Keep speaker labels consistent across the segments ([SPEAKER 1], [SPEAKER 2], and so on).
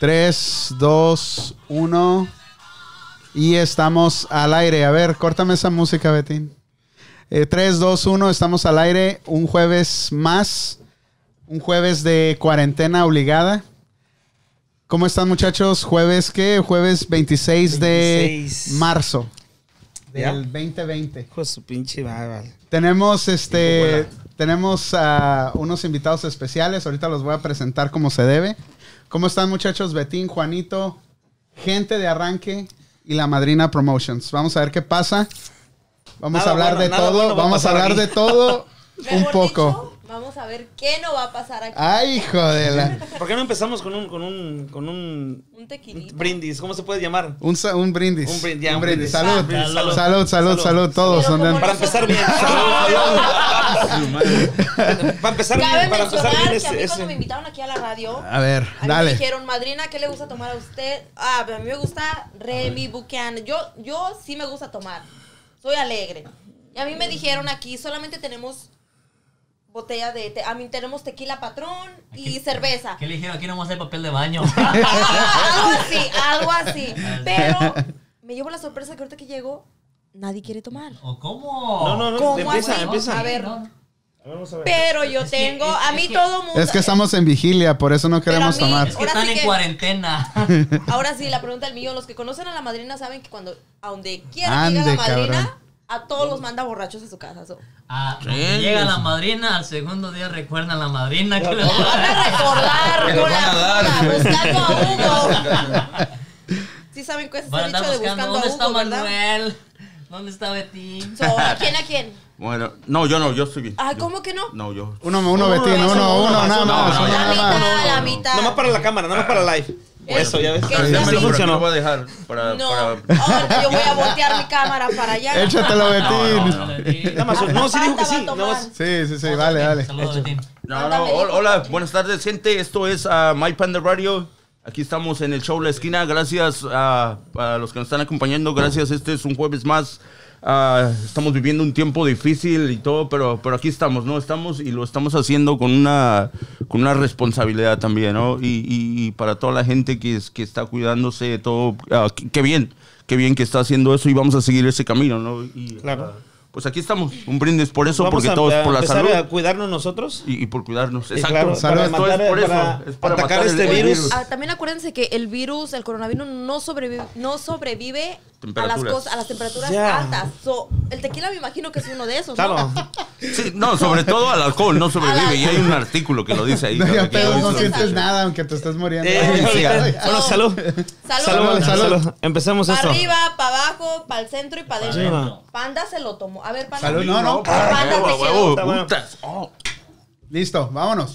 [SPEAKER 1] 3, 2, 1. Y estamos al aire. A ver, córtame esa música, Betín. Eh, 3, 2, 1, estamos al aire. Un jueves más. Un jueves de cuarentena obligada. ¿Cómo están, muchachos? ¿Jueves qué? Jueves 26, de
[SPEAKER 2] 26.
[SPEAKER 1] marzo
[SPEAKER 2] Ya.
[SPEAKER 1] del 2020.
[SPEAKER 2] Hijo de su pinche madre, vale.
[SPEAKER 1] Tenemos este.
[SPEAKER 2] Hola.
[SPEAKER 1] Tenemos a unos invitados especiales. Ahorita los voy a presentar como se debe. ¿Cómo están, muchachos? Betín, Juanito, gente de arranque y la madrina Promotions. Vamos a ver qué pasa. Vamos
[SPEAKER 2] Nada
[SPEAKER 1] a hablar
[SPEAKER 2] bueno,
[SPEAKER 1] de
[SPEAKER 2] nada
[SPEAKER 1] todo.
[SPEAKER 2] bueno va a
[SPEAKER 1] Vamos a
[SPEAKER 2] pasar
[SPEAKER 1] hablar
[SPEAKER 2] aquí.
[SPEAKER 1] de todo un
[SPEAKER 3] Mejor
[SPEAKER 1] poco. Ah.
[SPEAKER 3] dicho, vamos a ver qué no va a pasar aquí.
[SPEAKER 1] Ay, hijo de la.
[SPEAKER 2] ¿Por qué no empezamos con un, con un, con un
[SPEAKER 3] Un tequilito.
[SPEAKER 2] brindis? ¿Cómo se puede llamar?
[SPEAKER 1] Un, sa- un brindis.
[SPEAKER 2] Un brindis, ya, un brindis.
[SPEAKER 1] Salud.
[SPEAKER 2] Ah,
[SPEAKER 1] salud,
[SPEAKER 2] salud.
[SPEAKER 1] salud, salud,
[SPEAKER 2] Salud.
[SPEAKER 1] Todos.
[SPEAKER 3] Pero
[SPEAKER 1] andan-
[SPEAKER 3] como
[SPEAKER 2] Para empezar bien. para empezar
[SPEAKER 3] Cabe
[SPEAKER 2] bien, para empezar
[SPEAKER 3] mencionar
[SPEAKER 2] bien
[SPEAKER 3] que a
[SPEAKER 2] ese,
[SPEAKER 3] mí cuando me
[SPEAKER 2] ese.
[SPEAKER 3] invitaron aquí a la radio, a
[SPEAKER 1] A ver,
[SPEAKER 3] mí me
[SPEAKER 1] dale.
[SPEAKER 3] dijeron, madrina, ¿qué le gusta tomar a usted? Ah, pero a mí me gusta Remy Buchanan. Yo, yo sí me gusta tomar. Soy alegre. Y a mí me dijeron aquí, solamente tenemos botella de... te- a mí tenemos tequila patrón y cerveza. Ah,
[SPEAKER 4] ¿Qué le dijeron? Aquí no vamos a hacer papel de baño.
[SPEAKER 3] algo así, algo así. Pero me llevo la sorpresa que ahorita que llego, nadie quiere tomar.
[SPEAKER 4] ¿O cómo?
[SPEAKER 2] No, no, no.
[SPEAKER 3] ¿Cómo
[SPEAKER 2] Empieza,
[SPEAKER 3] así?
[SPEAKER 2] empieza.
[SPEAKER 3] A ver.
[SPEAKER 4] No,
[SPEAKER 2] Vamos a ver.
[SPEAKER 3] Pero yo
[SPEAKER 4] Es que-
[SPEAKER 3] tengo,
[SPEAKER 4] es-
[SPEAKER 3] a
[SPEAKER 4] es
[SPEAKER 3] mí
[SPEAKER 4] que-
[SPEAKER 3] todo mundo.
[SPEAKER 1] Es que estamos en vigilia, por eso no
[SPEAKER 3] Pero a
[SPEAKER 1] queremos
[SPEAKER 3] mí-
[SPEAKER 1] tomar.
[SPEAKER 4] Es que
[SPEAKER 3] Ahora
[SPEAKER 4] están
[SPEAKER 3] sí
[SPEAKER 4] en
[SPEAKER 3] que-
[SPEAKER 4] cuarentena.
[SPEAKER 3] Ahora sí, la pregunta del millón. Los que conocen a la madrina saben que cuando a donde quiera
[SPEAKER 1] Ande,
[SPEAKER 3] llega la madrina,
[SPEAKER 1] cabrón.
[SPEAKER 3] a todos los manda borrachos a su casa. so.
[SPEAKER 4] Ah, donde llega la madrina, al segundo día recuerdan a la madrina. Que le-
[SPEAKER 3] Van a recordar
[SPEAKER 5] Me lo
[SPEAKER 3] con
[SPEAKER 5] van a
[SPEAKER 3] la
[SPEAKER 5] dar.
[SPEAKER 3] duda, buscando a Hugo. Sí saben cuál es
[SPEAKER 4] Van
[SPEAKER 3] ese
[SPEAKER 4] a andar
[SPEAKER 3] dicho de
[SPEAKER 4] buscando.
[SPEAKER 3] buscando a
[SPEAKER 4] ¿Dónde está
[SPEAKER 3] Hugo, ¿verdad?
[SPEAKER 4] Manuel? ¿Dónde está Betín?
[SPEAKER 3] So, ¿A quién a quién?
[SPEAKER 5] Bueno, no, yo no, yo estoy bien.
[SPEAKER 3] Ay,
[SPEAKER 5] Yo-
[SPEAKER 3] Ah, ¿cómo que no?
[SPEAKER 5] No, yo.
[SPEAKER 1] Uno, uno, Betín, uno,
[SPEAKER 2] más,
[SPEAKER 1] uno,
[SPEAKER 2] uno más,
[SPEAKER 1] nada
[SPEAKER 2] uno
[SPEAKER 1] más.
[SPEAKER 5] más,
[SPEAKER 1] uno
[SPEAKER 5] no,
[SPEAKER 3] la
[SPEAKER 1] nada
[SPEAKER 5] no,
[SPEAKER 3] mitad,
[SPEAKER 1] más.
[SPEAKER 3] la
[SPEAKER 5] no.
[SPEAKER 3] mitad.
[SPEAKER 2] Nomás para la cámara, nomás para live. Eso, ya ves.
[SPEAKER 3] ¿Qué es
[SPEAKER 5] Dámelo,
[SPEAKER 3] así?
[SPEAKER 2] Dámelo,
[SPEAKER 5] pero aquí Ah, Lo voy
[SPEAKER 2] funcionó.
[SPEAKER 5] a dejar para.
[SPEAKER 3] No,
[SPEAKER 5] para-
[SPEAKER 3] ahora yo voy a voltear mi cámara para allá.
[SPEAKER 1] Échatelo,
[SPEAKER 5] No,
[SPEAKER 1] Betín.
[SPEAKER 5] no, no.
[SPEAKER 2] Nada más. No, sí dijo que sí.
[SPEAKER 3] Basta, va a
[SPEAKER 2] Nada más.
[SPEAKER 3] tomar.
[SPEAKER 1] Sí, sí, sí, vale, vale.
[SPEAKER 4] Saludos, Betín.
[SPEAKER 5] No, no,
[SPEAKER 3] Ándale,
[SPEAKER 5] hol-
[SPEAKER 3] hijo.
[SPEAKER 5] Hola, buenas tardes, gente. Esto es ah, My Panda Radio. Aquí estamos en el show La Esquina. Gracias ah, a los que nos están acompañando. Gracias. Este es un jueves más. Ah, estamos viviendo un tiempo difícil y todo, pero, pero aquí estamos, ¿no? Estamos y lo estamos haciendo con una, con una responsabilidad también, ¿no? Y, y- y para toda la gente que, es- que está cuidándose, de todo, ah, qué- qué bien, qué bien que está haciendo eso y vamos a seguir ese camino, ¿no? Y,
[SPEAKER 2] Claro.
[SPEAKER 5] ah, pues aquí estamos, un brindis por eso,
[SPEAKER 2] Vamos
[SPEAKER 5] porque
[SPEAKER 2] a-
[SPEAKER 5] todos
[SPEAKER 2] a
[SPEAKER 5] por la
[SPEAKER 2] empezar
[SPEAKER 5] salud
[SPEAKER 2] a cuidarnos nosotros.
[SPEAKER 5] y, y por cuidarnos.
[SPEAKER 2] Sí,
[SPEAKER 5] Exacto.
[SPEAKER 2] claro,
[SPEAKER 1] Salud.
[SPEAKER 2] para
[SPEAKER 5] Esto es
[SPEAKER 2] matar-
[SPEAKER 5] por
[SPEAKER 2] para
[SPEAKER 5] eso. Es para
[SPEAKER 2] atacar
[SPEAKER 5] matar
[SPEAKER 2] este
[SPEAKER 5] el
[SPEAKER 2] virus.
[SPEAKER 3] Ah, también acuérdense que el virus, el coronavirus, no sobrevive, no sobrevive a las
[SPEAKER 5] Temperaturas.
[SPEAKER 3] cosas, a las temperaturas
[SPEAKER 2] Ya.
[SPEAKER 3] altas. So, el tequila me imagino que es uno de esos,
[SPEAKER 2] Claro.
[SPEAKER 3] ¿no?
[SPEAKER 5] Sí, no, sobre todo al alcohol no sobrevive. Y hay un artículo que lo dice ahí.
[SPEAKER 1] No,
[SPEAKER 5] ¿no?
[SPEAKER 1] ya
[SPEAKER 5] Que
[SPEAKER 1] pedo,
[SPEAKER 5] lo
[SPEAKER 1] no
[SPEAKER 5] dice.
[SPEAKER 1] sientes nada, aunque te estés muriendo.
[SPEAKER 2] Eh,
[SPEAKER 5] Sí, ya.
[SPEAKER 2] Bueno, salud.
[SPEAKER 3] Salud.
[SPEAKER 2] Salud,
[SPEAKER 1] Salud.
[SPEAKER 2] salud. Empecemos
[SPEAKER 3] Pa'
[SPEAKER 2] esto.
[SPEAKER 3] arriba, para abajo, para el centro y para adentro.
[SPEAKER 2] adentro.
[SPEAKER 3] Panda se lo tomó. A ver, panda.
[SPEAKER 1] Salud, no, no.
[SPEAKER 5] Ah,
[SPEAKER 3] Panda
[SPEAKER 5] huevo,
[SPEAKER 3] se
[SPEAKER 5] huevo,
[SPEAKER 3] quedó.
[SPEAKER 2] Está bueno.
[SPEAKER 5] putas. Oh.
[SPEAKER 1] Listo, vámonos.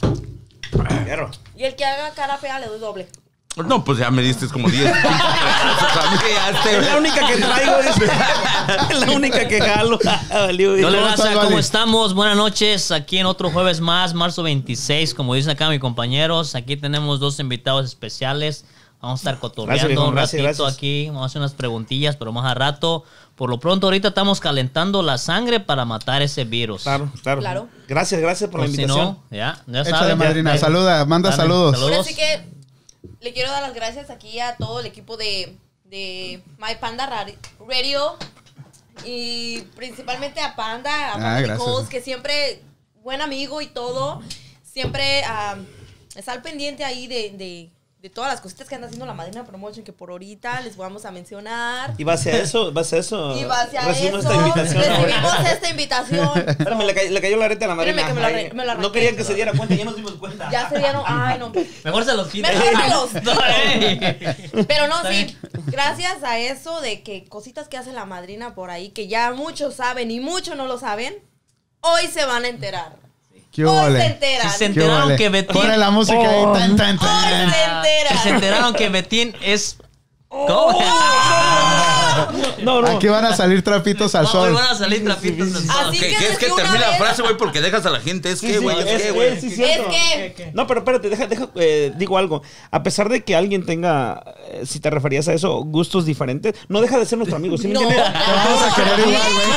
[SPEAKER 2] Perro.
[SPEAKER 3] Y el que haga cara fea le doy doble.
[SPEAKER 5] No, pues ya me diste como 10. pinches pedazos a mí, ya este-
[SPEAKER 2] Es la única que traigo. dice. Es la única que jalo. Valió,
[SPEAKER 4] Hola,
[SPEAKER 2] güey.
[SPEAKER 4] raza,
[SPEAKER 1] estás, Vali?
[SPEAKER 4] ¿cómo estamos? Buenas noches, aquí en otro jueves más, marzo 26, como dicen acá mis compañeros. Aquí tenemos dos invitados especiales. Vamos a estar
[SPEAKER 2] Gracias,
[SPEAKER 4] cotorreando
[SPEAKER 2] viejo,
[SPEAKER 4] un
[SPEAKER 2] gracias,
[SPEAKER 4] ratito
[SPEAKER 2] gracias.
[SPEAKER 4] aquí. Vamos a hacer unas preguntillas, pero más a rato. Por lo pronto, ahorita estamos calentando la sangre para matar ese virus.
[SPEAKER 2] Claro, claro,
[SPEAKER 3] Claro.
[SPEAKER 2] Gracias, gracias por
[SPEAKER 4] Por
[SPEAKER 2] la
[SPEAKER 4] si
[SPEAKER 2] invitación.
[SPEAKER 4] no, ya, ya
[SPEAKER 1] Échale,
[SPEAKER 4] saben.
[SPEAKER 1] madrina.
[SPEAKER 4] ya-
[SPEAKER 1] Saluda, manda
[SPEAKER 4] Dale,
[SPEAKER 1] saludos.
[SPEAKER 3] Ahora sí que le quiero dar las gracias aquí a todo el equipo de, de My Panda Rari- Radio y principalmente a Panda, a Panda
[SPEAKER 1] gracias.
[SPEAKER 3] Nichols, que siempre buen amigo y todo. Siempre am, estar pendiente ahí de, de- de todas las cositas que anda haciendo la Madrina Promotion, que por ahorita les vamos a mencionar.
[SPEAKER 2] Y va hacia eso, va hacia eso.
[SPEAKER 3] Y va hacia
[SPEAKER 2] Recibimos
[SPEAKER 3] eso.
[SPEAKER 2] esta invitación.
[SPEAKER 3] recibimos esta invitación.
[SPEAKER 2] Espérame, le, cay- le cayó la areta a la madrina.
[SPEAKER 3] Espérame que me la
[SPEAKER 2] Ay,
[SPEAKER 3] arre- me la
[SPEAKER 2] no
[SPEAKER 3] arranqué.
[SPEAKER 2] querían que se diera cuenta, ya nos dimos cuenta.
[SPEAKER 3] Ya se dieron. Ay, no.
[SPEAKER 4] Mejor se los quita.
[SPEAKER 3] Mejor se los quito.
[SPEAKER 4] Ey.
[SPEAKER 3] Pero no,
[SPEAKER 4] Está
[SPEAKER 3] sí,
[SPEAKER 4] bien.
[SPEAKER 3] gracias a eso de que cositas que hace la madrina por ahí, que ya muchos saben y muchos no lo saben, hoy se van a enterar.
[SPEAKER 1] ¿Qué
[SPEAKER 3] hoy
[SPEAKER 1] huele?
[SPEAKER 3] se enteran.
[SPEAKER 4] Sí, se
[SPEAKER 1] ¿Qué
[SPEAKER 4] Enteraron
[SPEAKER 1] huele?
[SPEAKER 4] que Betín-
[SPEAKER 1] Pone la música
[SPEAKER 2] Oh,
[SPEAKER 1] ahí. Tan, tan, tan.
[SPEAKER 3] Hoy se Oh, enteran.
[SPEAKER 4] Ah, Se enteraron que Betín es. ¿Cómo?
[SPEAKER 2] No,
[SPEAKER 4] Ah,
[SPEAKER 2] no.
[SPEAKER 1] Aquí van a salir trapitos al
[SPEAKER 4] Vamos,
[SPEAKER 1] sol.
[SPEAKER 4] van a salir trapitos al sol.
[SPEAKER 3] Así
[SPEAKER 5] Que, que es
[SPEAKER 3] desde
[SPEAKER 5] que
[SPEAKER 3] una
[SPEAKER 5] termina la
[SPEAKER 3] vez-
[SPEAKER 5] frase, güey, porque dejas a la gente. Es que,
[SPEAKER 2] Sí,
[SPEAKER 5] güey,
[SPEAKER 2] sí,
[SPEAKER 5] es que,
[SPEAKER 2] es-
[SPEAKER 5] güey.
[SPEAKER 2] es- sí,
[SPEAKER 3] Es
[SPEAKER 2] cierto.
[SPEAKER 3] que
[SPEAKER 2] No, pero espérate, deja, deja, eh, digo algo. A pesar de que alguien tenga, eh, si te referías a eso, gustos diferentes, no deja de ser nuestro amigo. ¿sí me
[SPEAKER 3] No.
[SPEAKER 2] entiendes?
[SPEAKER 3] No.
[SPEAKER 2] Entonces,
[SPEAKER 1] Vamos a querer igual, güey.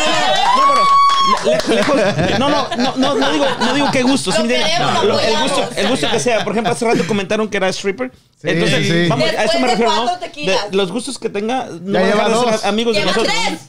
[SPEAKER 2] No, pero le- lejos- no, no, no, no, no digo, no digo qué gusto. ¿sí me entiendes?
[SPEAKER 3] queremos,
[SPEAKER 2] Lo- el,
[SPEAKER 3] apoyamos.
[SPEAKER 2] gusto el gusto que sea. Por ejemplo, hace rato comentaron que era stripper.
[SPEAKER 1] Sí,
[SPEAKER 2] Entonces,
[SPEAKER 1] sí.
[SPEAKER 2] vamos, a eso
[SPEAKER 3] Después
[SPEAKER 2] me
[SPEAKER 3] de
[SPEAKER 2] refiero, ¿no?
[SPEAKER 3] cuatro tequilas.
[SPEAKER 2] De- los gustos que tenga, no
[SPEAKER 1] Ya
[SPEAKER 2] va a dejar
[SPEAKER 1] lleva
[SPEAKER 2] de ser
[SPEAKER 1] dos.
[SPEAKER 2] amigos de
[SPEAKER 3] Lleva
[SPEAKER 2] nosotros.
[SPEAKER 3] tres.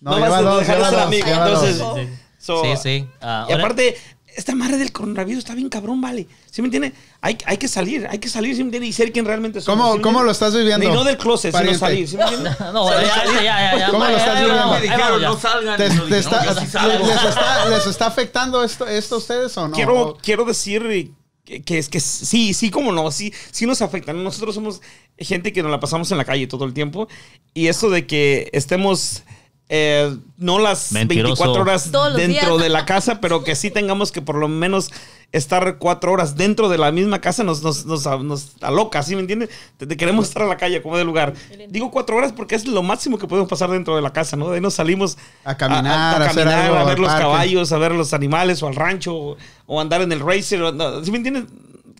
[SPEAKER 1] No,
[SPEAKER 2] No
[SPEAKER 1] lleva
[SPEAKER 2] vas a
[SPEAKER 1] dos,
[SPEAKER 2] dejar de
[SPEAKER 1] lleva
[SPEAKER 2] ser
[SPEAKER 1] dos,
[SPEAKER 2] amigo.
[SPEAKER 1] lleva dos.
[SPEAKER 2] Entonces,
[SPEAKER 3] Sí, sí.
[SPEAKER 2] so,
[SPEAKER 4] Sí, sí. Ah,
[SPEAKER 2] y
[SPEAKER 4] ahora-
[SPEAKER 2] aparte, esta madre del coronavirus está bien cabrón, vale. ¿Sí me entiende? Hay, hay que salir, hay que salir, ¿sí me entiende? Y ser quien realmente somos.
[SPEAKER 1] ¿Cómo-
[SPEAKER 2] ¿sí me
[SPEAKER 1] cómo
[SPEAKER 2] entiende?
[SPEAKER 1] lo estás viviendo,
[SPEAKER 2] Y no del closet,
[SPEAKER 1] pariente?
[SPEAKER 2] sino salir, ¿sí me entiende?
[SPEAKER 4] No, bueno, ya, ya, ya, ya.
[SPEAKER 1] ¿Cómo
[SPEAKER 4] ya,
[SPEAKER 1] lo
[SPEAKER 4] ya,
[SPEAKER 1] estás
[SPEAKER 4] ya,
[SPEAKER 1] viviendo?
[SPEAKER 4] vamos,
[SPEAKER 5] Me
[SPEAKER 4] ahí vamos
[SPEAKER 5] dijeron,
[SPEAKER 4] ya.
[SPEAKER 5] no salgan.
[SPEAKER 1] ¿Te-
[SPEAKER 5] Y yo
[SPEAKER 1] te
[SPEAKER 5] dije,
[SPEAKER 1] está-
[SPEAKER 5] no, yo sí salgo.
[SPEAKER 1] les, está, ¿Les está afectando esto, esto a ustedes o no?
[SPEAKER 2] quiero, quiero decir eh, que, que es que sí, sí, como no, sí, sí nos afectan. Nosotros somos gente que nos la pasamos en la calle todo el tiempo y eso de que estemos... eh, no las
[SPEAKER 4] Mentiroso.
[SPEAKER 2] 24 horas
[SPEAKER 3] Todos los
[SPEAKER 2] dentro
[SPEAKER 3] días.
[SPEAKER 2] de la casa, pero que sí tengamos que por lo menos estar cuatro horas dentro de la misma casa nos, nos, nos, nos aloca, ¿sí me entiendes? Te, te queremos estar a la calle como de lugar. Digo cuatro horas porque es lo máximo que podemos pasar dentro de la casa, ¿no? De ahí nos salimos
[SPEAKER 1] A caminar, a hacer
[SPEAKER 2] caminar,
[SPEAKER 1] algo
[SPEAKER 2] a
[SPEAKER 1] al
[SPEAKER 2] ver los
[SPEAKER 1] parque.
[SPEAKER 2] caballos a ver los animales o al rancho o, o andar en el racer. o no, ¿sí me entiendes?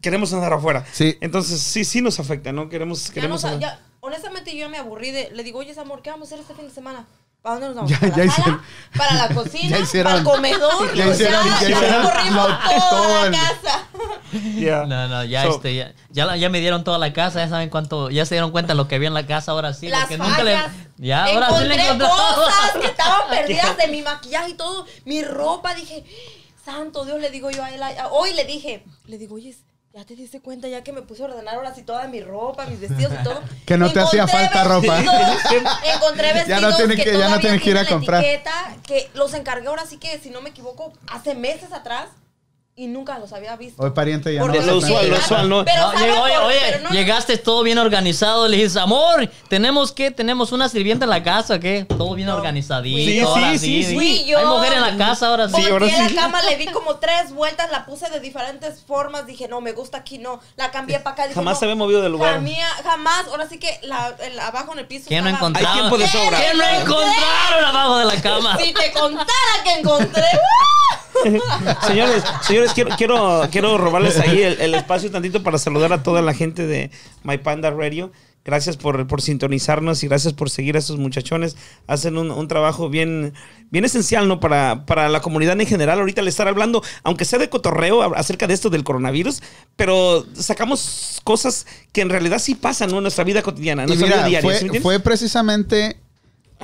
[SPEAKER 2] Queremos andar afuera.
[SPEAKER 1] Sí.
[SPEAKER 2] Entonces, sí, sí nos afecta, ¿no? Queremos,
[SPEAKER 3] Ya no
[SPEAKER 2] queremos
[SPEAKER 3] sa-
[SPEAKER 2] andar-
[SPEAKER 3] ya- honestamente, yo me aburrí de. Le digo, oye, amor, ¿qué vamos a hacer este fin de semana? ¿Para dónde nos vamos?
[SPEAKER 1] Ya-
[SPEAKER 3] ¿Para,
[SPEAKER 1] ya
[SPEAKER 3] la
[SPEAKER 1] hicieron-
[SPEAKER 3] sala? ¿Para la
[SPEAKER 1] ya
[SPEAKER 3] cocina?
[SPEAKER 1] hicieron-
[SPEAKER 3] ¿Para el comedor?
[SPEAKER 1] ya
[SPEAKER 3] Ya,
[SPEAKER 1] hicieron- ya
[SPEAKER 3] ya,
[SPEAKER 1] hicieron
[SPEAKER 3] recorrimos
[SPEAKER 1] lo- todo
[SPEAKER 3] toda
[SPEAKER 1] el-
[SPEAKER 3] la casa.
[SPEAKER 2] Yeah.
[SPEAKER 4] No, no, ya,
[SPEAKER 2] So,
[SPEAKER 4] este, ya, ya, la- ya me dieron toda la casa, ya saben cuánto, ya se dieron cuenta lo que había en la casa ahora sí.
[SPEAKER 3] Las
[SPEAKER 4] porque
[SPEAKER 3] fallas.
[SPEAKER 4] nunca le- ya, ahora sí le
[SPEAKER 3] encontré
[SPEAKER 4] encontré
[SPEAKER 3] cosas que estaban perdidas de mi maquillaje y todo. Mi ropa, dije, santo Dios, le digo yo a él. a- Hoy le dije, le digo, oye, ya te diste cuenta ya que me puse a ordenar ahora sí toda mi ropa, mis vestidos y todo.
[SPEAKER 1] Que no te hacía
[SPEAKER 3] Encontré
[SPEAKER 1] falta ropa.
[SPEAKER 3] vestidos, encontré vestidos
[SPEAKER 1] Ya no tiene que- ya no
[SPEAKER 3] todavía
[SPEAKER 1] tiene que ir a
[SPEAKER 3] tienen la
[SPEAKER 1] comprar.
[SPEAKER 3] etiqueta, que los encargué ahora sí que, si no me equivoco, hace meses atrás y nunca los había visto.
[SPEAKER 1] Hoy pariente ya
[SPEAKER 3] Por
[SPEAKER 1] no
[SPEAKER 3] lo
[SPEAKER 1] lo
[SPEAKER 2] Lo usual, lo
[SPEAKER 1] sabe.
[SPEAKER 2] usual, ¿no?
[SPEAKER 4] No,
[SPEAKER 3] Pero ¿sabes
[SPEAKER 4] llegó,
[SPEAKER 3] por-
[SPEAKER 4] oye, oye,
[SPEAKER 3] pero no-
[SPEAKER 4] llegaste todo bien organizado, le dices, amor, tenemos que, tenemos una sirvienta en la casa, ¿qué? Todo bien organizadito.
[SPEAKER 2] Sí,
[SPEAKER 4] ahora
[SPEAKER 2] sí, sí, sí.
[SPEAKER 3] Fui yo.
[SPEAKER 4] Hay mujer en la casa ahora sí.
[SPEAKER 2] Sí, ahora
[SPEAKER 3] Volteé
[SPEAKER 2] sí.
[SPEAKER 3] la cama, le di como tres vueltas, la puse de diferentes formas. Dije, no, me gusta aquí, no. La cambié para acá. dije,
[SPEAKER 2] Jamás
[SPEAKER 3] no,
[SPEAKER 2] se había movido del lugar.
[SPEAKER 3] Jamía- jamás. Ahora sí que la, el- abajo en el piso.
[SPEAKER 4] ¿Qué no
[SPEAKER 3] estaba-
[SPEAKER 4] encontraron?
[SPEAKER 2] Hay tiempo de sobra.
[SPEAKER 4] ¿Qué no encontraron abajo de la cama?
[SPEAKER 3] Si te contara que encontré.
[SPEAKER 2] señores, señores, quiero, quiero, quiero robarles ahí el, el espacio tantito para saludar a toda la gente de My Panda Radio. Gracias por, por sintonizarnos y gracias por seguir a estos muchachones. Hacen un, un trabajo bien, bien esencial, ¿no? Para, para la comunidad en general. Ahorita le estar hablando, aunque sea de cotorreo a- acerca de esto del coronavirus, pero sacamos cosas que en realidad sí pasan, ¿no? En nuestra vida cotidiana, en
[SPEAKER 1] Y
[SPEAKER 2] nuestra vida
[SPEAKER 1] mira,
[SPEAKER 2] diaria.
[SPEAKER 1] fue,
[SPEAKER 2] ¿sí me entiendes?
[SPEAKER 1] fue precisamente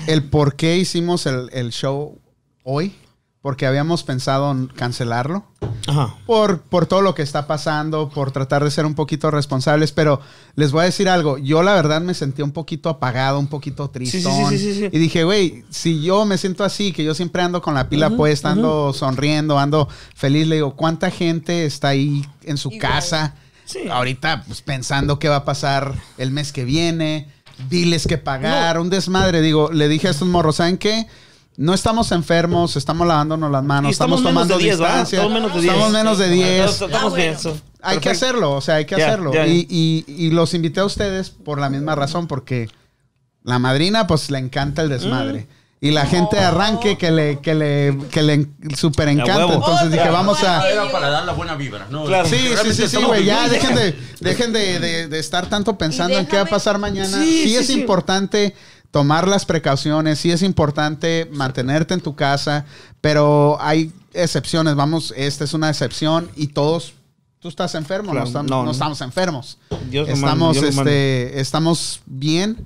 [SPEAKER 1] el por qué hicimos el, el show hoy. Porque habíamos pensado en cancelarlo.
[SPEAKER 2] Ajá.
[SPEAKER 1] Por, por todo lo que está pasando, por tratar de ser un poquito responsables. Pero les voy a decir algo. Yo la verdad me sentí un poquito apagado, un poquito tristón.
[SPEAKER 2] sí, sí, sí, sí.
[SPEAKER 1] Y dije, güey, si yo me siento así, que yo siempre ando con la pila puesta, ando sonriendo, ando feliz. Le digo, ¿cuánta gente está ahí en su
[SPEAKER 3] Igual.
[SPEAKER 1] casa?
[SPEAKER 2] Sí.
[SPEAKER 1] ahorita pues, pensando qué va a pasar el mes que viene, diles que pagar, un desmadre. Digo, le dije a estos morros, ¿saben qué? No estamos enfermos, estamos lavándonos las manos,
[SPEAKER 2] Y
[SPEAKER 1] Ah, estamos, tomando
[SPEAKER 2] ¿va?
[SPEAKER 1] distancia.
[SPEAKER 2] Estamos menos de 10.
[SPEAKER 1] Estamos menos de 10.
[SPEAKER 2] Estamos estamos
[SPEAKER 3] Ah,
[SPEAKER 2] bien.
[SPEAKER 3] bueno.
[SPEAKER 2] so,
[SPEAKER 1] Hay que
[SPEAKER 2] perfecto.
[SPEAKER 1] hacerlo, o sea, hay que
[SPEAKER 2] Ya,
[SPEAKER 1] hacerlo.
[SPEAKER 2] ya, ya.
[SPEAKER 1] Y, y- y los invité a ustedes por la misma razón, porque la madrina, pues le encanta el
[SPEAKER 2] Mm.
[SPEAKER 1] desmadre. Y la gente de arranque que le, que le, que le super
[SPEAKER 2] A
[SPEAKER 1] encanta.
[SPEAKER 2] huevo. Oh,
[SPEAKER 1] Entonces dije,
[SPEAKER 2] Ya.
[SPEAKER 1] vamos a,
[SPEAKER 5] Era para dar la buena vibra, ¿no?
[SPEAKER 2] Claro.
[SPEAKER 1] Sí, sí,
[SPEAKER 5] Realmente
[SPEAKER 1] sí, sí,
[SPEAKER 5] estamos
[SPEAKER 1] güey. Ya
[SPEAKER 5] viviendo.
[SPEAKER 1] dejen de, dejen de, de- de estar tanto pensando en qué va a
[SPEAKER 3] déjame-
[SPEAKER 1] pasar mañana. Sí,
[SPEAKER 2] Sí, sí,
[SPEAKER 1] es
[SPEAKER 2] sí.
[SPEAKER 1] importante tomar las precauciones, sí es importante mantenerte en tu casa, pero hay excepciones. Vamos, esta es una excepción y todos. Tú estás enfermo,
[SPEAKER 2] Claro,
[SPEAKER 1] no, estamos,
[SPEAKER 2] no,
[SPEAKER 1] no
[SPEAKER 2] no.
[SPEAKER 1] estamos enfermos.
[SPEAKER 2] Dios lo manda,
[SPEAKER 1] estamos,
[SPEAKER 2] Dios lo manda.
[SPEAKER 1] este, estamos bien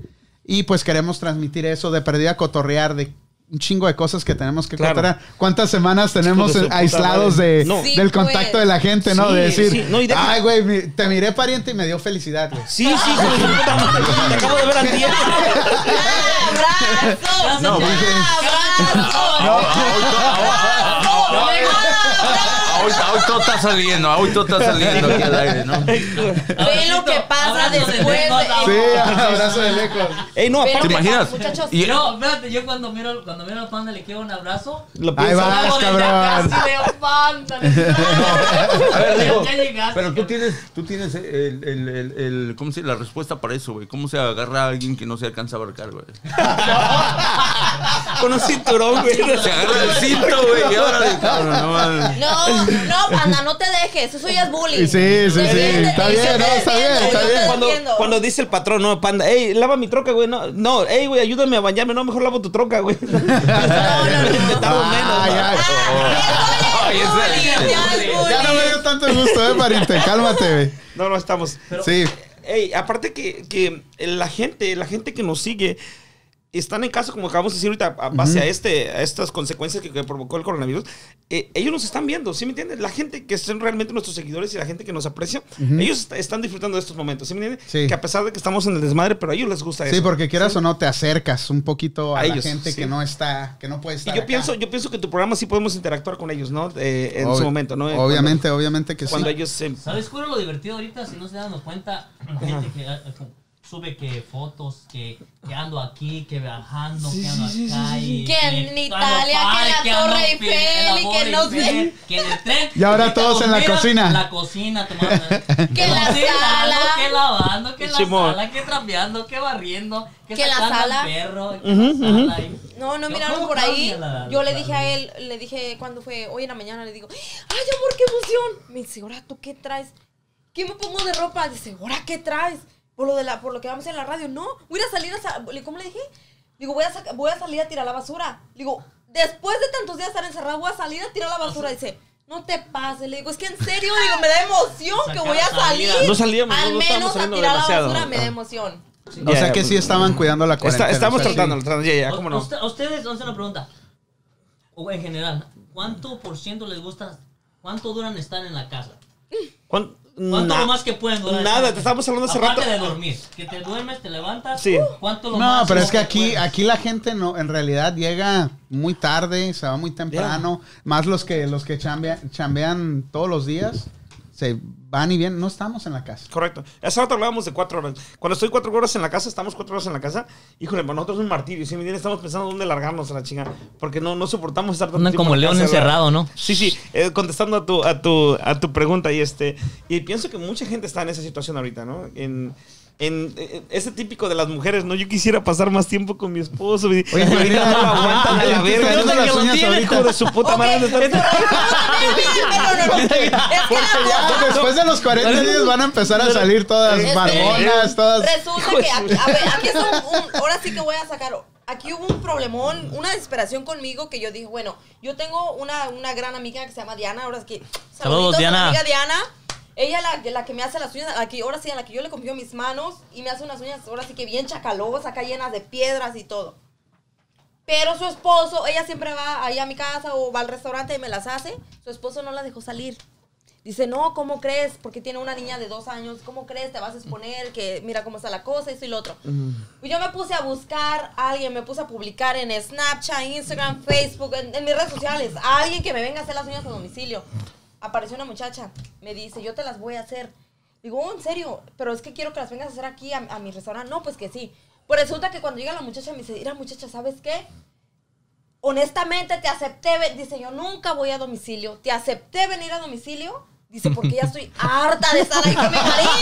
[SPEAKER 1] y pues queremos transmitir eso de perdida cotorrear de un chingo de cosas que tenemos que
[SPEAKER 2] Claro.
[SPEAKER 1] cotorrear. ¿Cuántas semanas tenemos
[SPEAKER 2] de su puta
[SPEAKER 1] aislados
[SPEAKER 2] madre.
[SPEAKER 1] de,
[SPEAKER 2] No.
[SPEAKER 3] Sí,
[SPEAKER 1] del
[SPEAKER 3] pues.
[SPEAKER 1] contacto de la gente? gente, ¿no?
[SPEAKER 2] Sí,
[SPEAKER 1] de decir,
[SPEAKER 2] sí. No, y deja-
[SPEAKER 1] ay, güey, mi- te miré pariente y me dio felicidad, güey.
[SPEAKER 2] Sí, sí, hijo de su puta madre, te acabo de ver antier.
[SPEAKER 3] ¡Abrazo!
[SPEAKER 5] No,
[SPEAKER 1] dije-
[SPEAKER 3] ¡Abrazo!
[SPEAKER 5] No, eh, Hoy, hoy todo está saliendo, hoy todo está saliendo aquí al aire, ¿no?
[SPEAKER 3] Ve lo que pasa
[SPEAKER 4] Abrazo de
[SPEAKER 3] después
[SPEAKER 4] lejos,
[SPEAKER 3] de-
[SPEAKER 4] amor.
[SPEAKER 1] Sí, abrazo de lejos.
[SPEAKER 2] Ey, no,
[SPEAKER 3] Ve lo
[SPEAKER 2] aparte.
[SPEAKER 5] ¿Te
[SPEAKER 3] que
[SPEAKER 5] imaginas?
[SPEAKER 3] pasa, Muchachos,
[SPEAKER 5] Y-
[SPEAKER 4] No, espérate, yo cuando miro, cuando miro al panda le quiero un abrazo.
[SPEAKER 2] Lo
[SPEAKER 1] Ahí
[SPEAKER 2] pienso.
[SPEAKER 1] vas,
[SPEAKER 4] Salgo desde acá,
[SPEAKER 1] cabrón.
[SPEAKER 4] así de, "Panda, le digo,
[SPEAKER 5] A ver, digo,
[SPEAKER 4] Ya llegaste,
[SPEAKER 5] pero tú
[SPEAKER 4] cabrón.
[SPEAKER 5] tienes, tú tienes el, el, el, el- ¿cómo se, la respuesta para eso, güey. ¿Cómo se agarra a alguien que no se alcanza a abarcar, güey?
[SPEAKER 2] Con un cinturón, güey.
[SPEAKER 5] Se agarra el cinto, güey. y órale, cabrón, no mames.
[SPEAKER 3] No, no, panda, no te dejes. Eso ya es
[SPEAKER 1] Sí,
[SPEAKER 3] bullying.
[SPEAKER 1] sí, sí.
[SPEAKER 3] Defiéndete,
[SPEAKER 1] Está
[SPEAKER 3] yo
[SPEAKER 1] bien,
[SPEAKER 3] te
[SPEAKER 1] no, está bien,
[SPEAKER 3] defiendo,
[SPEAKER 1] está
[SPEAKER 3] yo te
[SPEAKER 1] bien.
[SPEAKER 2] Cuando,
[SPEAKER 3] defiendo.
[SPEAKER 2] cuando dice el patrón, no, panda, ey, lava mi troca, güey. No, no, ey, güey, ayúdame a bañarme. No, mejor lavo tu troca, güey. Intentamos menos.
[SPEAKER 1] Ay,
[SPEAKER 2] ¿no?
[SPEAKER 1] ay.
[SPEAKER 3] Ah,
[SPEAKER 5] Ay,
[SPEAKER 3] eso
[SPEAKER 5] ese-
[SPEAKER 3] ya es bullying, ya es
[SPEAKER 1] Ya no me
[SPEAKER 3] bullying.
[SPEAKER 1] dio tanto gusto, eh, pariente. Cálmate, güey.
[SPEAKER 2] No, no estamos.
[SPEAKER 1] Sí.
[SPEAKER 2] Ey, aparte que, que la gente, la gente que nos sigue, están en caso, como acabamos de decir ahorita, a base a, este, a estas consecuencias que, que provocó el coronavirus, eh, ellos nos están viendo, ¿sí me entiendes? La gente que son realmente nuestros seguidores y la gente que nos aprecia, ellos est- están disfrutando de estos momentos, ¿sí me entiendes?
[SPEAKER 1] Sí.
[SPEAKER 2] Que a pesar de que estamos en el desmadre, pero a ellos les gusta eso.
[SPEAKER 1] Sí, porque quieras o no, te acercas un poquito a,
[SPEAKER 2] A
[SPEAKER 1] la
[SPEAKER 2] ellos,
[SPEAKER 1] gente
[SPEAKER 2] sí.
[SPEAKER 1] que no está, que no puede estar.
[SPEAKER 2] Y yo
[SPEAKER 1] acá.
[SPEAKER 2] pienso, yo pienso que tu programa sí podemos interactuar con ellos, ¿no? Eh, en
[SPEAKER 1] Obvi-
[SPEAKER 2] su momento, ¿no? Eh,
[SPEAKER 1] Obviamente, obviamente que
[SPEAKER 2] Cuando, cuando
[SPEAKER 1] sí.
[SPEAKER 2] ellos se...
[SPEAKER 4] ¿Sabes cuál es lo divertido ahorita? Si no se dan cuenta, la gente que ah, ah, sube que fotos, que, que ando aquí, que viajando, que ando acá. y
[SPEAKER 3] Que en
[SPEAKER 4] ando
[SPEAKER 3] Italia,
[SPEAKER 4] pal,
[SPEAKER 3] que la
[SPEAKER 4] ando
[SPEAKER 3] Torre
[SPEAKER 4] en Pe-
[SPEAKER 3] Eiffel
[SPEAKER 4] en la
[SPEAKER 3] y
[SPEAKER 4] Torre
[SPEAKER 3] que no sé.
[SPEAKER 4] Eiffel, que en el tren.
[SPEAKER 1] Y ahora
[SPEAKER 4] ahorita
[SPEAKER 1] todos en la
[SPEAKER 4] conmigo,
[SPEAKER 1] cocina.
[SPEAKER 4] La cocina, tomando.
[SPEAKER 3] Que la
[SPEAKER 4] cocinando,
[SPEAKER 3] sala.
[SPEAKER 4] Que lavando, que la
[SPEAKER 2] Simón.
[SPEAKER 4] sala, que trapeando, que barriendo, que,
[SPEAKER 3] Que la
[SPEAKER 4] sacando al
[SPEAKER 3] sala.
[SPEAKER 4] perro. Que
[SPEAKER 2] Ujú,
[SPEAKER 4] la
[SPEAKER 2] ujú.
[SPEAKER 4] sala ahí.
[SPEAKER 3] No, no
[SPEAKER 4] Yo,
[SPEAKER 3] miraron
[SPEAKER 4] ¿cómo
[SPEAKER 3] por ahí.
[SPEAKER 4] cambia la-
[SPEAKER 3] Yo le
[SPEAKER 4] la-
[SPEAKER 3] dije a él, le dije cuando fue hoy en la mañana, le digo, ay amor, qué emoción. Me dice, ahora tú qué traes? ¿Qué me pongo de ropa? Dice, ahora qué traes? Por lo de la, por lo que vamos a hacer en la radio, no. Voy a ir a salir a, sa- le- ¿cómo le dije? Digo, voy a, saca- voy a salir a tirar la basura. Digo, después de tantos días estar encerrado, voy a salir a tirar la basura. Dice. No te pases, le digo, es que en serio, le digo, me da emoción que voy a
[SPEAKER 4] Sacar la
[SPEAKER 3] salir.
[SPEAKER 4] salida.
[SPEAKER 2] No salíamos,
[SPEAKER 3] Al
[SPEAKER 2] no estábamos
[SPEAKER 3] menos a
[SPEAKER 2] saliendo
[SPEAKER 3] tirar
[SPEAKER 2] demasiado. Ah.
[SPEAKER 3] la basura me da emoción.
[SPEAKER 1] O sea que sí estaban cuidando la cuarentena.
[SPEAKER 2] Está- estamos
[SPEAKER 1] o sea, sí.
[SPEAKER 2] tratando, tratando, ya, ya, ¿cómo no?
[SPEAKER 4] Usted- ustedes, vamos a hacer una pregunta. O en general, ¿cuánto por ciento les gusta? ¿Cuánto duran estar en la casa?
[SPEAKER 2] ¿Cuán-
[SPEAKER 4] ¿Cuánto
[SPEAKER 2] na-
[SPEAKER 4] lo más que pueden durar?
[SPEAKER 2] Nada, te estábamos hablando hace
[SPEAKER 4] Aparte
[SPEAKER 2] rato.
[SPEAKER 4] de dormir, que te duermes, te levantas.
[SPEAKER 2] Sí.
[SPEAKER 4] ¿Cuánto lo más?
[SPEAKER 1] No, pero
[SPEAKER 4] lo
[SPEAKER 1] es que aquí,
[SPEAKER 4] puedes?
[SPEAKER 1] aquí la gente no, en realidad llega muy tarde, se va muy temprano, más los que los que chambea- chambean todos los días, se van y vienen, no estamos en la casa.
[SPEAKER 2] Correcto. Hace rato hablábamos de cuatro horas. Cuando estoy cuatro horas en la casa, estamos cuatro horas en la casa. Híjole, para nosotros es un martirio. Si me entiendes? estamos pensando dónde largarnos a la chinga. Porque no, no soportamos estar tanto
[SPEAKER 4] Andan
[SPEAKER 2] tiempo
[SPEAKER 4] como
[SPEAKER 2] en la
[SPEAKER 4] león
[SPEAKER 2] casa,
[SPEAKER 4] encerrado,
[SPEAKER 2] ¿verdad?
[SPEAKER 4] ¿no?
[SPEAKER 2] Sí, sí. eh, contestando a tu, a, tu, a tu pregunta y este. Y pienso que mucha gente está en esa situación ahorita, ¿no? En. En, eh, ese típico de las mujeres, ¿no? Yo quisiera pasar más tiempo con mi esposo. Y,
[SPEAKER 1] Oye,
[SPEAKER 2] ahorita
[SPEAKER 1] mira,
[SPEAKER 2] no la aguantan a la
[SPEAKER 1] estoy
[SPEAKER 2] verga.
[SPEAKER 1] sacando
[SPEAKER 2] ¿dónde
[SPEAKER 1] las
[SPEAKER 2] que lo
[SPEAKER 1] uñas
[SPEAKER 2] tiene,
[SPEAKER 1] ahorita?
[SPEAKER 2] hijo de su puta
[SPEAKER 3] Ok,
[SPEAKER 2] madre? ¿dónde está?
[SPEAKER 3] No, no, no, no, no, no, no, no, no, no, no, no, no, no, no, no, es que la moda-
[SPEAKER 1] Después de los 40 días van a empezar a salir todas
[SPEAKER 3] Este,
[SPEAKER 1] barbonas, todas.
[SPEAKER 3] Resulta que aquí, a ver, aquí es un- un- ahora sí que voy a sacar. Aquí hubo un problemón, una desesperación conmigo que yo dije, bueno, yo tengo una, una gran amiga que se llama Diana, ahora es que
[SPEAKER 4] Saludos,
[SPEAKER 3] a mi
[SPEAKER 4] Diana.
[SPEAKER 3] amiga Diana. Ella la, la que me hace las uñas, a la que- ahora sí, a la que yo le confío mis manos y me hace unas uñas, ahora sí que bien chacalosas, acá llenas de piedras y todo. Pero su esposo, ella siempre va ahí a mi casa o va al restaurante y me las hace. Su esposo no la dejó salir. Dice, no, ¿cómo crees? Porque tiene una niña de dos años. ¿Cómo crees? Te vas a exponer, que mira cómo está la cosa, esto y lo otro. Y yo me puse a buscar a alguien, me puse a publicar en Snapchat, Instagram, Facebook, en, en mis redes sociales. A alguien que me venga a hacer las uñas a domicilio. Apareció una muchacha, me dice, yo te las voy a hacer. Digo, "Oh, en serio, pero es que quiero que las vengas a hacer aquí a, a mi restaurante. No, pues que sí. Pues resulta que cuando llega la muchacha me dice, mira muchacha, ¿sabes qué? honestamente te acepté, ve- dice yo nunca voy a domicilio, te acepté venir a domicilio, dice porque ya estoy harta de estar ahí con mi marido,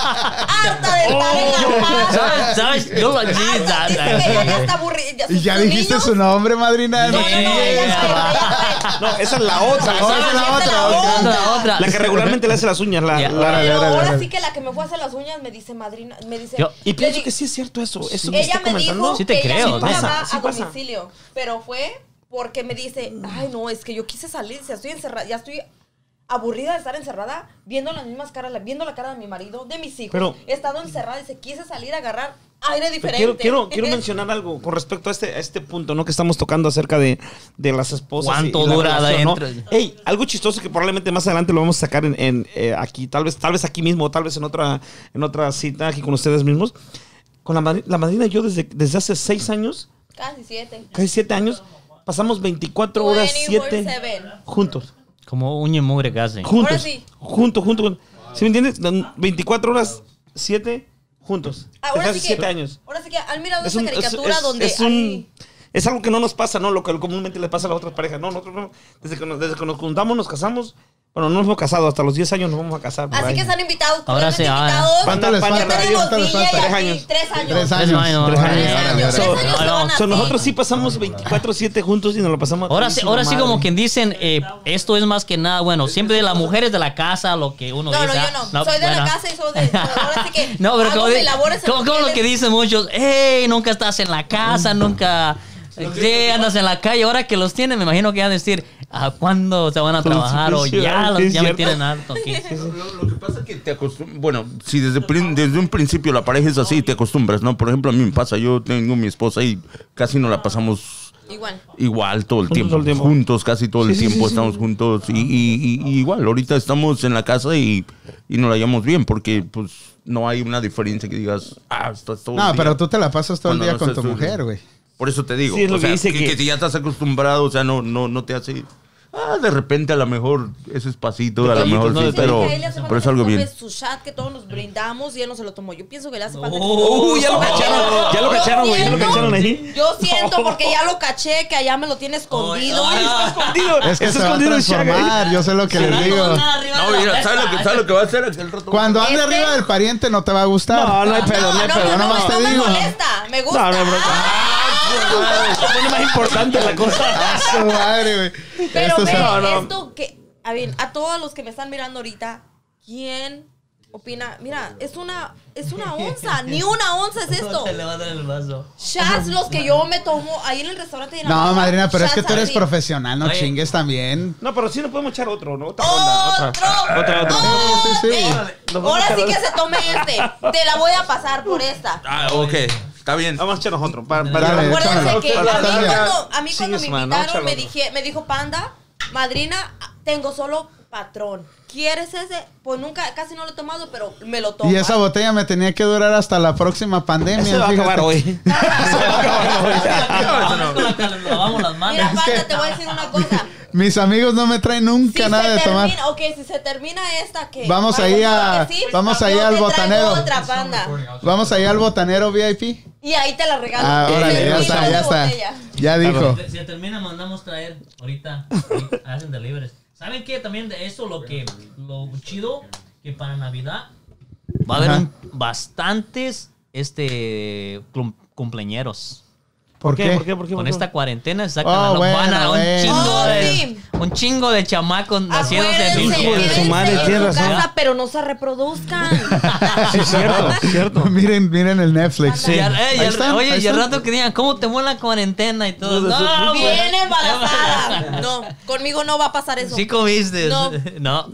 [SPEAKER 3] harta de estar
[SPEAKER 2] Oh,
[SPEAKER 3] en la casa.
[SPEAKER 4] ¿Sabes? ¿Sabes? Yo lo
[SPEAKER 3] Harta,
[SPEAKER 4] Jesus.
[SPEAKER 3] dice que ella ya está aburrida. ya
[SPEAKER 1] Y
[SPEAKER 3] sus-
[SPEAKER 1] ya
[SPEAKER 3] sus
[SPEAKER 1] dijiste
[SPEAKER 3] niños-
[SPEAKER 1] su nombre, madrina.
[SPEAKER 3] No, no, no, ella fue, ella fue.
[SPEAKER 2] No, esa es la otra.
[SPEAKER 1] Ah,
[SPEAKER 2] esa es la,
[SPEAKER 1] la
[SPEAKER 3] Esa es
[SPEAKER 1] otra,
[SPEAKER 4] otra,
[SPEAKER 3] onda.
[SPEAKER 4] otra.
[SPEAKER 2] la que regularmente le hace las uñas. La,
[SPEAKER 4] Ya.
[SPEAKER 2] la-
[SPEAKER 1] Órale,
[SPEAKER 3] Pero
[SPEAKER 1] órale,
[SPEAKER 3] ahora
[SPEAKER 1] órale.
[SPEAKER 3] sí que la que me fue a hacer las uñas me dice madrina, me dice.
[SPEAKER 4] Yo-
[SPEAKER 2] y
[SPEAKER 3] le
[SPEAKER 2] pienso
[SPEAKER 3] di-
[SPEAKER 2] que sí es cierto eso. Eso que
[SPEAKER 3] Ella
[SPEAKER 2] está
[SPEAKER 3] me
[SPEAKER 2] comentando.
[SPEAKER 3] dijo
[SPEAKER 4] Sí te
[SPEAKER 3] que ella
[SPEAKER 4] creo,
[SPEAKER 3] nunca
[SPEAKER 2] pasa,
[SPEAKER 3] va
[SPEAKER 2] sí
[SPEAKER 3] a
[SPEAKER 2] pasa.
[SPEAKER 3] domicilio, pero fue porque me dice, ay no, es que yo quise salir, ya estoy encerrada, ya estoy aburrida de estar encerrada, viendo las mismas caras, la- viendo la cara de mi marido, de mis hijos.
[SPEAKER 2] Pero-
[SPEAKER 3] He estado encerrada y se quise salir a agarrar aire
[SPEAKER 2] Pero
[SPEAKER 3] diferente.
[SPEAKER 2] Quiero, quiero, quiero mencionar algo con respecto a este, a este punto, ¿no? Que estamos tocando acerca de, de las esposas.
[SPEAKER 4] ¿Cuánto
[SPEAKER 2] la
[SPEAKER 4] dura
[SPEAKER 2] relación,
[SPEAKER 4] adentro?
[SPEAKER 2] Ey, algo chistoso que probablemente más adelante lo vamos a sacar en, en, eh, aquí, tal vez, tal vez aquí mismo, o tal vez en otra, en otra cita aquí con ustedes mismos. Con la, madri- la madrina y yo desde, desde hace seis años,
[SPEAKER 3] Casi siete.
[SPEAKER 2] casi siete años, pasamos 24 horas, 7
[SPEAKER 3] 24/7.
[SPEAKER 2] juntos.
[SPEAKER 4] Como uña y mugre casi.
[SPEAKER 2] Juntos.
[SPEAKER 3] Ahora sí.
[SPEAKER 2] Juntos, juntos. juntos. ¿Sí me entiendes? 24 horas, 7 juntos. Desde
[SPEAKER 3] Ah, Ahora
[SPEAKER 2] hace
[SPEAKER 3] sí que,
[SPEAKER 2] 7 años.
[SPEAKER 3] ahora sí que han mirado
[SPEAKER 2] Es
[SPEAKER 3] esa
[SPEAKER 2] un- es-
[SPEAKER 3] caricatura
[SPEAKER 2] es-
[SPEAKER 3] donde
[SPEAKER 2] es un-
[SPEAKER 3] hay-
[SPEAKER 2] es algo que no nos pasa, ¿no? Lo que comúnmente le pasa a las otras parejas. No, nosotros no. Desde que nos, desde que nos juntamos, nos casamos, Bueno, no nos hemos casado, hasta los 10 años nos vamos a casar. por
[SPEAKER 3] Así
[SPEAKER 2] ahí.
[SPEAKER 3] que están invitados.
[SPEAKER 6] Ahora
[SPEAKER 3] totalmente
[SPEAKER 6] sí, ah. ahora.
[SPEAKER 3] invitados.
[SPEAKER 1] ¿Cuánto les
[SPEAKER 3] Ya
[SPEAKER 1] falta?
[SPEAKER 3] tenemos
[SPEAKER 1] ¿Cuánto les
[SPEAKER 3] niña y
[SPEAKER 1] falta?
[SPEAKER 3] así,
[SPEAKER 2] Tres
[SPEAKER 3] Tres años.
[SPEAKER 1] Tres años. Tres
[SPEAKER 6] años,
[SPEAKER 2] ahora.
[SPEAKER 1] años, ahora, ahora.
[SPEAKER 3] Tres años
[SPEAKER 6] Ahora
[SPEAKER 3] se van
[SPEAKER 6] vamos.
[SPEAKER 2] So,
[SPEAKER 3] a hacer.
[SPEAKER 2] nosotros sí pasamos 24-7 juntos y nos lo pasamos.
[SPEAKER 6] Ahora sí,
[SPEAKER 2] todísima
[SPEAKER 6] ahora sí
[SPEAKER 2] madre.
[SPEAKER 6] como quien dicen, eh, esto es más que nada, bueno, siempre de las mujeres de la casa, lo que uno
[SPEAKER 3] No, no,
[SPEAKER 6] dice.
[SPEAKER 3] yo
[SPEAKER 6] ah,
[SPEAKER 3] no. Soy de la
[SPEAKER 6] bueno.
[SPEAKER 3] casa y soy de. Ahora sí que.
[SPEAKER 6] no, pero
[SPEAKER 3] hago
[SPEAKER 6] como,
[SPEAKER 3] mis
[SPEAKER 6] di-
[SPEAKER 3] labores en
[SPEAKER 6] como- como lo que dicen muchos, hey, nunca estás en la casa, nunca sí, andas en la calle. Ahora que los tienen, me imagino que van a decir, ¿a cuándo se van a
[SPEAKER 2] Pues,
[SPEAKER 6] trabajar? O
[SPEAKER 2] sí,
[SPEAKER 6] ya,
[SPEAKER 5] ¿eh?
[SPEAKER 2] sí,
[SPEAKER 6] los-
[SPEAKER 2] es
[SPEAKER 6] ya me
[SPEAKER 2] cierto.
[SPEAKER 6] tienen harto aquí.
[SPEAKER 5] Lo, lo que pasa es que te acostumbras, bueno, si desde, prin- desde un principio la pareja es así, te acostumbras, ¿no? Por ejemplo, a mí me pasa, yo tengo mi esposa y casi no la pasamos
[SPEAKER 3] Igual.
[SPEAKER 5] igual todo el,
[SPEAKER 2] Juntos
[SPEAKER 5] tiempo.
[SPEAKER 2] todo el tiempo.
[SPEAKER 5] juntos casi todo el
[SPEAKER 2] Sí, sí, sí,
[SPEAKER 5] tiempo
[SPEAKER 2] sí.
[SPEAKER 5] estamos juntos y, y- y- y igual, ahorita estamos en la casa y, y nos la llevamos bien porque pues no hay una diferencia que digas, ah, estás todo el
[SPEAKER 1] No,
[SPEAKER 5] día".
[SPEAKER 1] pero tú te la pasas todo el
[SPEAKER 5] Cuando
[SPEAKER 1] día
[SPEAKER 5] no
[SPEAKER 1] con
[SPEAKER 5] estás
[SPEAKER 1] tu
[SPEAKER 5] tú,
[SPEAKER 1] mujer,
[SPEAKER 5] ¿no?
[SPEAKER 1] güey.
[SPEAKER 5] Por eso te digo,
[SPEAKER 2] Sí, es lo
[SPEAKER 5] o
[SPEAKER 2] que
[SPEAKER 5] sea,
[SPEAKER 2] dice
[SPEAKER 5] que,
[SPEAKER 2] que-
[SPEAKER 5] que ya estás acostumbrado, o sea, no, no, no te hace... Ah, de repente a lo mejor ese espacito, a lo
[SPEAKER 2] Detallitos,
[SPEAKER 5] mejor
[SPEAKER 2] ¿no?
[SPEAKER 5] sí,
[SPEAKER 2] Detallitos.
[SPEAKER 5] pero,
[SPEAKER 3] Dice que a él le hace
[SPEAKER 5] pero es
[SPEAKER 3] falta
[SPEAKER 5] algo
[SPEAKER 3] que
[SPEAKER 5] bien.
[SPEAKER 3] tome Su chat que todos nos brindamos y él no se lo tomó. Yo pienso que le hace falta. que-
[SPEAKER 2] ¡Uh! ya lo cacharon, ya lo
[SPEAKER 3] Yo
[SPEAKER 2] cacharon, güey, ya lo
[SPEAKER 3] siento-
[SPEAKER 2] cacharon ahí.
[SPEAKER 3] Yo siento porque ya lo caché que allá me lo tiene escondido.
[SPEAKER 6] Ay, ay, ay.
[SPEAKER 2] Escondido,
[SPEAKER 1] Es que
[SPEAKER 2] está
[SPEAKER 1] se va a
[SPEAKER 2] escondido el Shaq, ¿eh?
[SPEAKER 1] transformar, yo sé lo que les digo.
[SPEAKER 5] No, mira, ¿sabes lo que, ¿sabes lo que va a hacer aquel rato?
[SPEAKER 1] Cuando ande
[SPEAKER 3] Este- Ah,
[SPEAKER 1] arriba del pariente no te va a gustar.
[SPEAKER 2] No, no hay pedo, no hay pedo.
[SPEAKER 1] no, nomás
[SPEAKER 3] no,
[SPEAKER 1] te
[SPEAKER 3] me
[SPEAKER 1] digo.
[SPEAKER 3] molesta, me gusta.
[SPEAKER 2] No, no hay bronca.
[SPEAKER 3] Ah,
[SPEAKER 2] Se pone más importante la cosa.
[SPEAKER 1] A su madre, güey.
[SPEAKER 3] Pero
[SPEAKER 1] Esto
[SPEAKER 3] ve,
[SPEAKER 1] se-
[SPEAKER 2] No, no.
[SPEAKER 3] esto que, a ver, a todos los que me están mirando ahorita, ¿quién opina? Mira, es una, es una onza, ni una onza es esto.
[SPEAKER 6] Te levantan el vaso.
[SPEAKER 3] Shots los que yo me tomo ahí en el restaurante. de Dinamarca,
[SPEAKER 1] No, madrina, pero es que
[SPEAKER 3] shots
[SPEAKER 1] tú eres
[SPEAKER 3] así.
[SPEAKER 1] profesional, no
[SPEAKER 6] Oye.
[SPEAKER 1] chingues también.
[SPEAKER 2] No, pero sí nos podemos echar otro, ¿no? Otra ronda,
[SPEAKER 3] Otro,
[SPEAKER 2] otra. Otra, otra.
[SPEAKER 1] Sí, sí, sí.
[SPEAKER 3] Oh, Ahora
[SPEAKER 2] Nos vamos a
[SPEAKER 3] sí que
[SPEAKER 2] quedar-
[SPEAKER 3] se tome este. Te la voy a pasar por esta.
[SPEAKER 5] Ah, ok. Está bien.
[SPEAKER 2] Vamos a echarnos otro. Para,
[SPEAKER 1] Dale,
[SPEAKER 3] Acuérdense
[SPEAKER 1] échamelo.
[SPEAKER 3] que a mí
[SPEAKER 1] Dale.
[SPEAKER 3] cuando, a mí
[SPEAKER 2] Sí,
[SPEAKER 3] cuando me
[SPEAKER 2] es mano,
[SPEAKER 3] invitaron me,
[SPEAKER 2] échalo.
[SPEAKER 3] dije, me dijo Panda, madrina, tengo solo patrón. ¿Quieres ese? Pues nunca, casi no lo he tomado, pero me lo tomo.
[SPEAKER 1] Y esa botella me tenía que durar hasta la próxima pandemia.
[SPEAKER 2] Se va a
[SPEAKER 1] fíjate.
[SPEAKER 2] acabar hoy.
[SPEAKER 6] Vamos con la que nos lavamos las manos.
[SPEAKER 3] Mira, Panda, te voy a decir una cosa.
[SPEAKER 1] Mis amigos no me traen
[SPEAKER 3] Si
[SPEAKER 1] nunca
[SPEAKER 3] se
[SPEAKER 1] nada de tomar.
[SPEAKER 3] termina, ok, si se termina esta, que
[SPEAKER 1] Vamos ahí a- vamos ahí al botanero.
[SPEAKER 3] Otra, Panda.
[SPEAKER 1] Vamos allá al botanero VIP.
[SPEAKER 3] Y ahí te la regalo.
[SPEAKER 1] Ah,
[SPEAKER 3] Te
[SPEAKER 1] órale, ya
[SPEAKER 3] regalo
[SPEAKER 1] está,
[SPEAKER 3] una
[SPEAKER 1] ya está.
[SPEAKER 3] botella.
[SPEAKER 1] Ya dijo.
[SPEAKER 6] Si se termina, mandamos traer ahorita. Hacen delibres. ¿Saben qué? También de eso, lo que lo chido que para Navidad va a haber
[SPEAKER 1] Ajá.
[SPEAKER 6] un- bastantes este cum- cumpleañeros.
[SPEAKER 1] ¿Por qué?
[SPEAKER 2] ¿Por qué? ¿Por qué?
[SPEAKER 6] Con
[SPEAKER 2] ¿Por qué?
[SPEAKER 6] esta cuarentena se sacan
[SPEAKER 1] Oh,
[SPEAKER 6] a la
[SPEAKER 1] bueno,
[SPEAKER 6] pana,
[SPEAKER 1] bueno.
[SPEAKER 6] un chingo
[SPEAKER 3] Oh,
[SPEAKER 6] de
[SPEAKER 3] sí.
[SPEAKER 6] un chingo de chamacos nacidos
[SPEAKER 3] Acuérdense,
[SPEAKER 6] de
[SPEAKER 2] Hijo de su madre,
[SPEAKER 3] quédense
[SPEAKER 2] tiene
[SPEAKER 3] en su
[SPEAKER 2] razón.
[SPEAKER 3] casa, pero no se reproduzcan.
[SPEAKER 2] Ah, Sí, cierto, cierto.
[SPEAKER 1] miren, miren el Netflix.
[SPEAKER 6] Y al- eh, y
[SPEAKER 1] Ahí
[SPEAKER 6] al-
[SPEAKER 1] están,
[SPEAKER 6] oye,
[SPEAKER 1] ahí
[SPEAKER 6] y al
[SPEAKER 1] están.
[SPEAKER 6] rato que digan, ¿cómo te mueve la cuarentena y todo?
[SPEAKER 2] No, de su-
[SPEAKER 6] No, güey.
[SPEAKER 3] Bien embarazada. No, conmigo no va a pasar eso.
[SPEAKER 6] Sí comiste.
[SPEAKER 3] No.
[SPEAKER 6] no.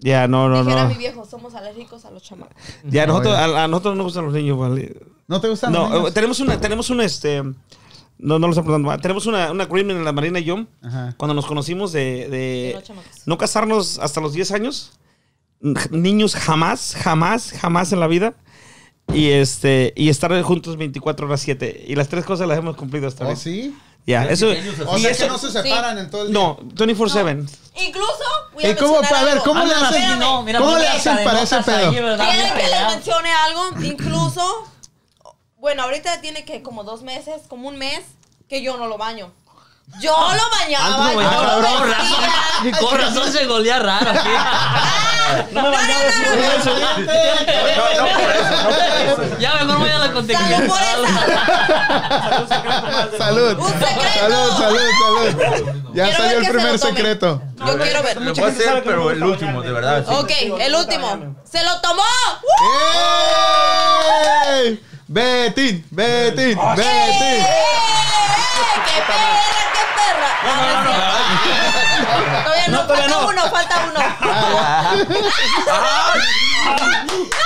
[SPEAKER 2] Ya, no, no,
[SPEAKER 3] Dijera mi
[SPEAKER 2] no.
[SPEAKER 3] viejo, somos alérgicos a los chamacos.
[SPEAKER 2] Ya, nosotros, a, a nosotros no nos gustan los niños, ¿vale?
[SPEAKER 1] ¿No te gustan? los
[SPEAKER 2] No, eh,
[SPEAKER 1] niños?
[SPEAKER 2] tenemos una, tenemos un este. No, no lo están preguntando. Ah, Tenemos una, una agreement en la Marina y yo.
[SPEAKER 1] Ajá.
[SPEAKER 2] Cuando nos conocimos de, de
[SPEAKER 3] Que no chamacos.
[SPEAKER 2] no casarnos hasta los 10 años. N- Niños jamás, jamás, jamás en la vida. Y este y estar juntos 24 horas 7. Y las tres cosas las hemos cumplido hasta
[SPEAKER 1] ¿O
[SPEAKER 2] ahora.
[SPEAKER 1] Oh, sí?
[SPEAKER 2] Ya, eso.
[SPEAKER 1] O
[SPEAKER 2] y
[SPEAKER 1] sea
[SPEAKER 2] eso-
[SPEAKER 1] que no se separan en todo el día.
[SPEAKER 2] no, 24-7.
[SPEAKER 3] Incluso, voy
[SPEAKER 1] ¿Y cómo?
[SPEAKER 3] mencionar
[SPEAKER 1] A ver,
[SPEAKER 3] algo.
[SPEAKER 1] ¿cómo le
[SPEAKER 4] Ah,
[SPEAKER 6] Andan
[SPEAKER 1] hacen?
[SPEAKER 6] así, no, mira,
[SPEAKER 1] ¿Cómo
[SPEAKER 6] no
[SPEAKER 1] le
[SPEAKER 6] te
[SPEAKER 1] hacen para ese
[SPEAKER 6] cadenotas
[SPEAKER 1] pedo?
[SPEAKER 6] ahí, ¿verdad?
[SPEAKER 3] ¿Quieren
[SPEAKER 6] Bien
[SPEAKER 3] que les
[SPEAKER 6] pegado.
[SPEAKER 3] mencione algo? Incluso, bueno, ahorita tiene que como dos meses, como un mes, que yo no lo baño. Yo lo bañaba,
[SPEAKER 6] Antes
[SPEAKER 3] yo
[SPEAKER 6] me bañaba,
[SPEAKER 3] lo
[SPEAKER 6] con razón-
[SPEAKER 3] vestía.
[SPEAKER 6] Con razón se golea raro. ¿sí?
[SPEAKER 2] No me bañaba, sí, por eso.
[SPEAKER 6] Ya mejor voy a la
[SPEAKER 3] Salud
[SPEAKER 1] Salud.
[SPEAKER 3] por esa.
[SPEAKER 6] contextualización.
[SPEAKER 3] ¡Un secreto!
[SPEAKER 1] Salud, salud, salud. Ya
[SPEAKER 3] Quiero ver
[SPEAKER 1] salió el
[SPEAKER 3] que se lo
[SPEAKER 1] primer
[SPEAKER 3] tomen.
[SPEAKER 1] secreto.
[SPEAKER 3] Yo quiero ver.
[SPEAKER 5] Lo voy a hacer, pero el último, de verdad. sí.
[SPEAKER 3] Ok, el último. ¡Se lo tomó! ¡Uh!
[SPEAKER 1] ¡Ey! Betín, Betín,
[SPEAKER 3] ¡Eh!
[SPEAKER 1] Betín.
[SPEAKER 3] ¡Qué perra, qué perra! Ahora sí. Todavía no,
[SPEAKER 2] No, todavía no.
[SPEAKER 3] falta uno, falta uno.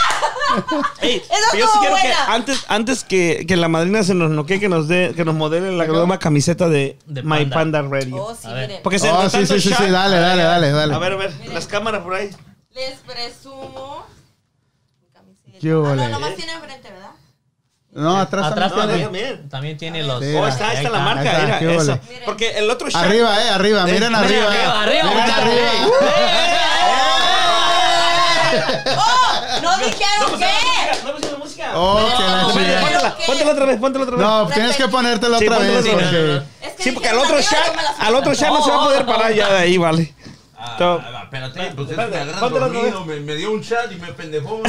[SPEAKER 2] Ey,
[SPEAKER 3] Esa
[SPEAKER 2] pero yo sí
[SPEAKER 3] estuvo
[SPEAKER 2] quiero que
[SPEAKER 3] buena.
[SPEAKER 2] antes, antes que, que la madrina se nos noquee, que nos dé, que nos modele la groma camiseta de,
[SPEAKER 6] De
[SPEAKER 2] My
[SPEAKER 6] Panda.
[SPEAKER 2] Panda Radio.
[SPEAKER 3] Oh, sí,
[SPEAKER 6] A ver.
[SPEAKER 3] miren.
[SPEAKER 2] Porque se
[SPEAKER 1] Oh,
[SPEAKER 2] nos
[SPEAKER 1] sí, sí, sí, sí, dale, dale, dale, dale.
[SPEAKER 2] A ver, a ver, las cámaras por ahí.
[SPEAKER 3] Les presumo. mi camiseta.
[SPEAKER 1] ¿Qué hubo,
[SPEAKER 3] Ah,
[SPEAKER 1] le?
[SPEAKER 3] no, nomás tiene enfrente, ¿verdad?
[SPEAKER 1] No, atrás,
[SPEAKER 6] Atrás
[SPEAKER 1] también.
[SPEAKER 2] No,
[SPEAKER 6] también.
[SPEAKER 2] también.
[SPEAKER 6] También tiene los.
[SPEAKER 1] Sí,
[SPEAKER 2] Oh,
[SPEAKER 1] Mira,
[SPEAKER 2] está, ahí está la
[SPEAKER 1] Ahí
[SPEAKER 2] marca,
[SPEAKER 1] está,
[SPEAKER 2] mira,
[SPEAKER 1] qué
[SPEAKER 2] esa.
[SPEAKER 1] huele.
[SPEAKER 3] Miren.
[SPEAKER 2] Porque el otro Shaq-
[SPEAKER 1] Arriba, eh, arriba, miren
[SPEAKER 2] mira,
[SPEAKER 1] arriba.
[SPEAKER 6] Arriba, arriba,
[SPEAKER 1] Miren
[SPEAKER 6] muchachos.
[SPEAKER 1] arriba.
[SPEAKER 3] ¡Oh! ¡No dijeron qué!
[SPEAKER 2] No pusieron música.
[SPEAKER 1] Oh, que la
[SPEAKER 6] No,
[SPEAKER 1] chingada.
[SPEAKER 2] Póntela, póntela otra vez, póntela otra vez.
[SPEAKER 1] No, tienes que ponértelo
[SPEAKER 2] Sí,
[SPEAKER 1] otra
[SPEAKER 2] ponte
[SPEAKER 1] vez
[SPEAKER 2] otra vez.
[SPEAKER 1] porque
[SPEAKER 3] Es que
[SPEAKER 2] Sí, porque al
[SPEAKER 3] dijeron
[SPEAKER 2] otro
[SPEAKER 3] arriba, yo
[SPEAKER 2] Shaq,
[SPEAKER 3] me las-
[SPEAKER 2] al otro Shaq no se va a poder parar ya de ahí, vale.
[SPEAKER 5] Ah,
[SPEAKER 2] Todo.
[SPEAKER 5] ah, espérate, pues es que
[SPEAKER 2] Espérate,
[SPEAKER 5] me agarran
[SPEAKER 2] ¿cuánto era
[SPEAKER 5] dormido, me, me dio un chat y me pendejó.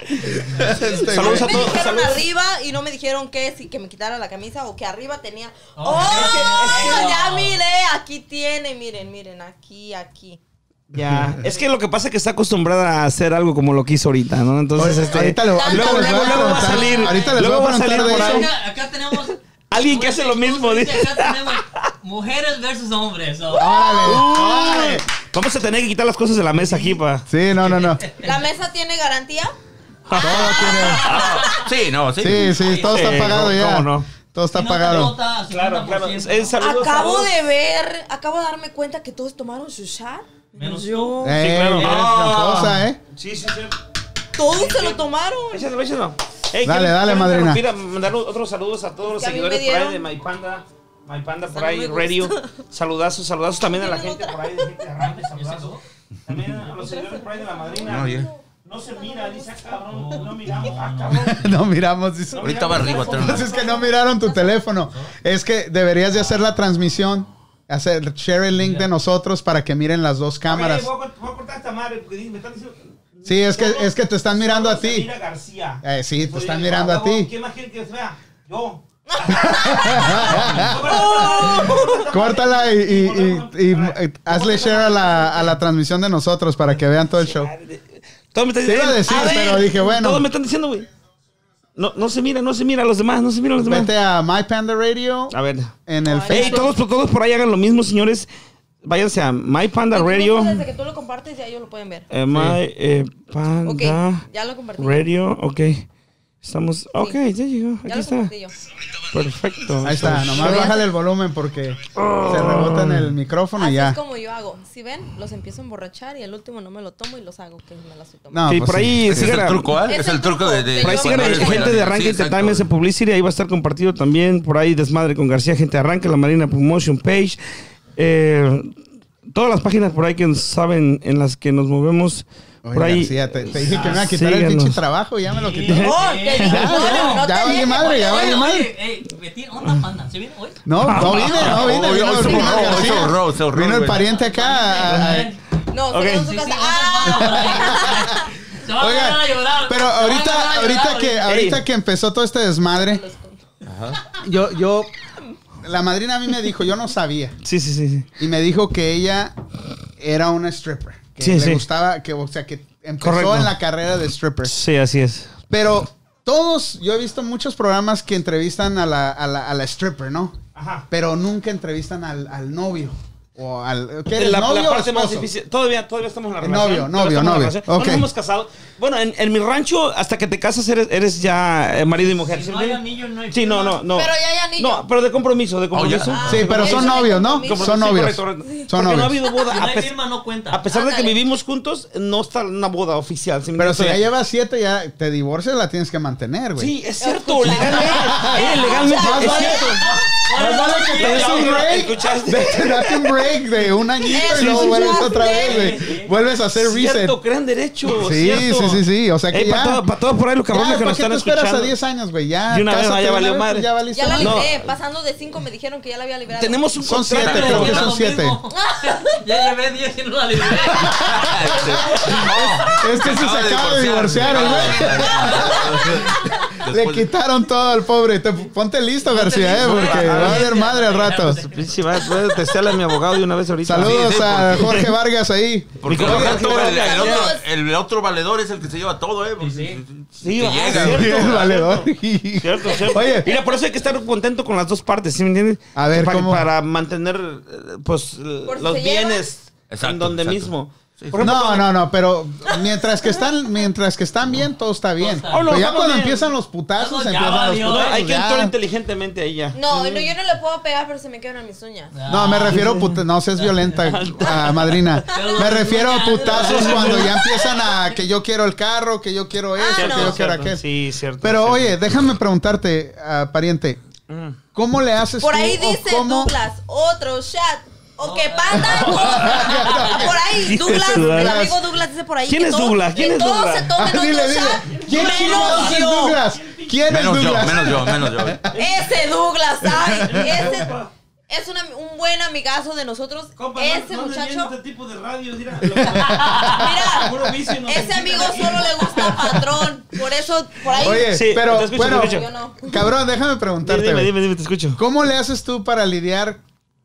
[SPEAKER 1] Este
[SPEAKER 2] Saludos
[SPEAKER 1] güey.
[SPEAKER 2] a
[SPEAKER 3] me
[SPEAKER 2] todos.
[SPEAKER 3] dijeron
[SPEAKER 2] saludos.
[SPEAKER 3] arriba y no me dijeron que si que me quitara la camisa o que arriba tenía.
[SPEAKER 4] Oh,
[SPEAKER 3] ¡Oh!
[SPEAKER 4] es que- es que-
[SPEAKER 3] ya miré, aquí tiene, miren, miren, aquí, aquí.
[SPEAKER 2] Ya. Es que lo que pasa es que está acostumbrada a hacer algo como lo que hizo ahorita, ¿no? Entonces, este,
[SPEAKER 1] Ahorita le- ahorita
[SPEAKER 2] luego,
[SPEAKER 1] les voy
[SPEAKER 2] luego,
[SPEAKER 1] a
[SPEAKER 2] luego va a
[SPEAKER 1] preguntar.
[SPEAKER 2] salir.
[SPEAKER 1] Ahorita les
[SPEAKER 2] luego
[SPEAKER 1] voy a
[SPEAKER 2] va a salir
[SPEAKER 1] preguntar
[SPEAKER 2] por
[SPEAKER 1] de
[SPEAKER 2] ahí.
[SPEAKER 1] eso.
[SPEAKER 4] Acá, acá tenemos.
[SPEAKER 2] Alguien que hace lo mismo,
[SPEAKER 4] Dice,
[SPEAKER 2] dice.
[SPEAKER 4] Acá tenemos mujeres versus hombres. so.
[SPEAKER 1] Ah, Órale, órale.
[SPEAKER 2] Vamos a tener que quitar las cosas de la mesa aquí, pa.
[SPEAKER 1] Sí, no, no, no.
[SPEAKER 3] ¿La mesa tiene garantía?
[SPEAKER 1] Todo tiene.
[SPEAKER 5] ah, Sí, no, sí.
[SPEAKER 1] Sí, sí, todo está
[SPEAKER 2] Eh,
[SPEAKER 1] pagado
[SPEAKER 2] no,
[SPEAKER 1] ya.
[SPEAKER 2] cómo no.
[SPEAKER 1] Todo está
[SPEAKER 4] Y no
[SPEAKER 1] pagado.
[SPEAKER 4] pelota, 50%.
[SPEAKER 2] Es Eh, saludos,
[SPEAKER 3] Acabo
[SPEAKER 2] saludos.
[SPEAKER 3] de ver, acabo de darme cuenta que todos tomaron su shot.
[SPEAKER 4] Menos
[SPEAKER 3] yo.
[SPEAKER 1] Eh,
[SPEAKER 2] claro.
[SPEAKER 1] mira
[SPEAKER 5] Ah.
[SPEAKER 1] esa cosa, ¿eh?
[SPEAKER 2] Sí, sí, sí.
[SPEAKER 3] Todos se lo tomaron.
[SPEAKER 2] Échalo, échalo. Ey,
[SPEAKER 1] Dale,
[SPEAKER 2] quiero-
[SPEAKER 1] dale,
[SPEAKER 2] quiero
[SPEAKER 1] madrina.
[SPEAKER 2] interrumpir a- Mandar otros saludos a todos los
[SPEAKER 3] Que a mí
[SPEAKER 2] seguidores
[SPEAKER 3] me
[SPEAKER 2] por ahí
[SPEAKER 3] dieron.
[SPEAKER 2] de My Panda. My Panda por
[SPEAKER 3] no
[SPEAKER 2] ahí,
[SPEAKER 3] me gusta.
[SPEAKER 2] radio. Saludazos, saludazos también a la
[SPEAKER 3] ¿Tienen
[SPEAKER 2] gente
[SPEAKER 3] otra?
[SPEAKER 2] por ahí de gente errante, saludazos. También a los seguidores por ahí de la madrina.
[SPEAKER 5] No, ya.
[SPEAKER 2] No se mira, dice ah, cabrón, no miramos,
[SPEAKER 4] No,
[SPEAKER 2] ah,
[SPEAKER 4] no.
[SPEAKER 2] cabrón.
[SPEAKER 1] No miramos, dice.
[SPEAKER 5] Ahorita va arriba, atrás.
[SPEAKER 1] Pues es que no miraron tu teléfono. Es que deberías de hacer la transmisión. Hacer share el link de nosotros para que miren las dos cámaras.
[SPEAKER 2] Oye, voy, a, cort- voy a cortar esta madre porque dice- me están diciendo.
[SPEAKER 1] Sí, es que,
[SPEAKER 2] Solo-
[SPEAKER 1] es que te están mirando a
[SPEAKER 2] solo
[SPEAKER 1] ti.
[SPEAKER 2] Samira García.
[SPEAKER 1] Eh, sí, te
[SPEAKER 2] Soy
[SPEAKER 1] están
[SPEAKER 2] el-
[SPEAKER 1] mirando a
[SPEAKER 2] huevo,
[SPEAKER 1] ti.
[SPEAKER 2] ¿Quién más quiere que se vea? Yo.
[SPEAKER 1] Córtala y, y- y- y- y hazle share a la, a la transmisión de nosotros para que vean todo el show.
[SPEAKER 2] Todo me están
[SPEAKER 1] Te iba a decir,
[SPEAKER 2] ver,
[SPEAKER 1] pero dije, bueno.
[SPEAKER 2] Todo me están diciendo, güey. No, no se mira, no se mira a los demás, no se mira a los demás.
[SPEAKER 1] Vete a My Panda Radio
[SPEAKER 2] A ver.
[SPEAKER 1] en el
[SPEAKER 3] Ay,
[SPEAKER 2] Ah. Ey,
[SPEAKER 1] Facebook.
[SPEAKER 2] todos, todos por ahí hagan lo mismo, señores. Váyanse a My Panda Radio.
[SPEAKER 3] Incluso Desde que tú lo compartes ya ellos lo pueden ver.
[SPEAKER 2] eh, my eh, Panda
[SPEAKER 3] Ok, ya lo compartí.
[SPEAKER 2] Radio. Ok. Estamos. Ok, ya llegó.
[SPEAKER 3] Ya
[SPEAKER 2] Aquí
[SPEAKER 3] lo
[SPEAKER 2] está.
[SPEAKER 3] compartí yo.
[SPEAKER 2] Perfecto.
[SPEAKER 1] Ahí está, nomás bájale el volumen porque
[SPEAKER 2] Oh.
[SPEAKER 1] se rebota en el micrófono y
[SPEAKER 3] Así
[SPEAKER 1] ya.
[SPEAKER 3] es como yo hago. Si ven, los empiezo a emborrachar y el último no me lo tomo y los hago que me las estoy tomando.
[SPEAKER 1] No,
[SPEAKER 2] Ok,
[SPEAKER 1] pues
[SPEAKER 2] por ahí
[SPEAKER 5] Ese Es
[SPEAKER 2] sigan
[SPEAKER 5] el
[SPEAKER 2] a-
[SPEAKER 5] truco, ¿eh?
[SPEAKER 3] Es
[SPEAKER 5] Es
[SPEAKER 3] el
[SPEAKER 5] el truco de. de-
[SPEAKER 3] truco.
[SPEAKER 2] Por ahí
[SPEAKER 3] Yo-
[SPEAKER 2] sigan a
[SPEAKER 5] cuando eres
[SPEAKER 2] gente de
[SPEAKER 5] joven.
[SPEAKER 2] Arranque
[SPEAKER 5] Sí,
[SPEAKER 2] Time
[SPEAKER 5] exacto.
[SPEAKER 2] ese Publicity. Ahí va a estar compartido también. Por ahí Desmadre con García, gente de Arranque, la Marina Promotion Page. eh, todas las páginas por ahí que saben en las que nos movemos.
[SPEAKER 1] Oye,
[SPEAKER 2] por ahí. ¿Eh?
[SPEAKER 1] García, te, te dije que me iba a quitar el
[SPEAKER 2] Síganos.
[SPEAKER 1] pinche trabajo y ya me lo quitó.
[SPEAKER 4] Sí.
[SPEAKER 3] No, Oh, te dije,
[SPEAKER 1] Ya,
[SPEAKER 3] no,
[SPEAKER 1] ya,
[SPEAKER 3] no, no
[SPEAKER 1] ya
[SPEAKER 3] te
[SPEAKER 1] vale
[SPEAKER 3] dije.
[SPEAKER 1] madre, ya vale
[SPEAKER 4] Oye,
[SPEAKER 1] madre.
[SPEAKER 4] oye, ey, Betín, ¿Onda panda? ¿Se viene hoy?
[SPEAKER 1] No, no
[SPEAKER 2] Ah,
[SPEAKER 1] vine, no vine.
[SPEAKER 5] Hoy-
[SPEAKER 1] vino
[SPEAKER 5] hoy
[SPEAKER 1] el
[SPEAKER 5] se
[SPEAKER 1] primo
[SPEAKER 5] borró, hoy
[SPEAKER 1] García.
[SPEAKER 5] se borró, se borró,
[SPEAKER 1] Vino el
[SPEAKER 5] güey.
[SPEAKER 1] pariente acá. a- a-
[SPEAKER 3] No, se
[SPEAKER 2] Ok.
[SPEAKER 3] quedó en
[SPEAKER 4] Sí,
[SPEAKER 3] su
[SPEAKER 4] sí,
[SPEAKER 3] casa.
[SPEAKER 4] onda
[SPEAKER 3] ¡Ah!
[SPEAKER 4] panda, güey. Se va a
[SPEAKER 1] Oigan,
[SPEAKER 4] agarrar a llorar.
[SPEAKER 1] pero
[SPEAKER 4] Se va a
[SPEAKER 1] ahorita,
[SPEAKER 4] agarrar a
[SPEAKER 1] ahorita
[SPEAKER 4] llorar,
[SPEAKER 1] que,
[SPEAKER 4] güey.
[SPEAKER 1] ahorita que empezó todo este desmadre, yo, yo, la madrina a mí me dijo, yo no sabía,
[SPEAKER 2] Sí, sí, sí. sí.
[SPEAKER 1] y me dijo que ella era una stripper, que
[SPEAKER 2] Sí,
[SPEAKER 1] le
[SPEAKER 2] sí.
[SPEAKER 1] gustaba, que, o sea, que empezó
[SPEAKER 2] Correcto.
[SPEAKER 1] en la carrera de stripper.
[SPEAKER 2] Sí, así es.
[SPEAKER 1] Pero todos, yo he visto muchos programas que entrevistan a la, a la, a la stripper, ¿no?
[SPEAKER 2] Ajá.
[SPEAKER 1] Pero nunca entrevistan al, al novio. O al, ¿qué eres,
[SPEAKER 2] La, la
[SPEAKER 1] novio o
[SPEAKER 2] parte más
[SPEAKER 1] esposo?
[SPEAKER 2] difícil. Todavía, todavía estamos en la
[SPEAKER 1] Eh,
[SPEAKER 2] relación.
[SPEAKER 1] novio,
[SPEAKER 2] todavía
[SPEAKER 1] novio,
[SPEAKER 2] estamos en la
[SPEAKER 1] novio.
[SPEAKER 2] relación. No
[SPEAKER 1] Ok.
[SPEAKER 2] nos hemos casado. Bueno, en, en mi rancho, hasta que te casas, eres, eres ya eh, marido y mujer.
[SPEAKER 4] Si
[SPEAKER 2] ¿sí
[SPEAKER 4] no
[SPEAKER 2] me
[SPEAKER 4] hay
[SPEAKER 2] entiendes?
[SPEAKER 4] anillo, no hay
[SPEAKER 2] Sí, no,
[SPEAKER 4] problema.
[SPEAKER 2] no, no.
[SPEAKER 3] Pero ya hay anillo.
[SPEAKER 2] No, pero de compromiso, de
[SPEAKER 5] Oh, ya.
[SPEAKER 2] compromiso.
[SPEAKER 5] Ah,
[SPEAKER 1] Sí, pero son
[SPEAKER 3] Eso-
[SPEAKER 1] novios, ¿no?
[SPEAKER 3] Compromiso.
[SPEAKER 1] Son
[SPEAKER 2] Sí,
[SPEAKER 1] novios.
[SPEAKER 2] correcto, correcto.
[SPEAKER 1] Son
[SPEAKER 2] Porque no ha
[SPEAKER 1] novios.
[SPEAKER 2] habido boda.
[SPEAKER 4] Si
[SPEAKER 2] A,
[SPEAKER 4] no hay
[SPEAKER 2] pes-
[SPEAKER 4] firma, no cuenta.
[SPEAKER 2] a pesar de que
[SPEAKER 3] Ándale.
[SPEAKER 2] vivimos juntos, no está una boda oficial. ¿sí me
[SPEAKER 1] Pero
[SPEAKER 2] entiendes?
[SPEAKER 1] si ya llevas siete, ya te divorcias, la tienes que mantener, güey.
[SPEAKER 2] Sí, es cierto, legalmente. eh, legalmente,
[SPEAKER 1] Más
[SPEAKER 2] es
[SPEAKER 1] vale-
[SPEAKER 2] cierto.
[SPEAKER 1] Más vale que te des un break.
[SPEAKER 2] Escuchaste.
[SPEAKER 1] de- Date un break de un añito y
[SPEAKER 3] Sí,
[SPEAKER 1] luego
[SPEAKER 3] sí,
[SPEAKER 1] vuelves
[SPEAKER 3] sí.
[SPEAKER 1] otra vez, güey. Vuelves a hacer reset.
[SPEAKER 2] Cierto, crean derecho.
[SPEAKER 1] Sí,
[SPEAKER 2] cierto.
[SPEAKER 1] sí, sí, sí, o sea que
[SPEAKER 2] Ey,
[SPEAKER 1] ya-
[SPEAKER 2] Para todos para todos por ahí los cabrones
[SPEAKER 1] Ya,
[SPEAKER 2] que
[SPEAKER 1] ¿para
[SPEAKER 2] nos
[SPEAKER 1] qué
[SPEAKER 2] están
[SPEAKER 1] te esperas
[SPEAKER 2] escuchando.
[SPEAKER 1] a 10 años, güey? Ya,
[SPEAKER 2] De una vez,
[SPEAKER 1] cásate
[SPEAKER 2] ah, ya
[SPEAKER 1] una
[SPEAKER 2] valió
[SPEAKER 1] vez,
[SPEAKER 2] madre.
[SPEAKER 1] Ya valiste
[SPEAKER 3] Ya la
[SPEAKER 1] madre.
[SPEAKER 2] No.
[SPEAKER 3] libré. Pasando de cinco me dijeron que ya la había librado.
[SPEAKER 2] Tenemos un
[SPEAKER 1] Son
[SPEAKER 2] contrato.
[SPEAKER 1] siete, creo que son siete.
[SPEAKER 4] Ya llevé 10 y no la libré.
[SPEAKER 1] Ah, Es que se
[SPEAKER 5] Ah, este, Acaba de Ah,
[SPEAKER 1] acaba de divorciar, el güey. Le
[SPEAKER 5] Después-
[SPEAKER 1] quitaron todo al pobre. Te- ponte listo, García, eh,
[SPEAKER 4] listo,
[SPEAKER 1] porque
[SPEAKER 4] García.
[SPEAKER 1] va a haber madre al rato.
[SPEAKER 2] Pinche, va, puede testearle a mi abogado de una vez ahorita.
[SPEAKER 1] Saludos
[SPEAKER 5] Sí, sí,
[SPEAKER 1] a
[SPEAKER 5] porque-
[SPEAKER 1] Jorge Vargas ahí.
[SPEAKER 5] Porque
[SPEAKER 2] Oye,
[SPEAKER 5] el otro-
[SPEAKER 2] Jorge,
[SPEAKER 5] el- el
[SPEAKER 3] Jorge.
[SPEAKER 5] otro- el otro valedor es el que se lleva todo, ¿eh?
[SPEAKER 4] sí.
[SPEAKER 2] Sí,
[SPEAKER 5] Que
[SPEAKER 2] ah,
[SPEAKER 5] llega,
[SPEAKER 2] cierto,
[SPEAKER 5] güey.
[SPEAKER 1] El valedor.
[SPEAKER 2] Cierto, cierto.
[SPEAKER 1] Oye.
[SPEAKER 2] Mira, por eso hay que estar contento con las dos partes, ¿sí me entiendes?
[SPEAKER 1] A ver,
[SPEAKER 2] para,
[SPEAKER 1] ¿cómo?
[SPEAKER 2] para mantener, eh, pues,
[SPEAKER 3] Por si
[SPEAKER 2] los
[SPEAKER 3] se
[SPEAKER 2] bienes en
[SPEAKER 5] Exacto,
[SPEAKER 2] donde
[SPEAKER 5] exacto.
[SPEAKER 2] mismo.
[SPEAKER 5] Sí,
[SPEAKER 2] Por
[SPEAKER 1] No,
[SPEAKER 2] ejemplo,
[SPEAKER 1] no, no, pero mientras que están, mientras que están bien, todo está bien.
[SPEAKER 4] Todo está
[SPEAKER 1] Pero
[SPEAKER 2] bien.
[SPEAKER 1] ya
[SPEAKER 2] Estamos
[SPEAKER 1] cuando
[SPEAKER 2] bien.
[SPEAKER 1] empiezan los putazos,
[SPEAKER 4] Estamos- ya
[SPEAKER 1] empiezan los
[SPEAKER 4] valió.
[SPEAKER 2] no,
[SPEAKER 1] putazos.
[SPEAKER 2] hay que
[SPEAKER 1] ya.
[SPEAKER 2] entrar inteligentemente ahí ya.
[SPEAKER 3] No, no, yo no le puedo pegar, pero se me quedan mis uñas.
[SPEAKER 1] No, me refiero a putazos. No seas violenta, ah, madrina. Me refiero a putazos cuando ya empiezan a que yo quiero el carro, que yo quiero esto, que
[SPEAKER 3] Ah,
[SPEAKER 1] yo
[SPEAKER 3] no.
[SPEAKER 1] quiero
[SPEAKER 2] Cierto,
[SPEAKER 1] aquel.
[SPEAKER 2] Sí, cierto.
[SPEAKER 1] Pero
[SPEAKER 2] cierto.
[SPEAKER 1] oye, déjame preguntarte, ah, pariente,
[SPEAKER 2] Mm.
[SPEAKER 1] ¿cómo le haces
[SPEAKER 3] Por
[SPEAKER 1] tú
[SPEAKER 3] ahí
[SPEAKER 1] o
[SPEAKER 3] dice
[SPEAKER 1] cómo-
[SPEAKER 3] Douglas, otro chat. O que panda. o- Por ahí,
[SPEAKER 2] Dice
[SPEAKER 3] Douglas, el
[SPEAKER 2] Douglas.
[SPEAKER 3] amigo Douglas dice por ahí.
[SPEAKER 2] ¿Quién
[SPEAKER 3] que
[SPEAKER 2] es
[SPEAKER 3] todos-
[SPEAKER 2] Douglas? ¿Quién
[SPEAKER 3] que
[SPEAKER 2] es
[SPEAKER 3] todos
[SPEAKER 2] Douglas?
[SPEAKER 3] se tomen otro
[SPEAKER 1] Ah, Dile, dile.
[SPEAKER 3] chat.
[SPEAKER 1] ¿Quién chingados
[SPEAKER 3] menos
[SPEAKER 1] es
[SPEAKER 3] yo.
[SPEAKER 1] Douglas? ¿Quién es
[SPEAKER 5] Menos yo,
[SPEAKER 1] Douglas?
[SPEAKER 5] menos yo, menos yo.
[SPEAKER 3] Ese Douglas, ay, ese. Es una- un buen amigazo de nosotros. ese muchacho,
[SPEAKER 2] este tipo de radio, mira.
[SPEAKER 3] mira, ese amigo solo le gusta patrón. Por eso, por ahí.
[SPEAKER 1] Oye,
[SPEAKER 2] Sí,
[SPEAKER 1] pero
[SPEAKER 2] te escucho,
[SPEAKER 1] bueno,
[SPEAKER 2] te
[SPEAKER 3] Yo no.
[SPEAKER 1] cabrón, déjame preguntarte.
[SPEAKER 2] Dime,
[SPEAKER 1] güey.
[SPEAKER 2] dime, dime, te escucho.
[SPEAKER 1] ¿Cómo le haces tú para lidiar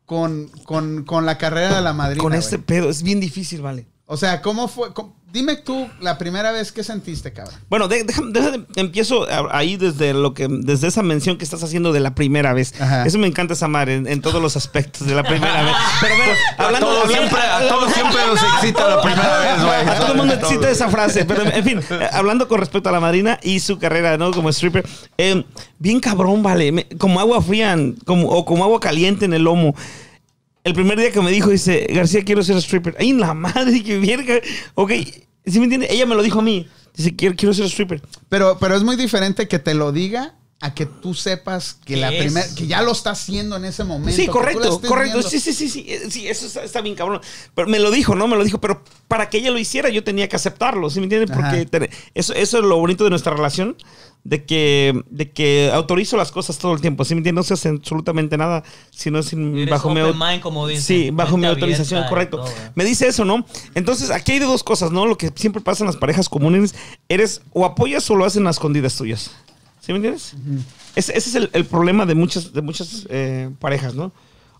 [SPEAKER 1] con, con, con la carrera de la madrina?
[SPEAKER 2] Con
[SPEAKER 1] güey?
[SPEAKER 2] este pedo, es bien difícil, vale.
[SPEAKER 1] O sea, ¿cómo fue? Cómo- dime tú la primera vez que sentiste, cabrón.
[SPEAKER 2] Bueno, de- déjame- déjame- empiezo a- ahí desde lo que desde esa mención que estás haciendo de la primera vez.
[SPEAKER 1] Ajá.
[SPEAKER 2] Eso me encanta esa madre en, en todos los aspectos de la primera vez. Pero bueno, hablando
[SPEAKER 5] a todos
[SPEAKER 2] hablando-
[SPEAKER 5] siempre, a todos siempre nos excita la primera vez, güey.
[SPEAKER 2] A todo el mundo excita esa frase. Pero, en fin, eh, hablando con respecto a la madrina y su carrera, ¿no? Como stripper. eh, bien cabrón, vale. me- como agua fría en- como, o como agua caliente en el lomo. El primer día que me dijo, dice, García, quiero ser stripper. Ay, la madre, que verga. Ok, ¿sí me entiende? Ella me lo dijo a mí. Dice, quiero, quiero ser stripper.
[SPEAKER 1] Pero, pero es muy diferente que te lo diga a que tú sepas que la
[SPEAKER 4] Es.
[SPEAKER 1] primera que ya lo está haciendo en ese momento. que
[SPEAKER 2] Sí,
[SPEAKER 1] tú la
[SPEAKER 2] correcto,
[SPEAKER 1] estés
[SPEAKER 2] correcto.
[SPEAKER 1] viendo.
[SPEAKER 2] Sí, sí, sí, sí, eh, sí, eso está, está bien cabrón. Pero me lo dijo, ¿no? Me lo dijo, pero para que ella lo hiciera yo tenía que aceptarlo, ¿sí me entiendes? Porque
[SPEAKER 1] Ajá.
[SPEAKER 2] te- eso, eso es lo bonito de nuestra relación, de que, de que autorizo las cosas todo el tiempo, ¿sí me entiendes? No se hace absolutamente nada, sino sin,
[SPEAKER 4] Eres
[SPEAKER 2] bajo mi,
[SPEAKER 4] open
[SPEAKER 2] au-
[SPEAKER 4] mind, como dicen.
[SPEAKER 2] Sí, bajo mi
[SPEAKER 4] Mente
[SPEAKER 2] autorización,
[SPEAKER 4] abierta y
[SPEAKER 2] correcto.
[SPEAKER 4] todo, ¿eh?
[SPEAKER 2] Me dice eso, ¿no? Entonces, aquí hay de dos cosas, ¿no? Lo que siempre pasa en las parejas comunes, eres o apoyas o lo hacen a escondidas tuyas. ¿Sí me entiendes? Ese, ese es el, el problema de muchas, de muchas eh, parejas, ¿no?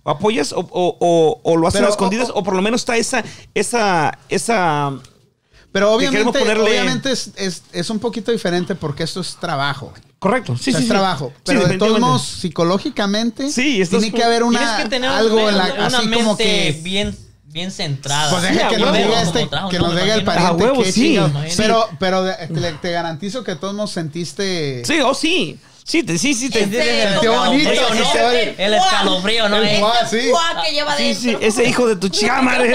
[SPEAKER 2] O apoyas o, o- o- o lo hacen
[SPEAKER 1] Pero,
[SPEAKER 2] a escondidas,
[SPEAKER 1] o-
[SPEAKER 2] o, por lo menos está esa, esa, esa.
[SPEAKER 1] Pero
[SPEAKER 2] Que
[SPEAKER 1] obviamente,
[SPEAKER 2] queremos ponerle-
[SPEAKER 1] obviamente es, es- es un poquito diferente porque esto es trabajo.
[SPEAKER 2] Correcto.
[SPEAKER 1] Sí,
[SPEAKER 2] Sí, sí,
[SPEAKER 1] es
[SPEAKER 2] sí.
[SPEAKER 1] trabajo.
[SPEAKER 2] Sí,
[SPEAKER 1] Pero de todos
[SPEAKER 2] definitivamente.
[SPEAKER 1] modos, psicológicamente,
[SPEAKER 2] Sí, estás
[SPEAKER 1] tiene que
[SPEAKER 2] como-
[SPEAKER 1] haber una,
[SPEAKER 4] Tienes que tener
[SPEAKER 1] algo en la,
[SPEAKER 4] una
[SPEAKER 1] así
[SPEAKER 4] mente
[SPEAKER 1] como que
[SPEAKER 4] bien, bien centrada.
[SPEAKER 1] Pues deja
[SPEAKER 2] Sí,
[SPEAKER 1] que
[SPEAKER 2] a
[SPEAKER 1] nos
[SPEAKER 2] huevo.
[SPEAKER 1] diga
[SPEAKER 2] Como
[SPEAKER 1] este,
[SPEAKER 4] trabajo,
[SPEAKER 1] que
[SPEAKER 4] no,
[SPEAKER 1] nos
[SPEAKER 4] me
[SPEAKER 1] diga el
[SPEAKER 4] imagino.
[SPEAKER 1] pariente.
[SPEAKER 2] A huevo,
[SPEAKER 1] qué
[SPEAKER 2] sí.
[SPEAKER 1] chingados.
[SPEAKER 4] Imagínate.
[SPEAKER 1] Pero, pero de- te, te garantizo que de todos modos sentiste.
[SPEAKER 2] Sí, oh, sí. Sí, te- sí, sí. te-
[SPEAKER 3] Este
[SPEAKER 1] Qué bonito,
[SPEAKER 3] escalofrío,
[SPEAKER 1] sí
[SPEAKER 3] ¿no?
[SPEAKER 1] se oye.
[SPEAKER 3] Este
[SPEAKER 4] El escalofrío, ¿no?
[SPEAKER 1] El
[SPEAKER 4] Eh,
[SPEAKER 1] guau,
[SPEAKER 3] Este
[SPEAKER 1] sí.
[SPEAKER 3] guau que lleva
[SPEAKER 2] Sí,
[SPEAKER 3] dentro.
[SPEAKER 2] sí, ese hijo de tu chica madre.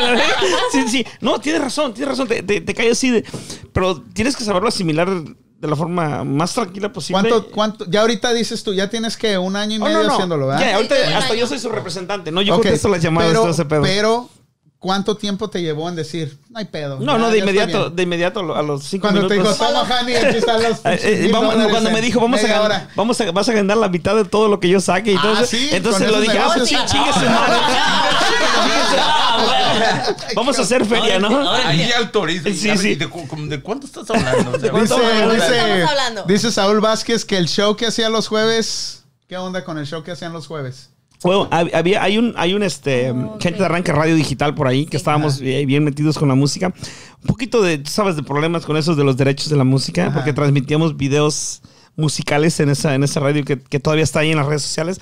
[SPEAKER 2] Sí, sí. No, tienes razón, tienes razón. Te, te, te cae así de. Pero tienes que saberlo asimilar de la forma más tranquila posible.
[SPEAKER 1] ¿Cuánto, cuánto? Ya ahorita dices tú, ya tienes que un año y
[SPEAKER 2] Oh,
[SPEAKER 1] medio haciéndolo, ¿verdad?
[SPEAKER 2] Ya, ahorita
[SPEAKER 3] Sí, tengo un
[SPEAKER 2] hasta
[SPEAKER 3] año.
[SPEAKER 2] yo soy su representante, ¿no? Yo
[SPEAKER 1] Ok,
[SPEAKER 2] contesto las llamadas,
[SPEAKER 1] pero,
[SPEAKER 2] todo ese pedo.
[SPEAKER 1] pero, ¿cuánto tiempo te llevó en decir, no hay pedo?
[SPEAKER 2] no,
[SPEAKER 1] ya,
[SPEAKER 2] no, de
[SPEAKER 1] ya está
[SPEAKER 2] inmediato,
[SPEAKER 1] bien"?
[SPEAKER 2] de inmediato a lo- a los cinco
[SPEAKER 1] Cuando te dijo,
[SPEAKER 2] minutos.
[SPEAKER 1] toma, Hani, aquí están los.
[SPEAKER 2] Eh, eh,
[SPEAKER 1] mil
[SPEAKER 2] vamos-
[SPEAKER 1] dólares
[SPEAKER 2] cuando
[SPEAKER 1] en
[SPEAKER 2] me dijo, vamos a,
[SPEAKER 1] media
[SPEAKER 2] ganar-
[SPEAKER 1] hora".
[SPEAKER 2] vamos a vas a ganar la mitad de todo lo que yo saque y
[SPEAKER 1] Ah,
[SPEAKER 2] entonces,
[SPEAKER 1] sí,
[SPEAKER 2] entonces
[SPEAKER 1] con
[SPEAKER 2] lo
[SPEAKER 1] esos
[SPEAKER 2] dije, ah,
[SPEAKER 1] negocios.
[SPEAKER 2] sí, chingue su madre. Vamos a hacer feria, ¿no?
[SPEAKER 4] Ahora
[SPEAKER 5] Ahí
[SPEAKER 4] entiendo.
[SPEAKER 5] autoriza.
[SPEAKER 2] Sí,
[SPEAKER 5] Sí,
[SPEAKER 2] sí.
[SPEAKER 5] sí. ¿De, cu- como de cuánto estás hablando? O sea,
[SPEAKER 2] ¿Cuánto
[SPEAKER 1] Dice,
[SPEAKER 2] vamos
[SPEAKER 1] dice,
[SPEAKER 3] hablando?
[SPEAKER 1] dice Saúl Vázquez que el show que hacía los jueves. ¿Qué onda con el show que hacían los jueves?
[SPEAKER 2] Bueno, hab- había, hay un, hay un este, gente de arranque radio digital por ahí que estábamos eh, bien metidos con la música. Un poquito de, tú sabes, de problemas con esos de los derechos de la música,
[SPEAKER 1] Ajá.
[SPEAKER 2] porque transmitíamos videos musicales en esa, en esa radio que, que todavía está ahí en las redes sociales.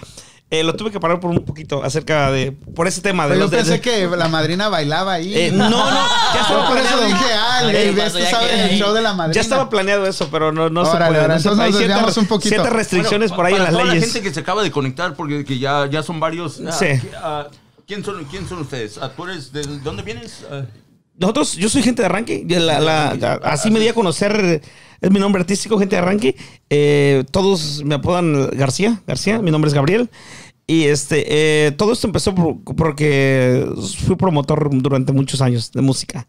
[SPEAKER 2] Eh, lo tuve que parar por un poquito acerca de, por ese tema de
[SPEAKER 1] Pero Pues yo
[SPEAKER 2] los de-
[SPEAKER 1] pensé
[SPEAKER 2] de-
[SPEAKER 1] que la madrina bailaba ahí.
[SPEAKER 2] Eh, no, no, ya
[SPEAKER 1] Yo
[SPEAKER 2] estaba
[SPEAKER 1] por eso
[SPEAKER 2] planeado.
[SPEAKER 1] dije, ah, el,
[SPEAKER 4] Ahí,
[SPEAKER 1] el-
[SPEAKER 4] cuando
[SPEAKER 1] este
[SPEAKER 4] ya
[SPEAKER 1] sabe
[SPEAKER 4] quede
[SPEAKER 1] el
[SPEAKER 4] ahí.
[SPEAKER 1] show de la madrina.
[SPEAKER 2] Ya estaba planeado eso, pero no, no se
[SPEAKER 1] Órale,
[SPEAKER 2] puede.
[SPEAKER 1] órale,
[SPEAKER 2] no se-
[SPEAKER 1] entonces
[SPEAKER 2] hay
[SPEAKER 1] nos
[SPEAKER 2] ciertas-
[SPEAKER 1] desviamos un poquito.
[SPEAKER 2] Ciertas
[SPEAKER 5] Bueno,
[SPEAKER 2] restricciones
[SPEAKER 5] pa-
[SPEAKER 2] por ahí en
[SPEAKER 5] para
[SPEAKER 2] las
[SPEAKER 5] toda
[SPEAKER 2] leyes.
[SPEAKER 5] la gente que se acaba de conectar, porque que ya, ya son varios. ah,
[SPEAKER 2] Sí.
[SPEAKER 5] que, ah, ¿quién, son, ¿Quién son ustedes? Ah, ¿Tú eres de dónde vienes? Ah,
[SPEAKER 2] Nosotros, yo soy gente de arranque. de la- la- la- así me di a conocer. Es mi nombre artístico, gente de arranque. Eh, todos me apodan García. García, mi nombre es Gabriel. Y este, eh, todo esto empezó por- porque fui promotor durante muchos años de música.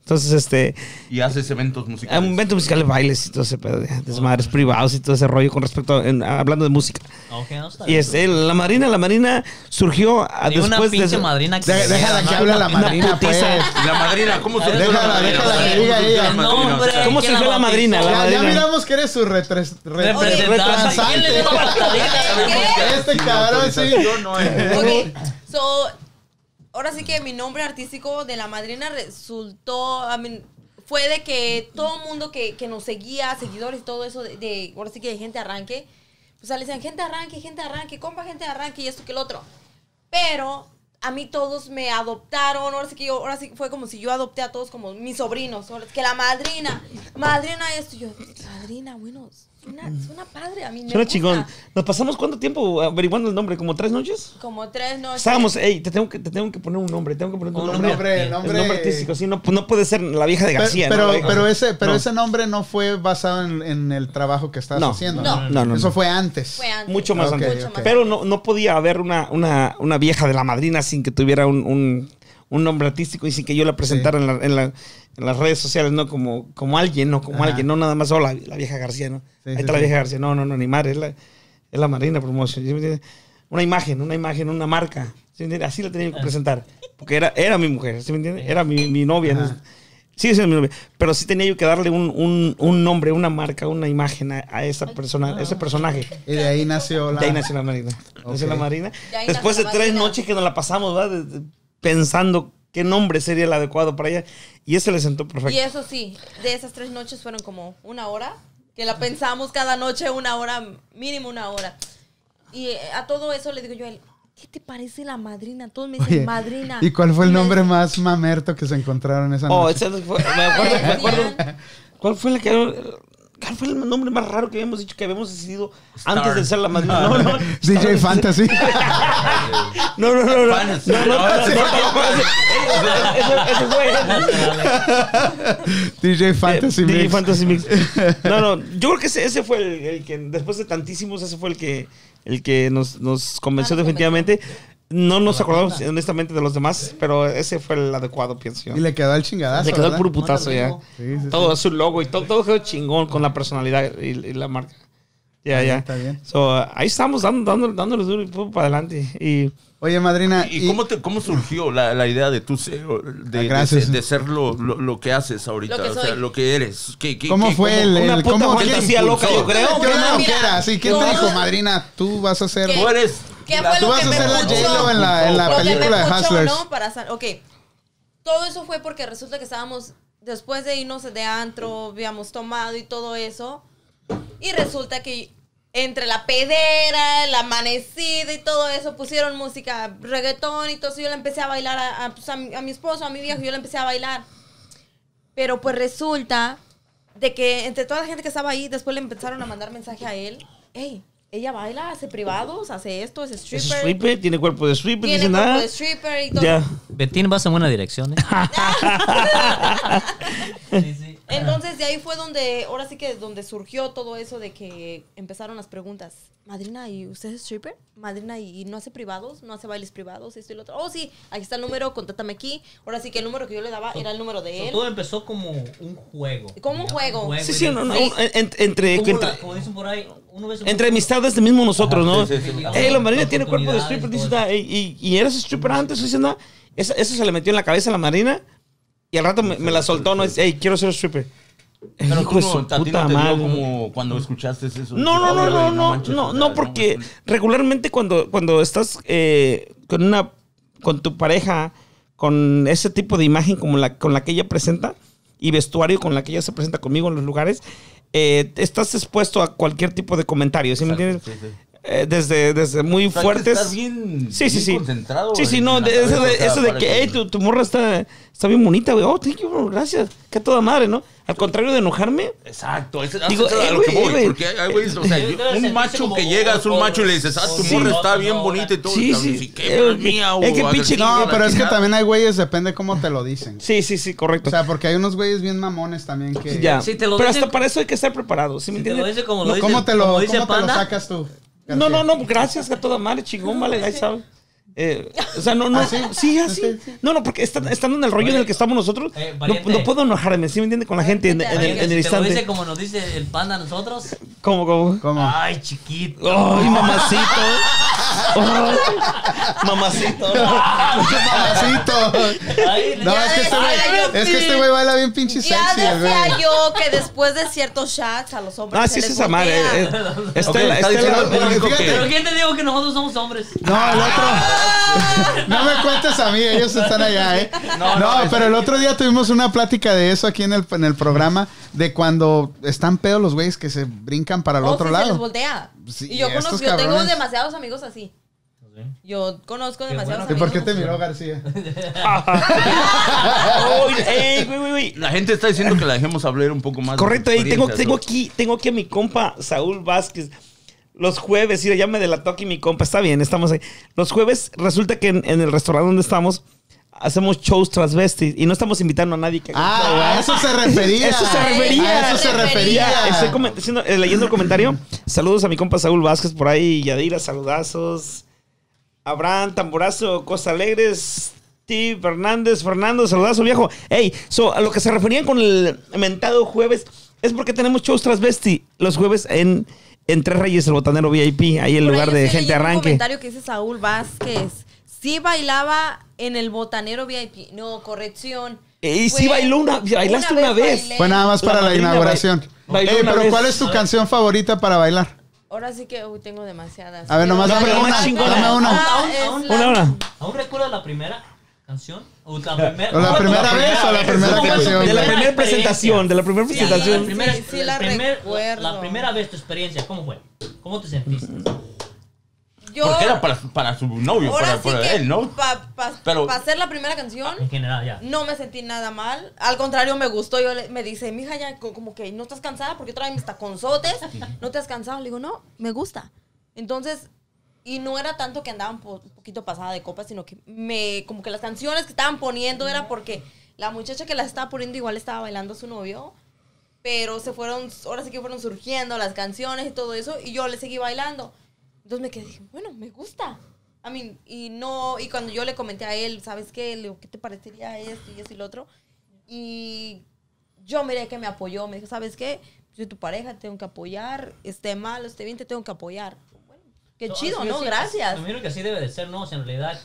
[SPEAKER 2] Entonces, este,
[SPEAKER 5] y haces eventos musicales.
[SPEAKER 2] en eventos musicales, bailes y todo ese pedo, de- desmadres privados y todo ese rollo con respecto, a- en- hablando de música.
[SPEAKER 4] Ok, no está
[SPEAKER 2] Y
[SPEAKER 4] bien.
[SPEAKER 2] este, la marina, la marina surgió ah,
[SPEAKER 4] Ni una
[SPEAKER 2] después de.
[SPEAKER 4] pinche madrina que
[SPEAKER 1] De-
[SPEAKER 4] se
[SPEAKER 1] déjala
[SPEAKER 4] quiera,
[SPEAKER 1] que
[SPEAKER 4] ¿no?
[SPEAKER 1] hable la
[SPEAKER 4] Una
[SPEAKER 1] madrina, pues.
[SPEAKER 2] putiza.
[SPEAKER 1] Ya,
[SPEAKER 5] La madrina, ¿cómo se
[SPEAKER 4] Déjala,
[SPEAKER 5] llama la madrina?
[SPEAKER 1] déjala que
[SPEAKER 5] ¿Cómo
[SPEAKER 1] diga
[SPEAKER 5] se llama
[SPEAKER 1] ella.
[SPEAKER 5] la madrina?
[SPEAKER 4] Nombre.
[SPEAKER 2] eh. ¿Cómo
[SPEAKER 4] ¿Quién
[SPEAKER 2] surgió la
[SPEAKER 4] la
[SPEAKER 2] madrina? La
[SPEAKER 4] bautizó?
[SPEAKER 1] ya
[SPEAKER 2] madrina.
[SPEAKER 1] miramos que eres su retres- retres-
[SPEAKER 4] Representante.
[SPEAKER 1] retrasante.
[SPEAKER 4] ¿Quién le dio la
[SPEAKER 3] ¿Qué?
[SPEAKER 1] Este cabrón, sí.
[SPEAKER 5] Autorización no es.
[SPEAKER 3] Ok, so, ahora sí que mi nombre artístico de la madrina resultó, I mean, fue de que todo el mundo que, que nos seguía, seguidores, todo eso, de, de- ahora sí que de gente arranque, pues le decían, gente arranque, gente arranque, compa, gente arranque y esto que el otro. Pero a mí todos me adoptaron, ahora sí que yo, ahora sí fue como si yo adopté a todos como mis sobrinos, ahora sí que la madrina, madrina esto, y yo, madrina, bueno, suena, suena padre, a mí me
[SPEAKER 2] Suena
[SPEAKER 3] gusta".
[SPEAKER 2] chingón. ¿Nos pasamos cuánto tiempo averiguando el nombre? ¿Como tres noches?
[SPEAKER 3] Como tres noches.
[SPEAKER 2] Estábamos, ey, te tengo que, te tengo que poner un nombre, tengo que poner un
[SPEAKER 4] Un
[SPEAKER 2] nombre.
[SPEAKER 4] nombre,
[SPEAKER 2] El
[SPEAKER 1] nombre.
[SPEAKER 2] nombre artístico, sí, no, no puede ser la vieja de
[SPEAKER 1] Pe-
[SPEAKER 2] García.
[SPEAKER 1] Pero,
[SPEAKER 2] ¿no?
[SPEAKER 1] pero, ese, pero
[SPEAKER 2] No.
[SPEAKER 1] ese nombre no fue basado en, en el trabajo que estás
[SPEAKER 2] No.
[SPEAKER 1] haciendo.
[SPEAKER 3] No.
[SPEAKER 2] No, no, no.
[SPEAKER 1] Eso fue antes.
[SPEAKER 3] Fue antes.
[SPEAKER 2] Mucho más
[SPEAKER 1] Ok,
[SPEAKER 2] antes.
[SPEAKER 1] Mucho ok. más.
[SPEAKER 2] Pero no, no podía haber una, una, una vieja de la madrina sin que tuviera un, un- un nombre artístico y sin que yo la presentara en, la- en la- en las redes sociales, ¿no? Como, como alguien, ¿no? Como
[SPEAKER 1] Ajá.
[SPEAKER 2] alguien, no nada más, oh, la, la vieja García, ¿no?
[SPEAKER 1] Sí,
[SPEAKER 2] Ahí
[SPEAKER 1] sí,
[SPEAKER 2] está la
[SPEAKER 1] sí.
[SPEAKER 2] vieja García. No, no, no, ni madre, es la, es la Marina Promotion. ¿sí me entiendes? una imagen, una imagen, una marca. ¿sí me entiende? Así la tenía que presentar. Porque era, era mi mujer, ¿sí me entiende? Era mi, mi novia. ¿no? Sí, es mi novia. Pero sí tenía yo que darle un, un- un nombre, una marca, una imagen a, a esa persona, a ese personaje.
[SPEAKER 1] Y de ahí nació la.
[SPEAKER 2] De ahí nació la Marina. Nació la Marina.
[SPEAKER 3] De ahí
[SPEAKER 2] Después de
[SPEAKER 3] nació la
[SPEAKER 2] tres
[SPEAKER 3] Marina.
[SPEAKER 2] noches que nos la pasamos, ¿verdad? De- de- pensando qué nombre sería el adecuado para ella. Y ese le sentó
[SPEAKER 3] Y
[SPEAKER 2] perfecto.
[SPEAKER 3] eso sí, de esas tres noches fueron como una hora, que la pensamos cada noche una hora, mínimo una hora. Y eh, a todo eso le digo yo a él, ¿qué te parece la madrina? Todos me dicen
[SPEAKER 1] Oye,
[SPEAKER 3] madrina.
[SPEAKER 1] ¿Y cuál fue el
[SPEAKER 3] me
[SPEAKER 1] nombre
[SPEAKER 3] dicen,
[SPEAKER 1] más mamerto que se encontraron esa
[SPEAKER 2] Oh,
[SPEAKER 1] noche?
[SPEAKER 2] ese fue- me acuerdo, me acuerdo.
[SPEAKER 3] Adrián.
[SPEAKER 2] ¿Cuál fue, la que, ¿Cuál fue el nombre más raro que habíamos dicho que habíamos decidido
[SPEAKER 5] Star.
[SPEAKER 2] antes de ser la Marina? No, no.
[SPEAKER 1] DJ Fantasy.
[SPEAKER 2] No, no, no, no. No,
[SPEAKER 5] Fantasy.
[SPEAKER 2] no, no, no, no, no, ese- ese fue.
[SPEAKER 1] DJ Fantasy.
[SPEAKER 2] DJ
[SPEAKER 1] Mix.
[SPEAKER 2] Eh, Fantasy Mix. No, no, yo creo que ese, ese fue el, el que, después de tantísimos, ese fue el que, el que nos, nos convenció
[SPEAKER 3] Ah, nos
[SPEAKER 2] definitivamente. No nos acordamos honestamente de los demás, pero ese fue el adecuado, pienso yo.
[SPEAKER 1] Y le quedó el chingadazo.
[SPEAKER 2] Se quedó el
[SPEAKER 1] ¿verdad?
[SPEAKER 2] puro putazo ya.
[SPEAKER 1] Sí, sí, sí.
[SPEAKER 2] todo su logo y todo, todo quedó chingón con la personalidad y, y la marca. Ya,
[SPEAKER 1] Está bien,
[SPEAKER 2] ya.
[SPEAKER 1] está bien.
[SPEAKER 2] So, ah, ahí estamos dando, dando, dándole duro y pum, para adelante. Y
[SPEAKER 1] Oye, madrina.
[SPEAKER 5] ¿Y cómo, te, cómo surgió la, la idea de tú ser, de,
[SPEAKER 1] Ah,
[SPEAKER 5] de
[SPEAKER 1] gracias.
[SPEAKER 5] ser- de ser lo, lo- lo que haces ahorita?
[SPEAKER 3] Lo que
[SPEAKER 5] o sea,
[SPEAKER 3] soy.
[SPEAKER 5] lo que eres. ¿Qué, qué-
[SPEAKER 1] ¿Cómo
[SPEAKER 5] qué-
[SPEAKER 1] fue el,
[SPEAKER 2] una
[SPEAKER 1] el-
[SPEAKER 2] puta
[SPEAKER 1] cómo
[SPEAKER 2] fantasía
[SPEAKER 1] quién-
[SPEAKER 2] loca, yo creo.
[SPEAKER 1] Yo creo que
[SPEAKER 3] Mira,
[SPEAKER 1] era así. ¿Quién te
[SPEAKER 3] yo-
[SPEAKER 1] dijo, madrina? Tú vas a ser.
[SPEAKER 5] Tú eres.
[SPEAKER 3] ¿Qué
[SPEAKER 5] la-
[SPEAKER 3] fue
[SPEAKER 1] Tú
[SPEAKER 3] lo
[SPEAKER 1] vas
[SPEAKER 3] que
[SPEAKER 1] a
[SPEAKER 3] me
[SPEAKER 1] ser la
[SPEAKER 3] puso?
[SPEAKER 1] J-Lo en la, en la
[SPEAKER 3] Lo que me
[SPEAKER 1] película de
[SPEAKER 3] puso,
[SPEAKER 1] Hustlers.
[SPEAKER 3] ¿no? Para sal- ok. Todo eso fue porque resulta que estábamos, después de irnos de antro, habíamos tomado y todo eso. Y resulta que entre la pedera, la amanecida y todo eso, pusieron música, reggaetón y todo eso. Yo le empecé a bailar a, a, pues, a mi, a mi esposo, a mi viejo, yo le empecé a bailar. Pero pues resulta de que entre toda la gente que estaba ahí, después le empezaron a mandar mensaje a él. Hey, ella baila, hace privados, hace esto, es stripper.
[SPEAKER 2] es stripper, tiene cuerpo de stripper,
[SPEAKER 3] Tiene
[SPEAKER 2] dice
[SPEAKER 3] cuerpo
[SPEAKER 2] pues, nada.
[SPEAKER 3] de stripper y todo.
[SPEAKER 2] Ya.
[SPEAKER 6] Betín, vas en buena dirección, ¿eh?
[SPEAKER 4] Sí, sí.
[SPEAKER 3] Entonces de ahí fue donde, ahora sí que es donde surgió todo eso de que empezaron las preguntas. Madrina, ¿y usted es stripper? Madrina, ¿y no hace privados? ¿No hace bailes privados? Esto y lo otro. Oh, sí, aquí está el número, contátame aquí. Ahora sí que el número que yo le daba era el número
[SPEAKER 4] So,
[SPEAKER 3] de él.
[SPEAKER 4] todo empezó como un juego.
[SPEAKER 3] Como un juego.
[SPEAKER 2] Sí, sí, no, no, en- en- entre,
[SPEAKER 4] Como,
[SPEAKER 2] entre,
[SPEAKER 4] la- como dicen por ahí, uno ve su-
[SPEAKER 2] entre amistades de mismo nosotros, ¿no?
[SPEAKER 5] sí, sí, sí.
[SPEAKER 2] Ey, la Marina tiene cuerpo de stripper,
[SPEAKER 4] Oportunidades,
[SPEAKER 2] dice
[SPEAKER 4] todo
[SPEAKER 2] nada. Y, y, y eras stripper antes, dice nada. Esa- Eso, se le metió en la cabeza a la Marina. Y al rato me, me la soltó, no es, hey, quiero ser stripper.
[SPEAKER 5] Pero
[SPEAKER 2] Hijo de
[SPEAKER 5] tú no-
[SPEAKER 2] su
[SPEAKER 5] a ti no
[SPEAKER 2] puta
[SPEAKER 5] te dio
[SPEAKER 2] madre.
[SPEAKER 5] como cuando escuchaste eso.
[SPEAKER 2] No, no, no, no, no, no, no, porque regularmente cuando, cuando estás eh, con una, con tu pareja, con ese tipo de imagen como la, con la que ella presenta y vestuario con la que ella se presenta conmigo en los lugares, eh, estás expuesto a cualquier tipo de comentario, ¿sí me entiendes? Eh, desde, desde muy fuertes.
[SPEAKER 5] Estás bien,
[SPEAKER 2] Sí, sí,
[SPEAKER 5] bien
[SPEAKER 2] sí.
[SPEAKER 5] concentrado.
[SPEAKER 2] Sí, sí,
[SPEAKER 5] en
[SPEAKER 2] no,
[SPEAKER 5] la
[SPEAKER 2] de- eso
[SPEAKER 5] cabeza,
[SPEAKER 2] de,
[SPEAKER 5] o sea,
[SPEAKER 2] eso de
[SPEAKER 5] para
[SPEAKER 2] que, hey, tu, tu morra está, está bien bonita, güey. Oh, thank you, bro, gracias. Qué toda madre, ¿no? Al contrario de enojarme,
[SPEAKER 5] Exacto, ese
[SPEAKER 2] Digo,
[SPEAKER 5] digo,
[SPEAKER 2] eh,
[SPEAKER 5] a lo que
[SPEAKER 2] güey, eh,
[SPEAKER 5] voy,
[SPEAKER 2] güey.
[SPEAKER 5] porque hay, hay güeyes, o sea, yo-
[SPEAKER 4] Debe sentirse
[SPEAKER 5] un macho
[SPEAKER 4] como
[SPEAKER 5] que llegas, un
[SPEAKER 4] gordo,
[SPEAKER 5] macho y le dices, ah, tu
[SPEAKER 4] sí.
[SPEAKER 5] morra está
[SPEAKER 4] No,
[SPEAKER 5] bien
[SPEAKER 4] no,
[SPEAKER 5] bonita y todo.
[SPEAKER 2] sí,
[SPEAKER 5] y cabrón,
[SPEAKER 2] sí.
[SPEAKER 5] sí,
[SPEAKER 2] Eh,
[SPEAKER 5] qué mía,
[SPEAKER 2] es que pinche-
[SPEAKER 5] o agresiva,
[SPEAKER 1] No,
[SPEAKER 5] la
[SPEAKER 1] pero es que
[SPEAKER 5] chingada.
[SPEAKER 1] también hay güeyes, depende cómo te lo dicen.
[SPEAKER 2] sí, sí, sí,
[SPEAKER 1] O
[SPEAKER 2] correcto.
[SPEAKER 1] sea, porque hay unos güeyes bien mamones también que.
[SPEAKER 2] Ya.
[SPEAKER 6] Si te lo
[SPEAKER 2] pero
[SPEAKER 6] dicen-
[SPEAKER 2] hasta para eso hay que estar preparado, ¿sí me
[SPEAKER 4] Si te
[SPEAKER 2] entiendes?
[SPEAKER 4] lo dice como
[SPEAKER 1] No,
[SPEAKER 4] lo dice,
[SPEAKER 1] ¿Cómo te lo,
[SPEAKER 4] como dice
[SPEAKER 1] cómo te lo
[SPEAKER 4] Panda,
[SPEAKER 1] sacas tú?
[SPEAKER 2] No, no,
[SPEAKER 1] García?
[SPEAKER 2] no, gracias a toda madre, chingón, vale, ahí sabe. Eh, o sea, no, no,
[SPEAKER 1] ¿Ah, sí?
[SPEAKER 2] sí, así.
[SPEAKER 1] Sí, sí.
[SPEAKER 2] No, no, porque están, estando en el rollo en el que estamos nosotros,
[SPEAKER 4] eh,
[SPEAKER 2] no,
[SPEAKER 4] valiente.
[SPEAKER 2] no puedo enojarme, ¿sí me entiende? Con la gente en, en el, en el
[SPEAKER 4] si te lo dice
[SPEAKER 2] instante.
[SPEAKER 4] como nos dice el panda a nosotros.
[SPEAKER 2] Como, como.
[SPEAKER 1] ¿Cómo?
[SPEAKER 4] Ay, chiquito.
[SPEAKER 2] Ay, mamacito. Ay, mamacito.
[SPEAKER 1] Mamacito.
[SPEAKER 4] Ay,
[SPEAKER 1] No, es que este
[SPEAKER 3] Ay,
[SPEAKER 1] güey, es que este güey baila bien pinche
[SPEAKER 3] Ya
[SPEAKER 1] sexy, el
[SPEAKER 3] decía
[SPEAKER 1] güey.
[SPEAKER 3] yo que después de ciertos shots a los hombres
[SPEAKER 2] Ah,
[SPEAKER 3] se
[SPEAKER 2] sí, es
[SPEAKER 3] les
[SPEAKER 2] esa madre.
[SPEAKER 3] voltea.
[SPEAKER 2] eh, eh, Está
[SPEAKER 5] Ok,
[SPEAKER 2] en la- está en la-
[SPEAKER 5] está diciendo el público
[SPEAKER 1] Fíjate.
[SPEAKER 4] Pero
[SPEAKER 5] que-
[SPEAKER 4] ¿quién te dijo que nosotros somos hombres?
[SPEAKER 1] No, el otro. No me cuentes a mí, ellos están allá, ¿eh? No, pero el otro día tuvimos una plática de eso aquí en el, en el programa, de cuando están pedos los güeyes que se brincan para el
[SPEAKER 3] Oh,
[SPEAKER 1] otro
[SPEAKER 3] sí, Se les
[SPEAKER 1] lado.
[SPEAKER 3] voltea.
[SPEAKER 1] Sí,
[SPEAKER 3] y yo,
[SPEAKER 1] y
[SPEAKER 3] conozco,
[SPEAKER 1] estos
[SPEAKER 3] yo tengo
[SPEAKER 1] cabrones.
[SPEAKER 3] demasiados amigos así. Yo conozco demasiados
[SPEAKER 1] ¿Y por
[SPEAKER 3] amigos.
[SPEAKER 1] qué te miró García?
[SPEAKER 2] Ay, ey, güey, güey, güey.
[SPEAKER 5] La gente está diciendo que la dejemos hablar un poco más. de
[SPEAKER 2] Correcto,
[SPEAKER 5] sus
[SPEAKER 2] ahí tengo,
[SPEAKER 5] experiencias,
[SPEAKER 2] tengo
[SPEAKER 5] ¿no?
[SPEAKER 2] aquí, tengo aquí a mi compa Saúl Vázquez. Los jueves, mira, ya me delató aquí mi compa, está bien, estamos ahí. Los jueves resulta que en, en el restaurante donde estamos hacemos shows transvestis y no estamos invitando a nadie que
[SPEAKER 1] Ah, a eso se refería.
[SPEAKER 2] Eso se
[SPEAKER 1] A
[SPEAKER 2] refería.
[SPEAKER 1] eso se refería.
[SPEAKER 2] Ya, estoy comen- haciendo- eh, leyendo el comentario. Saludos a mi compa Saúl Vázquez por ahí, Yadira, saludazos. Abraham, Tamborazo, Costa Alegres, Steve Fernández, Fernando, saludazo viejo. Ey, so, a lo que se referían con el mentado jueves Es porque tenemos shows transvesti los jueves en, en Tres Reyes, el botanero VIP, ahí en
[SPEAKER 3] Por
[SPEAKER 2] lugar
[SPEAKER 3] ahí
[SPEAKER 2] de
[SPEAKER 3] estoy
[SPEAKER 2] gente
[SPEAKER 3] leyendo un
[SPEAKER 2] arranque.
[SPEAKER 3] comentario que dice Saúl Vázquez. Sí bailaba en el botanero VIP. No, corrección.
[SPEAKER 2] Y
[SPEAKER 3] Fue-
[SPEAKER 2] sí bailó una- bailaste una vez.
[SPEAKER 3] bailé.
[SPEAKER 1] Fue nada más
[SPEAKER 2] La
[SPEAKER 1] para la,
[SPEAKER 2] madrina
[SPEAKER 1] inauguración.
[SPEAKER 2] bail- bailó
[SPEAKER 1] Ey,
[SPEAKER 2] una
[SPEAKER 1] pero
[SPEAKER 2] vez.
[SPEAKER 1] ¿cuál es tu canción favorita para bailar?
[SPEAKER 3] Ahora sí que uy, tengo demasiadas.
[SPEAKER 1] A ver, nomás
[SPEAKER 2] No,
[SPEAKER 1] dame
[SPEAKER 2] pero
[SPEAKER 1] una.
[SPEAKER 2] más chingona.
[SPEAKER 1] Dame una.
[SPEAKER 3] Ah,
[SPEAKER 4] Aún-
[SPEAKER 3] es
[SPEAKER 4] aún-
[SPEAKER 3] la-
[SPEAKER 2] Una hora.
[SPEAKER 4] ¿Aún recuerdas la primera canción? ¿O la, primer-
[SPEAKER 1] O la
[SPEAKER 4] ¿Cómo fue tu
[SPEAKER 1] primera vez o la primera
[SPEAKER 4] ¿Cómo fue tu
[SPEAKER 1] canción?
[SPEAKER 2] De la primera
[SPEAKER 4] experiencia?
[SPEAKER 2] presentación, de la primera
[SPEAKER 4] Sí, la, la
[SPEAKER 2] presentación.
[SPEAKER 4] primera,
[SPEAKER 3] Sí, sí, la
[SPEAKER 4] la primer-
[SPEAKER 3] recuerdo.
[SPEAKER 4] la primera vez tu experiencia, ¿cómo fue? ¿Cómo te sentiste?
[SPEAKER 3] Yo,
[SPEAKER 5] Porque era para, su- para su novio,
[SPEAKER 3] ahora
[SPEAKER 5] para,
[SPEAKER 3] sí
[SPEAKER 5] para
[SPEAKER 3] que
[SPEAKER 5] él, ¿no?
[SPEAKER 3] Para
[SPEAKER 5] Pero-
[SPEAKER 3] hacer la primera canción,
[SPEAKER 4] En general, ya.
[SPEAKER 3] no me sentí nada mal. Al contrario, me gustó. Yo le- me dice, mija, ya co- como que no estás cansada porque traes mis taconzotes. ¿No te has cansado? Le digo, no, me gusta. Entonces, y no era tanto que andaba un po- un poquito pasada de copa, sino que me, como que las canciones que estaban poniendo era porque la muchacha que las estaba poniendo igual estaba bailando a su novio. Pero se fueron, ahora sí que fueron surgiendo las canciones y todo eso, y yo le seguí bailando. Entonces me quedé, dije, bueno, me gusta. A mí, y no, y cuando yo le comenté a él, ¿sabes qué? Le digo, ¿qué te parecería esto y eso y lo otro? Y yo miré que me apoyó, me dijo, ¿sabes qué? Soy tu pareja, te tengo que apoyar, esté mal, esté bien, te tengo que apoyar. Bueno, qué
[SPEAKER 4] No,
[SPEAKER 3] chido,
[SPEAKER 4] así-
[SPEAKER 3] ¿no?
[SPEAKER 4] así-
[SPEAKER 3] Gracias.
[SPEAKER 4] Me imagino que así debe de ser, ¿no? O sea, en realidad,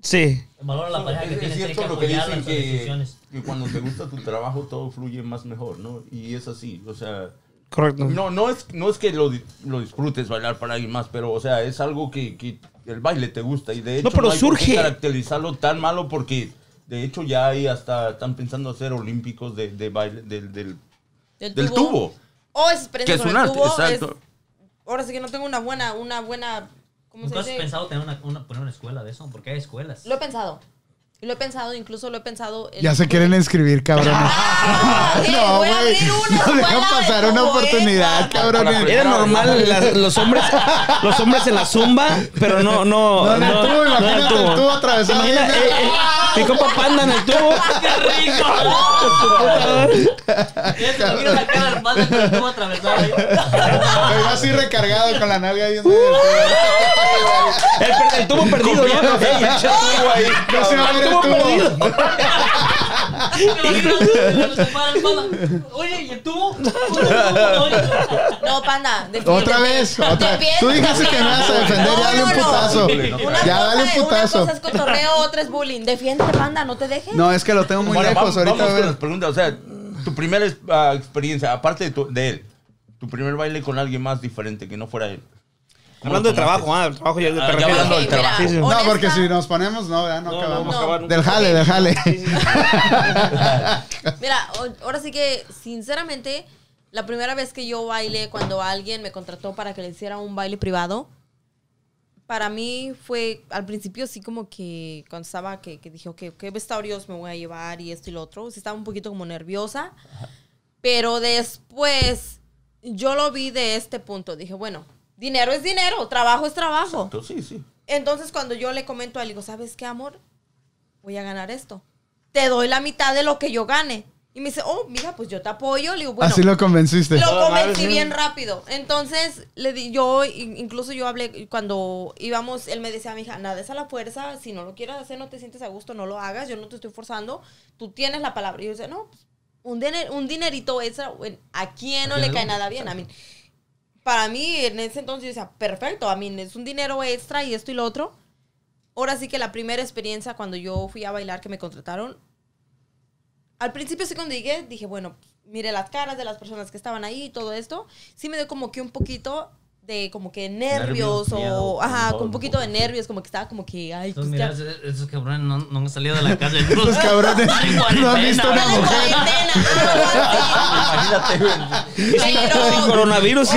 [SPEAKER 2] Sí.
[SPEAKER 4] valora la pareja que
[SPEAKER 5] Es, es
[SPEAKER 4] tienes, tienes que
[SPEAKER 5] cierto lo que
[SPEAKER 4] apoyarla
[SPEAKER 5] dicen
[SPEAKER 4] en sus decisiones.
[SPEAKER 5] que, que cuando te gusta tu trabajo todo fluye más mejor, ¿no? Y es así, o sea,
[SPEAKER 2] Correcto.
[SPEAKER 5] no, no, es, no es que lo, di- lo disfrutes bailar para alguien más, pero o sea, es algo que, que el baile te gusta y de hecho
[SPEAKER 2] No, pero
[SPEAKER 5] hay por qué
[SPEAKER 2] surge.
[SPEAKER 5] caracterizarlo tan malo porque de hecho ya ahí hasta están pensando hacer olímpicos de, de baile del, del, del tubo.
[SPEAKER 3] Oh, es
[SPEAKER 5] Que
[SPEAKER 3] experiencia
[SPEAKER 5] es
[SPEAKER 3] con
[SPEAKER 5] un
[SPEAKER 3] el
[SPEAKER 5] arte,
[SPEAKER 3] tubo.
[SPEAKER 5] exacto.
[SPEAKER 3] es- ahora sí que no tengo una buena, una buena, ¿cómo
[SPEAKER 4] ¿Nunca
[SPEAKER 3] se
[SPEAKER 4] has
[SPEAKER 3] dice?
[SPEAKER 4] pensado tener una, una- poner una escuela de eso? Porque hay escuelas.
[SPEAKER 3] Lo he pensado. Y Lo he pensado, incluso lo he pensado. el-
[SPEAKER 1] Ya se quieren inscribir, cabrones.
[SPEAKER 3] Ah, ok,
[SPEAKER 1] No,
[SPEAKER 3] voy
[SPEAKER 1] güey.
[SPEAKER 3] a abrir una
[SPEAKER 1] No dejan
[SPEAKER 3] escuela de
[SPEAKER 1] pasar una
[SPEAKER 3] tubo, ¿eh?
[SPEAKER 1] oportunidad, cabrones.
[SPEAKER 2] Era normal la- los hombres los hombres en la zumba, pero no no
[SPEAKER 1] No en el tubo,
[SPEAKER 2] en el
[SPEAKER 1] imagínate el tubo atravesado.
[SPEAKER 2] Imagina, eh, eh, mi compa panda en el tubo. ¡Qué rico!
[SPEAKER 4] Ya se imagina la cara del padre con el tubo atravesado ahí.
[SPEAKER 1] Me iba así recargado con la nalga ahí. en medio.
[SPEAKER 3] Uh,
[SPEAKER 2] El, per- el tubo perdido, ¿no?
[SPEAKER 1] No se va a ver el
[SPEAKER 2] Tubo perdido.
[SPEAKER 1] tubo.
[SPEAKER 4] Cuando se para el padre, Oye, ¿y el tubo? Oye,
[SPEAKER 3] No, panda. defiéndete.
[SPEAKER 1] Otra vez, otra
[SPEAKER 3] Defiéndete.
[SPEAKER 1] Tú dijiste que me vas a defender,
[SPEAKER 3] No,
[SPEAKER 1] ya dale un
[SPEAKER 3] no, no.
[SPEAKER 1] putazo.
[SPEAKER 3] Una
[SPEAKER 1] Ya
[SPEAKER 3] cosa
[SPEAKER 1] dale
[SPEAKER 3] es-
[SPEAKER 1] un
[SPEAKER 3] Una
[SPEAKER 1] putazo.
[SPEAKER 3] cosa es cotorreo, otra es bullying. Defiéndete, panda, no te dejes.
[SPEAKER 1] No, es que lo tengo muy
[SPEAKER 5] Bueno,
[SPEAKER 1] lejos
[SPEAKER 5] vamos,
[SPEAKER 1] ahorita. a
[SPEAKER 5] vamos con
[SPEAKER 1] ver.
[SPEAKER 5] las preguntas. O sea, tu primera es- ah, experiencia, aparte de, tu- de él, tu primer baile con alguien más diferente que no fuera él. ¿Cómo
[SPEAKER 2] Hablando de
[SPEAKER 5] lo tomaste?
[SPEAKER 2] trabajo, ah, el trabajo ya es de
[SPEAKER 5] Ah, ya
[SPEAKER 2] perfil.
[SPEAKER 5] hablando del
[SPEAKER 3] Ok, mira,
[SPEAKER 5] trabajo.
[SPEAKER 2] Sí, sí.
[SPEAKER 1] No, porque
[SPEAKER 3] honesta-
[SPEAKER 1] si nos ponemos, no, ya no
[SPEAKER 2] No, no,
[SPEAKER 1] acabamos.
[SPEAKER 2] vamos a acabar nunca.
[SPEAKER 1] Del jale, del jale.
[SPEAKER 3] Mira, o- ahora sí que, sinceramente, la primera vez que yo bailé, cuando alguien me contrató para que le hiciera un baile privado, para mí fue al principio sí como que cuando estaba que, que dije, ok, ¿qué vestuarios me voy a llevar y esto y lo otro? Sí estaba un poquito como nerviosa, pero después yo lo vi de este punto. Dije, bueno, dinero es dinero, trabajo es
[SPEAKER 2] ¿ah?
[SPEAKER 3] trabajo.
[SPEAKER 5] Entonces, Sí, sí.
[SPEAKER 3] Entonces cuando yo le comento a él, digo, ¿sabes qué, amor? Voy a ganar esto. Te doy la mitad de lo que yo gane. Y me dice, oh, mira, pues yo te apoyo. Le digo, bueno,
[SPEAKER 1] Así lo convenciste.
[SPEAKER 3] lo
[SPEAKER 2] Toda madre,
[SPEAKER 3] convencí
[SPEAKER 2] sí.
[SPEAKER 3] bien rápido. Entonces, le di, yo, in- incluso yo hablé, cuando íbamos, él me decía, mija, nada es a la fuerza, si no lo quieres hacer, no te sientes a gusto, no lo hagas, yo no te estoy forzando, tú tienes la palabra. Y yo decía, no, pues, un, diner- un dinerito extra, bueno, ¿a quién no le cae nada bien? A mí, para mí, en ese entonces, yo decía, perfecto, a mí es un dinero extra y esto y lo otro. Ahora sí que la primera experiencia cuando yo fui a bailar que me contrataron, al principio sí cuando llegué dije, bueno, mire las caras de las personas que estaban ahí y todo esto, sí me dio como que un poquito de como que nervios
[SPEAKER 5] Nervios,
[SPEAKER 3] o,
[SPEAKER 5] miedo,
[SPEAKER 3] ajá,
[SPEAKER 5] todo,
[SPEAKER 3] con un
[SPEAKER 5] un
[SPEAKER 3] poquito de
[SPEAKER 5] poco.
[SPEAKER 3] nervios, como que estaba como que, ay,
[SPEAKER 4] Entonces,
[SPEAKER 3] pues ya.
[SPEAKER 4] mira, esos- esos cabrones no, no han salido de la casa.
[SPEAKER 1] Los cabrones no han visto una
[SPEAKER 3] Estaba en
[SPEAKER 1] mujer.
[SPEAKER 3] cuarentena, algo así.
[SPEAKER 5] Imagínate, güey.
[SPEAKER 3] Pero-
[SPEAKER 2] Sin coronavirus. sí.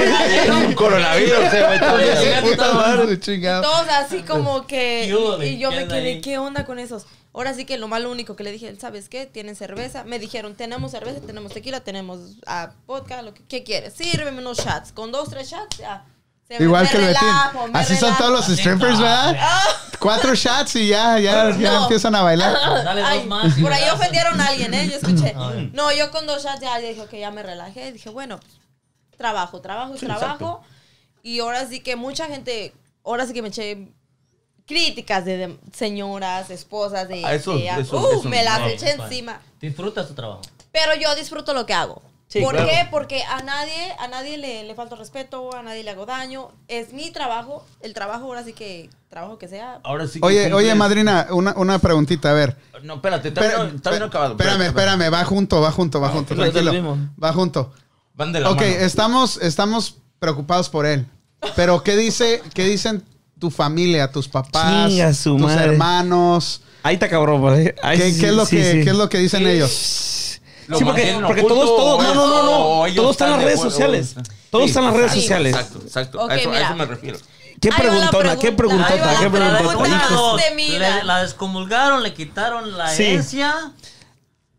[SPEAKER 5] Un coronavirus, eh, güey, todavía.
[SPEAKER 1] Puta madre, chingado.
[SPEAKER 3] Todos así como que.
[SPEAKER 4] ¿Qué hubo
[SPEAKER 3] Y,
[SPEAKER 4] de
[SPEAKER 3] y yo me
[SPEAKER 4] queda
[SPEAKER 3] quedé,
[SPEAKER 4] ahí?
[SPEAKER 3] ¿qué onda con esos? Ahora sí que lo malo único que le dije, ¿sabes qué? Tienen cerveza. Me dijeron, tenemos cerveza, tenemos tequila, tenemos ah, vodka, lo que ¿qué quieres. Sírveme unos shots. Con dos, tres shots, ya. Se me-
[SPEAKER 1] Igual
[SPEAKER 3] me
[SPEAKER 1] que el Betín.
[SPEAKER 3] relajo, me
[SPEAKER 1] Así son
[SPEAKER 3] relajo.
[SPEAKER 1] todos los strippers, ¿verdad? Cuatro shots y ya, ya, ya
[SPEAKER 3] No.
[SPEAKER 1] empiezan a
[SPEAKER 6] Ah.
[SPEAKER 1] bailar.
[SPEAKER 4] Dale dos
[SPEAKER 3] Ay,
[SPEAKER 4] más. y
[SPEAKER 3] por ahí
[SPEAKER 4] verás.
[SPEAKER 3] ofendieron a alguien, ¿eh? Yo escuché.
[SPEAKER 4] A ver.
[SPEAKER 3] No, yo con dos shots ya dije, ok, ya me relajé. Dije, bueno, trabajo, trabajo, trabajo. Y ahora sí que mucha gente, ahora sí que me eché críticas de, de señoras, esposas, de...
[SPEAKER 5] Ah, eso-
[SPEAKER 3] de-
[SPEAKER 5] eso-
[SPEAKER 3] uh,
[SPEAKER 5] eso
[SPEAKER 3] me las
[SPEAKER 5] no.
[SPEAKER 3] eché
[SPEAKER 4] Vale.
[SPEAKER 3] encima.
[SPEAKER 4] Disfruta tu trabajo.
[SPEAKER 3] Pero yo disfruto lo que hago.
[SPEAKER 2] Sí,
[SPEAKER 3] ¿Por
[SPEAKER 2] claro.
[SPEAKER 3] qué? Porque a nadie, a nadie le, le falta respeto, a nadie le hago daño. Es mi trabajo, el trabajo ahora sí que, trabajo que sea.
[SPEAKER 5] Ahora sí que
[SPEAKER 1] Oye, oye,
[SPEAKER 5] cumples-
[SPEAKER 1] madrina, una, una preguntita, a ver.
[SPEAKER 5] No, espérate, está bien,
[SPEAKER 1] Espera-
[SPEAKER 5] está bien acabado.
[SPEAKER 1] Espérame, espérame, va junto, va junto, va junto,
[SPEAKER 2] no, es el
[SPEAKER 1] tranquilo.
[SPEAKER 2] mismo.
[SPEAKER 1] Va junto.
[SPEAKER 5] Van de la
[SPEAKER 1] Ok,
[SPEAKER 5] mano.
[SPEAKER 1] estamos, estamos preocupados por él. Pero, ¿qué dice, qué dicen tu familia, tus papás,
[SPEAKER 2] Chinga su
[SPEAKER 1] tus
[SPEAKER 2] madre.
[SPEAKER 1] hermanos?
[SPEAKER 2] Ahí está cabrón, ¿vale? Ahí
[SPEAKER 1] ¿Qué,
[SPEAKER 2] sí,
[SPEAKER 1] qué es lo
[SPEAKER 2] sí,
[SPEAKER 1] que,
[SPEAKER 2] sí.
[SPEAKER 1] qué es lo que dicen ellos?
[SPEAKER 5] ¿Lo
[SPEAKER 2] Sí, porque,
[SPEAKER 5] mantienen
[SPEAKER 2] porque
[SPEAKER 5] oculto
[SPEAKER 2] todos, todos, no,
[SPEAKER 5] o-
[SPEAKER 2] no, no,
[SPEAKER 5] o
[SPEAKER 2] no.
[SPEAKER 5] ellos
[SPEAKER 2] Todos están en las redes
[SPEAKER 5] de acuerdo?
[SPEAKER 2] sociales. Todos
[SPEAKER 5] Sí,
[SPEAKER 2] están en las redes
[SPEAKER 5] exacto,
[SPEAKER 2] sociales.
[SPEAKER 5] Exacto, exacto.
[SPEAKER 3] Ok,
[SPEAKER 5] a, eso, a
[SPEAKER 3] mira.
[SPEAKER 5] eso me refiero.
[SPEAKER 2] ¿Qué
[SPEAKER 3] Ahí va la
[SPEAKER 2] preguntona? ¿Qué
[SPEAKER 3] pregunta. Ahí
[SPEAKER 2] preguntota?
[SPEAKER 3] va
[SPEAKER 2] ¿Qué
[SPEAKER 3] la pregunta.
[SPEAKER 2] preguntota? hijo?
[SPEAKER 3] Hijo.
[SPEAKER 4] Le- la descomulgaron, le quitaron la
[SPEAKER 2] Sí.
[SPEAKER 4] herencia.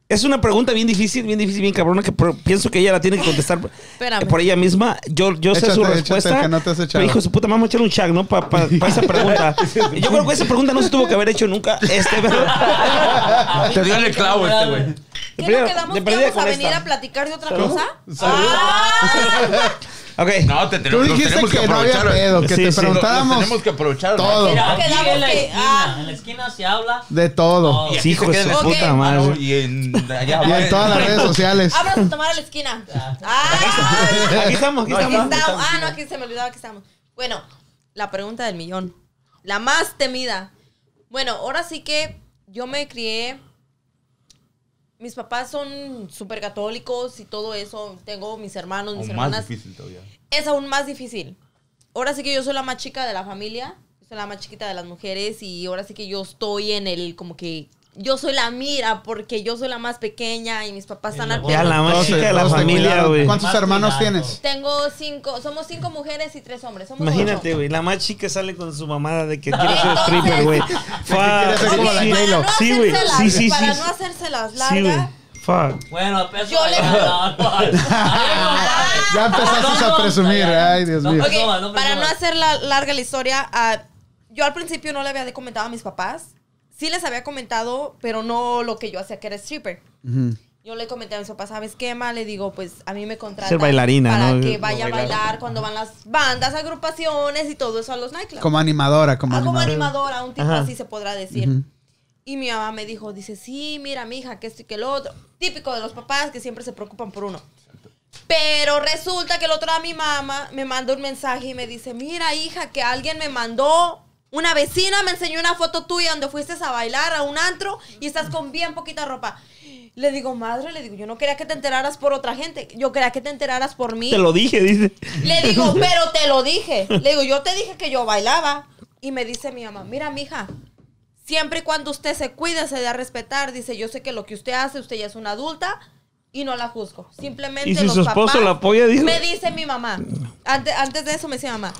[SPEAKER 2] Es una pregunta bien difícil, bien difícil, bien cabrona, que por- pienso que ella la tiene que contestar
[SPEAKER 3] Espérame.
[SPEAKER 2] por ella misma. Yo, yo sé
[SPEAKER 1] Échate,
[SPEAKER 2] su
[SPEAKER 1] échate,
[SPEAKER 2] respuesta.
[SPEAKER 1] que no te has echado.
[SPEAKER 2] Pero, hijo de su puta, vamos a echarle un chag, ¿no? Para esa pregunta. Yo creo que esa pregunta no se tuvo que haber hecho nunca. Este, pero-
[SPEAKER 5] Te dio en el clavo este, güey.
[SPEAKER 3] ¿Qué
[SPEAKER 2] Primero,
[SPEAKER 3] nos quedamos?
[SPEAKER 2] de
[SPEAKER 3] ¿Que
[SPEAKER 2] perdida
[SPEAKER 3] vamos a
[SPEAKER 2] con
[SPEAKER 3] venir
[SPEAKER 2] esta.
[SPEAKER 3] a platicar de otra
[SPEAKER 2] ¿Salud?
[SPEAKER 3] cosa?
[SPEAKER 2] Salud.
[SPEAKER 3] Ah,
[SPEAKER 2] Ok.
[SPEAKER 5] No, te
[SPEAKER 1] Tú
[SPEAKER 5] tenemos, nos
[SPEAKER 1] dijiste
[SPEAKER 5] tenemos que
[SPEAKER 1] que no había
[SPEAKER 5] aprovechar.
[SPEAKER 1] pedo, que
[SPEAKER 2] Sí,
[SPEAKER 1] te
[SPEAKER 2] sí, lo- lo
[SPEAKER 5] Nos
[SPEAKER 1] preguntábamos
[SPEAKER 5] tenemos que aprovechar. ¿no?
[SPEAKER 1] Todo.
[SPEAKER 4] Mira,
[SPEAKER 3] Pero
[SPEAKER 4] aquí
[SPEAKER 3] quedamos
[SPEAKER 4] en la
[SPEAKER 3] que-
[SPEAKER 4] esquina,
[SPEAKER 3] ah.
[SPEAKER 4] en la esquina se habla.
[SPEAKER 1] de todo.
[SPEAKER 4] Oh,
[SPEAKER 5] Y aquí
[SPEAKER 2] Hijo
[SPEAKER 5] se
[SPEAKER 2] de su
[SPEAKER 5] queda-
[SPEAKER 2] puta
[SPEAKER 3] Ok.
[SPEAKER 5] Ah, no,
[SPEAKER 2] madre.
[SPEAKER 5] Y en, allá
[SPEAKER 1] Y
[SPEAKER 5] abajo.
[SPEAKER 1] en todas las redes sociales.
[SPEAKER 3] Vámonos a tomar a la esquina. Ah,
[SPEAKER 2] Aquí estamos, aquí
[SPEAKER 5] No,
[SPEAKER 3] Aquí
[SPEAKER 2] estamos.
[SPEAKER 3] estamos. Ah, no, aquí se me olvidaba que estamos. Bueno, la pregunta del millón. La más temida. Bueno, ahora sí que yo me crié. Mis papás son súper católicos y todo eso. Tengo mis hermanos,
[SPEAKER 2] Oh,
[SPEAKER 3] mis
[SPEAKER 5] O más
[SPEAKER 3] hermanas.
[SPEAKER 5] difícil todavía.
[SPEAKER 3] Es aún más difícil. Ahora sí que yo soy la más chica de la familia. Soy la más chiquita de las mujeres. Y ahora sí que yo estoy en el como que. Yo soy la mira porque yo soy la más pequeña y mis papás están al
[SPEAKER 2] Ya la más
[SPEAKER 1] Todos te-
[SPEAKER 2] chica de la
[SPEAKER 1] todos te
[SPEAKER 2] familia,
[SPEAKER 1] cuidaron.
[SPEAKER 2] güey.
[SPEAKER 1] ¿Cuántos
[SPEAKER 4] Más
[SPEAKER 1] hermanos
[SPEAKER 4] cuidado.
[SPEAKER 1] tienes?
[SPEAKER 3] Tengo cinco, somos cinco mujeres y tres hombres. Somos
[SPEAKER 2] Imagínate,
[SPEAKER 3] ocho.
[SPEAKER 2] güey. La más chica sale con su mamada de que quiere ser stripper, güey. Fuck.
[SPEAKER 1] quiere ser como
[SPEAKER 3] Ok,
[SPEAKER 1] la
[SPEAKER 3] para
[SPEAKER 2] Sí,
[SPEAKER 1] J-Lo.
[SPEAKER 3] no
[SPEAKER 2] Sí, güey.
[SPEAKER 3] hacérselas-
[SPEAKER 2] Sí, sí, sí.
[SPEAKER 3] Para no hacérselas
[SPEAKER 2] Sí, güey.
[SPEAKER 3] largas.
[SPEAKER 2] Fuck.
[SPEAKER 4] Bueno, pues
[SPEAKER 3] Yo le- Ah,
[SPEAKER 1] Ya empezaste a presumir. Ay, Dios mío.
[SPEAKER 4] No, no, no, no,
[SPEAKER 3] para
[SPEAKER 4] no.
[SPEAKER 3] no hacer la- larga la historia, ah, yo al principio no le había comentado a mis papás. Sí les había comentado, pero no lo que yo hacía, que era stripper.
[SPEAKER 1] Ujú.
[SPEAKER 3] Yo le comenté a mis papás, ¿sabes qué, ma? Le digo, pues a mí me contratan
[SPEAKER 2] Ser bailarina,
[SPEAKER 3] para
[SPEAKER 2] ¿no?
[SPEAKER 3] que
[SPEAKER 2] No
[SPEAKER 3] vaya a
[SPEAKER 2] bailar.
[SPEAKER 3] bailar cuando van las bandas, agrupaciones y todo eso a los nightclubs.
[SPEAKER 1] Como animadora, como
[SPEAKER 3] Ah, como
[SPEAKER 1] animadora.
[SPEAKER 3] animadora, un tipo
[SPEAKER 2] Ajá.
[SPEAKER 3] así se podrá decir.
[SPEAKER 1] Ujú.
[SPEAKER 3] Y mi mamá me dijo, dice, sí, mira, mija, que esto y que el otro. Típico de los papás que siempre se preocupan por uno. Pero resulta que el otro a mi mamá me mandó un mensaje y me dice, mira, hija, que alguien me mandó, una vecina me enseñó una foto tuya donde fuiste a bailar a un antro y estás con bien poquita ropa. Le digo, madre, le digo, yo no quería que te enteraras por otra gente, yo quería que te enteraras por mí.
[SPEAKER 2] Te lo dije, dice.
[SPEAKER 3] Le digo, pero te lo dije. Le digo, yo te dije que yo bailaba. Y me dice mi mamá, mira, mija, siempre y cuando usted se cuida, se da a respetar. Dice, yo sé que lo que usted hace, usted ya es una adulta y no la juzgo. Simplemente
[SPEAKER 2] ¿Y si
[SPEAKER 3] los
[SPEAKER 2] su esposo
[SPEAKER 3] papás-
[SPEAKER 2] la apoya, dijo?
[SPEAKER 3] Me dice mi mamá. Antes, antes de eso me decía mamá,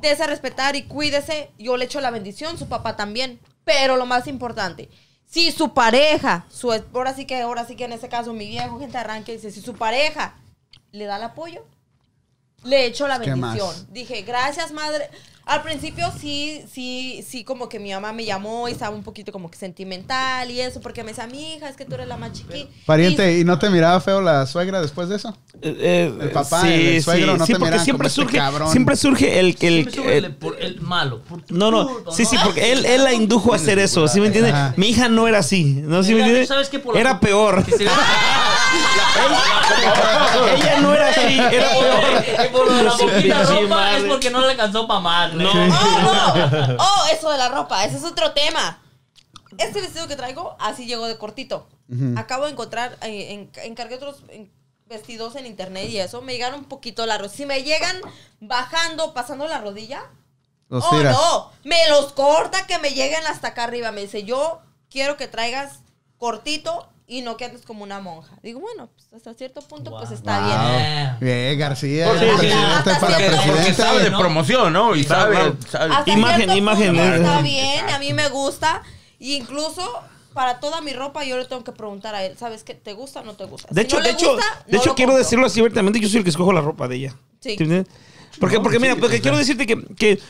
[SPEAKER 3] dese a respetar y cuídese. Yo le echo la bendición, su papá también. Pero lo más importante, si su pareja, su, es- ahora sí que, ahora sí que en este caso mi viejo, gente arranque, dice, si su pareja le da el apoyo, le echo la
[SPEAKER 1] ¿Qué
[SPEAKER 3] bendición.
[SPEAKER 1] más?
[SPEAKER 3] Dije, gracias, madre. Al principio sí, sí, sí, como que mi mamá me llamó y estaba un poquito como que sentimental y eso, porque me decía, mi hija, es que tú eres la más chiquita.
[SPEAKER 1] Pariente, ¿eh? ¿y no te miraba feo la suegra después de eso? El papá, el suegro, no
[SPEAKER 2] Eh, sí,
[SPEAKER 1] te
[SPEAKER 2] porque
[SPEAKER 1] miran
[SPEAKER 2] siempre
[SPEAKER 1] como este
[SPEAKER 2] surge,
[SPEAKER 1] cabrón.
[SPEAKER 2] siempre surge el, el, el-
[SPEAKER 4] por el malo. por tu
[SPEAKER 2] no, no,
[SPEAKER 4] puto,
[SPEAKER 2] sí, sí, porque él, él la indujo a hacer eso, ¿sí me entiendes?
[SPEAKER 1] Ajá.
[SPEAKER 2] Mi hija no era así, ¿no? ¿Sí me
[SPEAKER 4] Mira,
[SPEAKER 2] entiendes?
[SPEAKER 4] ¿sabes qué? Por la-
[SPEAKER 2] Era peor.
[SPEAKER 4] Sí, sí.
[SPEAKER 2] Ella no era así, era
[SPEAKER 4] Que por lo de la
[SPEAKER 2] peor.
[SPEAKER 4] poquita
[SPEAKER 2] Sí,
[SPEAKER 4] ropa es
[SPEAKER 2] madre.
[SPEAKER 4] porque no le alcanzó para más. No.
[SPEAKER 3] ¡Oh, no! ¡Oh, eso de la ropa! Ese es otro tema. Este vestido que traigo, así llegó de cortito. Acabo de encontrar, eh, en- encargué otros en- vestidos en internet y eso. Me llegaron un poquito largos. Si me llegan bajando, pasando la rodilla,
[SPEAKER 1] Los
[SPEAKER 3] oh,
[SPEAKER 1] tiras.
[SPEAKER 3] no, me los corta que me lleguen hasta acá arriba. Me dice, yo quiero que traigas cortito y no que andes como una monja. Digo, bueno, pues hasta cierto punto, pues está
[SPEAKER 1] Wow.
[SPEAKER 3] bien.
[SPEAKER 1] Ah, Bien, García.
[SPEAKER 5] Porque-
[SPEAKER 1] el presidente
[SPEAKER 3] Hasta
[SPEAKER 1] para
[SPEAKER 5] Porque,
[SPEAKER 3] cierto-
[SPEAKER 5] porque
[SPEAKER 1] presidente.
[SPEAKER 5] sabe de promoción, ¿no? Y
[SPEAKER 2] Claro,
[SPEAKER 5] sabe.
[SPEAKER 2] claro.
[SPEAKER 5] sabe.
[SPEAKER 3] Hasta
[SPEAKER 2] Imagen,
[SPEAKER 3] cierto
[SPEAKER 2] imagen,
[SPEAKER 3] punto
[SPEAKER 2] ¿eh?
[SPEAKER 3] Está bien, a mí me gusta. Y incluso para toda mi ropa yo le tengo que preguntar a él, ¿sabes qué? ¿Te gusta o no te gusta?
[SPEAKER 2] De
[SPEAKER 3] Si
[SPEAKER 2] hecho,
[SPEAKER 3] no
[SPEAKER 2] de
[SPEAKER 3] le
[SPEAKER 2] hecho,
[SPEAKER 3] gusta,
[SPEAKER 2] de
[SPEAKER 3] no
[SPEAKER 2] hecho
[SPEAKER 3] lo
[SPEAKER 2] quiero
[SPEAKER 3] compro.
[SPEAKER 2] decirlo así abiertamente, yo soy el que escojo la ropa de ella.
[SPEAKER 3] Sí.
[SPEAKER 2] ¿Sí me entiendes? Porque, porque mira, porque quiero decirte que, que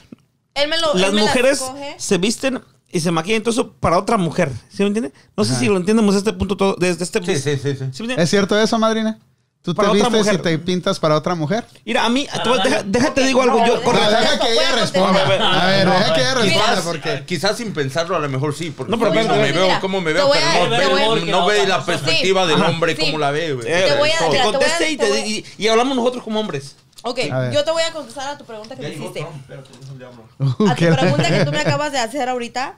[SPEAKER 3] Él me lo, él
[SPEAKER 2] las
[SPEAKER 3] me
[SPEAKER 2] mujeres
[SPEAKER 3] escoge.
[SPEAKER 2] se visten y se maquillan entonces para otra mujer, ¿sí me entiendes? No sé si lo entendemos desde este punto todo, desde este
[SPEAKER 5] Sí, sí, sí. sí.
[SPEAKER 2] ¿Sí me entiendes?
[SPEAKER 1] ¿Es cierto eso, madrina? ¿Tú te
[SPEAKER 2] Para otra
[SPEAKER 1] vistes y
[SPEAKER 2] mujer.
[SPEAKER 1] te pintas para otra mujer?
[SPEAKER 2] Mira, a mí, tú- deja- déjate digo algo. Yo,
[SPEAKER 3] No,
[SPEAKER 1] No,
[SPEAKER 2] corre-
[SPEAKER 3] deja-
[SPEAKER 1] deja que ella
[SPEAKER 3] Voy a
[SPEAKER 1] responda.
[SPEAKER 2] contestar.
[SPEAKER 1] A ver,
[SPEAKER 4] No,
[SPEAKER 1] deja que ella responda
[SPEAKER 5] Quizás,
[SPEAKER 1] porque...
[SPEAKER 5] quizás sin pensarlo, a lo mejor sí, porque
[SPEAKER 2] No, pero
[SPEAKER 5] yo mismo
[SPEAKER 2] espérate.
[SPEAKER 5] me veo
[SPEAKER 3] Mira,
[SPEAKER 5] cómo me
[SPEAKER 3] te
[SPEAKER 5] veo,
[SPEAKER 3] voy
[SPEAKER 5] pero
[SPEAKER 3] a-
[SPEAKER 5] no,
[SPEAKER 4] te
[SPEAKER 5] ve-
[SPEAKER 4] voy a-
[SPEAKER 5] no, ve la
[SPEAKER 4] Sí.
[SPEAKER 5] perspectiva del
[SPEAKER 3] Ajá.
[SPEAKER 5] hombre
[SPEAKER 3] Sí.
[SPEAKER 5] como la ve. güey.
[SPEAKER 2] Eh,
[SPEAKER 3] Te voy a-
[SPEAKER 5] Todo.
[SPEAKER 2] te
[SPEAKER 3] mira, te voy a-
[SPEAKER 2] conteste y,
[SPEAKER 3] te
[SPEAKER 2] te-
[SPEAKER 3] voy
[SPEAKER 2] y- y hablamos nosotros como hombres.
[SPEAKER 3] Ok,
[SPEAKER 1] A ver.
[SPEAKER 3] yo te voy a contestar a tu pregunta que
[SPEAKER 5] Ya
[SPEAKER 3] me
[SPEAKER 5] llegó
[SPEAKER 3] hiciste.
[SPEAKER 5] Trump, espérate, déjame le hablo.
[SPEAKER 3] A
[SPEAKER 1] que
[SPEAKER 3] tu
[SPEAKER 1] la-
[SPEAKER 3] pregunta que tú me acabas de hacer ahorita,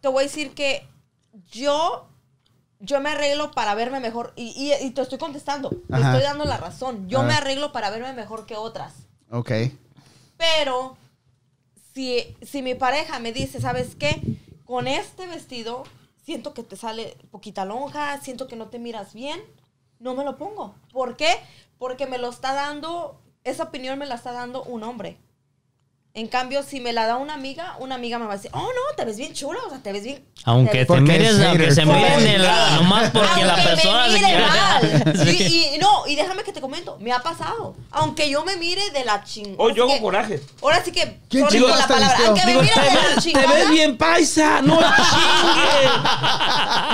[SPEAKER 3] te voy a decir que yo, yo me arreglo para verme mejor. Y, y- y te estoy contestando, te
[SPEAKER 1] Ajá.
[SPEAKER 3] estoy dando la razón. Yo
[SPEAKER 1] A
[SPEAKER 3] me
[SPEAKER 1] ver.
[SPEAKER 3] arreglo para verme mejor que otras.
[SPEAKER 1] Ok.
[SPEAKER 3] Pero si, si mi pareja me dice, ¿sabes qué? Con este vestido siento que te sale poquita lonja, siento que no te miras bien, no me lo pongo. ¿Por qué? Porque me lo está dando, esa opinión me la está dando un hombre. En cambio, si me la da una amiga, una amiga me va a decir, oh no, te ves bien chula, o sea, te ves bien.
[SPEAKER 6] Aunque te
[SPEAKER 1] Porque es
[SPEAKER 6] mires, aunque
[SPEAKER 1] hater.
[SPEAKER 6] se
[SPEAKER 1] Porque-
[SPEAKER 6] miren el nomás porque la
[SPEAKER 3] Aunque me
[SPEAKER 6] persona se
[SPEAKER 3] mire
[SPEAKER 6] quiere-
[SPEAKER 3] mal.
[SPEAKER 6] Sí.
[SPEAKER 3] Y, y- no, y déjame que te comento, me ha pasado. Aunque yo me mire de la chingada.
[SPEAKER 2] Hoy Oh, yo hago coraje.
[SPEAKER 3] Ahora sí que.
[SPEAKER 1] ¿Quién
[SPEAKER 3] sorry
[SPEAKER 1] chingó
[SPEAKER 3] por la
[SPEAKER 1] este
[SPEAKER 3] palabra.
[SPEAKER 1] listeo?
[SPEAKER 3] Aunque me
[SPEAKER 2] Digo,
[SPEAKER 3] mire
[SPEAKER 2] te,
[SPEAKER 3] de la
[SPEAKER 2] ves, te
[SPEAKER 3] chingada.
[SPEAKER 2] ves bien paisa, no chingue.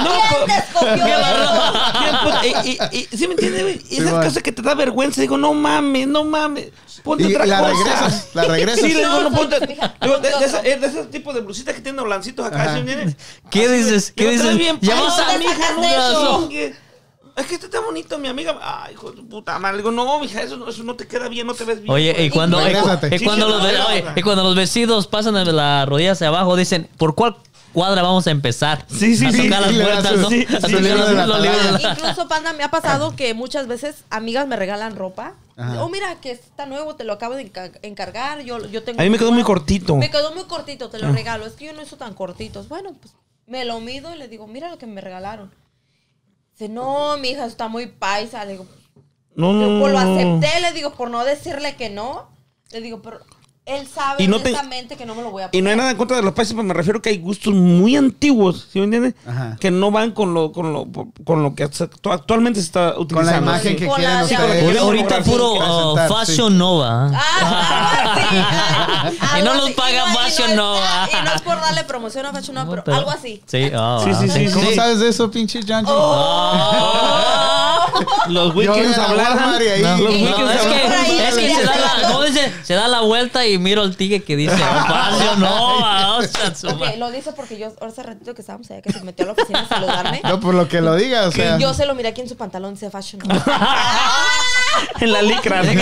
[SPEAKER 2] No,
[SPEAKER 3] ¿Quién te escogió?
[SPEAKER 2] Qué bárbaro. Bien, pues, y- y- y- ¿Sí me entiendes, güey? Y Esas
[SPEAKER 1] man.
[SPEAKER 2] cosas que te da vergüenza, digo, no mames, no mames. Ponte
[SPEAKER 1] Y
[SPEAKER 2] otra
[SPEAKER 1] la
[SPEAKER 2] cosa.
[SPEAKER 1] regresas, la regresas.
[SPEAKER 2] Sí, le digo, no,
[SPEAKER 3] No,
[SPEAKER 2] ponte.
[SPEAKER 3] no, mija,
[SPEAKER 2] digo, de,
[SPEAKER 3] ponte
[SPEAKER 2] de esa-
[SPEAKER 3] otra.
[SPEAKER 2] eh, de esos tipos de blusitas que tienen blancitos acá,
[SPEAKER 1] Ajá.
[SPEAKER 2] ¿sí me entiendes?
[SPEAKER 6] ¿Qué dices? ¿Qué
[SPEAKER 2] Digo, te ves
[SPEAKER 6] dices?
[SPEAKER 2] bien
[SPEAKER 6] Ya
[SPEAKER 2] paisa,
[SPEAKER 6] vas a-
[SPEAKER 3] ¿Dónde
[SPEAKER 2] mija,
[SPEAKER 3] sacaste eso?
[SPEAKER 2] no chingue. Es que este está bonito, mi amiga. Ay, hijo de tu puta madre. Le digo, no, mija, eso, no- eso no te queda bien, no te ves bien.
[SPEAKER 6] Oye, y cuando, y, cu-
[SPEAKER 1] pues. Regrésate.
[SPEAKER 6] y cuando los, ve- oye, y cuando los vecinos pasan de las rodillas hacia abajo, dicen, ¿por cuál cuadra vamos a empezar?
[SPEAKER 2] Sí, sí,
[SPEAKER 6] a
[SPEAKER 2] sí.
[SPEAKER 1] Sí,
[SPEAKER 6] tocar las
[SPEAKER 1] le da
[SPEAKER 6] puertas,
[SPEAKER 1] su-
[SPEAKER 6] ¿no?
[SPEAKER 1] sí, sí,
[SPEAKER 6] A tocar
[SPEAKER 1] sí,
[SPEAKER 6] los-
[SPEAKER 1] sí,
[SPEAKER 6] los
[SPEAKER 1] sí,
[SPEAKER 6] libros de la-
[SPEAKER 3] Incluso, Panda, me ha pasado que muchas veces amigas me regalan ropa.
[SPEAKER 1] Ajá.
[SPEAKER 3] Oh, mira, que está nuevo, te lo acabo de enca- encargar. Yo, yo tengo
[SPEAKER 2] A mí me quedó muy cortito. Ah.
[SPEAKER 3] Me quedó muy cortito, te lo regalo. Es que yo no hizo tan cortitos. Bueno, pues me lo mido y le digo, mira lo que me regalaron. Dice, no, mi hija está muy paisa. Le digo,
[SPEAKER 2] No,
[SPEAKER 3] yo
[SPEAKER 2] no,
[SPEAKER 3] pues, lo
[SPEAKER 2] no, no.
[SPEAKER 3] acepté, le digo, por no decirle que no. Le digo, pero él sabe
[SPEAKER 2] Y no te-
[SPEAKER 3] honestamente que no me lo voy a
[SPEAKER 2] Y no hay nada en contra de los países, pero me refiero que hay gustos muy antiguos, ¿sí me entiendes?
[SPEAKER 1] Ajá.
[SPEAKER 2] Que no van con lo, con lo, con lo que actu- actualmente se está
[SPEAKER 1] Con la
[SPEAKER 2] utilizando.
[SPEAKER 1] imagen
[SPEAKER 2] Sí.
[SPEAKER 1] que
[SPEAKER 3] Con
[SPEAKER 1] quieren
[SPEAKER 3] la-
[SPEAKER 1] ustedes.
[SPEAKER 2] Ahorita-
[SPEAKER 6] Ahorita puro oh,
[SPEAKER 1] Presentar, sí.
[SPEAKER 6] Fashion Nova.
[SPEAKER 3] Ah, algo así.
[SPEAKER 6] Y no
[SPEAKER 3] Algo
[SPEAKER 6] nos
[SPEAKER 3] así.
[SPEAKER 6] paga
[SPEAKER 3] y
[SPEAKER 6] Fashion
[SPEAKER 3] y es-
[SPEAKER 6] Nova.
[SPEAKER 3] Y no es por darle promoción a Fashion Nova, pero algo así.
[SPEAKER 6] Sí, oh,
[SPEAKER 2] Sí,
[SPEAKER 6] wow.
[SPEAKER 2] sí, sí.
[SPEAKER 1] ¿Cómo
[SPEAKER 2] sí.
[SPEAKER 1] sabes de eso, pinche Janji?
[SPEAKER 3] Oh,
[SPEAKER 2] Los
[SPEAKER 1] Yo en
[SPEAKER 2] weekends
[SPEAKER 1] la Walmart
[SPEAKER 2] hablaban.
[SPEAKER 1] y ahí-
[SPEAKER 2] Los
[SPEAKER 1] No,
[SPEAKER 2] weekends
[SPEAKER 6] No, es
[SPEAKER 2] hablaban.
[SPEAKER 6] que, es que se, da la, ¿cómo dice? se da la vuelta y miro el tigre que dice Fashion Nova. hostia, su
[SPEAKER 3] Ok,
[SPEAKER 6] madre.
[SPEAKER 3] lo dice porque yo, ahora hace ratito que estábamos allá, que se metió a la oficina a saludarme.
[SPEAKER 1] No, por lo que lo diga, o sea.
[SPEAKER 3] Yo se lo miré aquí en su pantalón, dice Fashion Nova.
[SPEAKER 2] En la licra.
[SPEAKER 3] en, el-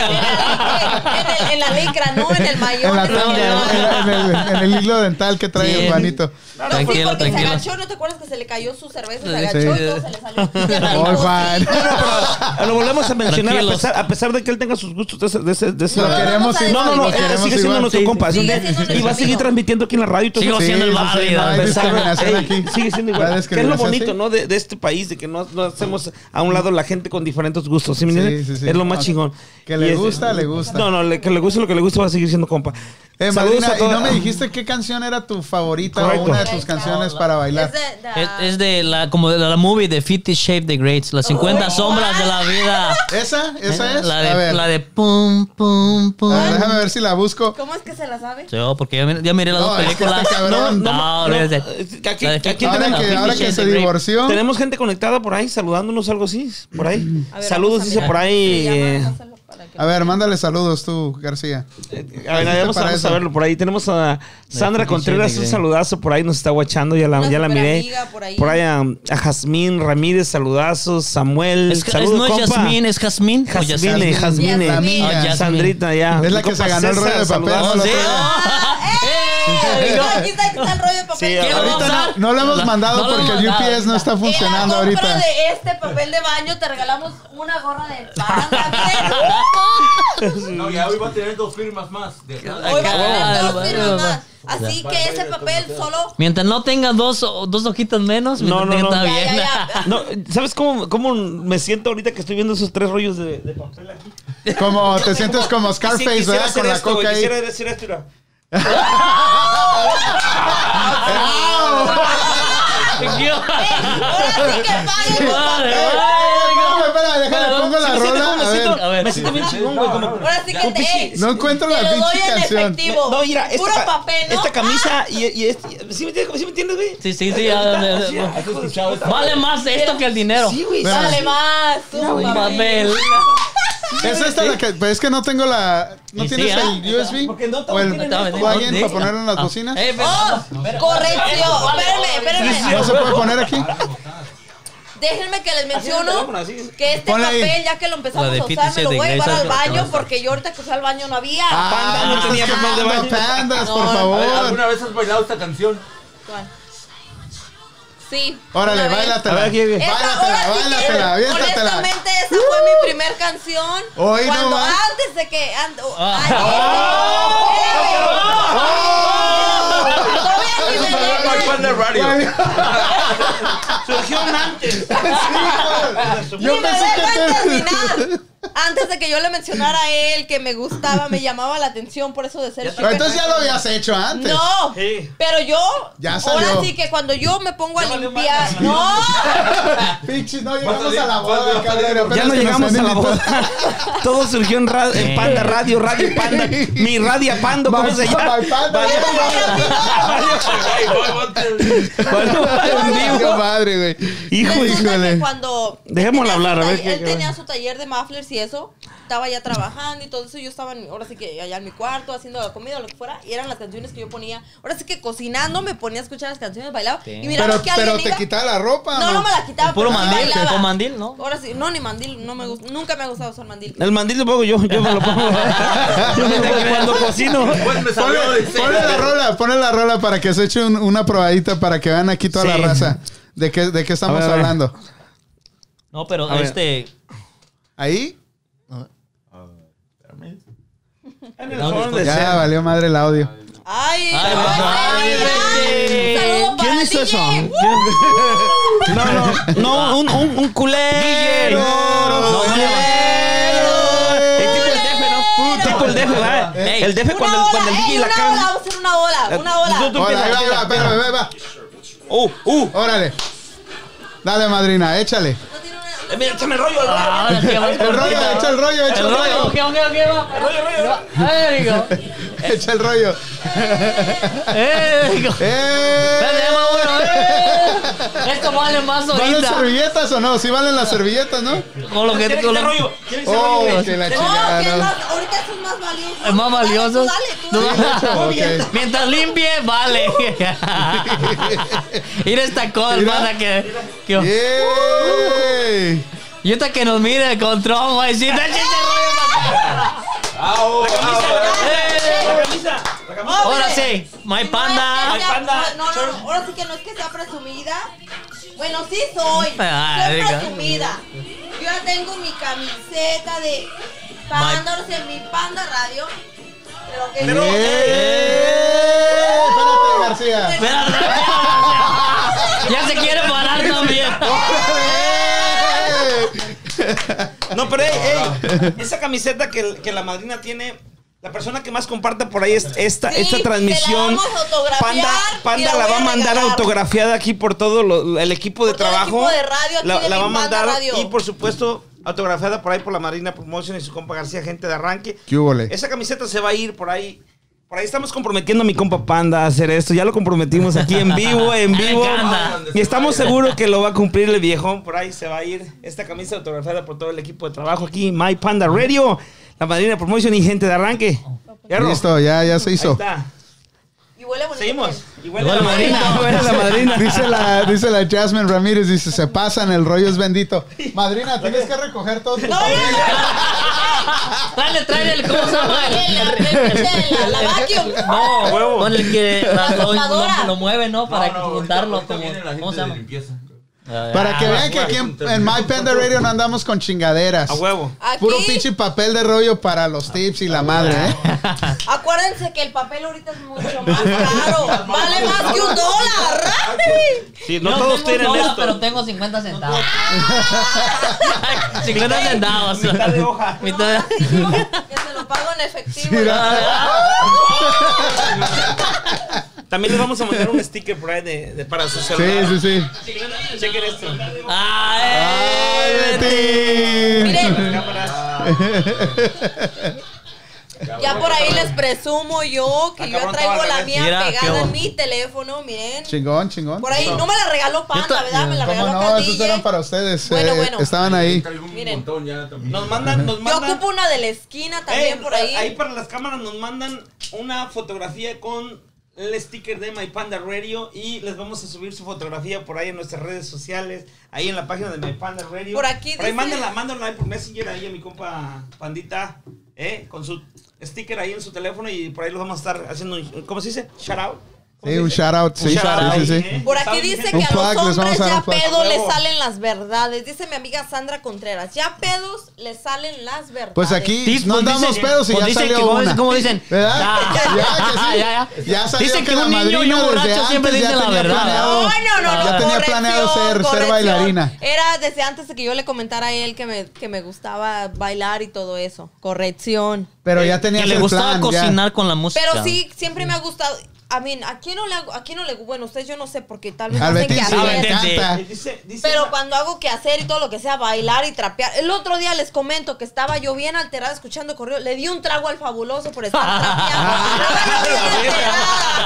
[SPEAKER 3] en la licra, no en el mayor.
[SPEAKER 1] En, la tabla, en, el- en el, en el hilo dental que trae
[SPEAKER 6] Sí.
[SPEAKER 1] el manito.
[SPEAKER 6] Tranquilo,
[SPEAKER 3] pues, porque
[SPEAKER 6] tranquilo.
[SPEAKER 3] se agachó, ¿no te acuerdas que se le cayó su cerveza? Se
[SPEAKER 6] Sí.
[SPEAKER 3] agachó y todo se le salió. Se le
[SPEAKER 1] Oh,
[SPEAKER 3] hizo
[SPEAKER 1] Juan.
[SPEAKER 3] así.
[SPEAKER 2] Lo volvemos a mencionar, a
[SPEAKER 6] Tranquilos.
[SPEAKER 2] pesar, a pesar de que él tenga sus gustos de ese... De ese, de ese-
[SPEAKER 1] Lo queremos
[SPEAKER 3] no,
[SPEAKER 1] igual.
[SPEAKER 2] no, no,
[SPEAKER 1] lo
[SPEAKER 2] no, él
[SPEAKER 1] queremos
[SPEAKER 2] sigue siendo
[SPEAKER 1] igual.
[SPEAKER 2] nuestro compa. es un-
[SPEAKER 3] Sigue
[SPEAKER 2] y
[SPEAKER 3] siendo
[SPEAKER 2] va a
[SPEAKER 3] nuestro
[SPEAKER 2] seguir
[SPEAKER 3] amigo.
[SPEAKER 2] transmitiendo aquí en la radio. y todo
[SPEAKER 6] Sigo
[SPEAKER 2] eso.
[SPEAKER 1] Sí,
[SPEAKER 6] siendo el
[SPEAKER 1] sí, sí,
[SPEAKER 6] válido.
[SPEAKER 1] no hay
[SPEAKER 6] a pesar de-
[SPEAKER 1] discriminación
[SPEAKER 2] Ey,
[SPEAKER 1] aquí. Ah,
[SPEAKER 2] Sigue siendo
[SPEAKER 1] No hay
[SPEAKER 2] igual. Que es lo
[SPEAKER 1] discriminación,
[SPEAKER 2] bonito,
[SPEAKER 1] sí.
[SPEAKER 2] ¿no? De, de este país, de que no, no hacemos a un lado la gente con diferentes gustos. ¿sí me
[SPEAKER 1] Sí,
[SPEAKER 2] entiendes?
[SPEAKER 1] sí, sí.
[SPEAKER 2] Es lo más
[SPEAKER 1] Ah,
[SPEAKER 2] chingón.
[SPEAKER 1] que le
[SPEAKER 2] Y es-
[SPEAKER 1] gusta, le gusta.
[SPEAKER 2] No, no, le- que le guste lo que le guste va a seguir siendo compa.
[SPEAKER 1] Eh,
[SPEAKER 2] Saludos
[SPEAKER 1] Marina,
[SPEAKER 2] a
[SPEAKER 1] y
[SPEAKER 2] toda-
[SPEAKER 1] no me dijiste qué canción era tu favorita
[SPEAKER 2] Correcto.
[SPEAKER 1] o una de tus canciones para bailar.
[SPEAKER 3] Es de- de-
[SPEAKER 6] Es, es de la, como de la movie de Fifty Shape the Greats, las 50
[SPEAKER 3] Oh.
[SPEAKER 6] sombras de la vida.
[SPEAKER 1] ¿Esa?
[SPEAKER 2] Eh,
[SPEAKER 1] ¿Esa es?
[SPEAKER 6] La
[SPEAKER 1] a
[SPEAKER 6] de,
[SPEAKER 1] ver,
[SPEAKER 6] la de pum, pum, pum.
[SPEAKER 1] a ver, déjame ver si la busco.
[SPEAKER 3] ¿Cómo es que se la sabe?
[SPEAKER 6] Sí, oh, porque ya, miré- ya miré las
[SPEAKER 1] No,
[SPEAKER 6] dos
[SPEAKER 1] es que este
[SPEAKER 6] películas.
[SPEAKER 1] cabrón-
[SPEAKER 6] no, no,
[SPEAKER 2] no,
[SPEAKER 6] es de-
[SPEAKER 2] eh, que aquí-
[SPEAKER 6] la de
[SPEAKER 2] que aquí
[SPEAKER 6] Fifty
[SPEAKER 1] Ahora
[SPEAKER 6] Shades
[SPEAKER 1] que,
[SPEAKER 6] of
[SPEAKER 1] ahora
[SPEAKER 6] Grey.
[SPEAKER 1] que se divorció,
[SPEAKER 2] Tenemos gente conectada por ahí, saludándonos, algo así. Por ahí.
[SPEAKER 3] A ver,
[SPEAKER 2] Saludos,
[SPEAKER 3] vamos a
[SPEAKER 2] dice
[SPEAKER 3] mirar.
[SPEAKER 2] por ahí.
[SPEAKER 3] Se llama,
[SPEAKER 2] eh,
[SPEAKER 3] pásalo para que-
[SPEAKER 1] a ver, mándale saludos tú, García.
[SPEAKER 2] eh, a ver, vamos,
[SPEAKER 1] para
[SPEAKER 2] vamos
[SPEAKER 1] eso.
[SPEAKER 2] a verlo por ahí. Tenemos a Sandra
[SPEAKER 6] Fifty
[SPEAKER 2] Contreras,
[SPEAKER 6] Shades
[SPEAKER 2] un
[SPEAKER 6] of Grey.
[SPEAKER 2] saludazo por ahí, nos está guachando, ya la,
[SPEAKER 3] Una
[SPEAKER 2] ya la miré.
[SPEAKER 3] superamiga por ahí.
[SPEAKER 2] Por ahí a, a Jazmín Ramírez, saludazos, Samuel.
[SPEAKER 6] Es, es
[SPEAKER 2] saludos,
[SPEAKER 6] no es
[SPEAKER 2] compa.
[SPEAKER 6] Jasmine, es Jasmine. o
[SPEAKER 2] Jasmine,
[SPEAKER 6] Jasmine.
[SPEAKER 2] Jasmine.
[SPEAKER 1] La mía.
[SPEAKER 6] Ah, Jasmine.
[SPEAKER 2] Sandrita, ya.
[SPEAKER 1] Es la que se ganó el rollo de papel. el
[SPEAKER 6] Oh, sí,
[SPEAKER 1] otro día.
[SPEAKER 3] ¡Ah! ¡Eh! Aquí está, aquí está el rollo de papel.
[SPEAKER 2] Sí,
[SPEAKER 3] Quiero
[SPEAKER 2] ahorita
[SPEAKER 3] comprar
[SPEAKER 1] Ahorita no, no lo hemos
[SPEAKER 6] La-
[SPEAKER 1] mandado
[SPEAKER 6] no lo
[SPEAKER 1] porque
[SPEAKER 6] hemos
[SPEAKER 1] el
[SPEAKER 6] mandado
[SPEAKER 1] UPS no está
[SPEAKER 3] en la
[SPEAKER 1] funcionando
[SPEAKER 3] compra
[SPEAKER 1] ahorita.
[SPEAKER 3] de este papel de baño te regalamos una gorra de panda.
[SPEAKER 5] No, ya hoy va a tener dos firmas más. De acá.
[SPEAKER 3] Hoy va a tener
[SPEAKER 6] Ah,
[SPEAKER 3] dos
[SPEAKER 6] el
[SPEAKER 3] firmas
[SPEAKER 6] baño,
[SPEAKER 3] más. Así que ese papel solo...
[SPEAKER 6] Mientras no tenga dos, o- dos hojitas menos,
[SPEAKER 2] No,
[SPEAKER 6] mientras
[SPEAKER 2] no,
[SPEAKER 6] tenga-
[SPEAKER 2] no.
[SPEAKER 6] está
[SPEAKER 3] Ya,
[SPEAKER 6] bien.
[SPEAKER 3] ya, ya.
[SPEAKER 2] No, ¿sabes cómo, cómo me siento ahorita que estoy viendo esos tres rollos de, de papel aquí?
[SPEAKER 1] Como te sientes como Scarface,
[SPEAKER 2] Sí, quisiera
[SPEAKER 1] ¿verdad?
[SPEAKER 2] hacer
[SPEAKER 1] Con la
[SPEAKER 2] esto, güey,
[SPEAKER 1] coca ahí.
[SPEAKER 2] Quisiera decir esto, mira.
[SPEAKER 3] Ahora sí que pague tu
[SPEAKER 1] Ah,
[SPEAKER 6] Vale,
[SPEAKER 3] papel.
[SPEAKER 6] vale.
[SPEAKER 1] No, espera, déjale,
[SPEAKER 6] Claro.
[SPEAKER 1] pongo la ah,
[SPEAKER 6] ah, Sí me
[SPEAKER 1] rola. A ver.
[SPEAKER 2] siento-
[SPEAKER 6] siento como A ver.
[SPEAKER 2] me siento bien chingón, güey. como-
[SPEAKER 3] Ahora sí que
[SPEAKER 2] Con
[SPEAKER 3] te.
[SPEAKER 2] pinche-
[SPEAKER 3] ey,
[SPEAKER 1] No encuentro
[SPEAKER 3] te
[SPEAKER 1] la
[SPEAKER 3] lo doy
[SPEAKER 1] pinche
[SPEAKER 3] en
[SPEAKER 1] canción.
[SPEAKER 3] efectivo.
[SPEAKER 2] No, mira, esta,
[SPEAKER 3] Puro
[SPEAKER 2] ca-
[SPEAKER 3] papel, ¿no?
[SPEAKER 2] esta camisa y, y este, ¿sí me entiendes, ¿sí me entiendes, güey?
[SPEAKER 6] Sí, sí, sí,
[SPEAKER 2] Ahí está,
[SPEAKER 6] ah,
[SPEAKER 2] sí,
[SPEAKER 6] ah,
[SPEAKER 2] ah, hijo de su puta
[SPEAKER 6] Vale más esto que el dinero.
[SPEAKER 2] madre. Sí, güey.
[SPEAKER 1] Bueno.
[SPEAKER 3] Dale más, tú,
[SPEAKER 6] Papel.
[SPEAKER 3] papel.
[SPEAKER 1] Es esta la que. Pues es que no tengo la. ¿No
[SPEAKER 6] Y sí,
[SPEAKER 1] tienes
[SPEAKER 6] ¿ah?
[SPEAKER 1] el USB?
[SPEAKER 2] Porque no
[SPEAKER 1] ¿O el
[SPEAKER 2] tienen
[SPEAKER 6] Estaba vendiendo.
[SPEAKER 1] plugin
[SPEAKER 6] Sí.
[SPEAKER 1] para ponerlo en las
[SPEAKER 6] Ah.
[SPEAKER 1] bocinas?
[SPEAKER 6] Eh, pero-
[SPEAKER 3] Oh, corrección. Espérenme, espérenme.
[SPEAKER 1] ¿No se puede poner aquí?
[SPEAKER 3] Déjenme que les
[SPEAKER 2] Así es el teléfono,
[SPEAKER 3] menciono
[SPEAKER 2] así es.
[SPEAKER 3] que este
[SPEAKER 1] Ponle ahí.
[SPEAKER 3] papel, ya que lo empezamos
[SPEAKER 6] La de
[SPEAKER 3] a usar, me
[SPEAKER 6] 56
[SPEAKER 3] lo
[SPEAKER 6] de
[SPEAKER 3] voy a llevar
[SPEAKER 6] Iglesia,
[SPEAKER 3] al baño
[SPEAKER 6] pero-
[SPEAKER 3] porque yo ahorita que fui al baño no había.
[SPEAKER 1] Ah.
[SPEAKER 2] Panda, no tenía
[SPEAKER 1] estás
[SPEAKER 2] papel de
[SPEAKER 1] quemando
[SPEAKER 2] baño.
[SPEAKER 1] pandas, por
[SPEAKER 3] No.
[SPEAKER 1] favor.
[SPEAKER 5] ¿Alguna vez has bailado esta canción?
[SPEAKER 3] ¿Cuál? Sí.
[SPEAKER 1] Órale,
[SPEAKER 3] una
[SPEAKER 2] A
[SPEAKER 3] vez.
[SPEAKER 2] ver,
[SPEAKER 1] báilatela.
[SPEAKER 2] aquí, aquí.
[SPEAKER 3] Esa-
[SPEAKER 1] Báilatela,
[SPEAKER 3] ahora sí que-
[SPEAKER 1] báilatela, aviéntatela.
[SPEAKER 3] Honestamente, esa fue mi primer canción.
[SPEAKER 1] Hoy
[SPEAKER 3] cuando
[SPEAKER 1] nomás.
[SPEAKER 3] antes de que ando.
[SPEAKER 6] Ah.
[SPEAKER 3] ayer- Ah.
[SPEAKER 1] Ah.
[SPEAKER 3] Eh, todavía ni me dejan.
[SPEAKER 5] My Panda Radio.
[SPEAKER 2] Surgió un antes.
[SPEAKER 1] Yo
[SPEAKER 3] Ni me
[SPEAKER 1] pensé
[SPEAKER 3] dejan
[SPEAKER 1] que te...
[SPEAKER 3] terminar. Antes de que yo le mencionara a él que me gustaba, me llamaba la atención por eso de ser
[SPEAKER 1] Pero
[SPEAKER 3] stripper.
[SPEAKER 1] Entonces ya lo habías hecho antes.
[SPEAKER 3] No,
[SPEAKER 2] Sí.
[SPEAKER 3] pero yo.
[SPEAKER 1] Ya
[SPEAKER 3] Ahora
[SPEAKER 1] salió.
[SPEAKER 3] sí que cuando yo me pongo a
[SPEAKER 4] Ya valió
[SPEAKER 3] limpiar.
[SPEAKER 4] madre.
[SPEAKER 3] No,
[SPEAKER 1] Pinches, no llegamos
[SPEAKER 5] Vas a
[SPEAKER 1] a la
[SPEAKER 5] salir, vas
[SPEAKER 1] boda,
[SPEAKER 5] a salir.
[SPEAKER 1] cabrón.
[SPEAKER 2] Ya
[SPEAKER 1] Apenas
[SPEAKER 2] no
[SPEAKER 1] que nos
[SPEAKER 2] llegamos a
[SPEAKER 1] han
[SPEAKER 2] la
[SPEAKER 1] invitado.
[SPEAKER 2] boda. Todo surgió en, ra- en Panda Radio, Radio Panda. Mi Radio Pando, ¿cómo
[SPEAKER 1] My-
[SPEAKER 2] se llama?
[SPEAKER 1] my Panda.
[SPEAKER 2] Valió Valió madre en
[SPEAKER 1] Ay,
[SPEAKER 2] vivo.
[SPEAKER 1] qué madre, güey.
[SPEAKER 2] Hijo,
[SPEAKER 3] resulta que
[SPEAKER 1] híjole.
[SPEAKER 3] cuando. él
[SPEAKER 2] Dejémoslo
[SPEAKER 3] tenía su
[SPEAKER 2] hablar, a ver
[SPEAKER 3] taller-
[SPEAKER 2] qué-
[SPEAKER 3] Él
[SPEAKER 2] qué-
[SPEAKER 3] tenía su taller de mufflers y eso. Estaba ya trabajando y todo eso. Yo estaba en- ahora sí que allá en mi cuarto haciendo la comida o lo que fuera. Y eran las canciones que yo ponía. Ahora sí que cocinando me ponía a escuchar las canciones, bailaba.
[SPEAKER 6] Sí.
[SPEAKER 3] Y miraba
[SPEAKER 1] Pero,
[SPEAKER 3] que
[SPEAKER 1] pero
[SPEAKER 3] alguien
[SPEAKER 1] te
[SPEAKER 3] iba-
[SPEAKER 1] quitaba la ropa.
[SPEAKER 3] No, no me la quitaba.
[SPEAKER 6] El puro
[SPEAKER 3] pero sí
[SPEAKER 6] mandil,
[SPEAKER 3] bailaba.
[SPEAKER 6] con mandil, ¿no?
[SPEAKER 3] Ahora sí, no, ni mandil. No me gusta, nunca me ha gustado usar mandil.
[SPEAKER 2] El mandil lo pongo yo, yo me lo pongo. Yo me lo pongo cuando cocino.
[SPEAKER 5] Pues me
[SPEAKER 1] Ponle,
[SPEAKER 5] salió de
[SPEAKER 1] ponle la rola, ponle la rola para que se eche un- una probadita para que vean aquí toda
[SPEAKER 2] Sí.
[SPEAKER 1] la raza. ¿De qué, de qué estamos
[SPEAKER 2] A ver, a ver.
[SPEAKER 1] hablando?
[SPEAKER 6] No, pero
[SPEAKER 2] A ver.
[SPEAKER 6] este.
[SPEAKER 1] ¿Ahí?
[SPEAKER 2] ¿Dónde
[SPEAKER 1] Ya
[SPEAKER 2] sea?
[SPEAKER 1] valió madre el audio.
[SPEAKER 3] Ay,
[SPEAKER 6] Ay,
[SPEAKER 3] ay,
[SPEAKER 6] ay,
[SPEAKER 3] ay,
[SPEAKER 6] Betty.
[SPEAKER 3] ay. Saludo para
[SPEAKER 2] ¿Quién hizo
[SPEAKER 3] DJ.
[SPEAKER 2] eso? ¿Quién- No, no, no, un, un, un culero.
[SPEAKER 6] No,
[SPEAKER 2] culero.
[SPEAKER 6] no,
[SPEAKER 2] El tipo el DF, ¿no? Tipo el DF, ¿verdad?
[SPEAKER 1] Eh.
[SPEAKER 2] El DF
[SPEAKER 3] Una
[SPEAKER 2] cuando,
[SPEAKER 3] ola,
[SPEAKER 2] cuando el
[SPEAKER 3] ey,
[SPEAKER 2] DJ la
[SPEAKER 3] una ola,
[SPEAKER 2] caga.
[SPEAKER 3] vamos a hacer una ola, una
[SPEAKER 2] Tú,
[SPEAKER 3] ola.
[SPEAKER 2] tú
[SPEAKER 1] Órale,
[SPEAKER 2] piensa,
[SPEAKER 1] ahí va, ahí va,
[SPEAKER 2] piensa,
[SPEAKER 1] espérame,
[SPEAKER 2] piensa.
[SPEAKER 1] ahí va.
[SPEAKER 2] Uh, uh.
[SPEAKER 1] Órale. Dale, madrina, échale.
[SPEAKER 3] No tiene una-
[SPEAKER 2] Eh, mira, Échame el rollo, el rollo.
[SPEAKER 6] Ahora sí, vamos
[SPEAKER 1] El rollo,
[SPEAKER 6] cortita.
[SPEAKER 1] echa el rollo, echa el rollo.
[SPEAKER 6] Ok, ok, ok, va.
[SPEAKER 2] El rollo, el rollo.
[SPEAKER 6] Eh, digo.
[SPEAKER 1] Echa el rollo.
[SPEAKER 6] Eh, digo.
[SPEAKER 1] ¡Eh!
[SPEAKER 6] Espérate, ahí va uno, eh. Esto vale más
[SPEAKER 1] ¿Valen
[SPEAKER 6] ahorita.
[SPEAKER 1] servilletas o no? Sí valen las servilletas, ¿no?
[SPEAKER 6] Con lo que.
[SPEAKER 2] ¿Quieres
[SPEAKER 6] Con
[SPEAKER 2] este
[SPEAKER 6] lo,
[SPEAKER 2] rollo? ¿Quieres este
[SPEAKER 1] Oh,
[SPEAKER 2] rollo?
[SPEAKER 1] que la
[SPEAKER 3] No,
[SPEAKER 1] chingada,
[SPEAKER 3] que es
[SPEAKER 1] ¿no?
[SPEAKER 3] más- ahorita eso es más valioso.
[SPEAKER 6] Es más
[SPEAKER 3] Dale, tú
[SPEAKER 6] valioso.
[SPEAKER 3] Dale, tú
[SPEAKER 6] No.
[SPEAKER 3] dale.
[SPEAKER 1] Ok.
[SPEAKER 6] Mientras limpie, vale. Mira esta cosa,
[SPEAKER 1] Mira.
[SPEAKER 6] hermana, que. que
[SPEAKER 1] ¡Yay!
[SPEAKER 6] Y esta que nos mire el control, va a decir, "Échate
[SPEAKER 2] Ah, oh, La camisa, la camisa.
[SPEAKER 6] Ahora sí, my
[SPEAKER 3] ¡Eh! No es
[SPEAKER 6] panda.
[SPEAKER 3] que sea-
[SPEAKER 2] Ay, panda.
[SPEAKER 3] No, no, no. Ahora sí que no es que sea presumida. Bueno, sí soy.
[SPEAKER 6] Ah,
[SPEAKER 3] soy
[SPEAKER 6] diga.
[SPEAKER 3] presumida. Yo ya tengo mi camiseta de panda, ahora sí, mi panda radio. Pero eh, que
[SPEAKER 2] eh,
[SPEAKER 1] ¡Yay! Espérate, García.
[SPEAKER 6] Espérate. Ya se quiere parar también.
[SPEAKER 2] No, pero ey, ey, esa camiseta que, que la madrina tiene, la persona que más comparta por ahí es esta,
[SPEAKER 3] Sí,
[SPEAKER 2] esta
[SPEAKER 3] te la
[SPEAKER 2] transmisión.
[SPEAKER 3] vamos a autografiar
[SPEAKER 2] Panda,
[SPEAKER 3] y
[SPEAKER 2] Panda
[SPEAKER 3] la
[SPEAKER 2] la,
[SPEAKER 3] voy
[SPEAKER 2] va a
[SPEAKER 3] a
[SPEAKER 2] mandar
[SPEAKER 3] regalar.
[SPEAKER 2] autografiada aquí por todo lo- el equipo de
[SPEAKER 3] Por todo el
[SPEAKER 2] trabajo.
[SPEAKER 3] equipo de radio aquí
[SPEAKER 2] la,
[SPEAKER 3] de
[SPEAKER 2] la va a
[SPEAKER 3] Big Banda
[SPEAKER 2] mandar
[SPEAKER 3] Radio.
[SPEAKER 2] y por supuesto autografiada por ahí por la Madrina Promotion y su compa García, gente de arranque.
[SPEAKER 1] ¿Qué húbole?
[SPEAKER 2] Esa camiseta se va a ir por ahí. Por ahí estamos comprometiendo a mi compa Panda a hacer esto. Ya lo comprometimos aquí en vivo, en
[SPEAKER 6] Me
[SPEAKER 2] vivo.
[SPEAKER 6] encanta.
[SPEAKER 2] Y estamos seguros que lo va a cumplir el viejón. Por ahí se va a ir esta camisa autografiada por todo el equipo de trabajo aquí. My Panda Radio, la madrina promotion y gente de arranque. Perro,
[SPEAKER 1] Listo, ya, ya se
[SPEAKER 2] Ahí
[SPEAKER 1] hizo.
[SPEAKER 2] está.
[SPEAKER 3] Y huele bonito. pues.
[SPEAKER 2] Seguimos. Igual
[SPEAKER 6] Igual
[SPEAKER 2] la
[SPEAKER 6] la
[SPEAKER 2] madrina.
[SPEAKER 6] madrina.
[SPEAKER 2] Igual la madrina.
[SPEAKER 1] Dice la, dice la Jasmine Ramírez, dice, se pasan, el rollo es bendito. Madrina, tienes que recoger todo. tu-
[SPEAKER 3] No, no, no,
[SPEAKER 6] Dale, trae el cosa,
[SPEAKER 3] la- la- la- la vacuum.
[SPEAKER 6] No,
[SPEAKER 2] huevo.
[SPEAKER 6] con el que
[SPEAKER 3] La
[SPEAKER 6] lo,
[SPEAKER 3] tostadora.
[SPEAKER 6] lo- lo mueve,
[SPEAKER 2] oh.
[SPEAKER 6] ¿no? Para juntarlo como. ¿Cómo se llama?
[SPEAKER 1] Para
[SPEAKER 6] Ah,
[SPEAKER 1] que vean que aquí en, en My Panda Radio no andamos con chingaderas.
[SPEAKER 6] Ah,
[SPEAKER 2] A huevo.
[SPEAKER 3] Aquí,
[SPEAKER 1] Puro pinche papel de rollo para los tips
[SPEAKER 6] Ah,
[SPEAKER 1] y la madre, ¿eh?
[SPEAKER 3] acuérdense que el papel ahorita es mucho más caro. Vale más que un dólar. ¡Ay!
[SPEAKER 2] Sí, no, todos
[SPEAKER 6] tengo
[SPEAKER 2] tienen
[SPEAKER 6] un dólar,
[SPEAKER 2] esto.
[SPEAKER 6] pero tengo 50 centavos. 50 centavos.
[SPEAKER 2] Mitad de hoja.
[SPEAKER 6] Mitad de-
[SPEAKER 3] No, que se lo pago en efectivo.
[SPEAKER 6] Ah,
[SPEAKER 2] También les vamos a mandar un sticker por ahí de, de- para su celular.
[SPEAKER 1] Sí, sí, sí.
[SPEAKER 2] Chequen esto.
[SPEAKER 6] Ay,
[SPEAKER 1] ¡Ay, Betín!
[SPEAKER 6] Betty.
[SPEAKER 3] Miren,
[SPEAKER 2] Cámaras.
[SPEAKER 3] Ya por ahí les presumo yo que
[SPEAKER 2] Ah,
[SPEAKER 3] yo
[SPEAKER 2] cabrón,
[SPEAKER 3] traigo
[SPEAKER 2] estaba
[SPEAKER 3] la
[SPEAKER 2] al
[SPEAKER 3] mía
[SPEAKER 6] Mira, qué
[SPEAKER 3] pegada
[SPEAKER 6] bueno.
[SPEAKER 3] en mi teléfono, miren.
[SPEAKER 1] Chingón, chingón.
[SPEAKER 3] Por ahí no me la regaló
[SPEAKER 6] Yo
[SPEAKER 3] Panda,
[SPEAKER 6] ta-
[SPEAKER 3] ¿verdad? Me la
[SPEAKER 1] ¿Cómo
[SPEAKER 3] regaló
[SPEAKER 1] no?
[SPEAKER 3] Panda.
[SPEAKER 1] Esos eran para ustedes.
[SPEAKER 3] Bueno,
[SPEAKER 1] eh,
[SPEAKER 3] bueno.
[SPEAKER 1] Estaban ahí.
[SPEAKER 5] Traigo un
[SPEAKER 3] Miren.
[SPEAKER 5] montón ya también.
[SPEAKER 2] Nos mandan, nos
[SPEAKER 3] Yo
[SPEAKER 2] mandan.
[SPEAKER 3] ocupo una de la esquina también
[SPEAKER 2] Eh,
[SPEAKER 3] por ahí.
[SPEAKER 2] Ahí para las cámaras nos mandan una fotografía con el sticker de My Panda Radio y les vamos a subir su fotografía por ahí en nuestras redes sociales, ahí en la página de My Panda Radio.
[SPEAKER 3] Por aquí
[SPEAKER 2] ahí
[SPEAKER 3] dice-
[SPEAKER 2] mándenla, mándenla ahí por Messenger ahí a mi compa Pandita, eh, con su sticker ahí en su teléfono y por ahí los vamos a estar haciendo, un- ¿cómo se dice? Shout out. ¿Cómo
[SPEAKER 1] Sí,
[SPEAKER 2] se
[SPEAKER 1] un
[SPEAKER 2] dice?
[SPEAKER 1] shout out. Sí,
[SPEAKER 2] Un
[SPEAKER 1] sí,
[SPEAKER 2] shout out,
[SPEAKER 1] sí, sí.
[SPEAKER 2] ¿eh?
[SPEAKER 3] Por aquí
[SPEAKER 2] Saben,
[SPEAKER 3] dice
[SPEAKER 2] gente,
[SPEAKER 3] que
[SPEAKER 1] Un
[SPEAKER 3] a los
[SPEAKER 1] plug, les vamos
[SPEAKER 3] hombres
[SPEAKER 1] a dar
[SPEAKER 3] ya
[SPEAKER 1] un plug.
[SPEAKER 3] pedo les
[SPEAKER 2] Huevo.
[SPEAKER 3] salen las verdades. Dice mi amiga Sandra Contreras, ya pedos les salen las verdades.
[SPEAKER 1] Pues aquí
[SPEAKER 6] Dice-
[SPEAKER 1] no
[SPEAKER 6] pues
[SPEAKER 1] damos
[SPEAKER 6] dice-
[SPEAKER 1] pedos y
[SPEAKER 6] pues
[SPEAKER 1] ya
[SPEAKER 6] dice que
[SPEAKER 1] salió
[SPEAKER 6] ¿cómo,
[SPEAKER 1] una.
[SPEAKER 6] dicen- ¿Cómo dicen?
[SPEAKER 1] ¿Verdad?
[SPEAKER 6] Ah,
[SPEAKER 1] Ya, que sí. Ya salió
[SPEAKER 6] Dicen que,
[SPEAKER 1] que la
[SPEAKER 6] un niño y
[SPEAKER 1] madrina
[SPEAKER 6] un
[SPEAKER 1] desde
[SPEAKER 6] borracho
[SPEAKER 1] antes
[SPEAKER 6] siempre
[SPEAKER 1] ya
[SPEAKER 6] dicen la
[SPEAKER 1] tenía
[SPEAKER 6] verdad.
[SPEAKER 1] planeado.
[SPEAKER 3] No, no, no, no.
[SPEAKER 1] Ya tenía
[SPEAKER 3] corrección,
[SPEAKER 1] planeado ser- ser
[SPEAKER 3] corrección.
[SPEAKER 1] bailarina.
[SPEAKER 3] Era desde antes de que yo le comentara a él que me, que me gustaba bailar y todo eso. Corrección.
[SPEAKER 1] Pero ya tenía
[SPEAKER 6] Que le
[SPEAKER 1] el
[SPEAKER 6] gustaba
[SPEAKER 1] plan, ya.
[SPEAKER 6] cocinar con la música.
[SPEAKER 3] Pero sí, siempre me ha gustado. A mí, ¿a quién no le hago? ¿A quién no le Bueno, ustedes yo no sé porque tal vez
[SPEAKER 1] Al
[SPEAKER 3] hacen que
[SPEAKER 1] Betín sí le
[SPEAKER 6] Betín,
[SPEAKER 3] hacer.
[SPEAKER 6] sí.
[SPEAKER 1] encanta.
[SPEAKER 2] eh, dice- dice
[SPEAKER 3] Pero
[SPEAKER 2] una-
[SPEAKER 3] cuando hago que hacer y todo lo que sea, bailar y trapear. El otro día les comento que estaba yo bien alterada escuchando correo. Le di un trago al fabuloso por estar trapeando. Estaba yo bien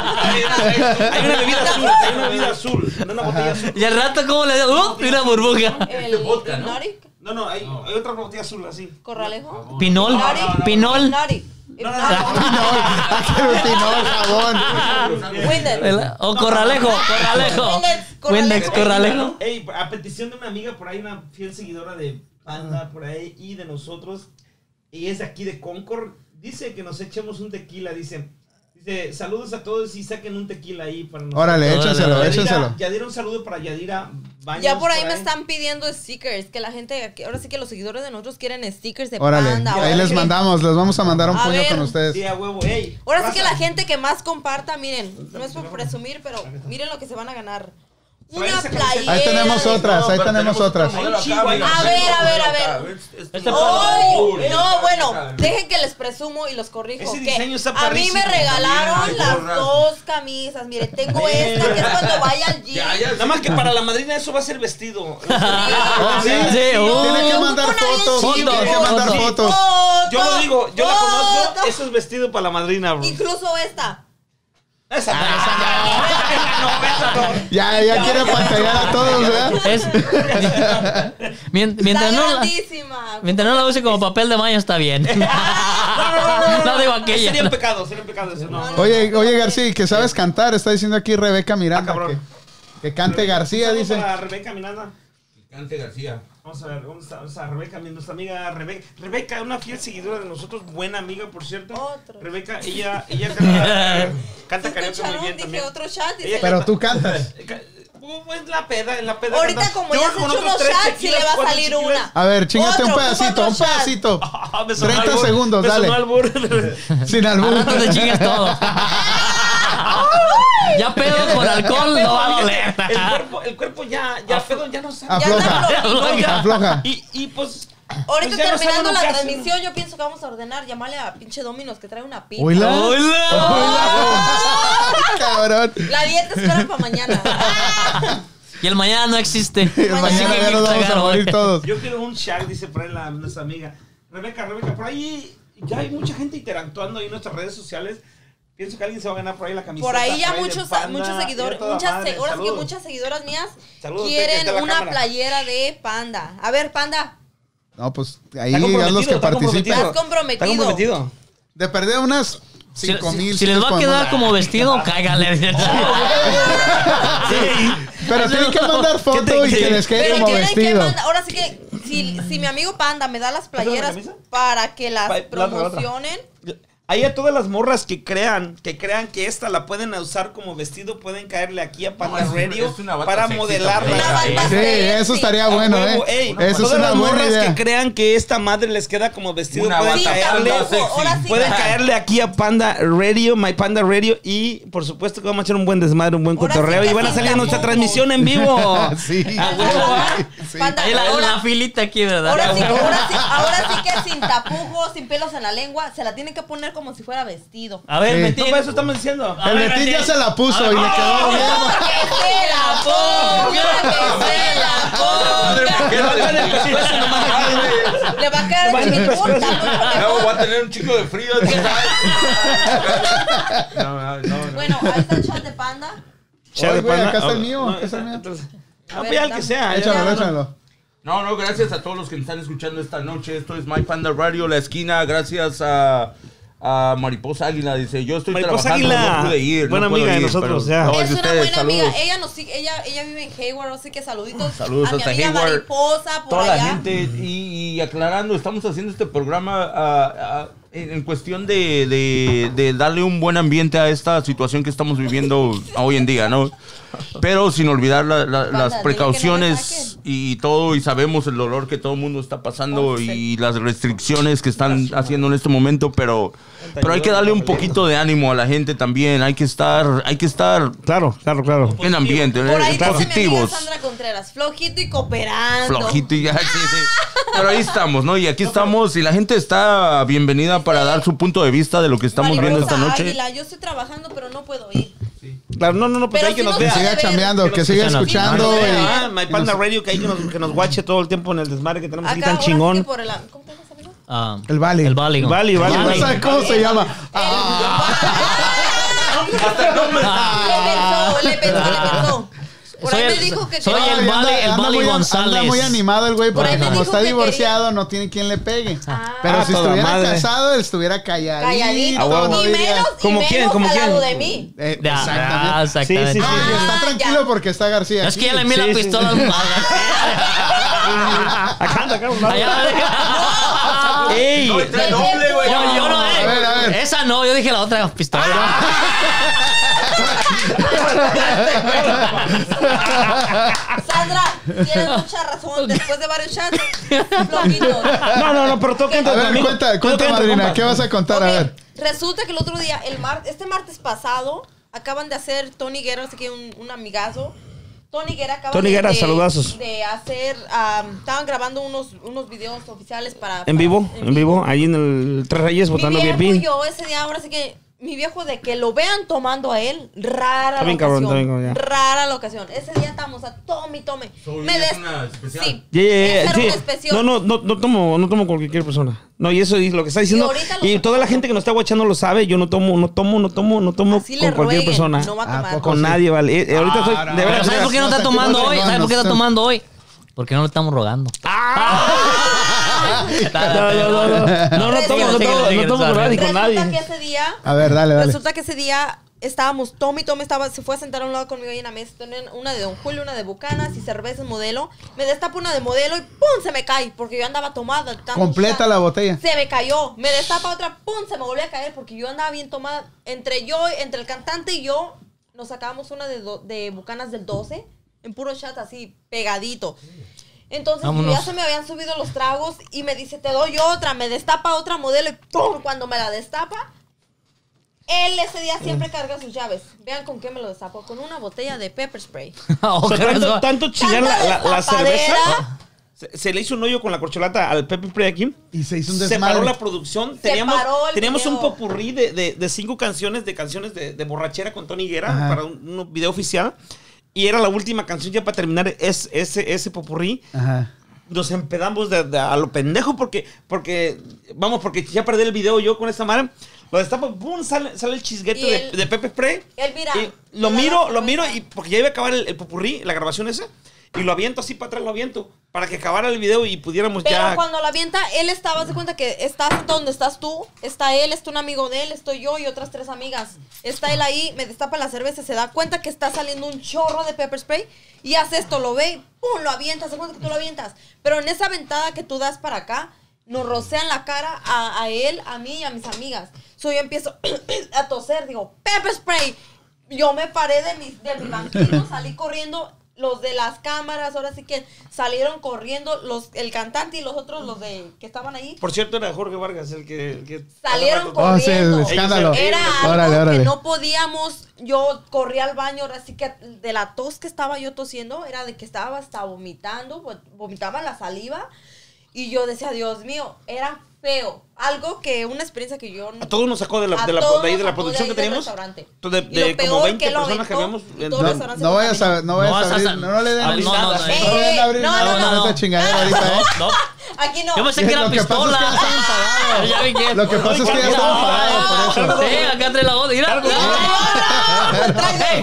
[SPEAKER 3] alterada.
[SPEAKER 2] Hay una bebida azul, hay una bebida azul, no una botella azul.
[SPEAKER 6] Y al rato, ¿cómo le dio? ¡Uh! Mira burbuja.
[SPEAKER 3] El
[SPEAKER 5] vodka, ¿no?
[SPEAKER 3] Hypnotic,
[SPEAKER 2] Este No, no, hay, hay otra botella azul así.
[SPEAKER 3] Corralejo.
[SPEAKER 6] Pinol.
[SPEAKER 3] No, no, no,
[SPEAKER 6] Pinol.
[SPEAKER 3] Hypnotic,
[SPEAKER 2] No, no,
[SPEAKER 3] Hypnotic.
[SPEAKER 2] no, no.
[SPEAKER 1] Ah, qué rutinó el jabón.
[SPEAKER 3] Ah, Windex.
[SPEAKER 6] ¿Verdad? O corralejo, corralejo.
[SPEAKER 3] Windex,
[SPEAKER 6] Windex, corralejo.
[SPEAKER 2] Ey, a petición de una amiga por ahí, una fiel seguidora de Panda por ahí y de nosotros, y es de aquí de Concord, dice que nos echemos un tequila, dice. Dice, saludos a todos y saquen un tequila ahí para nosotros.
[SPEAKER 1] Órale,
[SPEAKER 6] Órale,
[SPEAKER 1] échaselo,
[SPEAKER 6] órale.
[SPEAKER 2] Yadira,
[SPEAKER 1] échaselo.
[SPEAKER 2] Yadira, un saludo para Yadira Baños.
[SPEAKER 3] Ya por ahí me están pidiendo stickers, que la gente, aquí- ahora sí que los seguidores de nosotros quieren stickers de
[SPEAKER 1] Órale,
[SPEAKER 3] panda.
[SPEAKER 1] ahí
[SPEAKER 3] ahora
[SPEAKER 1] les
[SPEAKER 3] sí.
[SPEAKER 1] mandamos, les vamos a mandar un
[SPEAKER 3] A
[SPEAKER 1] puño
[SPEAKER 3] ver.
[SPEAKER 1] con ustedes.
[SPEAKER 2] Sí, a huevo, ey.
[SPEAKER 3] Ahora sí que
[SPEAKER 2] raza,
[SPEAKER 3] la gente que más comparta, miren, no es por presumir, pero miren lo que se van a ganar. Una
[SPEAKER 2] Tráiganse camiseta.
[SPEAKER 3] playera.
[SPEAKER 1] Ahí tenemos
[SPEAKER 3] de-
[SPEAKER 1] otra. otras, ahí tenemos otras.
[SPEAKER 3] A ver, a ver, a ver.
[SPEAKER 5] este
[SPEAKER 3] ¡Oh!
[SPEAKER 5] Azul.
[SPEAKER 3] No, bueno, dejen que les presumo y los corrijo.
[SPEAKER 2] Ese
[SPEAKER 3] que
[SPEAKER 2] diseño está
[SPEAKER 3] a mí me
[SPEAKER 2] perrísimo.
[SPEAKER 3] regalaron
[SPEAKER 5] También hay
[SPEAKER 3] las
[SPEAKER 5] gorras.
[SPEAKER 3] dos camisas. Mire, tengo esta que es cuando vaya al gym.
[SPEAKER 5] Ya, ya,
[SPEAKER 2] Nada más que para la madrina eso va a ser vestido.
[SPEAKER 1] Oh, sí.
[SPEAKER 6] Sí, uh.
[SPEAKER 1] Tiene que mandar
[SPEAKER 3] Ocupan ahí
[SPEAKER 1] fotos,
[SPEAKER 3] el
[SPEAKER 1] tiene que
[SPEAKER 3] chico.
[SPEAKER 1] mandar
[SPEAKER 6] Sí.
[SPEAKER 1] fotos.
[SPEAKER 3] Uh.
[SPEAKER 2] Yo lo digo, yo la
[SPEAKER 3] Foto.
[SPEAKER 2] conozco, eso es vestido para la madrina, bro.
[SPEAKER 3] Incluso esta.
[SPEAKER 2] Esa
[SPEAKER 3] Ah.
[SPEAKER 2] no, esa no, esa no, esa no.
[SPEAKER 1] Ya, ya quiere pantallar a todos, ¿verdad?
[SPEAKER 6] Es, Mien- mientras,
[SPEAKER 3] está
[SPEAKER 6] no la,
[SPEAKER 3] grandísima.
[SPEAKER 6] mientras no la use como papel de baño, está bien. No digo aquella.
[SPEAKER 2] Sería un
[SPEAKER 6] no.
[SPEAKER 2] pecado, sería un pecado eso, no.
[SPEAKER 1] Oye, oye García, que sabes cantar, está diciendo aquí Rebeca Miranda
[SPEAKER 2] Ah,
[SPEAKER 1] que,
[SPEAKER 2] cabrón.
[SPEAKER 1] que cante García,
[SPEAKER 2] Vamos
[SPEAKER 1] dice.
[SPEAKER 2] A Rebeca Miranda.
[SPEAKER 5] Cante García.
[SPEAKER 2] Vamos a ver, vamos a, vamos a Rebeca, mi- nuestra amiga Rebeca. Rebeca, una fiel seguidora de nosotros, buena amiga, por cierto.
[SPEAKER 3] Otro.
[SPEAKER 2] Rebeca, ella, ella canta, eh, canta karaoke muy
[SPEAKER 3] Escucharon,
[SPEAKER 2] bien
[SPEAKER 3] dije
[SPEAKER 2] también.
[SPEAKER 3] otro chat. dice,
[SPEAKER 2] Ella
[SPEAKER 1] Pero tú cantas.
[SPEAKER 2] Ca- Uh, Es la peda, en la peda.
[SPEAKER 3] ahorita
[SPEAKER 2] canta.
[SPEAKER 3] como
[SPEAKER 2] Yo
[SPEAKER 3] ya
[SPEAKER 2] creo
[SPEAKER 3] se
[SPEAKER 2] que con
[SPEAKER 3] echó
[SPEAKER 2] otros
[SPEAKER 3] unos
[SPEAKER 2] tres
[SPEAKER 3] shots y le
[SPEAKER 2] tequilas,
[SPEAKER 3] va a
[SPEAKER 2] cuatro
[SPEAKER 3] salir
[SPEAKER 2] tequilas.
[SPEAKER 3] una.
[SPEAKER 1] A ver, chingate un
[SPEAKER 3] Otro, ocupa
[SPEAKER 1] pedacito,
[SPEAKER 3] otro
[SPEAKER 1] un
[SPEAKER 3] shot.
[SPEAKER 1] pedacito.
[SPEAKER 2] Ah, me sonó
[SPEAKER 1] 30
[SPEAKER 2] albur,
[SPEAKER 1] segundos,
[SPEAKER 2] me
[SPEAKER 1] dale.
[SPEAKER 2] sonó albur.
[SPEAKER 1] Sin
[SPEAKER 6] Al
[SPEAKER 1] albur.
[SPEAKER 6] rato te chingas todo. Ya pedo con alcohol, no va a doler. Ah,
[SPEAKER 2] El cuerpo, el cuerpo ya, ya, perdón, ya no sabe.
[SPEAKER 3] Ya está
[SPEAKER 1] Afloja.
[SPEAKER 3] flojito.
[SPEAKER 2] No, ya.
[SPEAKER 1] Afloja.
[SPEAKER 2] Y, y pues.
[SPEAKER 3] Ahorita
[SPEAKER 2] pues ya no
[SPEAKER 3] terminando
[SPEAKER 2] saben
[SPEAKER 3] la
[SPEAKER 2] qué hacer.
[SPEAKER 3] transmisión, yo pienso que vamos a ordenar, llamarle a pinche Dominos que trae una pizza.
[SPEAKER 1] Hola.
[SPEAKER 3] ¡Ah!
[SPEAKER 1] Cabrón.
[SPEAKER 3] La dieta espera para mañana. ¡Ah!
[SPEAKER 6] Y el mañana no existe.
[SPEAKER 1] El mañana
[SPEAKER 6] Así que
[SPEAKER 1] ya nos vamos a
[SPEAKER 6] cagar,
[SPEAKER 1] morir
[SPEAKER 6] güey.
[SPEAKER 1] todos.
[SPEAKER 2] Yo quiero un shag, dice por ahí la, nuestra amiga. Rebeca, Rebeca, por ahí ya hay mucha gente interactuando ahí en nuestras redes sociales. Pienso que alguien se va a ganar por ahí la camiseta.
[SPEAKER 3] Por ahí ya
[SPEAKER 2] de
[SPEAKER 3] muchos,
[SPEAKER 2] Panda,
[SPEAKER 3] muchos
[SPEAKER 2] y de
[SPEAKER 3] seguidores,
[SPEAKER 2] toda
[SPEAKER 3] muchas,
[SPEAKER 2] madre.
[SPEAKER 3] se- ahora sí que
[SPEAKER 2] Saludos.
[SPEAKER 3] muchas seguidoras mías
[SPEAKER 2] Saludos, Becky,
[SPEAKER 3] quieren
[SPEAKER 2] está la
[SPEAKER 3] una
[SPEAKER 2] cámara.
[SPEAKER 3] playera de panda. A ver, panda,
[SPEAKER 1] No, pues ahí
[SPEAKER 2] Está comprometido,
[SPEAKER 1] haz los que
[SPEAKER 2] está
[SPEAKER 1] participen.
[SPEAKER 2] comprometido.
[SPEAKER 3] estás comprometido.
[SPEAKER 2] Está comprometido.
[SPEAKER 1] De perder unas
[SPEAKER 6] Si,
[SPEAKER 1] 5
[SPEAKER 6] si-
[SPEAKER 1] mil.
[SPEAKER 6] si les va a
[SPEAKER 1] cinco,
[SPEAKER 6] quedar
[SPEAKER 1] ¿no?
[SPEAKER 6] como vestido, cáigale.
[SPEAKER 1] Pero tienen que mandar foto
[SPEAKER 2] te-
[SPEAKER 1] y que
[SPEAKER 2] qué-
[SPEAKER 1] les quede
[SPEAKER 3] Pero
[SPEAKER 1] como
[SPEAKER 3] tienen que
[SPEAKER 1] vestido.
[SPEAKER 3] mandar- ahora sí que si, si mi amigo Panda me da las playeras
[SPEAKER 2] ¿Esa es la camisa?
[SPEAKER 3] para que las
[SPEAKER 2] Pa- la otra, la otra.
[SPEAKER 3] promocionen,
[SPEAKER 2] Ahí a todas las morras que crean, que crean que esta la pueden usar como vestido, pueden caerle aquí a Panda
[SPEAKER 5] es una-
[SPEAKER 2] Radio
[SPEAKER 5] es una bata
[SPEAKER 2] para
[SPEAKER 5] sexy
[SPEAKER 2] modelarla.
[SPEAKER 5] también.
[SPEAKER 3] Una bata
[SPEAKER 1] Sí, eso estaría
[SPEAKER 2] A
[SPEAKER 1] bueno,
[SPEAKER 2] huevo,
[SPEAKER 1] ¿eh?
[SPEAKER 2] ey,
[SPEAKER 1] Eso es
[SPEAKER 2] todas
[SPEAKER 1] una
[SPEAKER 2] las
[SPEAKER 1] buena
[SPEAKER 2] morras
[SPEAKER 1] idea.
[SPEAKER 2] que crean que esta madre les queda como vestido
[SPEAKER 5] Una
[SPEAKER 2] pueden
[SPEAKER 5] bata
[SPEAKER 2] caerle,
[SPEAKER 5] panda sexy.
[SPEAKER 3] Ahora sí.
[SPEAKER 2] pueden caerle aquí a Panda Radio, My Panda Radio y por supuesto que vamos a echar un buen desmadre, un buen
[SPEAKER 3] Ahora
[SPEAKER 2] cotorreo
[SPEAKER 3] sí que
[SPEAKER 2] y van a
[SPEAKER 3] sí,
[SPEAKER 2] salir en nuestra
[SPEAKER 3] tampoco.
[SPEAKER 2] transmisión en vivo.
[SPEAKER 1] Sí.
[SPEAKER 2] A huevo, ¿ah?
[SPEAKER 1] Sí.
[SPEAKER 3] Panda,
[SPEAKER 6] Ahí la,
[SPEAKER 3] ahora-
[SPEAKER 6] la filita aquí, ¿verdad?
[SPEAKER 3] Ahora sí, ahora sí, ahora sí que sin tapujos, sin pelos en la lengua, se la tienen que poner como si fuera vestido.
[SPEAKER 6] A ver,
[SPEAKER 1] Sí.
[SPEAKER 6] Betín.
[SPEAKER 2] No, para eso estamos diciendo.
[SPEAKER 6] A
[SPEAKER 1] El
[SPEAKER 6] ver,
[SPEAKER 1] Betín ya
[SPEAKER 6] Betín.
[SPEAKER 1] se la puso y le quedó bien.
[SPEAKER 3] ¡Que se la ponga! ¡Que se la ponga!
[SPEAKER 5] ¿Qué
[SPEAKER 2] Van a
[SPEAKER 5] tal?
[SPEAKER 2] empezar a nomás aquí, güey.
[SPEAKER 3] Le va a caer
[SPEAKER 2] Bueno,
[SPEAKER 3] en mi
[SPEAKER 2] pues,
[SPEAKER 3] punta,
[SPEAKER 2] pues,
[SPEAKER 3] ¿no?
[SPEAKER 5] No, voy a tener un chico de frío. No, no, no.
[SPEAKER 3] Bueno, ahí está el chat de panda.
[SPEAKER 1] Oye,
[SPEAKER 2] de
[SPEAKER 1] güey,
[SPEAKER 2] pana-
[SPEAKER 1] acá está el
[SPEAKER 2] ah,
[SPEAKER 1] mío,
[SPEAKER 2] no,
[SPEAKER 1] acá está el mío.
[SPEAKER 2] entonces-
[SPEAKER 3] A
[SPEAKER 2] Ah,
[SPEAKER 3] ver,
[SPEAKER 2] pues ya el que
[SPEAKER 3] dame.
[SPEAKER 2] sea. ya.
[SPEAKER 1] Échalo, échalo.
[SPEAKER 5] No, no, gracias a todos los que me están escuchando esta noche. Esto es My Panda Radio, La Esquina. Gracias a, a Mariposa Águila. Dice, yo estoy
[SPEAKER 2] Mariposa
[SPEAKER 5] trabajando,
[SPEAKER 2] Águila,
[SPEAKER 5] no pude ir. no
[SPEAKER 2] buena
[SPEAKER 5] puedo
[SPEAKER 2] amiga de
[SPEAKER 5] ir,
[SPEAKER 2] nosotros,
[SPEAKER 5] pero-
[SPEAKER 2] ya.
[SPEAKER 5] No,
[SPEAKER 3] Es
[SPEAKER 5] de
[SPEAKER 3] una
[SPEAKER 5] ustedes,
[SPEAKER 3] buena
[SPEAKER 5] saludos. Ah,
[SPEAKER 3] amiga. Ella nos sigue, ella, ella vive en Hayward, así que saluditos.
[SPEAKER 5] Saludos
[SPEAKER 3] a mi
[SPEAKER 5] hasta
[SPEAKER 3] amiga
[SPEAKER 5] Hayward.
[SPEAKER 3] Mariposa, por
[SPEAKER 5] Toda
[SPEAKER 3] allá.
[SPEAKER 5] la gente. Y, y aclarando, estamos haciendo este programa ah, ah, en, en cuestión de, de- de darle un buen ambiente a esta situación que estamos viviendo hoy en día, ¿no? Pero sin olvidar la- la-
[SPEAKER 3] Panda, dile que
[SPEAKER 5] las
[SPEAKER 3] no me
[SPEAKER 5] precauciones
[SPEAKER 3] saquen.
[SPEAKER 5] y todo, y sabemos el dolor que todo el mundo está pasando y las restricciones que están haciendo en este momento, pero, pero hay que darle un poquito de ánimo a la gente también, hay que estar, hay que estar
[SPEAKER 2] Claro, claro, claro.
[SPEAKER 5] en ambiente,
[SPEAKER 3] Por ahí dice mi
[SPEAKER 5] eh,
[SPEAKER 3] amiga
[SPEAKER 5] positivos.
[SPEAKER 3] Sandra Contreras, flojito y cooperando.
[SPEAKER 5] Flojito y ya, sí, sí. Pero ahí estamos, ¿no? Y aquí estamos y la gente está bienvenida para dar su punto de vista de lo que estamos viendo esta
[SPEAKER 3] Mariposa
[SPEAKER 5] noche.
[SPEAKER 3] Águila, yo estoy trabajando, pero no puedo ir.
[SPEAKER 2] Claro, no, no, no, pues
[SPEAKER 3] Pero
[SPEAKER 2] hay que
[SPEAKER 3] si
[SPEAKER 2] nos
[SPEAKER 3] no
[SPEAKER 1] Que
[SPEAKER 2] vea.
[SPEAKER 3] se-
[SPEAKER 1] siga chambeando, que siga escuchando.
[SPEAKER 2] Sí,
[SPEAKER 3] eh,
[SPEAKER 2] ah,
[SPEAKER 1] y-
[SPEAKER 2] My Panda Radio, que hay que nos, que nos guache todo el tiempo en el desmadre que tenemos aquí
[SPEAKER 3] Acá,
[SPEAKER 2] tan
[SPEAKER 3] ahora sí que
[SPEAKER 2] chingón.
[SPEAKER 3] por el... ¿Cómo te llamas, amigo?
[SPEAKER 6] Ah,
[SPEAKER 1] El Vale.
[SPEAKER 6] El Vale.
[SPEAKER 2] El Vale, Vale,
[SPEAKER 1] Ya no
[SPEAKER 2] Vale.
[SPEAKER 1] sabe ¿Cómo se llama? Ah.
[SPEAKER 3] Le pensó, le pensó, le pensó. Por ahí
[SPEAKER 6] Soy
[SPEAKER 3] me
[SPEAKER 6] el-
[SPEAKER 3] dijo que
[SPEAKER 6] soy
[SPEAKER 3] quería-
[SPEAKER 6] el- Vale- el Vale
[SPEAKER 1] muy,
[SPEAKER 6] González.
[SPEAKER 1] muy animado el güey,
[SPEAKER 3] Por ahí
[SPEAKER 1] porque
[SPEAKER 3] me
[SPEAKER 1] como
[SPEAKER 3] dijo
[SPEAKER 1] está
[SPEAKER 3] que
[SPEAKER 1] divorciado, no tiene quien le pegue.
[SPEAKER 3] Ah.
[SPEAKER 1] Pero
[SPEAKER 2] Ah,
[SPEAKER 1] si
[SPEAKER 2] toda
[SPEAKER 1] estuviera
[SPEAKER 2] madre.
[SPEAKER 1] casado, él estuviera calladito.
[SPEAKER 3] calladito.
[SPEAKER 2] A huevo.
[SPEAKER 1] no
[SPEAKER 3] y
[SPEAKER 1] diría-
[SPEAKER 3] menos, y
[SPEAKER 2] ¿Como
[SPEAKER 3] menos
[SPEAKER 2] quién? ¿Como
[SPEAKER 3] al lado
[SPEAKER 2] quién?
[SPEAKER 3] de mí.
[SPEAKER 1] Eh,
[SPEAKER 6] Ya, ah,
[SPEAKER 1] exactamente.
[SPEAKER 6] exactamente.
[SPEAKER 2] Sí, sí,
[SPEAKER 1] Ah,
[SPEAKER 2] sí.
[SPEAKER 1] y está
[SPEAKER 3] ya.
[SPEAKER 1] tranquilo porque está García.
[SPEAKER 6] Es que ah,
[SPEAKER 1] aquí. Ah,
[SPEAKER 6] ya le mira
[SPEAKER 2] Sí,
[SPEAKER 6] la
[SPEAKER 2] sí,
[SPEAKER 6] pistola
[SPEAKER 2] sí.
[SPEAKER 6] al mago.
[SPEAKER 2] Acá, anda, acá, un lado.
[SPEAKER 6] Allá-
[SPEAKER 2] ¡Ey!
[SPEAKER 5] No, está el doble, güey.
[SPEAKER 6] Yo, yo no, eh.
[SPEAKER 1] A ver, a ver.
[SPEAKER 6] Esa no, yo dije la otra pistola.
[SPEAKER 3] Sandra, tienes mucha razón. Después de varios chats, flojito.
[SPEAKER 2] No, no, no, pero toca
[SPEAKER 1] A
[SPEAKER 2] entre
[SPEAKER 1] ver,
[SPEAKER 2] amigos.
[SPEAKER 1] cuenta,
[SPEAKER 2] Toca
[SPEAKER 1] cuenta,
[SPEAKER 2] entre
[SPEAKER 1] madrina,
[SPEAKER 2] compas.
[SPEAKER 1] ¿qué vas a contar? A
[SPEAKER 3] Ok,
[SPEAKER 1] ver.
[SPEAKER 3] Resulta que el otro día, el mar- este martes pasado, acaban de hacer Tony Guerra, así que un, un amigazo. Tony Guerra acaba
[SPEAKER 2] Tony
[SPEAKER 3] de-
[SPEAKER 2] Guerra,
[SPEAKER 3] de,
[SPEAKER 2] saludazos.
[SPEAKER 3] de hacer, am, estaban grabando unos, unos videos oficiales para...
[SPEAKER 2] En
[SPEAKER 3] para-
[SPEAKER 2] vivo, en vivo, ahí en el Tres Reyes
[SPEAKER 3] Mi
[SPEAKER 2] votando
[SPEAKER 3] viejo y
[SPEAKER 2] VIP.
[SPEAKER 3] yo ese día, ahora sí que mi viejo de que lo vean tomando a él, rara
[SPEAKER 2] Está
[SPEAKER 3] la
[SPEAKER 2] bien cabrón,
[SPEAKER 3] ocasión.
[SPEAKER 2] está bien cabrón, ya.
[SPEAKER 3] rara la ocasión. Ese día estábamos a tome y tome.
[SPEAKER 5] Soy
[SPEAKER 3] Me des-
[SPEAKER 5] una especial.
[SPEAKER 3] Sí.
[SPEAKER 2] Yeah, yeah, yeah,
[SPEAKER 3] Esa era
[SPEAKER 2] sí.
[SPEAKER 3] una especial.
[SPEAKER 2] No, no, no, no tomo, no tomo con cualquier persona. No, y eso es lo que está diciendo.
[SPEAKER 3] ahorita lo-
[SPEAKER 2] Y, toda la gente que nos está guachando lo sabe. Yo no tomo, no tomo, no tomo, no tomo
[SPEAKER 3] Así le
[SPEAKER 2] con cualquier
[SPEAKER 3] rueguen,
[SPEAKER 2] persona.
[SPEAKER 3] no va a
[SPEAKER 1] Ah,
[SPEAKER 3] tomar.
[SPEAKER 1] poco.
[SPEAKER 2] Con nadie, vale. Eh, eh, ahorita estoy.
[SPEAKER 1] no,
[SPEAKER 2] de
[SPEAKER 6] Pero
[SPEAKER 2] verdad.
[SPEAKER 6] ¿sabes por qué no está tomando hoy? ¿Sabes por qué está tomando hoy? Porque no lo estamos rogando.
[SPEAKER 2] No, no, no, no. No, no tomo, no tomo, no tomo con nadie, con
[SPEAKER 3] Resulta que
[SPEAKER 2] nadie.
[SPEAKER 3] ese día
[SPEAKER 1] A ver, dale, dale.
[SPEAKER 3] Resulta que ese día estábamos, Tommy, Tommy estaba, se fue a sentar a un lado conmigo ahí en la mesa. Tenían una de Don Julio, una de Bucanas y cerveza modelo. Me destapa una de modelo y ¡pum! se me cae porque yo andaba tomada. tanto
[SPEAKER 1] Completa
[SPEAKER 3] shot.
[SPEAKER 1] la botella.
[SPEAKER 3] Se me cayó. Me destapa otra, ¡pum! se me volvió a caer porque yo andaba bien tomada. Entre yo, entre el cantante y yo, nos sacábamos una de, do- de Bucanas del 12 en puro chat así, pegadito. Entonces yo
[SPEAKER 6] Vámonos.
[SPEAKER 3] ya se me habían subido los tragos y me dice, te doy otra, me destapa otra modelo y ¡pum! Cuando me la destapa, él ese día siempre carga sus llaves. Vean con qué me lo destapó. Con una botella de pepper spray.
[SPEAKER 2] O sea, tanto, tanto chingar la, la- la cerveza.
[SPEAKER 3] destapadera.
[SPEAKER 2] Se, se le hizo un hoyo con la corcholata al Pepe Play aquí.
[SPEAKER 1] Y se hizo un
[SPEAKER 2] Se paró
[SPEAKER 1] desmadre.
[SPEAKER 2] la producción. Teníamos,
[SPEAKER 3] paró el
[SPEAKER 2] teníamos un
[SPEAKER 3] video.
[SPEAKER 2] popurrí de, de- de cinco canciones, de canciones de, de borrachera con Tony Guerra
[SPEAKER 1] Ajá.
[SPEAKER 2] para un, un video oficial. Y era la última canción ya para terminar es- ese, ese popurrí.
[SPEAKER 1] Ajá.
[SPEAKER 2] Nos empedamos de, de- a lo pendejo porque, porque, vamos, porque ya perdí el video yo con esta madre. Lo destapo, ¡pum! Sale, sale el chisguete
[SPEAKER 3] Y
[SPEAKER 2] de,
[SPEAKER 3] él-
[SPEAKER 2] de Pepe Spray.
[SPEAKER 3] él mira,
[SPEAKER 2] Y lo
[SPEAKER 3] mira
[SPEAKER 2] miro,
[SPEAKER 3] la
[SPEAKER 2] lo miro,
[SPEAKER 3] cerveza.
[SPEAKER 2] y porque ya iba a acabar el, el popurrí, la grabación esa. Y lo aviento así para atrás, lo aviento. Para que acabara el video y pudiéramos
[SPEAKER 3] Pero
[SPEAKER 2] ya.
[SPEAKER 3] cuando la avienta, él estaba, haz de cuenta que estás donde estás tú, está él, está un amigo de él, estoy yo y otras tres amigas. Está él ahí, me destapa la cerveza, se da cuenta que está saliendo un chorro de pepper spray y hace esto, lo ve, pum, lo avientas, haz de cuenta que tú lo avientas. Pero en esa ventada que tú das para acá, nos rocean la cara a, a él, a mí y a mis amigas. So yo empiezo a toser, digo, pepper spray. Yo me paré de mi, de mi banquito, salí corriendo. Los de las cámaras, ahora sí que salieron corriendo, los, el cantante y los otros, los de que estaban ahí,
[SPEAKER 2] Por cierto, era Jorge Vargas el que. el que-
[SPEAKER 3] salieron
[SPEAKER 1] Oh, sí, el
[SPEAKER 3] corriendo.
[SPEAKER 1] escándalo.
[SPEAKER 3] Era algo
[SPEAKER 1] Órale, órale.
[SPEAKER 3] que no podíamos. Yo corrí al baño, ahora sí que de la tos que estaba yo tosiendo, era de que pues, estaba hasta vomitando, vo- vomitaba la saliva. Y yo decía, Dios mío, era feo. Algo que, una experiencia que yo no.
[SPEAKER 2] A todos nos sacó de, la,
[SPEAKER 3] A
[SPEAKER 2] de, la-
[SPEAKER 3] todos
[SPEAKER 2] de ahí de la
[SPEAKER 3] sacó de
[SPEAKER 2] producción
[SPEAKER 3] ahí
[SPEAKER 2] que
[SPEAKER 3] del
[SPEAKER 2] teníamos.
[SPEAKER 3] restaurante.
[SPEAKER 2] De,
[SPEAKER 3] Y lo
[SPEAKER 2] de como
[SPEAKER 3] peor
[SPEAKER 2] 20
[SPEAKER 3] que lo
[SPEAKER 2] personas que
[SPEAKER 3] aventó,
[SPEAKER 2] habíamos. eh,
[SPEAKER 3] y
[SPEAKER 2] en-
[SPEAKER 1] No,
[SPEAKER 3] todos los restaurantes
[SPEAKER 1] no vayas a, no vayas
[SPEAKER 6] No vas
[SPEAKER 1] a
[SPEAKER 6] a
[SPEAKER 1] abrir,
[SPEAKER 6] sal-
[SPEAKER 1] no, no le den
[SPEAKER 6] Ah,
[SPEAKER 1] abrir
[SPEAKER 6] no, no,
[SPEAKER 1] nada,
[SPEAKER 6] no,
[SPEAKER 1] no le den
[SPEAKER 3] eh,
[SPEAKER 1] abrir
[SPEAKER 3] no,
[SPEAKER 1] nada
[SPEAKER 3] no,
[SPEAKER 1] con
[SPEAKER 3] no.
[SPEAKER 1] esa chingadera ahorita, ¿eh?
[SPEAKER 6] No,
[SPEAKER 3] Aquí no.
[SPEAKER 6] yo pensé que era
[SPEAKER 1] Lo que pasa es que
[SPEAKER 6] pistola.
[SPEAKER 1] ya está enfadado.
[SPEAKER 6] Ya vi que-
[SPEAKER 1] Lo que pasa es que ya está enfadado por eso.
[SPEAKER 6] Sí, acá trae la voz. Mira. Ey,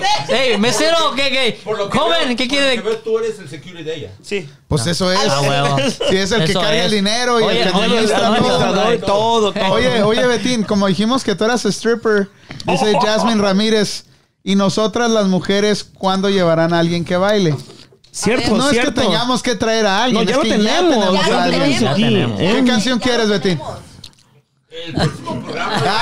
[SPEAKER 6] ey, mesero, ¿qué, qué?
[SPEAKER 5] Por lo que
[SPEAKER 6] Joven,
[SPEAKER 5] veo-
[SPEAKER 6] ¿qué
[SPEAKER 5] por lo
[SPEAKER 6] quiere?
[SPEAKER 5] que veo, tú eres el security de ella.
[SPEAKER 2] Sí.
[SPEAKER 1] Pues eso es.
[SPEAKER 6] Ah, huevo.
[SPEAKER 1] Si es el que
[SPEAKER 6] Eso
[SPEAKER 1] carga
[SPEAKER 6] es.
[SPEAKER 1] el dinero y
[SPEAKER 6] Oye,
[SPEAKER 1] el que
[SPEAKER 6] oye,
[SPEAKER 1] administra
[SPEAKER 6] oye,
[SPEAKER 1] todo.
[SPEAKER 6] oye,
[SPEAKER 2] todo, todo.
[SPEAKER 1] Oye, oye, Betín, como dijimos que tú eras stripper, dice Jasmine Ramírez, y nosotras las mujeres, ¿cuándo llevarán a alguien que baile?
[SPEAKER 2] Cierto,
[SPEAKER 3] Pues
[SPEAKER 1] no
[SPEAKER 2] cierto.
[SPEAKER 1] es que tengamos que traer a
[SPEAKER 2] No,
[SPEAKER 1] alguien.
[SPEAKER 2] ya
[SPEAKER 1] es
[SPEAKER 2] lo
[SPEAKER 1] que
[SPEAKER 2] tenemos.
[SPEAKER 3] tenemos
[SPEAKER 2] Ya
[SPEAKER 1] a
[SPEAKER 2] lo
[SPEAKER 1] alguien.
[SPEAKER 2] tenemos
[SPEAKER 6] Ya
[SPEAKER 2] aquí.
[SPEAKER 6] tenemos.
[SPEAKER 1] ¿Qué
[SPEAKER 2] ¿Eh?
[SPEAKER 1] canción quieres, Betín?
[SPEAKER 5] El próximo programa.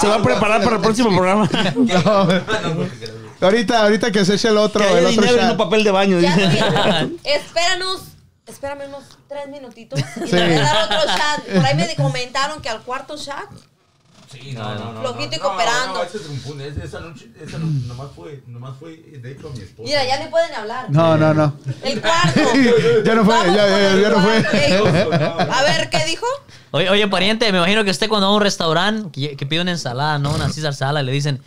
[SPEAKER 2] Se va a preparar para el próximo programa. que
[SPEAKER 1] Ahorita, ahorita que se eche el otro, el
[SPEAKER 2] haya
[SPEAKER 1] otro
[SPEAKER 2] dinero en un
[SPEAKER 1] shot.
[SPEAKER 2] papel de baño.
[SPEAKER 3] Ya
[SPEAKER 2] dice.
[SPEAKER 3] subí. Espéranos. Espérame unos tres minutitos y
[SPEAKER 1] Sí.
[SPEAKER 3] te voy a dar otro chat. Por ahí me comentaron que al cuarto chat
[SPEAKER 5] Sí, no, no, no.
[SPEAKER 3] Flojito y
[SPEAKER 5] no, no,
[SPEAKER 3] cooperando.
[SPEAKER 5] No, ese se confunde. Ese- Esa noche, esa noche nomás fue, nomás fue, de hecho, a mi esposa.
[SPEAKER 3] Mira, ya ni pueden hablar.
[SPEAKER 1] No, no, no.
[SPEAKER 3] El cuarto.
[SPEAKER 1] Ya no fue,
[SPEAKER 3] Vamos
[SPEAKER 1] ya-
[SPEAKER 3] por
[SPEAKER 1] ya-
[SPEAKER 3] el
[SPEAKER 1] ya no fue.
[SPEAKER 3] cuarto. Ey, A ver, ¿qué dijo?
[SPEAKER 6] Oye, oye, pariente, me imagino que usted cuando va a un restaurante que, que pide una ensalada, ¿no? Una César sala, le dicen,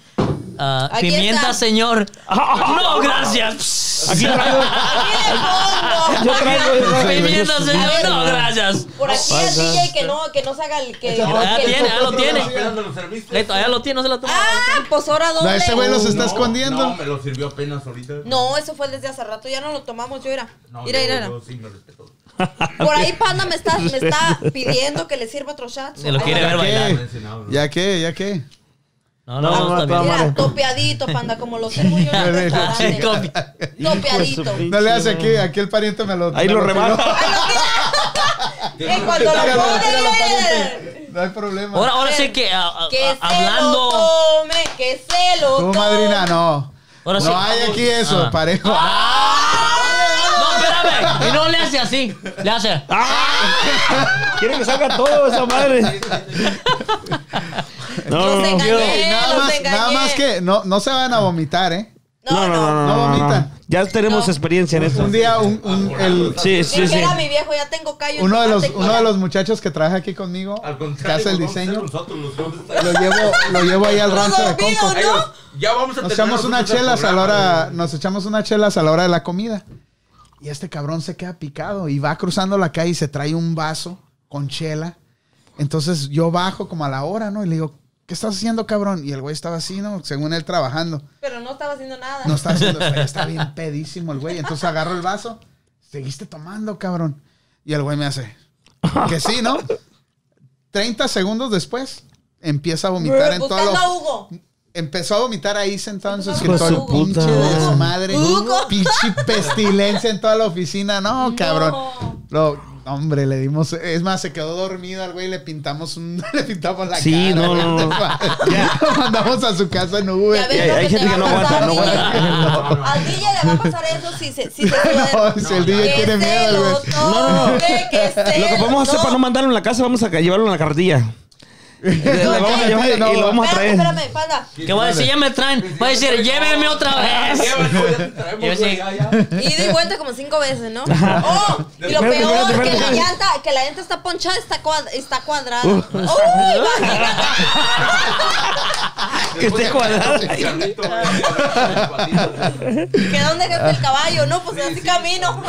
[SPEAKER 6] ah,
[SPEAKER 3] Aquí
[SPEAKER 6] pimienta,
[SPEAKER 3] está.
[SPEAKER 6] señor. no, gracias.
[SPEAKER 2] Aquí traigo.
[SPEAKER 3] Aquí le
[SPEAKER 2] Yo
[SPEAKER 3] pongo.
[SPEAKER 2] traigo.
[SPEAKER 6] pimienta, señor, no, gracias.
[SPEAKER 3] Por aquí el DJ que no, que no se haga el que.
[SPEAKER 6] Ya
[SPEAKER 3] que-
[SPEAKER 6] tiene, ya lo tiene.
[SPEAKER 5] Apenas me lo serviste.
[SPEAKER 6] Le, todavía lo tiene, no se lo toma.
[SPEAKER 3] Ah, pues ahora
[SPEAKER 1] No, ese güey los
[SPEAKER 3] doble.
[SPEAKER 1] está escondiendo.
[SPEAKER 5] No, me lo sirvió apenas ahorita.
[SPEAKER 3] No, eso fue desde hace rato, ya no lo tomamos, yo era.
[SPEAKER 5] No,
[SPEAKER 3] Mira,
[SPEAKER 5] yo-
[SPEAKER 3] mira, mira.
[SPEAKER 5] yo sí me respeto.
[SPEAKER 3] Por ahí Panda me está, me está pidiendo que le sirva otro shot.
[SPEAKER 6] Se lo quiere ver
[SPEAKER 1] ¿Ya
[SPEAKER 6] bailar.
[SPEAKER 1] qué? ¿Ya qué? ¿Ya qué?
[SPEAKER 2] No,
[SPEAKER 6] No, no,
[SPEAKER 2] no,
[SPEAKER 6] no, está
[SPEAKER 2] no,
[SPEAKER 6] bien.
[SPEAKER 3] Mira, topeadito, Panda, como lo sirvo yo en el restaurante.
[SPEAKER 6] Copi.
[SPEAKER 3] Topeadito.
[SPEAKER 1] No le hace aquí, aquí el pariente me lo.
[SPEAKER 2] Ahí
[SPEAKER 1] me
[SPEAKER 2] lo
[SPEAKER 1] tiró.
[SPEAKER 2] remata.
[SPEAKER 3] En cuanto lo
[SPEAKER 1] Tíralo, tíralo,
[SPEAKER 3] pone.
[SPEAKER 1] pariente. No hay problema.
[SPEAKER 6] Ahora, ahora
[SPEAKER 3] A
[SPEAKER 6] sí
[SPEAKER 3] ver,
[SPEAKER 6] que ah, ah,
[SPEAKER 3] Que
[SPEAKER 6] ah,
[SPEAKER 3] se lo
[SPEAKER 6] hablando.
[SPEAKER 3] tome, que se lo
[SPEAKER 1] Tú,
[SPEAKER 3] tome.
[SPEAKER 1] madrina, no.
[SPEAKER 6] Ahora sí.
[SPEAKER 1] No hay aquí eso,
[SPEAKER 6] Ah.
[SPEAKER 1] parejo.
[SPEAKER 6] No, espérame. Y no le hace así. Le hace.
[SPEAKER 2] ¡Ah! Quiere que salga todo esa madre. No,
[SPEAKER 3] Los
[SPEAKER 2] no, no.
[SPEAKER 3] engañé,
[SPEAKER 1] Ey, nada,
[SPEAKER 3] los
[SPEAKER 1] más,
[SPEAKER 3] engañé.
[SPEAKER 1] nada más que no, no se van a vomitar, ¿eh?
[SPEAKER 2] No, no, no, no,
[SPEAKER 1] No
[SPEAKER 2] no, no.
[SPEAKER 1] vomitan.
[SPEAKER 2] Ya tenemos
[SPEAKER 3] No.
[SPEAKER 2] experiencia en esto.
[SPEAKER 1] Un día, un, un-
[SPEAKER 6] Ah,
[SPEAKER 1] el-
[SPEAKER 2] Sí, sí, sí.
[SPEAKER 3] Dijera mi viejo, ya tengo callo. en
[SPEAKER 1] uno, de los,
[SPEAKER 3] tomate,
[SPEAKER 1] uno
[SPEAKER 3] mira.
[SPEAKER 1] de los muchachos que trabaja aquí conmigo,
[SPEAKER 5] Al
[SPEAKER 1] que
[SPEAKER 5] contrario,
[SPEAKER 1] hace el
[SPEAKER 5] vamos a hacer
[SPEAKER 1] diseño,
[SPEAKER 5] nosotros los hombres.
[SPEAKER 1] lo llevo, lo llevo ahí al
[SPEAKER 3] ¿Todo
[SPEAKER 1] rancho de
[SPEAKER 3] dormido,
[SPEAKER 1] Conco.
[SPEAKER 3] no?
[SPEAKER 5] Ya vamos a
[SPEAKER 1] Nos
[SPEAKER 5] terminar
[SPEAKER 1] echamos unas
[SPEAKER 5] nosotros el
[SPEAKER 1] chelas a la
[SPEAKER 5] programa,
[SPEAKER 1] hora,
[SPEAKER 5] güey.
[SPEAKER 1] nos echamos unas chelas a la hora de la comida. Y este cabrón se queda picado y va cruzando la calle y se trae un vaso con chela. Entonces yo bajo como a la hora, ¿no? Y le digo, ¿qué estás haciendo, cabrón? Y el güey estaba así, ¿no? Según él trabajando.
[SPEAKER 3] Pero no estaba haciendo nada.
[SPEAKER 1] No estaba haciendo, está, está bien pedísimo el güey. Entonces agarro el vaso, seguiste tomando, cabrón. Y el güey me hace, que sí, ¿no? 30 segundos después, empieza a vomitar en todo
[SPEAKER 3] Buscando a
[SPEAKER 1] lo...
[SPEAKER 3] Hugo.
[SPEAKER 1] Empezó a vomitar ahí sentado en su
[SPEAKER 3] Hijo
[SPEAKER 1] escritorio.
[SPEAKER 2] de su
[SPEAKER 1] Pinche
[SPEAKER 2] puta madre.
[SPEAKER 1] desmadre.
[SPEAKER 3] Hugo.
[SPEAKER 1] Pinche pestilencia en toda la oficina. No, cabrón. Lo- hombre, le dimos. Es más, se quedó dormido al güey y le pintamos un. Le pintamos la
[SPEAKER 2] Sí,
[SPEAKER 1] cara.
[SPEAKER 2] no, no, no.
[SPEAKER 1] Lo mandamos a su casa en Uber.
[SPEAKER 3] Ya ves
[SPEAKER 2] Hay-
[SPEAKER 3] lo
[SPEAKER 2] hay
[SPEAKER 3] te
[SPEAKER 2] gente
[SPEAKER 3] va
[SPEAKER 2] que no
[SPEAKER 3] a
[SPEAKER 2] aguanta,
[SPEAKER 3] pasar,
[SPEAKER 2] no
[SPEAKER 3] DJ. Al DJ le va a pasar eso si se si se
[SPEAKER 1] No, si el DJ tiene miedo, el güey.
[SPEAKER 3] No, no, que se
[SPEAKER 2] Lo que vamos a hacer
[SPEAKER 3] lo-
[SPEAKER 2] para no mandarlo en la casa, vamos a ca- llevarlo en la carretilla. Le
[SPEAKER 1] No,
[SPEAKER 2] vamos a
[SPEAKER 1] espérate,
[SPEAKER 2] llevar
[SPEAKER 1] no.
[SPEAKER 2] y lo vamos a
[SPEAKER 3] Espérame,
[SPEAKER 2] traer.
[SPEAKER 3] espérame, panda.
[SPEAKER 6] ¿Qué va a decir? Ya me traen. Va a decir, llévenme
[SPEAKER 1] Ah,
[SPEAKER 6] otra vez.
[SPEAKER 5] Llévalo, ya te traemos,
[SPEAKER 6] Yo sí.
[SPEAKER 5] güey, ya, ya.
[SPEAKER 3] Ida y vuelta como cinco veces, ¿no? Oh, y lo
[SPEAKER 2] Espérate,
[SPEAKER 3] peor
[SPEAKER 2] espérate,
[SPEAKER 3] que la
[SPEAKER 2] espérate.
[SPEAKER 3] llanta, que la llanta está ponchada, está, cuad- está cuadrada. Uy, imagínate.
[SPEAKER 2] Que esté cuadrado.
[SPEAKER 5] El carrito, güey, el patito, güey.
[SPEAKER 3] ¿Que dónde está el caballo? No, pues así camino.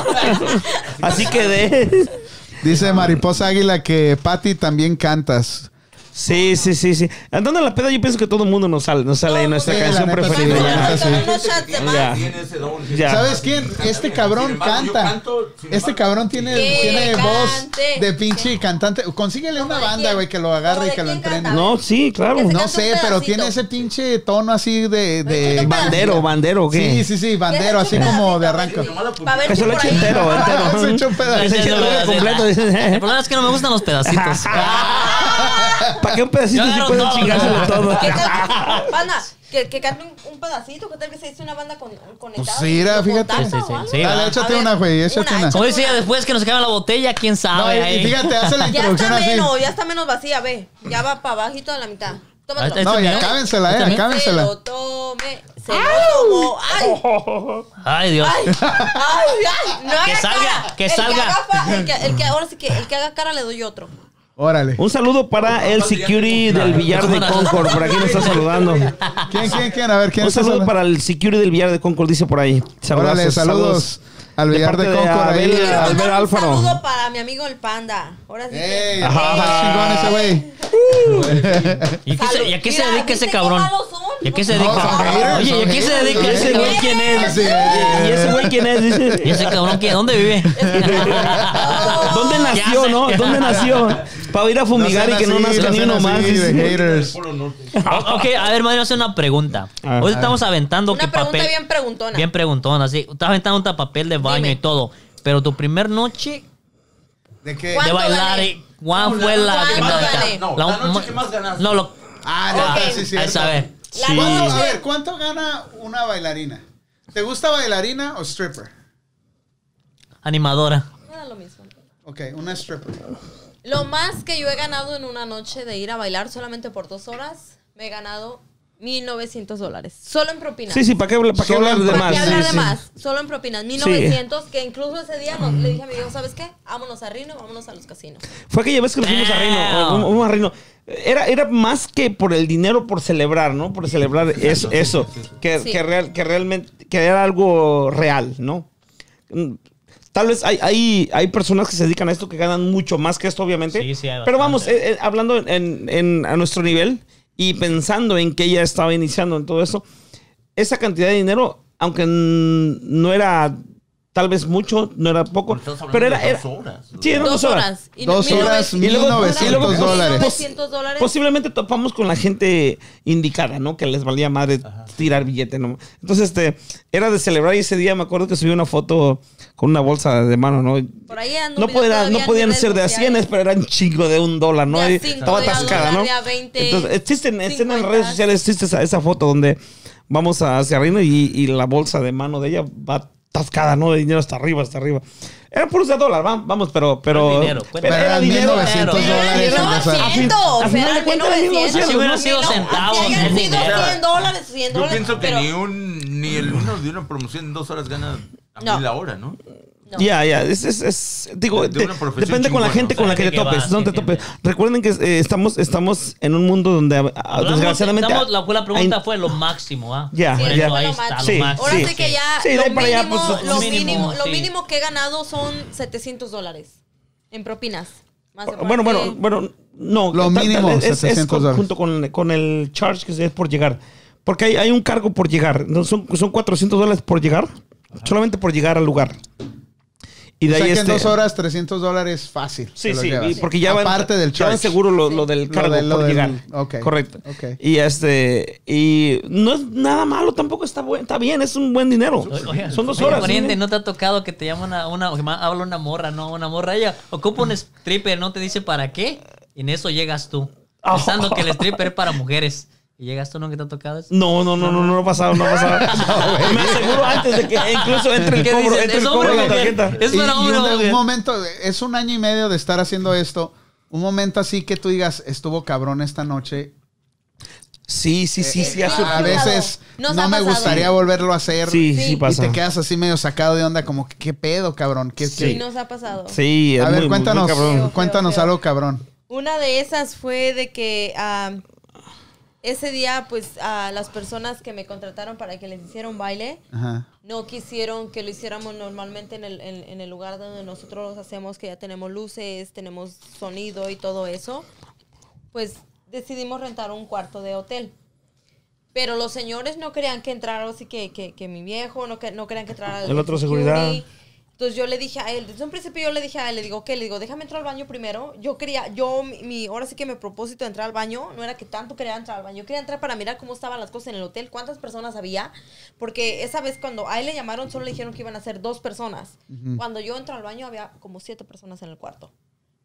[SPEAKER 2] Así quedé.
[SPEAKER 1] Dice Mariposa Águila que Patty también cantas.
[SPEAKER 2] Sí, sí, sí, sí. Andando en la peda, yo pienso que todo el mundo nos sale, nos sale en nuestra
[SPEAKER 1] Sí, la
[SPEAKER 2] canción
[SPEAKER 1] neta, sí,
[SPEAKER 2] preferida.
[SPEAKER 1] la
[SPEAKER 2] ya.
[SPEAKER 1] neta, sí.
[SPEAKER 3] Unos shots de más.
[SPEAKER 2] Ya.
[SPEAKER 5] Tiene ese don.
[SPEAKER 2] Ya.
[SPEAKER 1] ¿Sabes quién? Este cabrón
[SPEAKER 5] Sin embargo, yo
[SPEAKER 1] canta.
[SPEAKER 5] canto, sin
[SPEAKER 1] Este
[SPEAKER 5] embargo,
[SPEAKER 1] cabrón tiene,
[SPEAKER 3] Que
[SPEAKER 1] tiene
[SPEAKER 3] cante.
[SPEAKER 1] voz de pinche cantante. Consíguele
[SPEAKER 3] ¿Cómo
[SPEAKER 1] una
[SPEAKER 3] de
[SPEAKER 1] banda,
[SPEAKER 3] quién?
[SPEAKER 1] güey, que lo agarre
[SPEAKER 3] ¿Cómo
[SPEAKER 1] y
[SPEAKER 3] de
[SPEAKER 1] que lo
[SPEAKER 3] quién
[SPEAKER 1] entrene.
[SPEAKER 3] canta?
[SPEAKER 2] No, sí, claro.
[SPEAKER 3] Que se
[SPEAKER 1] No
[SPEAKER 3] canta un
[SPEAKER 1] sé, pero
[SPEAKER 3] pedacito.
[SPEAKER 1] tiene ese pinche tono así de. de-
[SPEAKER 3] Ay, un
[SPEAKER 2] Bandero, bandero, ¿o
[SPEAKER 1] Sí,
[SPEAKER 2] ¿qué?
[SPEAKER 1] sí, sí, bandero,
[SPEAKER 3] Que
[SPEAKER 1] así
[SPEAKER 3] se eche un
[SPEAKER 1] como de arranque.
[SPEAKER 3] pedacito, sí.
[SPEAKER 5] Nomás la
[SPEAKER 3] Pa' ver
[SPEAKER 2] Que
[SPEAKER 3] si
[SPEAKER 2] se lo
[SPEAKER 3] por
[SPEAKER 2] eche
[SPEAKER 3] ahí-
[SPEAKER 1] Se
[SPEAKER 2] entero,
[SPEAKER 1] echa
[SPEAKER 2] entero.
[SPEAKER 1] un pedacito.
[SPEAKER 2] Que se lo eche completo.
[SPEAKER 6] El problema es que no me gustan los pedacitos.
[SPEAKER 2] ¿Para qué un pedacito
[SPEAKER 6] Yo
[SPEAKER 2] si
[SPEAKER 6] agarro
[SPEAKER 2] pueden
[SPEAKER 6] todo.
[SPEAKER 2] chingárselo todo?
[SPEAKER 3] ¿Qué tal que- Panda, que, que cante un, un pedacito, ¿qué tal que se hizo una banda con, conectada?
[SPEAKER 1] sí, era, fíjate.
[SPEAKER 6] Sí, sí, sí. Sí,
[SPEAKER 1] Dale,
[SPEAKER 6] va.
[SPEAKER 1] échate
[SPEAKER 3] A ver,
[SPEAKER 1] una, güey, échate
[SPEAKER 3] una,
[SPEAKER 1] una.
[SPEAKER 6] Como decía, después que nos acabe la botella, quién
[SPEAKER 1] No,
[SPEAKER 6] sabe.
[SPEAKER 1] y- y
[SPEAKER 6] ahí.
[SPEAKER 1] fíjate, hace la
[SPEAKER 3] Ya
[SPEAKER 1] introducción
[SPEAKER 3] está
[SPEAKER 1] así.
[SPEAKER 3] menos, ya está menos vacía, ve. Ya va para abajito de la mitad. Tómatelo.
[SPEAKER 6] Ah,
[SPEAKER 1] No,
[SPEAKER 6] ¿Este
[SPEAKER 1] y
[SPEAKER 6] mío?
[SPEAKER 1] acábensela, eh,
[SPEAKER 6] ¿Este mío?
[SPEAKER 3] Se
[SPEAKER 1] acábensela.
[SPEAKER 3] lo tome. Se lo tomó. ¡Ay!
[SPEAKER 6] Ay, Dios.
[SPEAKER 3] ¡Ay! ¡Ay! ¡Ay! No
[SPEAKER 6] Que
[SPEAKER 3] haga
[SPEAKER 6] salga,
[SPEAKER 3] cara.
[SPEAKER 6] que
[SPEAKER 3] El
[SPEAKER 6] salga.
[SPEAKER 3] haga fa- el que- el que- ahora sí que el que haga cara le doy otro.
[SPEAKER 1] Órale.
[SPEAKER 2] Un saludo para el security del billar de Concord. Por aquí nos está saludando.
[SPEAKER 1] ¿Quién, quién, quién? A ver, ¿quién
[SPEAKER 2] Un
[SPEAKER 1] está
[SPEAKER 2] saludo
[SPEAKER 1] solo?
[SPEAKER 2] para el security del billar de Concord, dice por ahí.
[SPEAKER 1] Órale,
[SPEAKER 2] Saludazos,
[SPEAKER 1] saludos. Al billar de,
[SPEAKER 2] parte de
[SPEAKER 1] Concord ahí.
[SPEAKER 2] Abel.
[SPEAKER 3] Quiero
[SPEAKER 1] al-
[SPEAKER 2] Albert
[SPEAKER 3] mandar un
[SPEAKER 2] Alfaro.
[SPEAKER 3] saludo para mi amigo el panda. Ahora sí. que-
[SPEAKER 1] ¡Ey!
[SPEAKER 2] Ajá.
[SPEAKER 1] está chingón ese güey.
[SPEAKER 6] ¿Y a qué se- y a qué se
[SPEAKER 3] Mira,
[SPEAKER 6] dedica ese
[SPEAKER 3] ¿viste qué
[SPEAKER 6] cabrón?
[SPEAKER 3] malos son?
[SPEAKER 6] ¿Y a qué se
[SPEAKER 1] No, son haters,
[SPEAKER 6] dedica? Oye, ¿y a
[SPEAKER 1] son
[SPEAKER 6] qué se
[SPEAKER 1] haters,
[SPEAKER 6] dedica
[SPEAKER 2] son
[SPEAKER 6] ese güey?
[SPEAKER 2] haters.
[SPEAKER 6] ¿Quién
[SPEAKER 1] Así
[SPEAKER 6] es?
[SPEAKER 2] ¿Y ese
[SPEAKER 1] es.
[SPEAKER 2] güey quién es? Dice.
[SPEAKER 6] ¿Y ese cabrón quién? ¿Dónde vive?
[SPEAKER 2] ¿Dónde
[SPEAKER 6] ¿Qué
[SPEAKER 2] nació,
[SPEAKER 6] hace?
[SPEAKER 2] no? ¿Dónde nació? Para ir a fumigar y que no
[SPEAKER 1] sean así,
[SPEAKER 2] nazca ni
[SPEAKER 1] sean
[SPEAKER 2] uno más.
[SPEAKER 1] así de
[SPEAKER 2] dice.
[SPEAKER 1] haters.
[SPEAKER 6] O- Ok, a ver, madre, hacer una pregunta.
[SPEAKER 2] Ah.
[SPEAKER 6] Hoy estamos aventando que
[SPEAKER 3] Una pregunta
[SPEAKER 6] papel.
[SPEAKER 3] bien preguntona.
[SPEAKER 6] Bien preguntón, así. Estás aventando un papel de baño
[SPEAKER 3] Dime.
[SPEAKER 6] y todo. Pero tu primer noche
[SPEAKER 1] ¿De qué?
[SPEAKER 6] de
[SPEAKER 3] ¿Cuánto
[SPEAKER 6] bailar,
[SPEAKER 3] gané?
[SPEAKER 6] eh, ¿cuál fue la
[SPEAKER 3] ¿Cuánto
[SPEAKER 6] que
[SPEAKER 3] gané?
[SPEAKER 5] No, la noche que más ganaste.
[SPEAKER 6] No, lo.
[SPEAKER 1] Ah, no,
[SPEAKER 3] Ok.
[SPEAKER 1] pero sí, es cierto.
[SPEAKER 6] Esa, a ver.
[SPEAKER 3] La
[SPEAKER 2] Sí.
[SPEAKER 1] ¿Cuánto-
[SPEAKER 3] noche-
[SPEAKER 1] a ver, ¿cuánto gana una bailarina? ¿Te gusta bailarina o stripper?
[SPEAKER 6] Animadora.
[SPEAKER 3] Era lo mismo.
[SPEAKER 1] Ok, una stripper.
[SPEAKER 3] Lo más que yo he ganado en una noche de ir a bailar solamente por dos horas, me he ganado 1900 dólares. Solo en propinas.
[SPEAKER 2] Sí, sí, ¿para qué, para qué
[SPEAKER 1] Solo
[SPEAKER 2] hablar de
[SPEAKER 1] para
[SPEAKER 3] ¿Para
[SPEAKER 2] más?
[SPEAKER 3] qué hablar
[SPEAKER 2] Sí,
[SPEAKER 3] de
[SPEAKER 2] sí.
[SPEAKER 3] más? Solo en propinas. 1900, que incluso ese día nos- le dije a mi hijo, ¿sabes qué? Vámonos a Rino, vámonos a los casinos.
[SPEAKER 2] Fue aquella vez que nos fuimos a Reino.
[SPEAKER 6] Damn.
[SPEAKER 2] o- o- Fuimos a Reino. Era, era más que por el dinero, por celebrar, ¿no? Por celebrar eso, eso que,
[SPEAKER 3] Sí.
[SPEAKER 2] que, real- que realmente, que era algo real, ¿no? Mm, Tal vez hay, hay, hay personas que se dedican a esto que ganan mucho más que esto, obviamente.
[SPEAKER 4] Sí, sí, hay
[SPEAKER 2] Pero vamos,
[SPEAKER 4] bastante.
[SPEAKER 2] eh, eh, hablando en- en- a nuestro nivel y pensando en que ella estaba iniciando en todo eso, esa cantidad de dinero, aunque mm, no era tal vez mucho, no era poco, pero era... era-
[SPEAKER 5] horas.
[SPEAKER 2] Sí, eran
[SPEAKER 3] Dos horas. y
[SPEAKER 1] Dos horas,
[SPEAKER 3] 1900.
[SPEAKER 2] y luego-
[SPEAKER 1] 1900
[SPEAKER 2] y luego-
[SPEAKER 1] dólares.
[SPEAKER 3] 1900 dólares.
[SPEAKER 2] Posiblemente topamos con la gente indicada, ¿no? Que les valía madre tirar billete, ¿no? Entonces, este, era de celebrar y ese día me acuerdo que subí una foto con una bolsa de mano, ¿no?
[SPEAKER 3] Por ahí ando un
[SPEAKER 2] No,
[SPEAKER 3] video
[SPEAKER 2] podía-
[SPEAKER 3] todavía
[SPEAKER 2] no
[SPEAKER 3] en
[SPEAKER 2] podían
[SPEAKER 3] redes
[SPEAKER 2] ser de a
[SPEAKER 3] sociales.
[SPEAKER 2] 100, pero eran chingo de un dólar, ¿no?
[SPEAKER 3] De a
[SPEAKER 2] Ahí
[SPEAKER 3] cinco,
[SPEAKER 2] Estaba
[SPEAKER 3] de a
[SPEAKER 2] atascada, ¿no?
[SPEAKER 3] dólar, de a 20,
[SPEAKER 2] Entonces, existen, existen en
[SPEAKER 3] 50.
[SPEAKER 2] redes sociales, existe esa, esa foto donde vamos hacia Reino y, y la bolsa de mano de ella va atascada, ¿no? De dinero hasta arriba, hasta arriba. Era puros de dólar, va- vamos, pero... pero
[SPEAKER 6] Era dinero, pues.
[SPEAKER 2] pero era
[SPEAKER 1] Eran
[SPEAKER 2] dinero.
[SPEAKER 1] 1900
[SPEAKER 6] pero-
[SPEAKER 1] dólares.
[SPEAKER 3] Pero
[SPEAKER 1] para empezar.
[SPEAKER 3] a fin- a
[SPEAKER 2] a
[SPEAKER 3] fin
[SPEAKER 2] final
[SPEAKER 3] de
[SPEAKER 2] de cuentas,
[SPEAKER 3] cuentas,
[SPEAKER 2] era 1900,
[SPEAKER 6] Si hubiera
[SPEAKER 2] ¿no?
[SPEAKER 6] sido
[SPEAKER 3] No,
[SPEAKER 6] centavos,
[SPEAKER 3] así
[SPEAKER 6] es
[SPEAKER 3] hayan sido
[SPEAKER 6] dinero.
[SPEAKER 3] 100 dólares, 100
[SPEAKER 5] Yo
[SPEAKER 3] dólares.
[SPEAKER 5] pienso que
[SPEAKER 3] pero-
[SPEAKER 5] ni un ni el uno de una promoción en dos horas gana a
[SPEAKER 3] No.
[SPEAKER 5] mil la hora, ¿no?
[SPEAKER 3] No.
[SPEAKER 2] Ya, ya, es, es, es- digo,
[SPEAKER 5] De- de
[SPEAKER 2] de-
[SPEAKER 5] una profesión
[SPEAKER 2] depende con la
[SPEAKER 5] chingona,
[SPEAKER 2] gente
[SPEAKER 5] o
[SPEAKER 2] con la que
[SPEAKER 4] sea,
[SPEAKER 2] te
[SPEAKER 4] que va,
[SPEAKER 2] topes, no
[SPEAKER 4] sí,
[SPEAKER 2] te
[SPEAKER 4] sí,
[SPEAKER 2] topes.
[SPEAKER 4] sí.
[SPEAKER 2] Recuerden que eh, estamos, estamos en un mundo donde ah, ah,
[SPEAKER 6] Hablamos-
[SPEAKER 2] desgraciadamente...
[SPEAKER 6] estamos- la, fue la pregunta
[SPEAKER 2] hay-
[SPEAKER 6] fue lo máximo, ¿ah?
[SPEAKER 2] Ya,
[SPEAKER 6] Por
[SPEAKER 2] ya.
[SPEAKER 6] eso ahí está, lo
[SPEAKER 2] Sí,
[SPEAKER 6] máximo.
[SPEAKER 3] Ahora
[SPEAKER 2] sí.
[SPEAKER 3] sí, que ya
[SPEAKER 2] Sí, de
[SPEAKER 3] lo,
[SPEAKER 2] ahí para allá,
[SPEAKER 3] mínimo,
[SPEAKER 2] pues,
[SPEAKER 3] lo,
[SPEAKER 6] mínimo,
[SPEAKER 3] mínimo, lo
[SPEAKER 6] sí.
[SPEAKER 3] mínimo que he ganado son 700 dólares en propinas. Más aparte-
[SPEAKER 2] Ah, Bueno, bueno, bueno, no.
[SPEAKER 1] Lo
[SPEAKER 2] tal- tal-
[SPEAKER 1] mínimo,
[SPEAKER 2] es- es,
[SPEAKER 1] 700
[SPEAKER 2] con-
[SPEAKER 1] dólares.
[SPEAKER 2] junto con, con el charge que se es por llegar. Porque hay, hay un cargo por llegar. ¿no? Son, son 400 dólares por llegar. Solamente por llegar al lugar. Y
[SPEAKER 1] O
[SPEAKER 2] de
[SPEAKER 1] sea
[SPEAKER 2] ahí
[SPEAKER 1] que en
[SPEAKER 2] este-
[SPEAKER 1] dos horas, 300 dólares fácil.
[SPEAKER 2] Sí,
[SPEAKER 1] te los
[SPEAKER 2] sí,
[SPEAKER 1] llevas.
[SPEAKER 2] y porque ya van,
[SPEAKER 1] Aparte del
[SPEAKER 2] ya van
[SPEAKER 1] charge.
[SPEAKER 2] seguro lo, lo del
[SPEAKER 1] Lo
[SPEAKER 2] cargo
[SPEAKER 1] del- lo
[SPEAKER 2] por
[SPEAKER 1] del-
[SPEAKER 2] llegar.
[SPEAKER 1] ok,
[SPEAKER 2] Correcto.
[SPEAKER 1] ok.
[SPEAKER 2] Y este y no es nada malo, tampoco está buen, está bien, es un buen dinero.
[SPEAKER 6] Oye,
[SPEAKER 2] Son dos
[SPEAKER 6] oye,
[SPEAKER 2] horas.
[SPEAKER 6] pariente,
[SPEAKER 2] ¿sí?
[SPEAKER 6] ¿no te ha tocado que te llama una, una, que ma- habla una morra, no? Una morra, ella ocupa
[SPEAKER 2] Mm.
[SPEAKER 6] un stripper, no te dice para qué, y en eso llegas tú,
[SPEAKER 2] Oh.
[SPEAKER 6] pensando que el stripper es para mujeres. Y llegas tú, ¿no? que te ha tocado eso?
[SPEAKER 2] No, no, no, no, no, no ha pasado, no ha pasado. Me aseguro antes de que incluso entre el
[SPEAKER 6] ¿Qué
[SPEAKER 2] cobro,
[SPEAKER 6] dices?
[SPEAKER 2] entre el
[SPEAKER 6] ¿Es
[SPEAKER 2] cobro
[SPEAKER 6] hombre
[SPEAKER 2] de
[SPEAKER 6] o
[SPEAKER 2] la
[SPEAKER 6] mujer?
[SPEAKER 2] tarjeta.
[SPEAKER 6] Es
[SPEAKER 1] Y-
[SPEAKER 6] para
[SPEAKER 1] y
[SPEAKER 6] hombre o
[SPEAKER 1] un, un
[SPEAKER 6] mujer.
[SPEAKER 1] momento, es un año y medio de estar haciendo esto. Un momento así que tú digas, estuvo cabrón esta noche.
[SPEAKER 2] Sí, sí, sí, sí, ha
[SPEAKER 3] eh,
[SPEAKER 2] surgido.
[SPEAKER 1] A
[SPEAKER 3] ha
[SPEAKER 1] veces
[SPEAKER 3] pasado.
[SPEAKER 1] no
[SPEAKER 3] Nos
[SPEAKER 1] me
[SPEAKER 3] ha pasado.
[SPEAKER 1] gustaría volverlo a hacer.
[SPEAKER 2] Sí, sí,
[SPEAKER 3] Sí.
[SPEAKER 1] Y
[SPEAKER 2] pasa.
[SPEAKER 1] te quedas así medio sacado de onda, como, ¿qué pedo, cabrón? ¿Qué,
[SPEAKER 3] Sí,
[SPEAKER 2] Sí.
[SPEAKER 3] nos ha pasado.
[SPEAKER 2] Sí,
[SPEAKER 1] qué-".
[SPEAKER 2] es
[SPEAKER 1] A ver,
[SPEAKER 2] muy- muy- muy
[SPEAKER 1] cuéntanos,
[SPEAKER 2] cabrón.
[SPEAKER 1] cuéntanos
[SPEAKER 3] Feo, feo.
[SPEAKER 1] algo, cabrón.
[SPEAKER 3] Una de esas fue de que ah, ese día, pues, a las personas que me contrataron para que les hiciera un baile,
[SPEAKER 1] Ajá.
[SPEAKER 3] no quisieron que lo hiciéramos normalmente en el, en- en el lugar donde nosotros hacemos, que ya tenemos luces, tenemos sonido y todo eso, pues decidimos rentar un cuarto de hotel. Pero los señores no querían que entrara, así que, que, que mi viejo, no, que, no querían que entrara
[SPEAKER 2] El otro seguridad.
[SPEAKER 3] Entonces yo le dije a él, desde un principio yo le dije a él, le digo, ¿qué? Le digo, déjame entrar al baño primero. Yo quería, yo, mi- mi, ahora sí que mi propósito de entrar al baño no era que tanto quería entrar al baño. Yo quería entrar para mirar cómo estaban las cosas en el hotel, cuántas personas había. Porque esa vez cuando a él le llamaron, solo le dijeron que iban a ser dos personas. Cuando yo entro al baño había como siete personas en el cuarto.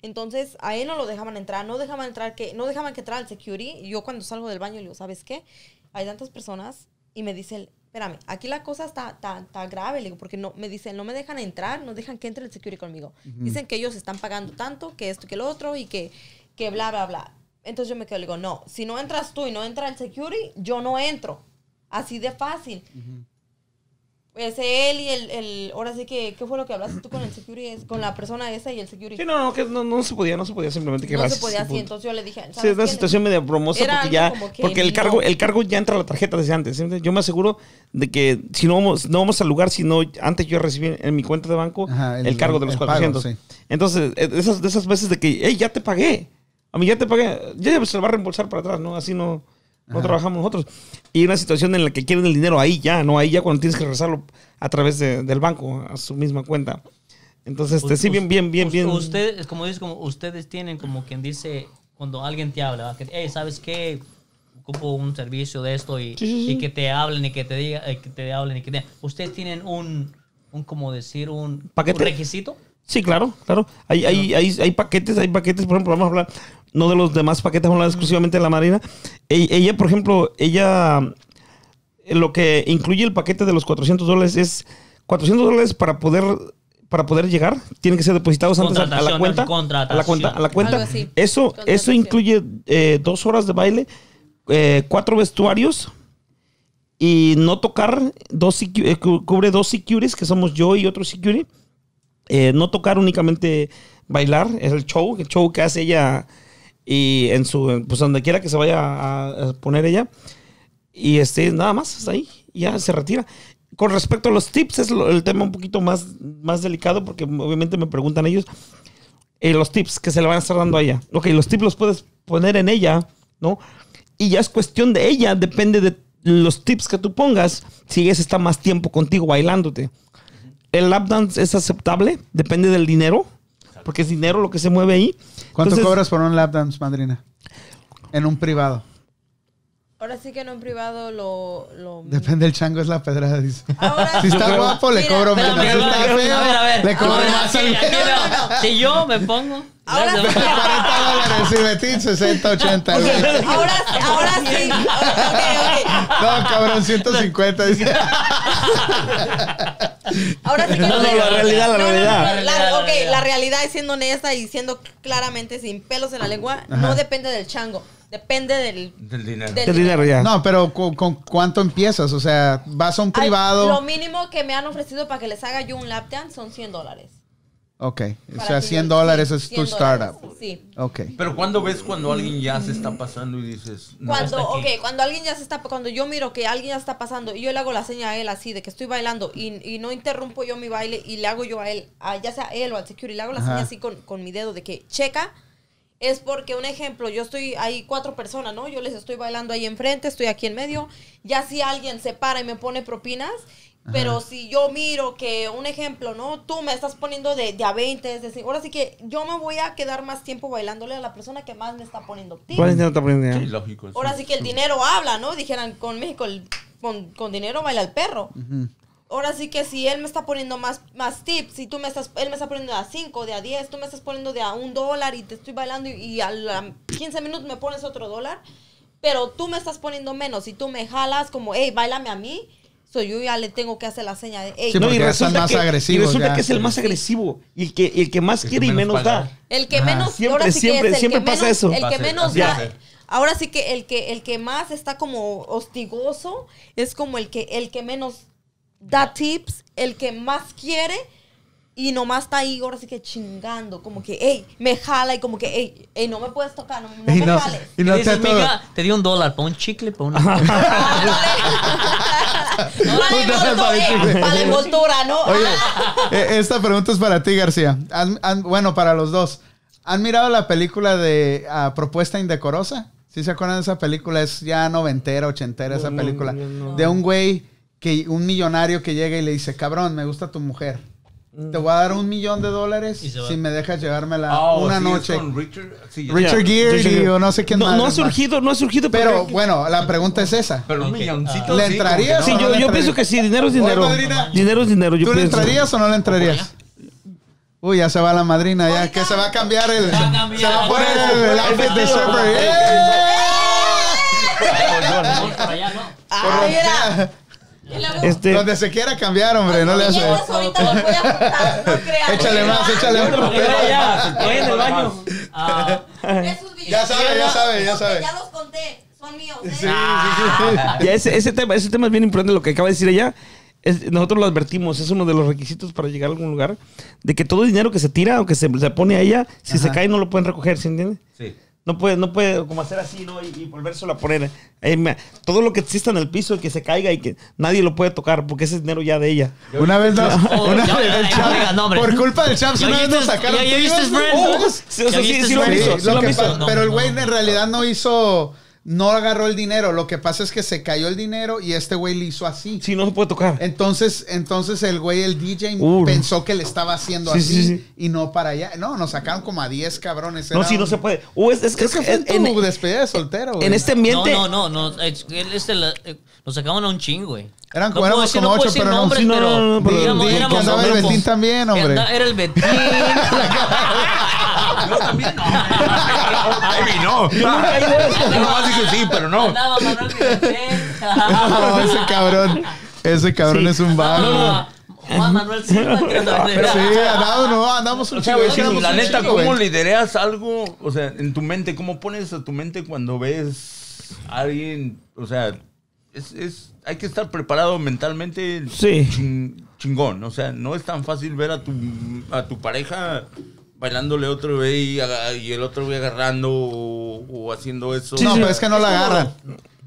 [SPEAKER 3] Entonces a él no lo dejaban entrar, no dejaban entrar que no dejaban que entrara el security. Y yo cuando salgo del baño le digo, ¿sabes qué? Hay tantas personas y me dice él, espérame, aquí la cosa está, está, está grave, le digo, porque no me dice, no me dejan entrar, no dejan que entre el security conmigo. Dicen que ellos están pagando tanto, que esto, que lo otro y que, que bla, bla, bla. Entonces yo me quedo, le digo, no, si no entras tú y no entra el security, yo no entro. Así de fácil. Ese él y el, el- ahora sí que, ¿qué fue lo que hablaste tú con el security? Es- Con la persona esa y el security.
[SPEAKER 2] Sí, no, no, que no, no se podía, no se podía simplemente que
[SPEAKER 3] no se
[SPEAKER 2] gracias,
[SPEAKER 3] podía así,
[SPEAKER 2] punto.
[SPEAKER 3] entonces yo le dije,
[SPEAKER 2] Sí, es una
[SPEAKER 3] qué?
[SPEAKER 2] situación medio bromosa
[SPEAKER 3] Era
[SPEAKER 2] porque
[SPEAKER 3] algo
[SPEAKER 2] ya,
[SPEAKER 3] como que
[SPEAKER 2] porque el
[SPEAKER 3] no.
[SPEAKER 2] cargo, el cargo ya entra a la tarjeta desde antes. ¿sí? Yo me aseguro de que si no vamos, no vamos al lugar, sino antes yo recibí en mi cuenta de banco
[SPEAKER 1] Ajá,
[SPEAKER 2] el,
[SPEAKER 1] el-
[SPEAKER 2] cargo de los
[SPEAKER 1] el pago,
[SPEAKER 2] 400.
[SPEAKER 1] sí.
[SPEAKER 2] Entonces, eh, de esas, de esas veces de que, hey, ya te pagué. A mí ya te pagué. Ya ya se lo va a reembolsar para atrás, ¿no? Así no, no trabajamos nosotros. Y una situación en la que quieren el dinero ahí ya, ¿no? Ahí ya cuando tienes que regresarlo a través de- del banco, a su misma cuenta. Entonces, este, sí, bien, bien, bien,
[SPEAKER 6] Us-
[SPEAKER 2] bien.
[SPEAKER 6] Ustedes, como dices, como ustedes tienen como quien dice, cuando alguien te habla, ¿va? que, hey, ¿sabes qué? Ocupo un servicio de esto y,
[SPEAKER 2] Sí, sí, sí.
[SPEAKER 6] y que te hablen y que te diga, eh, que te hablen y que te Ustedes tienen un, un como decir, un,
[SPEAKER 2] Paquete.
[SPEAKER 6] un requisito.
[SPEAKER 2] Sí, claro, claro. Hay, hay, hay, hay paquetes, hay paquetes, por ejemplo, vamos a hablar, no de los demás paquetes, vamos a hablar exclusivamente de la Marina. E- ella, por ejemplo, ella, eh, lo que incluye el paquete de los 400 dólares es 400 dólares para poder para poder llegar, tienen que ser depositados antes a- a la
[SPEAKER 6] Contratación,
[SPEAKER 2] cuenta. A la cuenta,
[SPEAKER 6] contratación.
[SPEAKER 2] a la cuenta.
[SPEAKER 3] Algo así.
[SPEAKER 2] Eso, eso
[SPEAKER 3] Contratación.
[SPEAKER 2] incluye eh, dos horas de baile, eh, cuatro vestuarios y no tocar, dos secu- eh, cu- cubre dos securities, que somos yo y otro security. Eh, no tocar únicamente bailar, es el show, el show que hace ella y en su, pues donde quiera que se vaya a, a poner ella. Y este, nada más, hasta ahí, ya se retira. Con respecto a los tips, es lo- el tema un poquito más, más delicado porque obviamente me preguntan ellos eh, los tips que se le van a estar dando a ella. Ok, los tips los puedes poner en ella, ¿no? Y ya es cuestión de ella, depende de los tips que tú pongas, si ella se está más tiempo contigo bailándote. El lap dance es aceptable, depende del dinero, porque es dinero lo que se mueve ahí.
[SPEAKER 1] ¿Cuánto
[SPEAKER 2] Entonces,
[SPEAKER 1] cobras por un lapdance, madrina? En un privado.
[SPEAKER 3] Ahora sí que no en privado lo... lo
[SPEAKER 1] Depende del chango, es la pedrada, dice.
[SPEAKER 3] Ahora-
[SPEAKER 1] si está
[SPEAKER 3] Yo creo-
[SPEAKER 1] guapo, le
[SPEAKER 3] Mira,
[SPEAKER 1] cobro
[SPEAKER 6] Espérame,
[SPEAKER 1] menos. Si está
[SPEAKER 6] espérame,
[SPEAKER 1] feo,
[SPEAKER 6] a ver, a ver.
[SPEAKER 1] le cobro
[SPEAKER 6] Ahora
[SPEAKER 1] más
[SPEAKER 6] sí,
[SPEAKER 1] al
[SPEAKER 6] aquí
[SPEAKER 1] mes.
[SPEAKER 6] veo. Si yo me pongo.
[SPEAKER 3] Ahora
[SPEAKER 6] gracias,
[SPEAKER 3] sí.
[SPEAKER 6] vamos.
[SPEAKER 1] 40 dólares y Betín 60, 80. güey.
[SPEAKER 3] Ahora, ahora sí. Ok, ok.
[SPEAKER 1] No, cabrón, 150. Dice.
[SPEAKER 3] Ahora sí que
[SPEAKER 2] No, no, la realidad, la realidad.
[SPEAKER 3] la- ok,
[SPEAKER 6] realidad.
[SPEAKER 3] la realidad es siendo honesta y siendo claramente sin pelos en la lengua, no depende del chango, depende del,
[SPEAKER 5] Del dinero.
[SPEAKER 3] del
[SPEAKER 2] el dinero ya.
[SPEAKER 1] No, pero ¿con, con cuánto empiezas? O sea, vas a un
[SPEAKER 3] Ay, lo
[SPEAKER 1] privado.
[SPEAKER 3] mínimo que me han ofrecido para que les haga yo un lap dance son 100 dólares.
[SPEAKER 1] Ok, o
[SPEAKER 3] Para
[SPEAKER 1] sea,
[SPEAKER 3] que
[SPEAKER 1] 100
[SPEAKER 3] yo-
[SPEAKER 1] dólares
[SPEAKER 3] sí,
[SPEAKER 1] es
[SPEAKER 3] 100
[SPEAKER 1] tu
[SPEAKER 3] dólares,
[SPEAKER 1] startup.
[SPEAKER 3] Sí.
[SPEAKER 1] Ok.
[SPEAKER 5] Pero cuando ves cuando alguien ya se está pasando y dices, no,
[SPEAKER 3] Cuando,
[SPEAKER 4] hasta
[SPEAKER 3] ok,
[SPEAKER 4] aquí.
[SPEAKER 3] cuando alguien ya se está, cuando yo miro que alguien ya está pasando y yo le hago la seña a él así de que estoy bailando y, y no interrumpo yo mi baile y le hago yo a él, a- ya sea él o al security, le hago la
[SPEAKER 1] Ajá.
[SPEAKER 3] seña así con, con mi dedo de que checa, es porque un ejemplo, yo estoy, hay cuatro personas, ¿no? Yo les estoy bailando ahí enfrente, estoy aquí en medio, ya si alguien se para y me pone propinas. Pero si yo miro que, un ejemplo, ¿no? Tú me estás poniendo de, de a 20, es decir, ahora sí que yo me voy a quedar más tiempo bailándole a la persona que más me está poniendo tips.
[SPEAKER 2] ¿Cuál es el otro problema?
[SPEAKER 5] sí, lógico. sí.
[SPEAKER 3] Ahora sí que el dinero habla, ¿no? Dijeran, con México, el- con, con dinero baila el perro. Ahora sí que si él me está poniendo más, más tips, si tú me estás, él me está poniendo de a 5, de a 10, tú me estás poniendo de a un dólar y te estoy bailando y, y a la 15 minutos me pones otro dólar, pero tú me estás poniendo menos y tú me jalas como, hey, bailame a mí, so yo ya le tengo que hacer la seña de, hey,
[SPEAKER 1] Sí,
[SPEAKER 2] No,
[SPEAKER 1] porque
[SPEAKER 2] y
[SPEAKER 1] ya
[SPEAKER 2] resulta,
[SPEAKER 1] están más
[SPEAKER 2] que, y
[SPEAKER 1] agresivos,
[SPEAKER 2] resulta
[SPEAKER 1] ya.
[SPEAKER 2] que es el más agresivo y el que, y el que más
[SPEAKER 5] El que
[SPEAKER 2] quiere y
[SPEAKER 5] menos
[SPEAKER 2] menos
[SPEAKER 5] paga.
[SPEAKER 2] da.
[SPEAKER 3] El que menos,
[SPEAKER 2] Siempre,
[SPEAKER 3] ahora sí que
[SPEAKER 2] siempre,
[SPEAKER 3] es el
[SPEAKER 2] siempre
[SPEAKER 3] que
[SPEAKER 2] pasa
[SPEAKER 3] menos-
[SPEAKER 2] eso.
[SPEAKER 3] El
[SPEAKER 5] Pasa,
[SPEAKER 3] que menos
[SPEAKER 5] así
[SPEAKER 3] da,
[SPEAKER 5] es.
[SPEAKER 3] ahora sí que el que el que más está como hostigoso es como el que el que menos da tips, el que más quiere y nomás está ahí ahora sí que chingando, como que ey, me jala y como que ey, ey no me puedes tocar, no, no
[SPEAKER 1] Y
[SPEAKER 3] me
[SPEAKER 1] no,
[SPEAKER 3] jales.
[SPEAKER 1] y no
[SPEAKER 6] Y dices,
[SPEAKER 1] te atoras.
[SPEAKER 6] "Miga, te di un dólar para un chicle, para una.
[SPEAKER 3] No, la
[SPEAKER 1] No, no,
[SPEAKER 3] envoltura,
[SPEAKER 1] no, no, no.
[SPEAKER 3] para la envoltura, ¿no?
[SPEAKER 1] Oye, eh, esta pregunta es para ti, García. ¿Han- han- bueno, para los dos. ¿Han mirado la película de ah, Propuesta Indecorosa? ¿Sí se acuerdan de esa película? Es ya noventera, ochentera esa
[SPEAKER 2] No, no,
[SPEAKER 1] película.
[SPEAKER 2] yo no.
[SPEAKER 1] De un güey, que un millonario que llega y le dice, cabrón, me gusta tu mujer. Te voy a dar un millón de dólares
[SPEAKER 6] Y se va.
[SPEAKER 1] si me dejas llevármela
[SPEAKER 5] Ah,
[SPEAKER 1] una
[SPEAKER 5] sí, es
[SPEAKER 1] noche.
[SPEAKER 5] con Richard, sí, ya-
[SPEAKER 1] Richard
[SPEAKER 2] Yeah,
[SPEAKER 1] Gere
[SPEAKER 2] Richard
[SPEAKER 1] y-
[SPEAKER 2] Gere.
[SPEAKER 1] o no sé quién
[SPEAKER 2] No,
[SPEAKER 1] más.
[SPEAKER 2] no ha surgido, no ha surgido.
[SPEAKER 1] Pero bueno, la pregunta es esa.
[SPEAKER 5] Pero un
[SPEAKER 6] Ok.
[SPEAKER 5] milloncito.
[SPEAKER 1] ¿Le
[SPEAKER 5] sí, como
[SPEAKER 1] entrarías?
[SPEAKER 5] que
[SPEAKER 2] Sí,
[SPEAKER 1] no, no
[SPEAKER 2] yo,
[SPEAKER 1] le
[SPEAKER 2] yo
[SPEAKER 1] entraría.
[SPEAKER 2] pienso que sí, dinero es
[SPEAKER 1] Oye,
[SPEAKER 2] dinero.
[SPEAKER 1] madrina.
[SPEAKER 2] Dinero es dinero. Yo
[SPEAKER 1] ¿Tú le
[SPEAKER 2] pienso.
[SPEAKER 1] entrarías o no le entrarías? Uy, ya se va la madrina, ya
[SPEAKER 3] Oigan.
[SPEAKER 1] que se va a cambiar el.
[SPEAKER 4] va a cambiar.
[SPEAKER 1] Se va a poner el, el outfit de
[SPEAKER 2] vestido.
[SPEAKER 1] surfer. ¡Eh!
[SPEAKER 4] Vamos para allá, ¿no?
[SPEAKER 3] Ay, Ah.
[SPEAKER 1] ¡Eh!
[SPEAKER 3] mira. Y luego,
[SPEAKER 2] Este,
[SPEAKER 1] Donde se quiera cambiar, hombre, no le hace.
[SPEAKER 3] billetes ahorita los voy a juntar, no creas.
[SPEAKER 1] Échale más, échale
[SPEAKER 2] Yo no lo
[SPEAKER 1] más.
[SPEAKER 2] creo ya. Estoy en el baño.
[SPEAKER 6] Ah,
[SPEAKER 3] Esos
[SPEAKER 1] Ya sabe, ya sabe, ya sabe.
[SPEAKER 3] Ya los conté, son míos. ¿eh?
[SPEAKER 1] Sí, sí, sí.
[SPEAKER 2] Ya ese, ese tema, ese tema es bien importante lo que acaba de decir ella. Es- nosotros lo advertimos, es uno de los requisitos para llegar a algún lugar, de que todo el dinero que se tira o que se, se pone a ella, si se cae no lo pueden recoger, ¿se entiende?
[SPEAKER 5] Sí.
[SPEAKER 2] No puede, no puede como hacer así, ¿no? Y, y volvérselo a poner. Eh, mira, todo lo que exista en el piso y que se caiga y que nadie lo puede tocar porque ese es dinero ya de ella.
[SPEAKER 1] Una vez nos.
[SPEAKER 6] Oh,
[SPEAKER 1] una
[SPEAKER 6] ya,
[SPEAKER 1] vez
[SPEAKER 6] ya,
[SPEAKER 1] el
[SPEAKER 6] ya,
[SPEAKER 1] Chaps-
[SPEAKER 6] oiga, no, hombre.
[SPEAKER 1] por culpa del Chaps,
[SPEAKER 6] ¿Ya
[SPEAKER 1] una vez nos
[SPEAKER 6] oíste-
[SPEAKER 2] este-
[SPEAKER 1] sacaron.
[SPEAKER 6] ya- ya oíste,
[SPEAKER 1] tibas,
[SPEAKER 6] Fred?
[SPEAKER 1] güey.
[SPEAKER 2] Oh, sí, o sea,
[SPEAKER 6] ¿Ya
[SPEAKER 2] sí,
[SPEAKER 6] viste
[SPEAKER 2] sí lo
[SPEAKER 6] eso?
[SPEAKER 1] Sí,
[SPEAKER 2] hizo,
[SPEAKER 1] lo
[SPEAKER 2] sí lo
[SPEAKER 1] que
[SPEAKER 2] hizo.
[SPEAKER 1] pa-
[SPEAKER 6] No,
[SPEAKER 1] pero el
[SPEAKER 6] no,
[SPEAKER 1] güey
[SPEAKER 6] no.
[SPEAKER 1] en realidad no hizo. No agarró el dinero. Lo que pasa es que se cayó el dinero y este güey le hizo así.
[SPEAKER 2] Sí, no se puede tocar.
[SPEAKER 1] Entonces, entonces el güey, el DJ,
[SPEAKER 2] Uh.
[SPEAKER 1] pensó que le estaba haciendo
[SPEAKER 2] Sí,
[SPEAKER 1] así
[SPEAKER 2] sí, sí.
[SPEAKER 1] y no para allá. No, nos sacaron como a 10 cabrones.
[SPEAKER 2] No,
[SPEAKER 1] Era
[SPEAKER 2] sí, no
[SPEAKER 1] un-
[SPEAKER 2] se puede. Uh, es, es,
[SPEAKER 1] Creo que
[SPEAKER 2] es-
[SPEAKER 1] fue en tu
[SPEAKER 2] en,
[SPEAKER 1] despedida de soltero, güey.
[SPEAKER 2] en este ambiente.
[SPEAKER 6] No, no, no, no. eh, él Este, la- eh, nos sacaban a un chingo, güey.
[SPEAKER 1] Eran-
[SPEAKER 6] no puedo
[SPEAKER 1] éramos
[SPEAKER 6] decir-
[SPEAKER 1] como
[SPEAKER 6] no puedo
[SPEAKER 1] ocho,
[SPEAKER 6] decir
[SPEAKER 1] pero no,
[SPEAKER 6] nombres,
[SPEAKER 2] sí, no,
[SPEAKER 6] pero
[SPEAKER 2] no, no, no, pero
[SPEAKER 6] digamos,
[SPEAKER 2] di- di-
[SPEAKER 6] éramos
[SPEAKER 2] que andaba el
[SPEAKER 6] grupos.
[SPEAKER 1] Betín también, hombre.
[SPEAKER 6] Era, era el Betín.
[SPEAKER 5] Yo también no. Baby, no. Yo nunca he ido. Nomás dije sí, pero no.
[SPEAKER 6] Andaba Manuel Betín.
[SPEAKER 1] No, ese cabrón. Ese cabrón
[SPEAKER 2] Sí.
[SPEAKER 1] es un vago.
[SPEAKER 6] Andaba Juan Manuel Silva. que andaba-
[SPEAKER 1] Pero sí, andamos, no, andamos un
[SPEAKER 5] O sea,
[SPEAKER 1] chingo,
[SPEAKER 5] güey, sí,
[SPEAKER 1] andamos
[SPEAKER 5] la
[SPEAKER 1] un
[SPEAKER 5] neta,
[SPEAKER 1] chingo,
[SPEAKER 5] ¿cómo
[SPEAKER 1] güey.
[SPEAKER 5] lidereas algo? O sea, en tu mente, ¿cómo pones a tu mente cuando ves a alguien? O sea, es, es, hay que estar preparado mentalmente
[SPEAKER 2] Sí.
[SPEAKER 5] chin- chingón. O sea, no es tan fácil ver a tu, a tu pareja bailándole a otro güey y, aga- y el otro güey agarrando o, o haciendo eso.
[SPEAKER 1] no, pero es que no la agarran.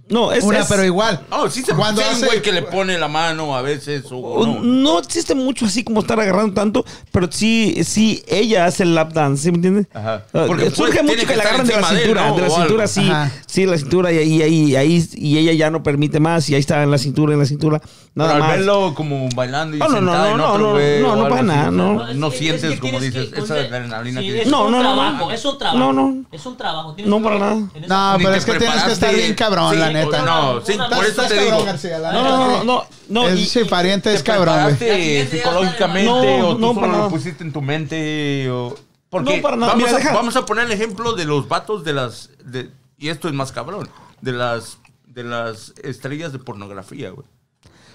[SPEAKER 2] No, es,
[SPEAKER 1] Una,
[SPEAKER 2] es-
[SPEAKER 1] pero igual.
[SPEAKER 5] No, sí se
[SPEAKER 1] Cuando
[SPEAKER 5] cuando hay un
[SPEAKER 1] hace-
[SPEAKER 5] güey que le pone la mano a veces o,
[SPEAKER 2] o-
[SPEAKER 5] no.
[SPEAKER 2] no existe mucho así como estar agarrando tanto, pero sí, sí, ella hace el lap dance, ¿sí me entiendes?
[SPEAKER 5] Ajá.
[SPEAKER 2] Ah,
[SPEAKER 5] Porque,
[SPEAKER 2] surge mucho
[SPEAKER 5] pues, tiene
[SPEAKER 2] que
[SPEAKER 5] que
[SPEAKER 2] la
[SPEAKER 5] estar
[SPEAKER 2] agarran de la
[SPEAKER 5] encima de él,
[SPEAKER 2] cintura, de,
[SPEAKER 5] ¿no?
[SPEAKER 2] la
[SPEAKER 5] O
[SPEAKER 2] cintura,
[SPEAKER 5] algo.
[SPEAKER 2] sí,
[SPEAKER 1] Ajá.
[SPEAKER 2] sí, la cintura, y ahí, ahí, ahí, y ella ya no permite más, y ahí está en la cintura, en la cintura, nada
[SPEAKER 5] Pero al
[SPEAKER 2] más.
[SPEAKER 5] verlo como bailando y
[SPEAKER 2] No, no, no,
[SPEAKER 5] sentado en
[SPEAKER 2] no,
[SPEAKER 5] otro
[SPEAKER 2] no,
[SPEAKER 5] güey
[SPEAKER 2] no,
[SPEAKER 5] o
[SPEAKER 2] no
[SPEAKER 5] algo
[SPEAKER 2] para
[SPEAKER 5] así,
[SPEAKER 2] nada, no.
[SPEAKER 5] No
[SPEAKER 6] Es- es
[SPEAKER 5] sientes,
[SPEAKER 6] que
[SPEAKER 5] como
[SPEAKER 6] tienes
[SPEAKER 5] dices,
[SPEAKER 6] que-
[SPEAKER 5] esa
[SPEAKER 6] un-
[SPEAKER 5] adrenalina
[SPEAKER 6] sí,
[SPEAKER 5] que
[SPEAKER 6] es
[SPEAKER 5] dices.
[SPEAKER 2] No,
[SPEAKER 6] un
[SPEAKER 2] no, no, no.
[SPEAKER 6] trabajo, Es un trabajo.
[SPEAKER 2] No, no.
[SPEAKER 6] Es un trabajo. tienes
[SPEAKER 2] No,
[SPEAKER 6] que-
[SPEAKER 2] para nada.
[SPEAKER 6] tienes
[SPEAKER 1] No,
[SPEAKER 5] Ni
[SPEAKER 1] pero
[SPEAKER 5] te
[SPEAKER 1] es que tienes que estar
[SPEAKER 5] preparaste.
[SPEAKER 1] bien cabrón,
[SPEAKER 5] Sí,
[SPEAKER 1] la
[SPEAKER 5] o-
[SPEAKER 1] neta.
[SPEAKER 5] No, sí,
[SPEAKER 6] Una-
[SPEAKER 5] por
[SPEAKER 1] Estás-
[SPEAKER 5] eso
[SPEAKER 1] estás
[SPEAKER 5] te digo.
[SPEAKER 1] cabrón, García, la
[SPEAKER 2] No,
[SPEAKER 1] neta,
[SPEAKER 2] no, no,
[SPEAKER 1] sí.
[SPEAKER 2] no, no, y-
[SPEAKER 1] es, sí, pariente
[SPEAKER 5] ¿Te
[SPEAKER 1] es cabrón, güey.
[SPEAKER 5] preparaste
[SPEAKER 6] güey.
[SPEAKER 5] psicológicamente
[SPEAKER 2] No,
[SPEAKER 5] o tú
[SPEAKER 2] no, para
[SPEAKER 5] solo
[SPEAKER 2] nada.
[SPEAKER 5] lo pusiste en tu mente? O... Porque
[SPEAKER 2] No, para nada.
[SPEAKER 5] Vamos,
[SPEAKER 2] Mira,
[SPEAKER 5] a,
[SPEAKER 2] deja-
[SPEAKER 5] vamos a poner el ejemplo de los vatos de las... de- y esto es más cabrón. De las, de las estrellas de pornografía, güey.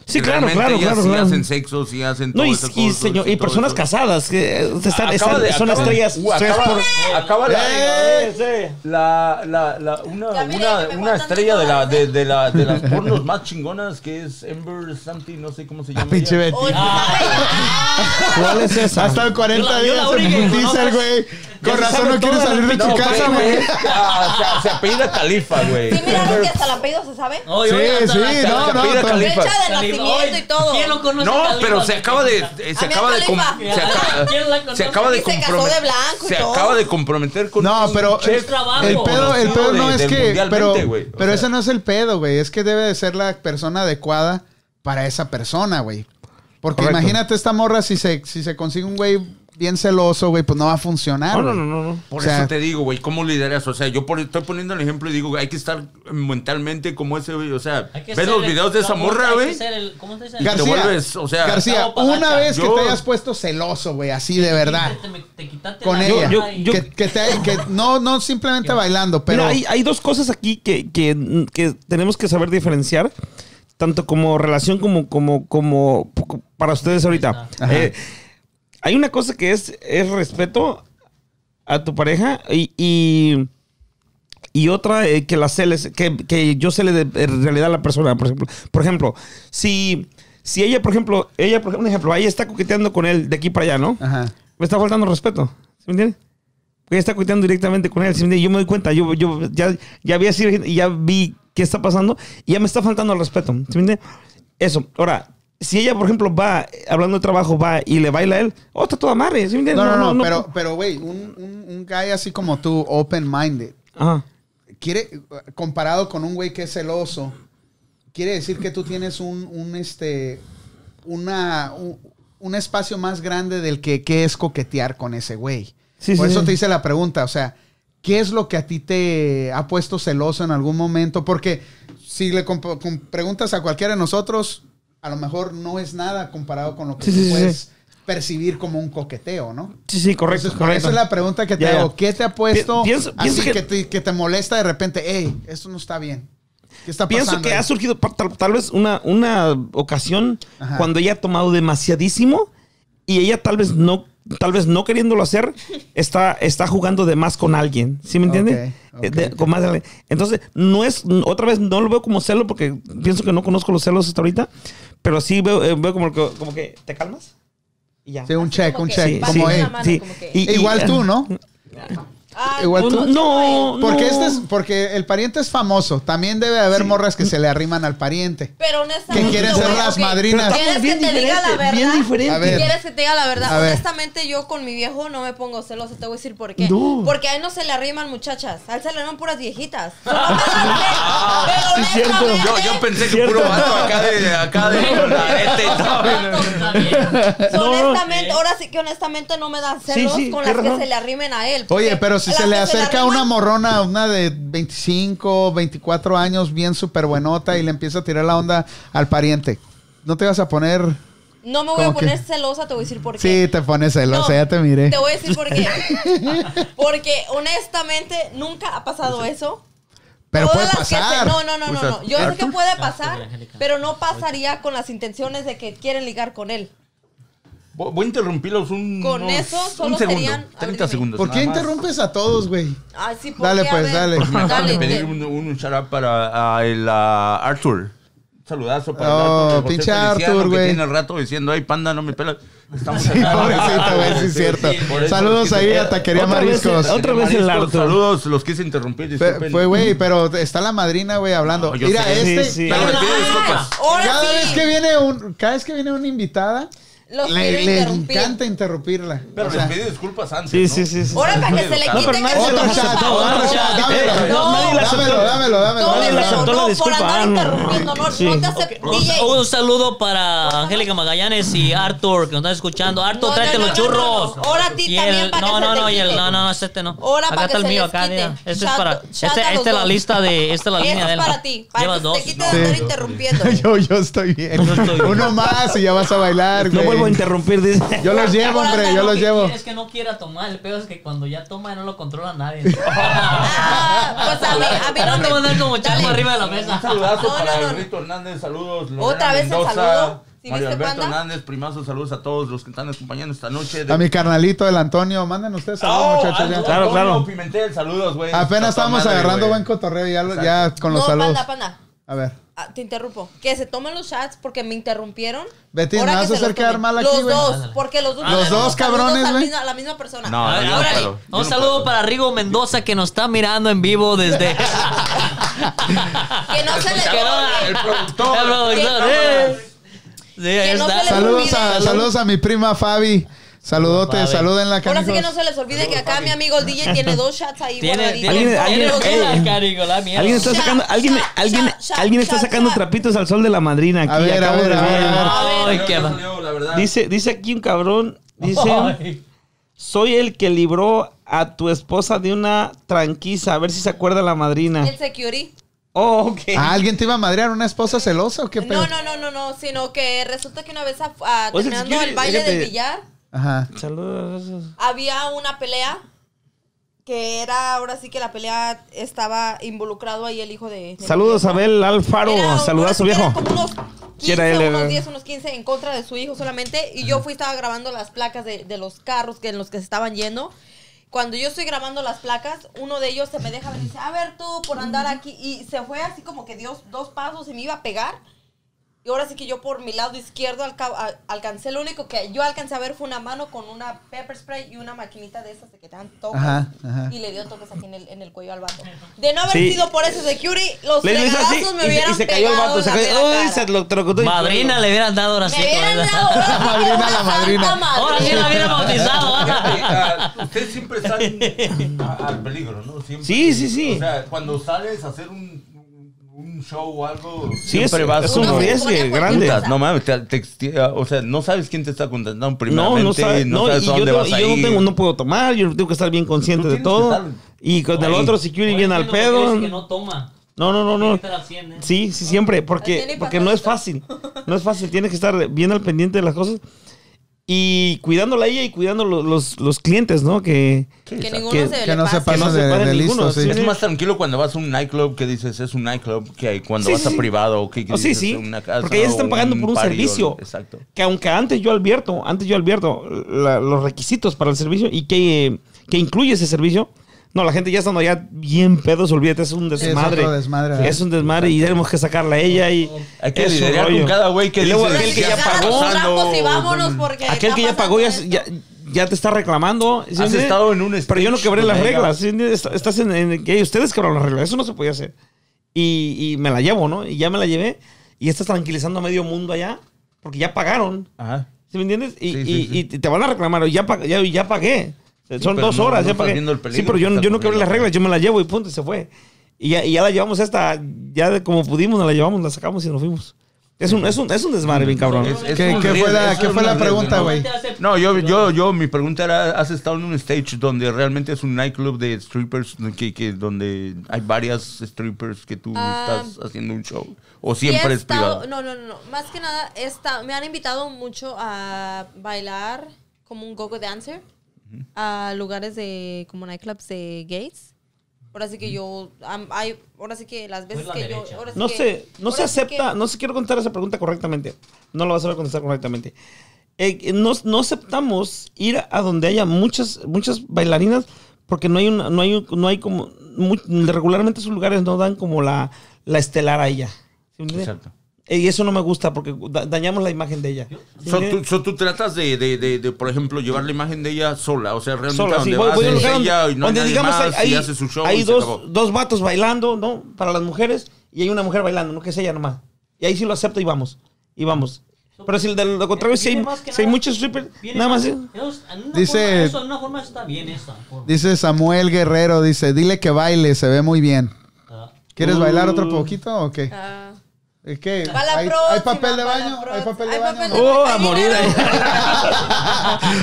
[SPEAKER 2] sí,
[SPEAKER 5] Que
[SPEAKER 2] claro,
[SPEAKER 5] realmente
[SPEAKER 2] claro,
[SPEAKER 5] ellas
[SPEAKER 2] claro.
[SPEAKER 5] sí
[SPEAKER 2] claro.
[SPEAKER 5] hacen sexo, sí hacen
[SPEAKER 2] No,
[SPEAKER 5] todo
[SPEAKER 2] y,
[SPEAKER 5] esas
[SPEAKER 2] y,
[SPEAKER 5] cosas,
[SPEAKER 2] señor,
[SPEAKER 5] sí,
[SPEAKER 2] y
[SPEAKER 5] todo
[SPEAKER 2] personas
[SPEAKER 5] eso.
[SPEAKER 2] casadas que eh, están,
[SPEAKER 5] Acaba
[SPEAKER 2] están-
[SPEAKER 5] de-
[SPEAKER 2] son
[SPEAKER 5] acaba de-
[SPEAKER 2] estrellas.
[SPEAKER 5] Uh,
[SPEAKER 2] estrellas
[SPEAKER 5] acaba- Acaba
[SPEAKER 1] Eh.
[SPEAKER 5] de... eh,
[SPEAKER 2] por- Sí, sí.
[SPEAKER 5] La, la, la, una,
[SPEAKER 3] Ya miré que
[SPEAKER 5] una,
[SPEAKER 3] me
[SPEAKER 5] una
[SPEAKER 3] faltan
[SPEAKER 5] estrella de,
[SPEAKER 3] dos
[SPEAKER 5] la,
[SPEAKER 3] horas,
[SPEAKER 5] de,
[SPEAKER 3] ¿eh?
[SPEAKER 5] de, la, de las pornos más chingonas que es Ember Santi, no sé cómo se llama.
[SPEAKER 1] Ah, Pinche
[SPEAKER 5] ella.
[SPEAKER 1] Betty.
[SPEAKER 3] Oye,
[SPEAKER 1] Ah.
[SPEAKER 2] ¿Cuál es esa?
[SPEAKER 1] Ha estado 40
[SPEAKER 6] Yo la- yo la
[SPEAKER 1] días
[SPEAKER 6] única que
[SPEAKER 1] en putiza, el
[SPEAKER 6] conozco
[SPEAKER 1] güey.
[SPEAKER 2] Ya
[SPEAKER 1] Con
[SPEAKER 2] se
[SPEAKER 1] razón
[SPEAKER 2] sabe
[SPEAKER 1] no quiere
[SPEAKER 2] todas las
[SPEAKER 1] salir de
[SPEAKER 5] No,
[SPEAKER 1] su
[SPEAKER 5] pero,
[SPEAKER 1] casa,
[SPEAKER 5] güey,
[SPEAKER 1] güey.
[SPEAKER 5] ah, se, se apellida Califa, güey.
[SPEAKER 3] Ah. ¿Sí miraron que hasta el apellido se sabe?
[SPEAKER 6] No, yo
[SPEAKER 1] Sí,
[SPEAKER 6] ya hasta
[SPEAKER 1] sí,
[SPEAKER 6] la-
[SPEAKER 1] no,
[SPEAKER 6] hasta
[SPEAKER 1] no,
[SPEAKER 5] Apellida
[SPEAKER 1] to-
[SPEAKER 5] Califa.
[SPEAKER 3] Fecha de
[SPEAKER 6] la-
[SPEAKER 3] nacimiento
[SPEAKER 6] Ay,
[SPEAKER 3] y todo.
[SPEAKER 6] ¿Quién lo conoce?
[SPEAKER 5] No,
[SPEAKER 6] Califa?
[SPEAKER 5] pero se acaba de eh, se
[SPEAKER 3] A mí
[SPEAKER 5] acaba de
[SPEAKER 3] Califa.
[SPEAKER 5] com- se acaba-
[SPEAKER 6] ¿Quién la conoce?
[SPEAKER 5] se acaba
[SPEAKER 3] Y
[SPEAKER 5] de
[SPEAKER 3] se casó
[SPEAKER 5] comprometer
[SPEAKER 3] de blanco y
[SPEAKER 5] se
[SPEAKER 3] todo.
[SPEAKER 5] acaba de comprometer con
[SPEAKER 1] No,
[SPEAKER 5] un
[SPEAKER 1] pero
[SPEAKER 5] chef
[SPEAKER 1] el
[SPEAKER 6] es trabajo.
[SPEAKER 1] el pedo, el pedo no
[SPEAKER 5] de-
[SPEAKER 1] es
[SPEAKER 5] del
[SPEAKER 1] que,
[SPEAKER 5] Mundial
[SPEAKER 1] pero,
[SPEAKER 5] 20, güey. O
[SPEAKER 1] pero
[SPEAKER 5] sea,
[SPEAKER 1] ese no es el pedo, güey. Es que debe de ser la persona adecuada para esa persona, güey. Porque
[SPEAKER 2] Correcto.
[SPEAKER 1] imagínate esta morra si se, si se consigue un güey bien celoso, güey, pues no va a funcionar.
[SPEAKER 2] No, no,
[SPEAKER 1] güey.
[SPEAKER 2] no, no, no.
[SPEAKER 5] Por
[SPEAKER 1] O sea-
[SPEAKER 5] eso te digo, güey, ¿cómo lideras? O sea, yo por- estoy poniendo el ejemplo y digo, hay que estar mentalmente como ese, güey. O sea,
[SPEAKER 6] Hay que
[SPEAKER 5] ves
[SPEAKER 6] ser
[SPEAKER 5] los
[SPEAKER 6] el-
[SPEAKER 5] videos de esa
[SPEAKER 6] no,
[SPEAKER 5] morra,
[SPEAKER 6] hay
[SPEAKER 5] güey.
[SPEAKER 6] que ser el- ¿Cómo se dice?
[SPEAKER 5] Gar-
[SPEAKER 1] García,
[SPEAKER 5] vuelves, o sea,
[SPEAKER 1] García,
[SPEAKER 6] no, palacha.
[SPEAKER 1] una vez que
[SPEAKER 5] Yo-
[SPEAKER 1] te hayas puesto celoso, güey, así de verdad,
[SPEAKER 6] Te- te- te quitaste
[SPEAKER 1] con
[SPEAKER 6] la
[SPEAKER 1] ella,
[SPEAKER 6] ropa
[SPEAKER 2] yo-
[SPEAKER 6] y-
[SPEAKER 2] yo-
[SPEAKER 1] que, que te- que no, no simplemente bailando, pero
[SPEAKER 2] Mira, hay, hay dos cosas aquí que, que- que tenemos que saber diferenciar, tanto como relación como, como, como para ustedes ahorita.
[SPEAKER 1] Ajá.
[SPEAKER 2] Eh, hay una cosa que es, es respeto a tu pareja y, y, y otra eh, que la celes, que, que yo cele de en realidad a la persona, por ejemplo. Por ejemplo, si, si ella, por ejemplo, ella, por ejemplo, un ejemplo, ella está coqueteando con él de aquí para allá, ¿no?
[SPEAKER 1] ajá.
[SPEAKER 2] me está faltando respeto. ¿Sí me entiendes? Porque está cuiteando directamente con él. ¿sí me entiendes? Yo me doy cuenta, yo, yo ya, ya vi así y ya vi qué está pasando y ya me está faltando el respeto. ¿Sí me entiendes? Eso. Ahora, si ella, por ejemplo, va eh, hablando de trabajo, va y le baila a él, oh, está toda madre. ¿sí me entiendes?
[SPEAKER 1] No, no, no, pero, pero, güey, un, un, un guy así como tú, open-minded,
[SPEAKER 2] Ajá.
[SPEAKER 1] quiere, comparado con un güey que es celoso, quiere decir que tú tienes un, un, este, una, un, un espacio más grande del que, que es coquetear con ese güey.
[SPEAKER 2] Sí,
[SPEAKER 1] Por
[SPEAKER 2] sí,
[SPEAKER 1] eso
[SPEAKER 2] sí.
[SPEAKER 1] te hice la pregunta, o sea, ¿qué es lo que a ti te ha puesto celoso en algún momento? Porque si le comp- com- preguntas a cualquiera de nosotros, a lo mejor no es nada comparado con lo que
[SPEAKER 2] Sí,
[SPEAKER 1] tú
[SPEAKER 2] sí, sí,
[SPEAKER 1] puedes percibir como un coqueteo, ¿no?
[SPEAKER 2] Sí, sí, correcto,
[SPEAKER 1] Entonces,
[SPEAKER 2] correcto.
[SPEAKER 1] Esa es la pregunta que te
[SPEAKER 2] Ya, ya.
[SPEAKER 1] hago. ¿Qué te ha puesto
[SPEAKER 2] Pi- pienso-
[SPEAKER 1] así
[SPEAKER 2] pienso
[SPEAKER 1] que,
[SPEAKER 2] que-
[SPEAKER 1] te, que te molesta de repente? Ey, esto no está bien. ¿Qué está pasando?
[SPEAKER 2] Pienso que
[SPEAKER 1] ahí?"
[SPEAKER 2] ha surgido pa- tal, tal vez una, una ocasión
[SPEAKER 1] Ajá.
[SPEAKER 2] cuando ella ha tomado demasiadísimo y ella tal vez no tal vez no queriéndolo hacer, está, está jugando de más con alguien. ¿Sí me entiende?
[SPEAKER 1] Ok,
[SPEAKER 2] Eh,
[SPEAKER 1] ok.
[SPEAKER 2] de- con más de alguien. Entonces, no es, otra vez, no lo veo como celo porque pienso que no conozco los celos hasta ahorita, pero sí veo, eh, veo como, que, como que, ¿te calmas? Y ya.
[SPEAKER 1] Sí, un check, un
[SPEAKER 3] que
[SPEAKER 1] check.
[SPEAKER 3] sí,
[SPEAKER 1] como,
[SPEAKER 3] sí.
[SPEAKER 1] eh,
[SPEAKER 3] mano, como que-
[SPEAKER 2] Y- y-
[SPEAKER 1] Igual tú, ¿no?
[SPEAKER 3] Ay,
[SPEAKER 1] Igual tú.
[SPEAKER 2] No,
[SPEAKER 1] Porque,
[SPEAKER 2] no.
[SPEAKER 1] este es, porque el pariente es famoso. También debe haber morras que se le arriman al pariente.
[SPEAKER 3] Pero honestamente.
[SPEAKER 1] Que quieren ser
[SPEAKER 3] güey,
[SPEAKER 1] las
[SPEAKER 3] ok,
[SPEAKER 1] madrinas.
[SPEAKER 3] ¿Quieres que te diga la verdad?
[SPEAKER 2] bien diferente.
[SPEAKER 1] A ver.
[SPEAKER 3] ¿Quieres que te diga la
[SPEAKER 1] A
[SPEAKER 3] verdad?
[SPEAKER 1] ver.
[SPEAKER 3] Honestamente, yo con mi viejo no me pongo celosa. Te voy a decir por qué.
[SPEAKER 2] No.
[SPEAKER 3] Porque a él no se le arriman muchachas. A él se le arriman puras viejitas. Pero no me las ve. Pero
[SPEAKER 2] Sí, es cierto.
[SPEAKER 3] honestamente,
[SPEAKER 5] Ah, Yo, yo pensé que puro vato acá de
[SPEAKER 1] Ah,
[SPEAKER 5] acá de
[SPEAKER 1] este,
[SPEAKER 5] Narete y todo.
[SPEAKER 4] Está bien.
[SPEAKER 3] so,
[SPEAKER 2] No.
[SPEAKER 3] honestamente, ahora sí que honestamente no me dan celos
[SPEAKER 2] sí,
[SPEAKER 3] con
[SPEAKER 2] qué
[SPEAKER 3] las que
[SPEAKER 2] razón.
[SPEAKER 3] se le arrimen a él.
[SPEAKER 1] Oye,
[SPEAKER 3] Porque
[SPEAKER 1] pero si
[SPEAKER 3] las
[SPEAKER 1] se le
[SPEAKER 3] que
[SPEAKER 1] acerca una
[SPEAKER 3] arriman-
[SPEAKER 1] morrona, una de 25, 24 años, bien súper buenota, y le empieza a tirar la onda al pariente, ¿no te vas a poner...?
[SPEAKER 3] No me voy a
[SPEAKER 1] ¿Cómo que?
[SPEAKER 3] poner celosa, te voy a decir por qué.
[SPEAKER 1] Sí, te pones celosa,
[SPEAKER 3] No,
[SPEAKER 1] ya te miré.
[SPEAKER 3] Te voy a decir por qué. Porque honestamente nunca ha pasado eso.
[SPEAKER 1] Pero puede
[SPEAKER 3] Todas las que
[SPEAKER 1] pasar.
[SPEAKER 3] se- no, no, no, no, no.
[SPEAKER 5] Pues,
[SPEAKER 3] Yo sé que
[SPEAKER 5] Arthur.
[SPEAKER 3] puede pasar,
[SPEAKER 4] Angélica.
[SPEAKER 3] pero no pasaría con las intenciones de que quieren ligar con él.
[SPEAKER 5] Voy voy a interrumpirlos un
[SPEAKER 3] Con
[SPEAKER 5] unos-
[SPEAKER 3] eso solo
[SPEAKER 5] un segundo,
[SPEAKER 3] serían- a ver,
[SPEAKER 5] 30
[SPEAKER 3] dime.
[SPEAKER 5] segundos.
[SPEAKER 1] ¿Por qué
[SPEAKER 5] nada más.
[SPEAKER 1] interrumpes a todos, güey?
[SPEAKER 3] Ay, sí, ¿por
[SPEAKER 1] Dale,
[SPEAKER 3] qué? A
[SPEAKER 1] pues,
[SPEAKER 3] ver.
[SPEAKER 1] dale.
[SPEAKER 5] Me acaban de
[SPEAKER 3] Dale,
[SPEAKER 5] pedir
[SPEAKER 3] te-
[SPEAKER 5] un, un shout out para a el ah, Arthur. Un Saludazo para el
[SPEAKER 1] Oh,
[SPEAKER 5] Arthur, el José
[SPEAKER 1] pinche
[SPEAKER 5] Feliciano,
[SPEAKER 1] Arthur,
[SPEAKER 5] que
[SPEAKER 1] güey.
[SPEAKER 5] Tiene el rato diciendo, ay, panda, no me pelas. Estamos
[SPEAKER 1] Sí, pobrecito, güey, sí es cierto.
[SPEAKER 5] por eso
[SPEAKER 1] Saludos
[SPEAKER 5] los
[SPEAKER 1] ahí
[SPEAKER 5] quise-
[SPEAKER 1] a Taquería
[SPEAKER 2] Otra vez,
[SPEAKER 1] Mariscos.
[SPEAKER 2] eh, Otra vez el
[SPEAKER 5] Mariscos,
[SPEAKER 2] Arthur.
[SPEAKER 5] Saludos, los quise interrumpir,
[SPEAKER 1] Fue,
[SPEAKER 5] disculpen.
[SPEAKER 1] fue, güey, pero está la madrina, güey, hablando.
[SPEAKER 5] No, yo
[SPEAKER 1] Mira,
[SPEAKER 5] sé.
[SPEAKER 1] este...
[SPEAKER 2] Sí, sí.
[SPEAKER 5] Pero les pido
[SPEAKER 3] Ah,
[SPEAKER 5] disculpas.
[SPEAKER 3] ahora
[SPEAKER 1] Cada
[SPEAKER 3] sí.
[SPEAKER 1] vez que viene un, cada vez que viene una invitada,
[SPEAKER 3] Los
[SPEAKER 1] le,
[SPEAKER 3] quiero
[SPEAKER 1] le
[SPEAKER 3] interrumpir.
[SPEAKER 1] encanta interrumpirla.
[SPEAKER 5] Pero
[SPEAKER 1] O sea,
[SPEAKER 5] les pido disculpas antes.
[SPEAKER 2] Sí,
[SPEAKER 5] ¿no?
[SPEAKER 2] sí, sí, sí.
[SPEAKER 3] Ahora para que se le
[SPEAKER 5] No,
[SPEAKER 3] quite
[SPEAKER 2] pero
[SPEAKER 3] que
[SPEAKER 2] nadie se
[SPEAKER 3] se-
[SPEAKER 1] otro
[SPEAKER 2] lo
[SPEAKER 1] chat,
[SPEAKER 2] aceptó,
[SPEAKER 1] otro
[SPEAKER 2] ¿no?
[SPEAKER 1] chat, dámelo.
[SPEAKER 2] Eh, no, nadie la
[SPEAKER 1] Dámelo,
[SPEAKER 2] aceptó.
[SPEAKER 1] dámelo, dámelo,
[SPEAKER 3] No,
[SPEAKER 2] Nadie
[SPEAKER 1] dámelo.
[SPEAKER 2] la
[SPEAKER 3] no,
[SPEAKER 2] aceptó la
[SPEAKER 3] no,
[SPEAKER 2] disculpa.
[SPEAKER 3] Por
[SPEAKER 2] Ah,
[SPEAKER 3] andar
[SPEAKER 2] no.
[SPEAKER 3] interrumpiendo, no,
[SPEAKER 2] Sí.
[SPEAKER 3] no te aceptes,
[SPEAKER 6] Un,
[SPEAKER 3] DJ.
[SPEAKER 6] un saludo para Angélica Magallanes y Arthur, que nos están escuchando. Arthur,
[SPEAKER 3] No,
[SPEAKER 6] tráete
[SPEAKER 3] no, no,
[SPEAKER 6] los
[SPEAKER 3] no, no,
[SPEAKER 6] churros.
[SPEAKER 3] no. Ahora a ti
[SPEAKER 6] Y
[SPEAKER 3] también
[SPEAKER 6] el-
[SPEAKER 3] para que
[SPEAKER 6] No,
[SPEAKER 3] se
[SPEAKER 6] no,
[SPEAKER 3] te
[SPEAKER 6] no, y el,
[SPEAKER 3] quite.
[SPEAKER 6] no, no, este no.
[SPEAKER 3] Ahora
[SPEAKER 6] acá
[SPEAKER 3] para que
[SPEAKER 6] está el
[SPEAKER 3] se
[SPEAKER 6] mío,
[SPEAKER 3] les
[SPEAKER 6] acá.
[SPEAKER 3] quite.
[SPEAKER 6] mira. Este es
[SPEAKER 3] Chata-
[SPEAKER 6] para.
[SPEAKER 3] chata
[SPEAKER 6] Este, esta
[SPEAKER 3] los
[SPEAKER 6] es la
[SPEAKER 3] dos.
[SPEAKER 6] lista de. Esta es la línea
[SPEAKER 3] Esta
[SPEAKER 6] de
[SPEAKER 3] es
[SPEAKER 6] él.
[SPEAKER 3] para ti, para
[SPEAKER 6] Llevas
[SPEAKER 3] que se
[SPEAKER 6] dos.
[SPEAKER 3] te quite
[SPEAKER 6] ¿no?
[SPEAKER 3] de estar interrumpiendo.
[SPEAKER 1] Yo, yo estoy bien.
[SPEAKER 6] estoy bien.
[SPEAKER 1] Uno más y ya vas a bailar,
[SPEAKER 2] No
[SPEAKER 1] güey.
[SPEAKER 2] vuelvo a interrumpir, dice.
[SPEAKER 1] Yo los llevo, hombre, yo los llevo.
[SPEAKER 6] Es que no quiera tomar, el peor es que cuando ya toma no lo controla nadie.
[SPEAKER 3] Ah, pues a mí, a mí no me-
[SPEAKER 6] te van a dar como chamo
[SPEAKER 3] Dale.
[SPEAKER 6] arriba de la
[SPEAKER 5] Un
[SPEAKER 6] mesa.
[SPEAKER 5] saludazo
[SPEAKER 3] No,
[SPEAKER 5] para
[SPEAKER 3] no, no.
[SPEAKER 5] Rito Hernández, saludos.
[SPEAKER 3] Otra vez el
[SPEAKER 5] Mendoza,
[SPEAKER 3] saludo. ¿Sí
[SPEAKER 5] Mario
[SPEAKER 3] viste,
[SPEAKER 5] Alberto
[SPEAKER 3] panda?
[SPEAKER 5] Hernández, primazo, saludos a todos los que están acompañando esta noche.
[SPEAKER 1] A mi carnalito, el Antonio. Manden ustedes
[SPEAKER 5] Oh,
[SPEAKER 1] saludos, muchachos.
[SPEAKER 5] Antonio
[SPEAKER 1] ya.
[SPEAKER 2] Claro, claro.
[SPEAKER 5] Pimentel, saludos, güey.
[SPEAKER 1] Apenas
[SPEAKER 5] Está
[SPEAKER 1] estamos
[SPEAKER 5] madre,
[SPEAKER 1] agarrando
[SPEAKER 5] güey.
[SPEAKER 1] buen cotorreo ya, lo- ya con los
[SPEAKER 3] no,
[SPEAKER 1] saludos.
[SPEAKER 3] panda, panda.
[SPEAKER 1] A ver.
[SPEAKER 3] Ah, te interrumpo. Que se tomen los chats porque me interrumpieron.
[SPEAKER 1] Betis,
[SPEAKER 3] Ahora
[SPEAKER 1] me vas a
[SPEAKER 3] que se
[SPEAKER 1] hacer
[SPEAKER 3] los
[SPEAKER 1] quedar
[SPEAKER 3] tomen.
[SPEAKER 1] mal aquí,
[SPEAKER 3] Los
[SPEAKER 1] güey.
[SPEAKER 3] dos, porque los dos.
[SPEAKER 1] Los dos, cabrones,
[SPEAKER 3] a la
[SPEAKER 1] güey.
[SPEAKER 3] misma- a la misma persona.
[SPEAKER 5] No,
[SPEAKER 2] Ah,
[SPEAKER 6] A ver,
[SPEAKER 5] yo no
[SPEAKER 6] ahora sí.
[SPEAKER 5] puedo, yo
[SPEAKER 6] Un
[SPEAKER 5] no
[SPEAKER 6] saludo
[SPEAKER 5] puedo.
[SPEAKER 6] para Rigo Mendoza que nos está mirando en vivo desde.
[SPEAKER 3] Que no se les
[SPEAKER 6] Que no-
[SPEAKER 3] olvide.
[SPEAKER 5] El productor.
[SPEAKER 6] El productor, eh. Sí, ahí
[SPEAKER 3] Que no
[SPEAKER 6] está.
[SPEAKER 3] se le
[SPEAKER 1] Saludos
[SPEAKER 3] olvide.
[SPEAKER 1] a, saludos a mi prima Fabi. Saludote,
[SPEAKER 6] Fabi.
[SPEAKER 1] salúdenla,
[SPEAKER 3] Ahora sí que
[SPEAKER 1] canijos.
[SPEAKER 3] no se les olvide que acá mi amigo el DJ tiene dos chats ahí.
[SPEAKER 6] Tiene,
[SPEAKER 3] guardaditos.
[SPEAKER 6] tiene,
[SPEAKER 2] Alguien- alguien-
[SPEAKER 6] tiene
[SPEAKER 2] ey.
[SPEAKER 6] la carigo, la mierda.
[SPEAKER 2] Alguien está
[SPEAKER 3] Sha-
[SPEAKER 2] sacando, alguien,
[SPEAKER 3] sha-
[SPEAKER 2] alguien,
[SPEAKER 3] sha-
[SPEAKER 2] alguien está
[SPEAKER 3] sha-
[SPEAKER 2] sacando
[SPEAKER 3] sha-
[SPEAKER 2] trapitos al sol de la madrina aquí.
[SPEAKER 1] A ver,
[SPEAKER 2] acabo
[SPEAKER 1] a ver,
[SPEAKER 2] de
[SPEAKER 1] a ver, a ver.
[SPEAKER 6] Ay,
[SPEAKER 5] Creo
[SPEAKER 6] qué
[SPEAKER 5] que
[SPEAKER 6] va.
[SPEAKER 5] salió, la verdad.
[SPEAKER 2] Dice, dice aquí un cabrón, dice,
[SPEAKER 6] Ay.
[SPEAKER 2] soy el que libró a tu esposa de una tranquiza, a ver si se acuerda la madrina.
[SPEAKER 3] El security.
[SPEAKER 2] Oh, ok.
[SPEAKER 1] Ah, ¿Alguien te iba a madrear una esposa celosa o qué pedo?
[SPEAKER 3] No, no, no, no, no, sino que resulta que una vez a- a-
[SPEAKER 2] O sea,
[SPEAKER 3] terminando
[SPEAKER 2] security,
[SPEAKER 3] el baile del
[SPEAKER 2] fíjate.
[SPEAKER 3] billar,
[SPEAKER 1] Ajá.
[SPEAKER 2] Saludos.
[SPEAKER 3] había una pelea que era, ahora sí que la pelea estaba involucrado ahí el hijo de... de
[SPEAKER 2] Saludos,
[SPEAKER 3] mi jefa.
[SPEAKER 2] Abel
[SPEAKER 3] Era
[SPEAKER 2] Alfaro.
[SPEAKER 3] un-
[SPEAKER 2] Saluda a su
[SPEAKER 3] era
[SPEAKER 2] viejo.
[SPEAKER 3] como unos
[SPEAKER 2] ¿Quién
[SPEAKER 3] 15,
[SPEAKER 2] era él?
[SPEAKER 3] unos 10, unos 15 en contra de su hijo solamente. Y yo fui, estaba grabando las placas de, de los carros que, en los que se estaban yendo. Cuando yo estoy grabando las placas, uno de ellos se me deja ver y dice, a ver tú, por andar aquí. Y se fue así como que dio dos pasos y me iba a pegar. Y ahora sí que yo por mi lado izquierdo alca- a- alcancé, lo único que yo alcancé a ver fue una mano con una pepper spray y una maquinita de esas de que te dan toques.
[SPEAKER 1] Ajá, ajá.
[SPEAKER 3] Y le dio toques aquí en el, en el cuello al vato. De no haber
[SPEAKER 2] Sí.
[SPEAKER 3] sido por ese security, los
[SPEAKER 2] Le hizo así
[SPEAKER 3] fregadazos me
[SPEAKER 2] y se-
[SPEAKER 3] hubieran
[SPEAKER 2] y se cayó el
[SPEAKER 3] pegado
[SPEAKER 2] vato.
[SPEAKER 3] en
[SPEAKER 2] Se
[SPEAKER 3] la
[SPEAKER 2] cayó.
[SPEAKER 3] mera
[SPEAKER 2] Ay,
[SPEAKER 3] cara.
[SPEAKER 2] se lo trocotó.
[SPEAKER 6] Madrina le hubieran dado ahora
[SPEAKER 3] Me
[SPEAKER 6] sí.
[SPEAKER 3] hubieran
[SPEAKER 6] ¿verdad?
[SPEAKER 3] dado ahora sí
[SPEAKER 1] Madrina,
[SPEAKER 3] una
[SPEAKER 1] la
[SPEAKER 3] santa
[SPEAKER 1] madrina.
[SPEAKER 3] madre.
[SPEAKER 6] Ahora sí la hubiera bautizado.
[SPEAKER 5] Fíjate,
[SPEAKER 6] ¿verdad?
[SPEAKER 5] ah, Ustedes siempre están a- al peligro, ¿no? Siempre.
[SPEAKER 2] Sí, sí, sí.
[SPEAKER 5] O sea, cuando sales a hacer un, un show o algo.
[SPEAKER 2] Sí, es, es
[SPEAKER 3] Uno
[SPEAKER 2] un
[SPEAKER 3] se
[SPEAKER 2] riesgo
[SPEAKER 3] pone a
[SPEAKER 2] grande.
[SPEAKER 3] cualquier
[SPEAKER 5] Putas, no mames, te- te extie- o sea, no sabes quién te está contando
[SPEAKER 2] No,
[SPEAKER 5] primeramente,
[SPEAKER 2] no sabes, no,
[SPEAKER 5] sabes
[SPEAKER 2] y
[SPEAKER 5] a
[SPEAKER 2] yo,
[SPEAKER 5] dónde
[SPEAKER 2] tengo-
[SPEAKER 5] vas
[SPEAKER 2] y
[SPEAKER 5] a
[SPEAKER 2] yo no
[SPEAKER 5] ir.
[SPEAKER 2] tengo, no puedo tomar, yo tengo que estar bien consciente
[SPEAKER 5] Tú
[SPEAKER 2] de
[SPEAKER 5] tienes
[SPEAKER 2] todo.
[SPEAKER 5] que estar-
[SPEAKER 2] Y con el
[SPEAKER 5] Ahí.
[SPEAKER 2] otro security viene al
[SPEAKER 6] Oye, ¿no
[SPEAKER 2] pedo.
[SPEAKER 6] crees que no toma.
[SPEAKER 2] No, no, no,
[SPEAKER 6] Tiene que
[SPEAKER 2] no.
[SPEAKER 6] estar al 100, ¿eh?
[SPEAKER 2] Sí, sí, siempre, porque,
[SPEAKER 3] Tiene
[SPEAKER 2] porque no es fácil. No es fácil, tienes que estar bien al pendiente de las cosas. y cuidándola a ella y cuidando lo- los, los clientes, ¿no? Que
[SPEAKER 3] Que
[SPEAKER 5] Exacto.
[SPEAKER 3] ninguno
[SPEAKER 2] Que-
[SPEAKER 3] se
[SPEAKER 1] que
[SPEAKER 3] le
[SPEAKER 1] no se
[SPEAKER 3] pase.
[SPEAKER 1] pase
[SPEAKER 2] se
[SPEAKER 1] de,
[SPEAKER 2] pare
[SPEAKER 1] de
[SPEAKER 2] ninguno,
[SPEAKER 1] listo, sí.
[SPEAKER 2] sí.
[SPEAKER 5] Es más tranquilo cuando vas a un nightclub que dices es un nightclub que hay cuando
[SPEAKER 2] Sí,
[SPEAKER 5] vas
[SPEAKER 2] sí,
[SPEAKER 5] a
[SPEAKER 2] sí.
[SPEAKER 5] privado que, que
[SPEAKER 2] Oh, sí,
[SPEAKER 5] dices,
[SPEAKER 2] sí.
[SPEAKER 5] una casa
[SPEAKER 2] Porque ellos
[SPEAKER 5] o
[SPEAKER 2] están pagando por un
[SPEAKER 5] party o-
[SPEAKER 2] servicio.
[SPEAKER 5] Exacto.
[SPEAKER 2] que aunque antes yo advierto, antes yo advierto la- los requisitos para el servicio y que, eh, que incluye ese servicio. No, la gente ya estando ya bien pedos, olvídate, es un
[SPEAKER 1] Sí, es
[SPEAKER 2] desmadre.
[SPEAKER 1] otro desmadre, ¿verdad?
[SPEAKER 2] Es un desmadre y tenemos que sacarla a ella y
[SPEAKER 5] Hay que
[SPEAKER 2] es un
[SPEAKER 5] liderar con
[SPEAKER 2] rollo.
[SPEAKER 5] cada güey que
[SPEAKER 2] Y luego
[SPEAKER 5] dice,
[SPEAKER 2] aquel que
[SPEAKER 5] "¿Qué
[SPEAKER 2] ya
[SPEAKER 5] está
[SPEAKER 2] pagó,
[SPEAKER 5] pasando?".
[SPEAKER 3] y vámonos porque
[SPEAKER 2] aquel
[SPEAKER 3] está
[SPEAKER 2] que ya pagó ya,
[SPEAKER 3] pasando
[SPEAKER 2] ya,
[SPEAKER 3] esto.
[SPEAKER 2] ya te está reclamando. ¿sí
[SPEAKER 5] Has
[SPEAKER 2] entiendes?
[SPEAKER 5] estado en un
[SPEAKER 2] Pero yo no
[SPEAKER 5] stage
[SPEAKER 2] quebré las
[SPEAKER 5] donde
[SPEAKER 2] reglas. ¿sí entiendes? Est- Estás en, en que ustedes quebraron las reglas. Eso no se podía hacer. Y, y me la llevo, ¿no? Y ya me la llevé. Y estás tranquilizando a medio mundo allá porque ya pagaron.
[SPEAKER 5] Ajá.
[SPEAKER 2] ¿Sí me entiendes? Y,
[SPEAKER 5] Sí,
[SPEAKER 2] y-
[SPEAKER 5] sí, sí.
[SPEAKER 2] y te van a reclamar, ya, pa- ya, ya pagué. Son
[SPEAKER 5] pero
[SPEAKER 2] dos
[SPEAKER 5] no-
[SPEAKER 2] horas,
[SPEAKER 5] no
[SPEAKER 2] ya
[SPEAKER 5] estás
[SPEAKER 2] pagué.
[SPEAKER 5] viendo el
[SPEAKER 2] Sí,
[SPEAKER 5] peligro
[SPEAKER 2] pero yo,
[SPEAKER 5] que
[SPEAKER 2] no-
[SPEAKER 5] estás
[SPEAKER 2] yo no quebré las
[SPEAKER 5] poniendo.
[SPEAKER 2] reglas, yo me la llevo y punto, y se fue. Y ya, y ya la llevamos hasta, ya de como pudimos, la llevamos, la sacamos y nos fuimos. Es un, es un, es un desmadre bien cabrón.
[SPEAKER 5] Es- es
[SPEAKER 1] ¿Qué,
[SPEAKER 5] un
[SPEAKER 1] qué
[SPEAKER 5] riesgo,
[SPEAKER 1] fue la,
[SPEAKER 5] es
[SPEAKER 1] qué
[SPEAKER 5] un
[SPEAKER 1] fue la
[SPEAKER 5] riesgo,
[SPEAKER 1] pregunta,
[SPEAKER 5] ¿no?
[SPEAKER 1] güey?
[SPEAKER 5] No, yo, yo, yo, mi pregunta era, ¿has estado en un stage donde realmente es un nightclub de strippers, que, que donde hay varias strippers que tú
[SPEAKER 3] Ah.
[SPEAKER 5] estás haciendo un show? ¿O
[SPEAKER 3] Sí he
[SPEAKER 5] siempre es
[SPEAKER 3] estado-
[SPEAKER 5] privado?
[SPEAKER 3] No, no, no, no. Más que nada, he estado- me han invitado mucho a bailar como un go-go dancer a lugares de, como nightclubs de gays. Ahora sí que yo, am- hay, ahora sí que las
[SPEAKER 2] Pues
[SPEAKER 3] veces
[SPEAKER 4] la
[SPEAKER 3] que yo...
[SPEAKER 4] derecha.
[SPEAKER 3] ahora sí
[SPEAKER 2] No
[SPEAKER 3] que-
[SPEAKER 2] sé, no se
[SPEAKER 3] ahora sí
[SPEAKER 2] acepta,
[SPEAKER 3] que-
[SPEAKER 2] no se quiero contar esa pregunta correctamente. No la vas a ver contestar correctamente. Eh, eh, no, no aceptamos ir a donde haya muchas, muchas bailarinas porque no hay una, no hay, un- no hay como mu- regularmente esos lugares no dan como la, la estelar a ella. ¿Sí me entiendes?
[SPEAKER 5] Exacto.
[SPEAKER 2] Eh, Y eso no me gusta porque da- dañamos la imagen de ella. ¿Sí me
[SPEAKER 5] So, tú,
[SPEAKER 2] entiendes?
[SPEAKER 5] so, tú tratas de, de, de, de, por ejemplo, llevar la imagen de ella sola, o sea, realmente
[SPEAKER 2] Sola,
[SPEAKER 5] a
[SPEAKER 2] sí.
[SPEAKER 5] donde
[SPEAKER 2] Voy-
[SPEAKER 5] vas
[SPEAKER 2] voy a un
[SPEAKER 5] es
[SPEAKER 2] lugar donde-
[SPEAKER 5] ella y no hay
[SPEAKER 2] donde,
[SPEAKER 5] nadie
[SPEAKER 2] digamos hay,
[SPEAKER 5] más y
[SPEAKER 2] hay-
[SPEAKER 5] hace su show
[SPEAKER 2] hay
[SPEAKER 5] y se
[SPEAKER 2] dos,
[SPEAKER 5] acabó.
[SPEAKER 2] dos vatos bailando, ¿no? Para las mujeres y hay una mujer bailando, no que es ella nomás. Y ahí sí lo acepto y vamos. Y vamos. Pero si de lo contrario, si hay,
[SPEAKER 4] Viene más que
[SPEAKER 2] si hay
[SPEAKER 4] nada-
[SPEAKER 2] muchos strippers,
[SPEAKER 4] Viene
[SPEAKER 2] nada más. ¿eh?
[SPEAKER 4] más- ellos, en una
[SPEAKER 1] Dice-
[SPEAKER 4] forma, eso, en una forma está bien esa forma.
[SPEAKER 1] Dice Samuel Guerrero, dice, dile que baile, se ve muy bien.
[SPEAKER 4] Ah,
[SPEAKER 1] ¿Quieres
[SPEAKER 6] Uh.
[SPEAKER 1] bailar otro poquito o qué?
[SPEAKER 3] Ah.
[SPEAKER 1] ¿Es que
[SPEAKER 3] Pa' la
[SPEAKER 1] ¿Hay,
[SPEAKER 3] próxima,
[SPEAKER 1] hay papel de
[SPEAKER 3] pa' la
[SPEAKER 1] baño? ¿Hay
[SPEAKER 3] próxima.
[SPEAKER 1] papel de
[SPEAKER 3] Hay
[SPEAKER 1] baño?
[SPEAKER 3] papel de-
[SPEAKER 2] Oh, a morir.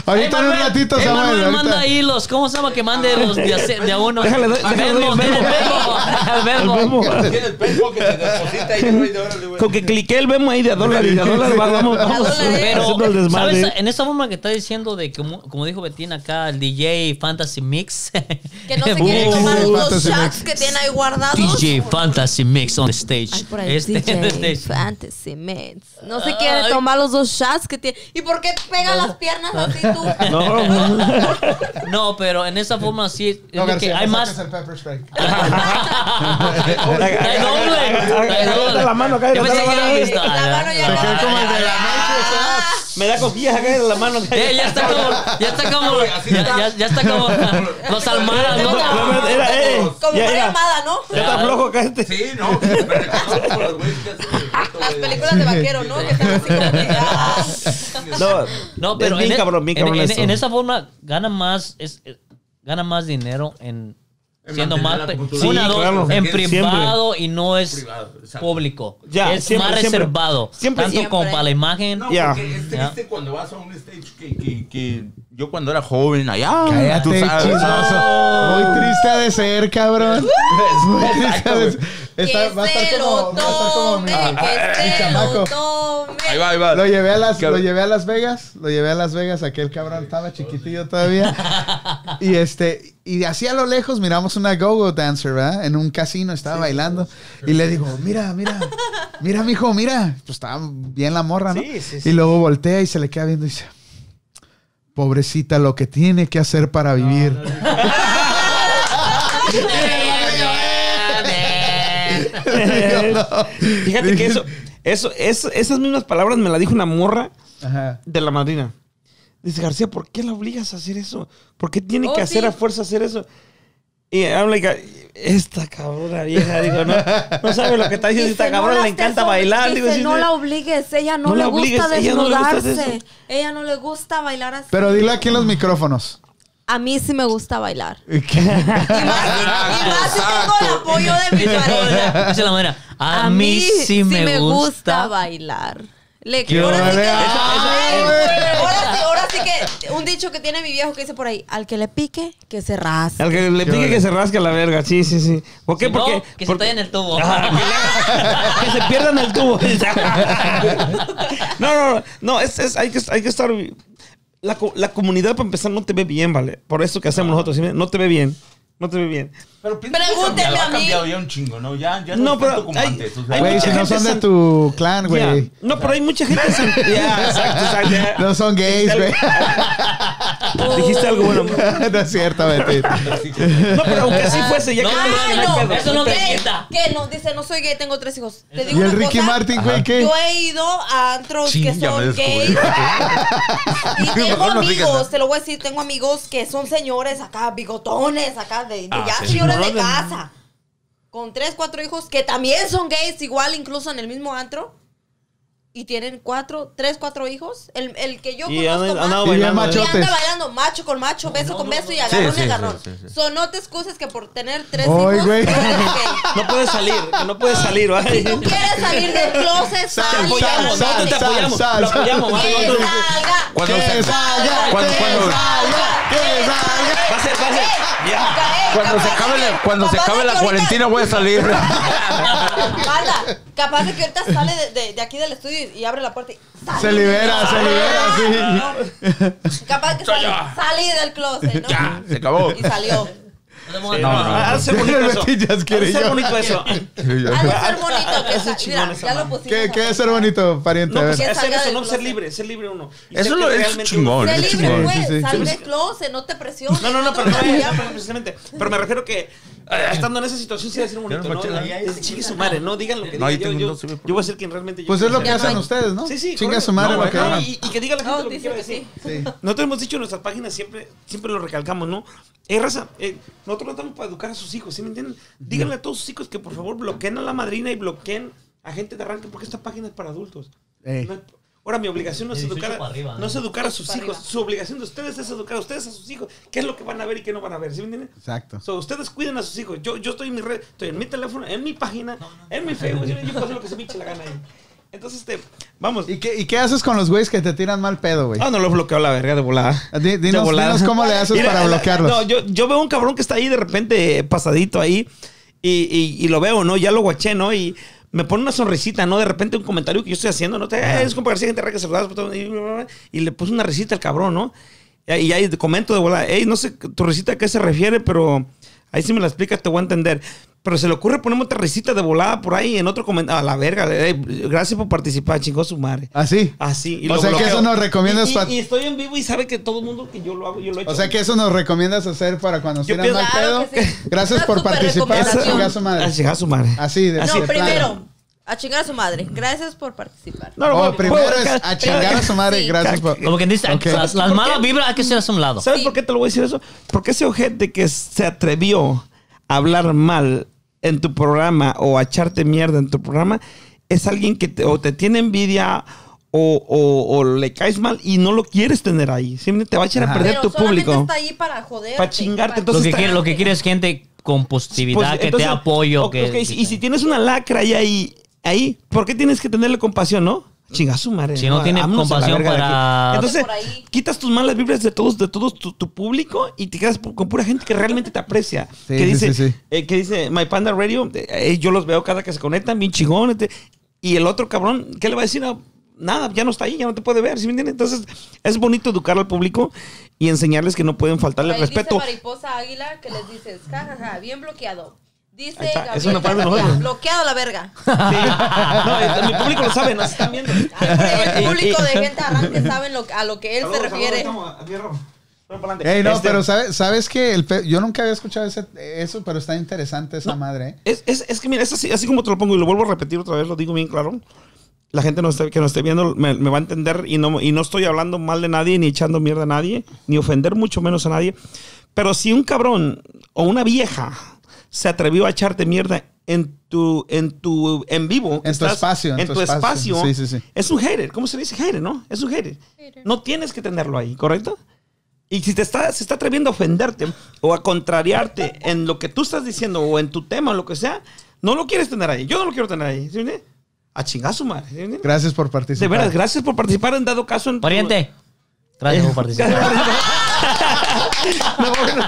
[SPEAKER 1] Ahorita en un ratito,
[SPEAKER 6] Eh,
[SPEAKER 1] Samuel.
[SPEAKER 6] Manuel,
[SPEAKER 1] ahorita. Ah.
[SPEAKER 6] manda ahí los. ¿Cómo se llama que mande los de, a, ce- de a uno?
[SPEAKER 2] Déjale, doy- déjale, doy
[SPEAKER 6] Venmo,
[SPEAKER 2] el Venmo.
[SPEAKER 6] Venmo,
[SPEAKER 2] El
[SPEAKER 6] Venmo.
[SPEAKER 2] Venmo.
[SPEAKER 5] Tienes Facebook que te deposita y te vende, órale, güey.
[SPEAKER 2] Con que cliqué el vemos ahí de a dólar y de a dólar va- vamos, vamos
[SPEAKER 3] dólar, eh.
[SPEAKER 2] haciendo el
[SPEAKER 6] Pero,
[SPEAKER 2] desmadre.
[SPEAKER 6] ¿sabes? En esa forma que está diciendo de que, como, como dijo Betina acá, el DJ Fantasy Mix.
[SPEAKER 3] Que no se quieren
[SPEAKER 1] Uh,
[SPEAKER 3] tomar
[SPEAKER 1] sí,
[SPEAKER 3] los
[SPEAKER 1] fantasy
[SPEAKER 3] shots
[SPEAKER 1] mix.
[SPEAKER 3] que tiene ahí guardados.
[SPEAKER 6] DJ Fantasy Mix on the stage.
[SPEAKER 3] Ay, por ahí
[SPEAKER 6] Este,
[SPEAKER 3] DJ Fantasy Mets. No se quiere
[SPEAKER 6] Ay.
[SPEAKER 3] tomar los dos shots que tiene. ¿Y por qué pega las piernas así tú?
[SPEAKER 2] No, no.
[SPEAKER 6] No, pero en esa forma sí. es
[SPEAKER 1] No,
[SPEAKER 6] lo que
[SPEAKER 1] García,
[SPEAKER 6] hay
[SPEAKER 1] no
[SPEAKER 6] más.
[SPEAKER 1] saques el pepper spray.
[SPEAKER 6] Hay doble. Hay
[SPEAKER 2] Agárrate
[SPEAKER 6] doble.
[SPEAKER 2] la mano, cállate
[SPEAKER 6] Yo pensé
[SPEAKER 2] la
[SPEAKER 6] que
[SPEAKER 2] mano.
[SPEAKER 6] era listo.
[SPEAKER 3] La mano ya
[SPEAKER 1] Se
[SPEAKER 3] no-
[SPEAKER 1] quedó como el de la
[SPEAKER 2] Me da cosquillas acá en la mano.
[SPEAKER 6] Eh, ya está como, ya está como, ya, ya- ya está como los almaras, ¿no?
[SPEAKER 2] Era- era- eh,
[SPEAKER 3] Ah, Como
[SPEAKER 2] ya
[SPEAKER 3] una
[SPEAKER 2] era.
[SPEAKER 3] llamada, ¿no?
[SPEAKER 2] Ya está flojo acá este.
[SPEAKER 5] Sí, no, me reconozco por las güeyes que hacen esto,
[SPEAKER 3] Ah, Las
[SPEAKER 5] güey.
[SPEAKER 3] películas de vaquero, ¿no? Que están así como que, ah.
[SPEAKER 2] No,
[SPEAKER 6] No, pero
[SPEAKER 2] es bien
[SPEAKER 6] en, e-
[SPEAKER 2] cabrón, bien
[SPEAKER 6] en-
[SPEAKER 2] cabrón
[SPEAKER 6] en-
[SPEAKER 2] eso.
[SPEAKER 6] en esa forma gana más, es, eh, gana más dinero en
[SPEAKER 5] En
[SPEAKER 6] siendo más
[SPEAKER 5] mantener la
[SPEAKER 6] pe-
[SPEAKER 5] cultura.
[SPEAKER 6] una,
[SPEAKER 2] Sí,
[SPEAKER 6] dos,
[SPEAKER 2] claro.
[SPEAKER 6] en
[SPEAKER 5] Siempre.
[SPEAKER 6] privado y no es
[SPEAKER 5] Privado, exacto.
[SPEAKER 6] público.
[SPEAKER 2] Ya,
[SPEAKER 6] es
[SPEAKER 2] siempre,
[SPEAKER 6] más
[SPEAKER 2] siempre.
[SPEAKER 6] reservado.
[SPEAKER 2] Siempre,
[SPEAKER 6] tanto
[SPEAKER 3] siempre.
[SPEAKER 6] como para la imagen.
[SPEAKER 5] No,
[SPEAKER 2] Ya.
[SPEAKER 5] porque es
[SPEAKER 6] Ya.
[SPEAKER 5] triste cuando vas a un stage que, que, que yo cuando era joven allá. tú
[SPEAKER 1] Cállate,
[SPEAKER 5] sabes,
[SPEAKER 1] chismoso. Muy triste ha de ser, cabrón. Muy triste ha de ser. Está-
[SPEAKER 3] que
[SPEAKER 1] va a estar
[SPEAKER 3] se
[SPEAKER 1] como,
[SPEAKER 3] lo
[SPEAKER 1] va a estar como mi- Ah,
[SPEAKER 3] tome, que
[SPEAKER 1] mi
[SPEAKER 3] se
[SPEAKER 1] chamaco.
[SPEAKER 3] lo tome.
[SPEAKER 5] Ahí va, ahí va.
[SPEAKER 1] Lo llevé, a las,
[SPEAKER 5] Cab-
[SPEAKER 1] lo llevé a Las Vegas, lo llevé a Las Vegas, aquel cabrón estaba chiquitillo todavía. Y este, y así a lo lejos miramos una go-go dancer, ¿verdad? En un casino estaba bailando. Y le digo, mira, mira, mira, mijo, mira. Pues estaba bien la morra, ¿no?
[SPEAKER 2] Sí, sí,
[SPEAKER 1] Y
[SPEAKER 2] sí.
[SPEAKER 1] luego voltea y se le queda viendo y dice, pobrecita, lo que tiene que hacer para vivir.
[SPEAKER 2] Fíjate que eso, eso, eso- esas mismas palabras me la dijo una morra
[SPEAKER 1] Ajá.
[SPEAKER 2] de la madrina. Dice, García, ¿por qué la obligas a hacer eso? ¿Por qué tiene
[SPEAKER 3] Oh,
[SPEAKER 2] que hacer
[SPEAKER 3] sí.
[SPEAKER 2] a fuerza hacer eso? Y I'm like, esta cabrona vieja, digo, no, no sabe lo que está diciendo. Esta
[SPEAKER 3] Dice, no
[SPEAKER 2] cabrona
[SPEAKER 3] la
[SPEAKER 2] le
[SPEAKER 3] estés
[SPEAKER 2] encanta
[SPEAKER 3] ob-
[SPEAKER 2] bailar.
[SPEAKER 3] dice,
[SPEAKER 2] digo, sí,
[SPEAKER 3] no
[SPEAKER 2] sí.
[SPEAKER 3] la obligues, ella no,
[SPEAKER 2] No
[SPEAKER 3] le
[SPEAKER 2] la obligues,
[SPEAKER 3] gusta
[SPEAKER 2] ella no le gusta
[SPEAKER 3] desnudarse. Ella no,
[SPEAKER 2] hacer eso.
[SPEAKER 3] le gusta bailar así.
[SPEAKER 1] Pero dile aquí en los micrófonos.
[SPEAKER 3] a mí sí me gusta bailar.
[SPEAKER 1] ¿Qué?
[SPEAKER 3] Y más, si- y más si tengo el apoyo de mi pareja.
[SPEAKER 6] Dice la manera, a, mí sí me, gusta.
[SPEAKER 3] bailar. Le
[SPEAKER 1] ¡Qué
[SPEAKER 3] ahora, sí que,
[SPEAKER 1] ole!
[SPEAKER 3] Ay,
[SPEAKER 1] ¡Ay,
[SPEAKER 3] güey!
[SPEAKER 1] güey!
[SPEAKER 3] ahora sí- ahora sí que un dicho que tiene mi viejo que dice por ahí, al que le pique, que se raspe.
[SPEAKER 2] Al que le
[SPEAKER 1] Qué
[SPEAKER 2] pique
[SPEAKER 1] vale.
[SPEAKER 2] que se rasque la verga, sí, sí, sí. ¿Por qué?
[SPEAKER 6] Si no,
[SPEAKER 2] porque,
[SPEAKER 6] que se
[SPEAKER 2] porque-
[SPEAKER 6] tallen el tubo.
[SPEAKER 2] Ah, que, le- que se pierdan el tubo. no, no, no, no, es, es- hay, que, hay que estar... la, co- la comunidad, para empezar, no te ve bien, ¿vale? Por eso que hacemos nosotros, ¿sí? no te ve bien. No te ve bien.
[SPEAKER 5] Pero pienso que
[SPEAKER 3] Pregúntenme
[SPEAKER 5] ha
[SPEAKER 3] a
[SPEAKER 5] cambiado,
[SPEAKER 3] mí.
[SPEAKER 5] Ha cambiado ya un chingo, ¿no? Ya, ya
[SPEAKER 2] No,
[SPEAKER 5] es
[SPEAKER 2] pero
[SPEAKER 5] tanto como
[SPEAKER 2] hay-
[SPEAKER 5] antes. o sea,
[SPEAKER 2] hay
[SPEAKER 1] Güey,
[SPEAKER 2] mucha
[SPEAKER 1] si no
[SPEAKER 2] gente
[SPEAKER 1] son de
[SPEAKER 2] san-
[SPEAKER 1] tu clan, güey.
[SPEAKER 2] Ya. No, pero hay mucha gente. san- Ya, exacto, exacto, ya.
[SPEAKER 1] No son gays, güey.
[SPEAKER 2] Dijiste algo bueno.
[SPEAKER 1] no es cierto, Betín.
[SPEAKER 2] No, pero aunque así fuese, ya
[SPEAKER 6] No,
[SPEAKER 2] que
[SPEAKER 6] no,
[SPEAKER 3] Ah,
[SPEAKER 6] no,
[SPEAKER 3] no,
[SPEAKER 6] no, eso no
[SPEAKER 3] gay,
[SPEAKER 6] te quita.
[SPEAKER 3] Que no, dice, no soy gay, tengo tres hijos. Te digo
[SPEAKER 1] ¿Y el
[SPEAKER 3] una
[SPEAKER 1] Ricky
[SPEAKER 3] cosa,
[SPEAKER 1] Martin, güey, qué?
[SPEAKER 3] Yo he ido a antros
[SPEAKER 5] Chin,
[SPEAKER 3] que
[SPEAKER 5] ya me
[SPEAKER 3] son
[SPEAKER 5] descubrí.
[SPEAKER 3] gays. Y tengo
[SPEAKER 5] Mejor no digas
[SPEAKER 3] amigos,
[SPEAKER 5] nada.
[SPEAKER 3] te lo voy a decir, tengo amigos que son señores acá, bigotones, acá, de, de
[SPEAKER 5] Ah,
[SPEAKER 3] ya
[SPEAKER 5] sí.
[SPEAKER 3] señores de
[SPEAKER 2] Brother.
[SPEAKER 3] casa. Con tres, cuatro hijos que también son gays, igual incluso en el mismo antro. Y tienen cuatro, tres, cuatro hijos. El, el que yo
[SPEAKER 2] Y
[SPEAKER 3] conozco
[SPEAKER 2] han- han
[SPEAKER 3] más-
[SPEAKER 2] andado
[SPEAKER 1] Y bien
[SPEAKER 2] bailando.
[SPEAKER 3] y
[SPEAKER 1] machotes.
[SPEAKER 3] anda bailando macho con macho, beso con beso y
[SPEAKER 5] Sí,
[SPEAKER 3] agarrón
[SPEAKER 5] sí,
[SPEAKER 3] y agarrón.
[SPEAKER 5] sí, sí, sí.
[SPEAKER 3] So, no te excuses que por tener tres
[SPEAKER 1] Ay,
[SPEAKER 3] hijos.
[SPEAKER 1] güey.
[SPEAKER 3] eres gay.
[SPEAKER 2] No puedes salir, que no puedes salir,
[SPEAKER 3] Si
[SPEAKER 2] ¿vale?
[SPEAKER 3] tú quieres salir del closet,
[SPEAKER 1] Sal,
[SPEAKER 3] sal,
[SPEAKER 1] sal,
[SPEAKER 3] ya,
[SPEAKER 1] sal,
[SPEAKER 3] no te-
[SPEAKER 1] sal,
[SPEAKER 2] apoyamos,
[SPEAKER 1] sal,
[SPEAKER 2] lo
[SPEAKER 1] sal.
[SPEAKER 2] apoyamos,
[SPEAKER 3] Que
[SPEAKER 2] vale, nosotros-
[SPEAKER 3] salga. Eh,
[SPEAKER 5] Cuando
[SPEAKER 1] Que
[SPEAKER 5] se-
[SPEAKER 1] salga,
[SPEAKER 5] cuando-
[SPEAKER 1] que
[SPEAKER 5] cuando-
[SPEAKER 1] salga, que salga.
[SPEAKER 2] Va a ser, va a ser. Ya.
[SPEAKER 5] Cuando se acabe la, cuando se acabe la cuarentena voy a salir.
[SPEAKER 3] Banda, capaz de que ahorita sale de, de- de aquí del estudio y abre la puerta y sale. Ah,
[SPEAKER 1] Se libera,
[SPEAKER 2] Ah,
[SPEAKER 1] se libera, sí.
[SPEAKER 3] Capaz que
[SPEAKER 5] Soy
[SPEAKER 3] sale,
[SPEAKER 5] yo.
[SPEAKER 3] salí del closet, ¿no?
[SPEAKER 5] ya, se acabó.
[SPEAKER 3] Y salió.
[SPEAKER 6] No,
[SPEAKER 5] No, no, no.
[SPEAKER 2] Ha de ser Ah, bonito eso.
[SPEAKER 1] Betín ya
[SPEAKER 2] Ha de
[SPEAKER 1] quiere
[SPEAKER 2] ser
[SPEAKER 1] yo.
[SPEAKER 2] bonito eso.
[SPEAKER 5] Sí, ya.
[SPEAKER 3] Ha de ser bonito que
[SPEAKER 2] Ese
[SPEAKER 3] sa-
[SPEAKER 2] chingón
[SPEAKER 3] mira,
[SPEAKER 2] esa
[SPEAKER 3] ya lo
[SPEAKER 2] madre.
[SPEAKER 3] pusimos
[SPEAKER 1] ¿Qué,
[SPEAKER 3] acá.
[SPEAKER 1] qué es ser bonito, pariente?
[SPEAKER 2] No,
[SPEAKER 1] A
[SPEAKER 2] pues
[SPEAKER 1] ver.
[SPEAKER 3] Que
[SPEAKER 2] hacer
[SPEAKER 3] salga
[SPEAKER 2] eso,
[SPEAKER 3] del
[SPEAKER 2] no ser
[SPEAKER 3] closet.
[SPEAKER 2] libre, ser libre uno. Y
[SPEAKER 5] Eso
[SPEAKER 2] ser
[SPEAKER 5] lo
[SPEAKER 2] que
[SPEAKER 5] es
[SPEAKER 2] realmente
[SPEAKER 5] chingón.
[SPEAKER 3] Sé
[SPEAKER 5] Qué
[SPEAKER 3] libre,
[SPEAKER 5] chingón.
[SPEAKER 3] pues.
[SPEAKER 1] Sí, sí, sí.
[SPEAKER 3] Sal del closet, no te presiones. pues.
[SPEAKER 2] No, no, no,
[SPEAKER 3] te
[SPEAKER 2] pero no es
[SPEAKER 3] presiones.
[SPEAKER 2] precisamente. Pero me refiero que eh, estando en esa situación sí debe ser bonito,
[SPEAKER 5] Yo no
[SPEAKER 2] ¿no?
[SPEAKER 5] me quiero-
[SPEAKER 2] Es Chingue su madre, no digan lo que
[SPEAKER 5] No, ahí
[SPEAKER 2] digan.
[SPEAKER 5] tengo
[SPEAKER 2] Yo,
[SPEAKER 5] dos,
[SPEAKER 2] yo,
[SPEAKER 5] sí, por
[SPEAKER 2] yo voy a ser quien realmente yo
[SPEAKER 1] Pues es lo
[SPEAKER 2] quiero
[SPEAKER 1] que
[SPEAKER 2] ser.
[SPEAKER 1] hacen ustedes, ¿no?
[SPEAKER 2] Sí, sí.
[SPEAKER 1] Chinga
[SPEAKER 2] correcto.
[SPEAKER 1] su madre
[SPEAKER 2] No,
[SPEAKER 1] lo que
[SPEAKER 2] no,
[SPEAKER 1] hagan.
[SPEAKER 2] y, y que diga la gente
[SPEAKER 3] No,
[SPEAKER 2] lo que
[SPEAKER 3] dice
[SPEAKER 2] quiera
[SPEAKER 3] que
[SPEAKER 2] decir.
[SPEAKER 3] sí.
[SPEAKER 1] Sí.
[SPEAKER 2] Nosotros hemos dicho en nuestras páginas, siempre, siempre lo recalcamos, ¿no? Eh, raza, eh, nosotros no estamos para educar a sus hijos, ¿sí me entienden? Díganle a todos sus hijos que por favor bloqueen a la madrina y bloqueen a gente de arranque, porque esta página es para adultos.
[SPEAKER 1] Ey.
[SPEAKER 2] No es- ahora, mi obligación no es,
[SPEAKER 4] De 18
[SPEAKER 2] educar a,
[SPEAKER 4] para arriba,
[SPEAKER 2] no es
[SPEAKER 4] ¿no?
[SPEAKER 2] educar a sus
[SPEAKER 3] Para
[SPEAKER 2] hijos.
[SPEAKER 3] arriba.
[SPEAKER 2] Su obligación de ustedes es educar a ustedes a sus hijos. ¿Qué es lo que van a ver y qué no van a ver? ¿Sí me entienden?
[SPEAKER 1] Exacto.
[SPEAKER 2] So, ustedes cuiden a sus hijos. Yo, yo estoy en mi red, estoy en mi teléfono, en mi página, en mi Facebook. yo- Yo puedo hacer lo que se me hinche la gana ahí. Entonces, este, vamos.
[SPEAKER 1] ¿Y qué, ¿Y qué haces con los güeyes que te tiran mal pedo, güey?
[SPEAKER 2] Ah, no lo bloqueó la verga de volada.
[SPEAKER 1] Di-
[SPEAKER 2] Ah. De
[SPEAKER 1] dinos,
[SPEAKER 2] volada.
[SPEAKER 1] dinos cómo le haces
[SPEAKER 2] Mira,
[SPEAKER 1] para
[SPEAKER 2] la-
[SPEAKER 1] bloquearlos.
[SPEAKER 2] No, yo, yo veo un cabrón que está ahí de repente eh, pasadito ahí y, y- y lo veo, ¿no? Ya lo guaché, ¿no? Y me pone una sonrisita, ¿no? De repente un comentario que yo estoy haciendo, ¿no? Te, "Eh, es como García, gente rara que saludas", y le puse una risita al cabrón, ¿no? Y ahí- y ahí comento de volada, hey, no sé tu risita a qué se refiere, pero ahí si me la explicas te voy a entender. Pero se le ocurre ponerme otra risita de volada por ahí en otro comentario. A la verga, eh, gracias por participar, chingó su madre.
[SPEAKER 1] Así.
[SPEAKER 2] Así.
[SPEAKER 1] O sea que eso nos recomiendas
[SPEAKER 2] y, y-
[SPEAKER 1] pa-
[SPEAKER 2] y estoy en vivo y sabe que todo el mundo que yo lo hago, yo lo he hecho.
[SPEAKER 1] O sea que eso nos recomiendas hacer para cuando nos
[SPEAKER 2] Yo
[SPEAKER 1] tiran
[SPEAKER 2] pienso-
[SPEAKER 1] mal
[SPEAKER 3] Claro
[SPEAKER 1] pedo.
[SPEAKER 3] que sí.
[SPEAKER 1] Gracias
[SPEAKER 3] Una
[SPEAKER 1] por
[SPEAKER 3] super
[SPEAKER 1] participar.
[SPEAKER 2] Esa-
[SPEAKER 3] recomendación.
[SPEAKER 1] chinga a su
[SPEAKER 2] A
[SPEAKER 1] madre.
[SPEAKER 2] chingar a su madre.
[SPEAKER 1] Así de
[SPEAKER 3] No,
[SPEAKER 1] de plano.
[SPEAKER 3] primero, a chingar a su madre. Gracias por participar.
[SPEAKER 2] No, no,
[SPEAKER 1] Oh,
[SPEAKER 2] bueno,
[SPEAKER 1] primero
[SPEAKER 2] bueno, eh,
[SPEAKER 1] es
[SPEAKER 2] cada-
[SPEAKER 1] a chingar a su madre.
[SPEAKER 3] Sí,
[SPEAKER 1] Gracias por.
[SPEAKER 6] Como quien dice,
[SPEAKER 1] Ok.
[SPEAKER 6] las, las malas vibras hay que hacerlas a un lado.
[SPEAKER 2] ¿Sabes
[SPEAKER 3] Sí.
[SPEAKER 2] por qué te lo voy a decir eso? Porque ese ojete que se atrevió a hablar mal en tu programa o a echarte mierda en tu programa es alguien que te- o te tiene envidia o, o- o le caes mal y no lo quieres tener ahí. Simplemente te va a echar
[SPEAKER 1] Ajá.
[SPEAKER 2] a perder
[SPEAKER 3] Pero
[SPEAKER 2] tu
[SPEAKER 3] solamente
[SPEAKER 2] público.
[SPEAKER 3] está ahí para joder.
[SPEAKER 2] Pa' chingarte,
[SPEAKER 6] Lo
[SPEAKER 2] entonces
[SPEAKER 6] que,
[SPEAKER 2] está-
[SPEAKER 6] quiere, lo que quiere es gente con positividad,
[SPEAKER 2] Pues,
[SPEAKER 6] que
[SPEAKER 2] entonces,
[SPEAKER 6] te apoyo.
[SPEAKER 2] ok,
[SPEAKER 6] que,
[SPEAKER 2] ok, y si tienes una lacra ahí, ahí, ahí, ¿por qué tienes que tenerle compasión, no? Chinga su madre.
[SPEAKER 6] Si no tiene
[SPEAKER 2] Vámonos a la
[SPEAKER 6] compasión
[SPEAKER 2] verga de aquí.
[SPEAKER 6] para-
[SPEAKER 2] Entonces,
[SPEAKER 3] Por ahí.
[SPEAKER 2] quitas tus malas vibras de todos, de todos tu, tu público y te quedas pu- con pura gente que realmente te aprecia.
[SPEAKER 1] Sí,
[SPEAKER 2] que
[SPEAKER 1] sí,
[SPEAKER 2] dice,
[SPEAKER 1] sí, sí.
[SPEAKER 2] eh, que dice My Panda Radio, eh, eh, yo los veo cada que se conectan, bien chingón. este, y el otro cabrón, ¿qué le va a decir? No, nada, ya no está ahí, ya no te puede ver, ¿sí me entiendes? Entonces, es bonito educar al público y enseñarles que no pueden faltarle
[SPEAKER 3] Ahí
[SPEAKER 2] respeto.
[SPEAKER 3] Dice Mariposa Águila que les dices, jajaja, bien bloqueado. Dice
[SPEAKER 2] Ahí está,
[SPEAKER 3] Gabriel
[SPEAKER 2] es una parte de
[SPEAKER 3] García,
[SPEAKER 2] nosotros.
[SPEAKER 3] bloqueado la verga.
[SPEAKER 2] Sí. No, eh, mi público lo sabe, nos están viendo.
[SPEAKER 3] El público de gente arranque saben lo- a lo que él se refiere.
[SPEAKER 1] Ey, no,
[SPEAKER 2] Este,
[SPEAKER 1] pero sabes, sabes que el pe- yo nunca había escuchado ese- eso, pero está interesante esa madre. ¿eh?
[SPEAKER 2] Es, es- es que mira, es así, así como te lo pongo y lo vuelvo a repetir otra vez, lo digo bien claro. La gente no esté- que nos esté viendo me, me va a entender y no, y no estoy hablando mal de nadie, ni echando mierda a nadie, ni ofender mucho menos a nadie. Pero si un cabrón o una vieja se atrevió a echarte mierda en tu en tu en vivo que
[SPEAKER 1] En tu espacio,
[SPEAKER 2] en, tu, espacio,
[SPEAKER 1] Sí, sí, sí.
[SPEAKER 2] es un hater cómo se dice hater no es un hater no tienes que tenerlo ahí correcto y si te está, se está atreviendo a ofenderte o a contrariarte en lo que tú estás diciendo o en tu tema o lo que sea, no lo quieres tener ahí. Yo no lo quiero tener ahí. ¿sí me entiende? A chingar a su madre. ¿sí me entiende?
[SPEAKER 1] Gracias por
[SPEAKER 2] De
[SPEAKER 1] participar.
[SPEAKER 2] veras, gracias por participar en dado caso. En
[SPEAKER 6] Pariente, gracias por participar.
[SPEAKER 3] Ahora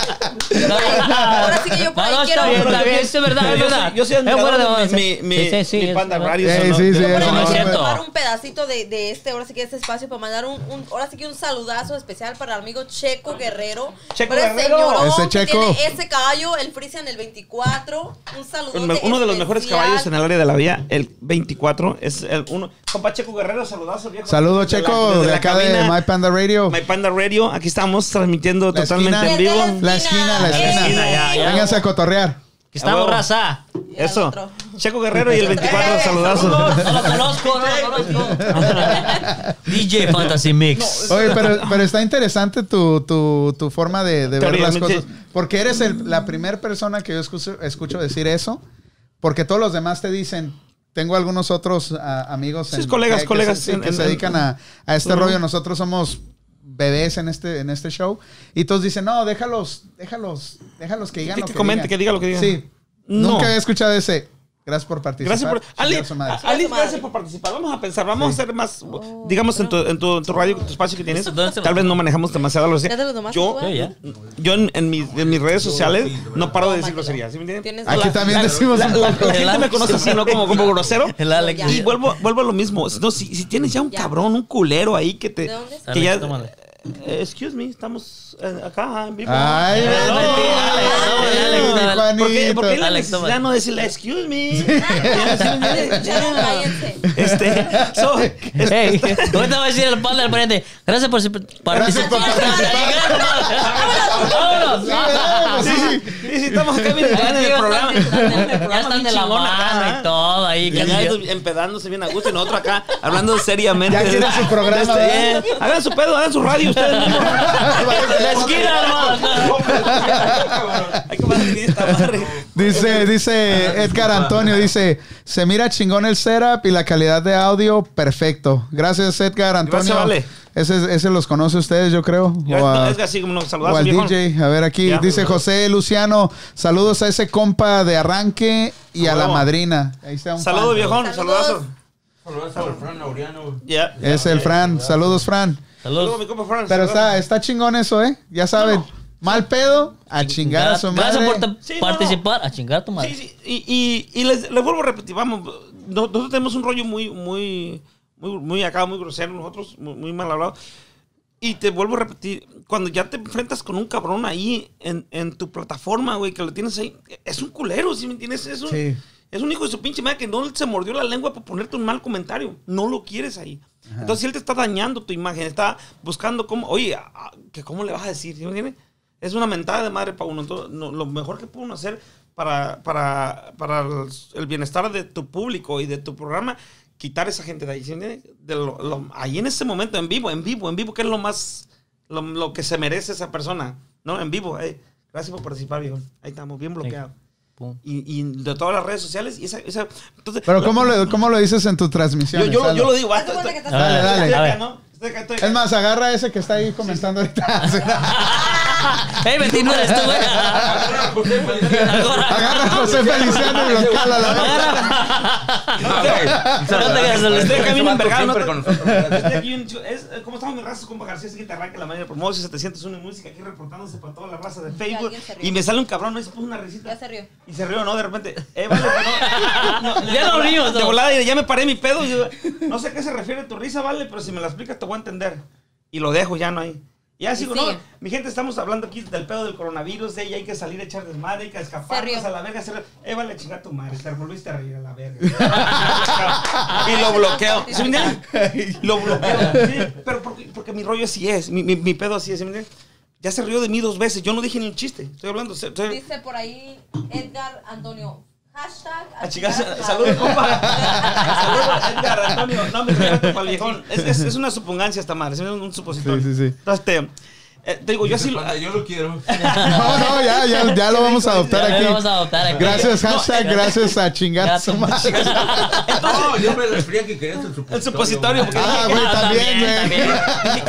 [SPEAKER 3] sí que yo por ahí
[SPEAKER 6] No, no,
[SPEAKER 3] quiero.
[SPEAKER 6] está
[SPEAKER 3] yo
[SPEAKER 6] bien, está bien. Es verdad, es
[SPEAKER 2] Yo
[SPEAKER 6] verdad.
[SPEAKER 2] soy- Yo soy
[SPEAKER 6] Es
[SPEAKER 2] admirador
[SPEAKER 6] fuera de-
[SPEAKER 2] de mi- mi-
[SPEAKER 6] Sí, sí, sí,
[SPEAKER 2] mi
[SPEAKER 6] es
[SPEAKER 2] panda
[SPEAKER 6] verdad.
[SPEAKER 2] radio.
[SPEAKER 1] Sí,
[SPEAKER 2] sonó.
[SPEAKER 1] sí, sí,
[SPEAKER 3] por
[SPEAKER 1] eso
[SPEAKER 3] ahí
[SPEAKER 1] no
[SPEAKER 6] es
[SPEAKER 3] quiero
[SPEAKER 6] cierto.
[SPEAKER 3] tomar un pedacito de, de este, ahora sí que este espacio para mandar un, un- ahora sí que un saludazo especial para el amigo Checo Guerrero.
[SPEAKER 2] Checo
[SPEAKER 3] Pero el
[SPEAKER 2] Guerrero.
[SPEAKER 3] señorón
[SPEAKER 1] Ese
[SPEAKER 3] que
[SPEAKER 1] Checo.
[SPEAKER 3] tiene ese caballo, el Frisian el 24. Un saludo.
[SPEAKER 2] Uno de
[SPEAKER 6] Este,
[SPEAKER 2] los mejores caballos en el área de la vía, el 24, es el uno. Compa Checo Guerrero, saludazo, viejo.
[SPEAKER 1] Saludos,
[SPEAKER 2] Desde la-
[SPEAKER 1] Checo,
[SPEAKER 2] desde
[SPEAKER 1] de
[SPEAKER 2] la
[SPEAKER 1] acá
[SPEAKER 2] cabina,
[SPEAKER 1] de My Panda Radio.
[SPEAKER 2] My Panda Radio. Aquí estamos transmitiendo
[SPEAKER 1] La
[SPEAKER 2] totalmente
[SPEAKER 1] esquina.
[SPEAKER 2] en vivo.
[SPEAKER 1] La esquina, la
[SPEAKER 6] esquina.
[SPEAKER 3] ya,
[SPEAKER 6] ya.
[SPEAKER 1] Vénganse a cotorrear.
[SPEAKER 6] Que estamos
[SPEAKER 2] huevo.
[SPEAKER 6] raza.
[SPEAKER 2] Eso. Checo Guerrero y el 24,
[SPEAKER 3] Eh,
[SPEAKER 2] saludazo.
[SPEAKER 6] No lo conozco, no lo conozco. DJ Fantasy Mix.
[SPEAKER 1] Oye, pero, pero está interesante tu, tu, tu forma de, de ver las
[SPEAKER 2] Teóricamente-
[SPEAKER 1] cosas. Porque eres el- la primera persona que yo escucho, escucho decir eso. Porque todos los demás te dicen. Tengo algunos otros a- amigos.
[SPEAKER 2] Sí, colegas,
[SPEAKER 1] que- que
[SPEAKER 2] colegas
[SPEAKER 1] se- sí,
[SPEAKER 2] en-
[SPEAKER 1] que
[SPEAKER 2] en-
[SPEAKER 1] se dedican a, a este
[SPEAKER 2] Ujú.
[SPEAKER 1] rollo. Nosotros somos bebés en este, en este show. Y todos dicen, no, déjalos, déjalos, déjalos que digan
[SPEAKER 2] Que-
[SPEAKER 1] lo
[SPEAKER 2] que
[SPEAKER 1] que
[SPEAKER 2] comente,
[SPEAKER 1] digan".
[SPEAKER 2] que diga lo que digan.
[SPEAKER 1] Sí.
[SPEAKER 2] No.
[SPEAKER 1] Nunca había escuchado ese. Gracias por participar.
[SPEAKER 2] Gracias por.
[SPEAKER 1] Chingar
[SPEAKER 2] Ali,
[SPEAKER 1] a su madre.
[SPEAKER 2] a- Ali, gracias por participar. Vamos a pensar, vamos a hacer más.
[SPEAKER 3] Oh,
[SPEAKER 2] Digamos en tu, en tu, en tu radio, en tu espacio que tienes.
[SPEAKER 6] ¿Dónde se
[SPEAKER 2] Tal vez no manejamos demasiado lo sé.
[SPEAKER 3] ¿Ya te lo tomaste,
[SPEAKER 2] Yo,
[SPEAKER 3] güey?
[SPEAKER 6] Ya,
[SPEAKER 2] yo en, en mis, en mis redes sociales no paro de decir groserías. ¿Sí me entienden?
[SPEAKER 3] Tienes
[SPEAKER 1] Aquí
[SPEAKER 3] la-
[SPEAKER 1] también decimos
[SPEAKER 2] La,
[SPEAKER 1] un
[SPEAKER 2] la- la
[SPEAKER 1] poco.
[SPEAKER 2] gente me conoce así, ¿no? Como, como grosero.
[SPEAKER 6] El Alex.
[SPEAKER 2] Y vuelvo, vuelvo a lo mismo. No, si, si tienes ya un cabrón, un culero ahí que te.
[SPEAKER 3] ¿De dónde es?
[SPEAKER 2] Que ya,
[SPEAKER 6] Alex, tómale.
[SPEAKER 2] Eh, excuse me, estamos eh, acá en vivo.
[SPEAKER 1] Ay,
[SPEAKER 2] Eh,
[SPEAKER 1] ven,
[SPEAKER 2] no,
[SPEAKER 1] ven,
[SPEAKER 2] eh,
[SPEAKER 1] ven,
[SPEAKER 6] Alex,
[SPEAKER 1] Juanito.
[SPEAKER 2] ¿Por qué, por qué la
[SPEAKER 6] Alex,
[SPEAKER 2] necesidad
[SPEAKER 6] toma.
[SPEAKER 2] no decirle excuse me?
[SPEAKER 3] Cállense.
[SPEAKER 2] este, so, este, es-
[SPEAKER 6] Hey, ahorita va a decir el panda al frente. Gracias por si-
[SPEAKER 1] Gracias por
[SPEAKER 6] Vámonos.
[SPEAKER 1] Sí, ¿verdad?
[SPEAKER 2] sí, sí, sí, sí, estamos acá bien acá en el programa.
[SPEAKER 6] Ya están de la mano y todo ahí.
[SPEAKER 2] Y
[SPEAKER 6] que-
[SPEAKER 2] acá estos empedándose bien a gusto y nosotros acá hablando seriamente.
[SPEAKER 1] Ya quieren su programa,
[SPEAKER 2] Este,
[SPEAKER 1] ¿verdad?
[SPEAKER 2] eh, hagan su pedo, hagan su radio ustedes mismos.
[SPEAKER 6] La esquina, hermano.
[SPEAKER 2] Hay que parar de esta madre.
[SPEAKER 1] Dice, dice Edgar Antonio, dice, se mira chingón el setup y la calidad de audio, perfecto. Gracias Edgar Antonio.
[SPEAKER 2] Gracias, vale.
[SPEAKER 1] Ese, ese los conoce ustedes, yo creo. O a-
[SPEAKER 2] Es que así como nos
[SPEAKER 1] o
[SPEAKER 2] saludamos,
[SPEAKER 1] al
[SPEAKER 2] viejo.
[SPEAKER 1] DJ. A ver aquí,
[SPEAKER 2] Ya.
[SPEAKER 1] dice José Luciano, saludos a ese compa de arranque y a la
[SPEAKER 2] Huevo.
[SPEAKER 1] madrina. Ahí está un
[SPEAKER 2] Saludos,
[SPEAKER 1] fan.
[SPEAKER 2] viejón.
[SPEAKER 3] Saludos.
[SPEAKER 2] Saludazo. Ya.
[SPEAKER 1] Es el Fran, saludos Fran.
[SPEAKER 2] Saludos,
[SPEAKER 6] Saludos.
[SPEAKER 2] mi compa Fran.
[SPEAKER 1] Eh, Pero
[SPEAKER 2] Saludos.
[SPEAKER 1] está, está chingón eso, ¿eh? Ya saben, mal pedo, a chingar a su madre.
[SPEAKER 6] Gracias por ta-
[SPEAKER 2] Sí, no, no.
[SPEAKER 6] participar. A chingar a tu
[SPEAKER 2] Sí,
[SPEAKER 6] madre.
[SPEAKER 2] sí. Y, y, y les, les vuelvo a repetir, vamos, no- nosotros tenemos un rollo muy, muy, muy, muy acá, muy grosero, nosotros, muy, muy mal hablado. Y te vuelvo a repetir, cuando ya te enfrentas con un cabrón ahí en, en tu plataforma, güey, que lo tienes ahí, es un culero, ¿sí me entiendes? Es un,
[SPEAKER 1] Sí.
[SPEAKER 2] es un hijo de su pinche madre que no se mordió la lengua por ponerte un mal comentario. No lo quieres ahí. Entonces, si él te está dañando tu imagen, está buscando cómo, oye, a- a- que ¿cómo le vas a decir? ¿Sí me entiendes? Es una mentada de madre para uno. Entonces, no, lo mejor que pueden hacer para, para, para el, el bienestar de tu público y de tu programa, quitar esa gente de ahí. ¿sí me entiendes? De lo- lo- ahí en ese momento, en vivo, en vivo, en vivo, que es lo más, lo, lo que se merece esa persona. No, en vivo. eh. Gracias por participar, viejo. Ahí estamos, bien bloqueados
[SPEAKER 6] Pum.
[SPEAKER 2] y, y de todas las redes sociales. Y esa, esa- entonces,
[SPEAKER 1] Pero
[SPEAKER 2] la-
[SPEAKER 1] ¿cómo lo, cómo lo dices en tu
[SPEAKER 2] yo,
[SPEAKER 1] transmisión?
[SPEAKER 2] yo, lo- yo lo digo. ah,
[SPEAKER 3] Hazte cuenta que estás-
[SPEAKER 1] Dale,
[SPEAKER 6] Ah,
[SPEAKER 1] dale.
[SPEAKER 2] Estoy
[SPEAKER 6] A ver.
[SPEAKER 2] acá, ¿no? Estoy acá, estoy acá.
[SPEAKER 1] Es más, agarra ese que está ahí comentando ahorita.
[SPEAKER 6] Ey, Betín, no eres tú, güey.
[SPEAKER 3] Ah,
[SPEAKER 5] Ah, pues,
[SPEAKER 6] Ahora.
[SPEAKER 1] agarra a José Feliciano y lo cala a la verga.
[SPEAKER 2] Estoy acá bien envergado, ¿no?
[SPEAKER 5] Siempre con nosotros.
[SPEAKER 2] Estoy aquí bien chido. Es, eh, ¿Cómo estamos, mi raza? Compa García, es que te arranca la mañana por Moses 701 en música, aquí reportándose para toda la raza de Facebook.
[SPEAKER 3] alguien se rió.
[SPEAKER 2] Y me sale un cabrón, ¿no? Y se puso una risita.
[SPEAKER 3] Ya se rió.
[SPEAKER 2] Y se rió, ¿no? De repente, eh, vale, que no.
[SPEAKER 6] Ya lo abrimos,
[SPEAKER 2] De
[SPEAKER 6] ¿no?
[SPEAKER 2] volada, y ya me paré mi pedo. y yo, no sé a qué se refiere tu risa, vale, pero si me la explicas te voy a entender. Y lo dejo ya no hay. Ya sigo, no.
[SPEAKER 3] sigue.
[SPEAKER 2] Mi gente, estamos hablando aquí del pedo del coronavirus, eh, y hay que salir a echar desmadre, hay que escaparnos
[SPEAKER 3] rió.
[SPEAKER 2] a la verga. Se rió. Eh, vale, chinga tu madre, te volviste a reír a la verga. y lo bloqueo. ¿Sí me entiendes? Lo bloqueo. ¿sí? Pero porque, porque mi rollo así es, mi, mi, mi pedo así es, ¿sí me entiendes? Ya se rió de mí dos veces, yo no dije ni un chiste. Estoy hablando. se- estoy-
[SPEAKER 3] Dice por ahí Edgar Antonio. Hashtag.
[SPEAKER 2] a chicas,
[SPEAKER 3] chingar a tu
[SPEAKER 2] saludos,
[SPEAKER 3] madre.
[SPEAKER 2] compa. Saludos, Edgar, Antonio. No, me respeto para el viejón. Es, es, es una supongancia esta madre, es un un supositorio.
[SPEAKER 1] Sí, sí, sí.
[SPEAKER 2] Entonces, te, eh, te digo, yo así lo.
[SPEAKER 5] Yo lo quiero.
[SPEAKER 1] No, no, ya, ya, ya lo vamos a adoptar
[SPEAKER 6] Ya
[SPEAKER 1] aquí.
[SPEAKER 6] lo vamos a adoptar aquí.
[SPEAKER 1] Gracias, hashtag,
[SPEAKER 6] No,
[SPEAKER 1] gracias a chingar a su madre.
[SPEAKER 5] No, yo me refería que querías el supositorio.
[SPEAKER 2] El supositorio, porque
[SPEAKER 1] Ah,
[SPEAKER 2] dije,
[SPEAKER 1] güey,
[SPEAKER 6] Ah,
[SPEAKER 1] también, güey.
[SPEAKER 6] también.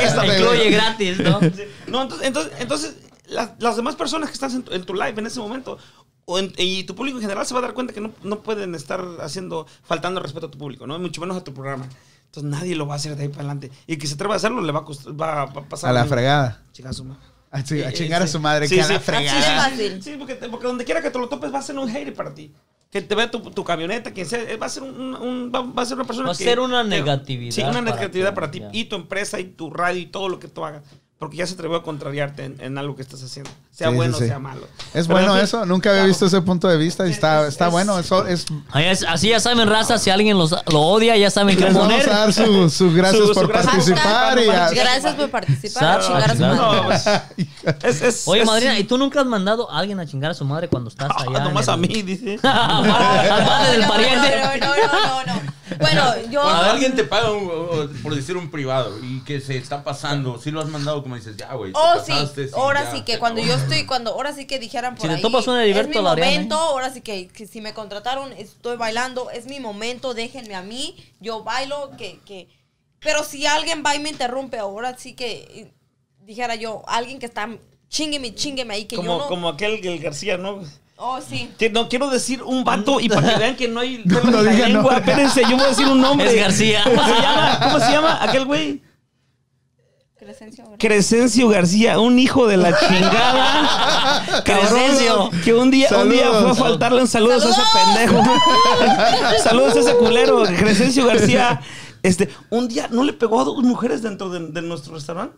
[SPEAKER 1] Esta te veo.
[SPEAKER 6] Incluye gratis, ¿no?
[SPEAKER 2] Sí. No, entonces, entonces, entonces, la- las demás personas que están en tu, en tu live en ese momento o en- y tu público en general se va a dar cuenta que no, no pueden estar haciendo, faltando el respeto a tu público, ¿no? Mucho menos a tu programa. Entonces nadie lo va a hacer de ahí para adelante. Y el que se atreva a hacerlo le va a, cost- va, va a pasar.
[SPEAKER 1] A la
[SPEAKER 2] muy-
[SPEAKER 1] fregada.
[SPEAKER 2] Chica suma.
[SPEAKER 1] A, chi- Ah, a
[SPEAKER 2] Eh,
[SPEAKER 1] chingar a
[SPEAKER 2] sí.
[SPEAKER 1] su madre,
[SPEAKER 2] Sí,
[SPEAKER 1] que a
[SPEAKER 2] sí.
[SPEAKER 1] la fregada.
[SPEAKER 2] Sí, sí, sí, sí, porque, te- porque donde quiera que te lo topes va a ser un hater para ti. Que te vea tu, tu camioneta, quien sea, eh, va a ser un, un- un- va, va a ser una persona
[SPEAKER 6] Va a
[SPEAKER 2] que-
[SPEAKER 6] ser una
[SPEAKER 2] que-
[SPEAKER 6] negatividad
[SPEAKER 2] Sí, una
[SPEAKER 6] para
[SPEAKER 2] negatividad
[SPEAKER 6] ti,
[SPEAKER 2] para ti
[SPEAKER 6] ya.
[SPEAKER 2] y tu empresa y tu radio y todo lo que tú hagas. Porque ya se atrevió a contrariarte en, en algo que estás haciendo. Sea
[SPEAKER 1] Sí, sí,
[SPEAKER 2] bueno,
[SPEAKER 1] sí.
[SPEAKER 2] sea malo.
[SPEAKER 1] Es
[SPEAKER 2] Pero
[SPEAKER 1] bueno
[SPEAKER 2] en fin,
[SPEAKER 1] eso, nunca había visto ese punto de vista y está,
[SPEAKER 2] Es-
[SPEAKER 1] está
[SPEAKER 2] es-
[SPEAKER 1] bueno. Eso es.
[SPEAKER 6] Ahí es- Así ya saben, raza, si alguien los- lo odia, ya saben qué
[SPEAKER 1] Les vamos
[SPEAKER 6] poner.
[SPEAKER 1] a dar su- sus gracias
[SPEAKER 2] Su-
[SPEAKER 1] por
[SPEAKER 2] su gracias.
[SPEAKER 1] participar y a-
[SPEAKER 2] Hashtag-
[SPEAKER 3] Gracias por participar.
[SPEAKER 6] Sa-
[SPEAKER 3] Chingar a su
[SPEAKER 6] no,
[SPEAKER 3] madre.
[SPEAKER 2] Ah, No, pues, es- es-
[SPEAKER 6] Oye,
[SPEAKER 2] es-
[SPEAKER 6] madrina, ¿y tú nunca has mandado a alguien a chingar a su madre cuando estás
[SPEAKER 2] Ah,
[SPEAKER 6] allá? en
[SPEAKER 2] nomás
[SPEAKER 6] el-
[SPEAKER 2] a mí, dice.
[SPEAKER 6] Al padre del
[SPEAKER 3] No, no,
[SPEAKER 6] pariente.
[SPEAKER 3] No, no, no, no, no. Bueno, yo.
[SPEAKER 5] Cuando alguien te paga un- o- o, por decir un privado y que se está pasando, si lo has mandado como dices, ya, güey. te
[SPEAKER 3] Oh,
[SPEAKER 6] Ah,
[SPEAKER 5] pasaste,
[SPEAKER 3] sí. Ahora
[SPEAKER 5] ya,
[SPEAKER 3] sí
[SPEAKER 5] se
[SPEAKER 3] que cuando yo
[SPEAKER 5] acabó.
[SPEAKER 3] estoy, cuando ahora sí que dijeran por
[SPEAKER 6] Si te
[SPEAKER 3] ahí,
[SPEAKER 6] topas un Heriberto
[SPEAKER 3] es mi
[SPEAKER 6] Laureano, ¿eh?
[SPEAKER 3] momento, ahora sí que, que si me contrataron, estoy bailando, es mi momento, déjenme a mí, yo bailo, que, que... Pero si alguien va y me interrumpe, ahora sí que eh, dijera yo, alguien que está chingueme, chingueme ahí, que
[SPEAKER 2] Como,
[SPEAKER 3] yo no...
[SPEAKER 2] como aquel el García, ¿no?
[SPEAKER 3] Oh, sí.
[SPEAKER 2] Que no quiero decir un vato y para que vean que no hay pelos
[SPEAKER 1] no
[SPEAKER 2] en la
[SPEAKER 1] diga no.
[SPEAKER 2] lengua. Espérense, yo voy a decir un nombre.
[SPEAKER 6] Es García.
[SPEAKER 2] ¿Cómo se llama? ¿Cómo se llama aquel güey?
[SPEAKER 3] Crescencio, ahora.
[SPEAKER 2] Crescencio García, un hijo de la chingada.
[SPEAKER 6] Crescencio.
[SPEAKER 2] Que un día, un día fue a
[SPEAKER 1] Saludos.
[SPEAKER 2] faltarle un saludo a ese pendejo. saludos a ese culero. Crescencio García. Este, un día no le pegó a dos mujeres dentro de, de nuestro restaurante.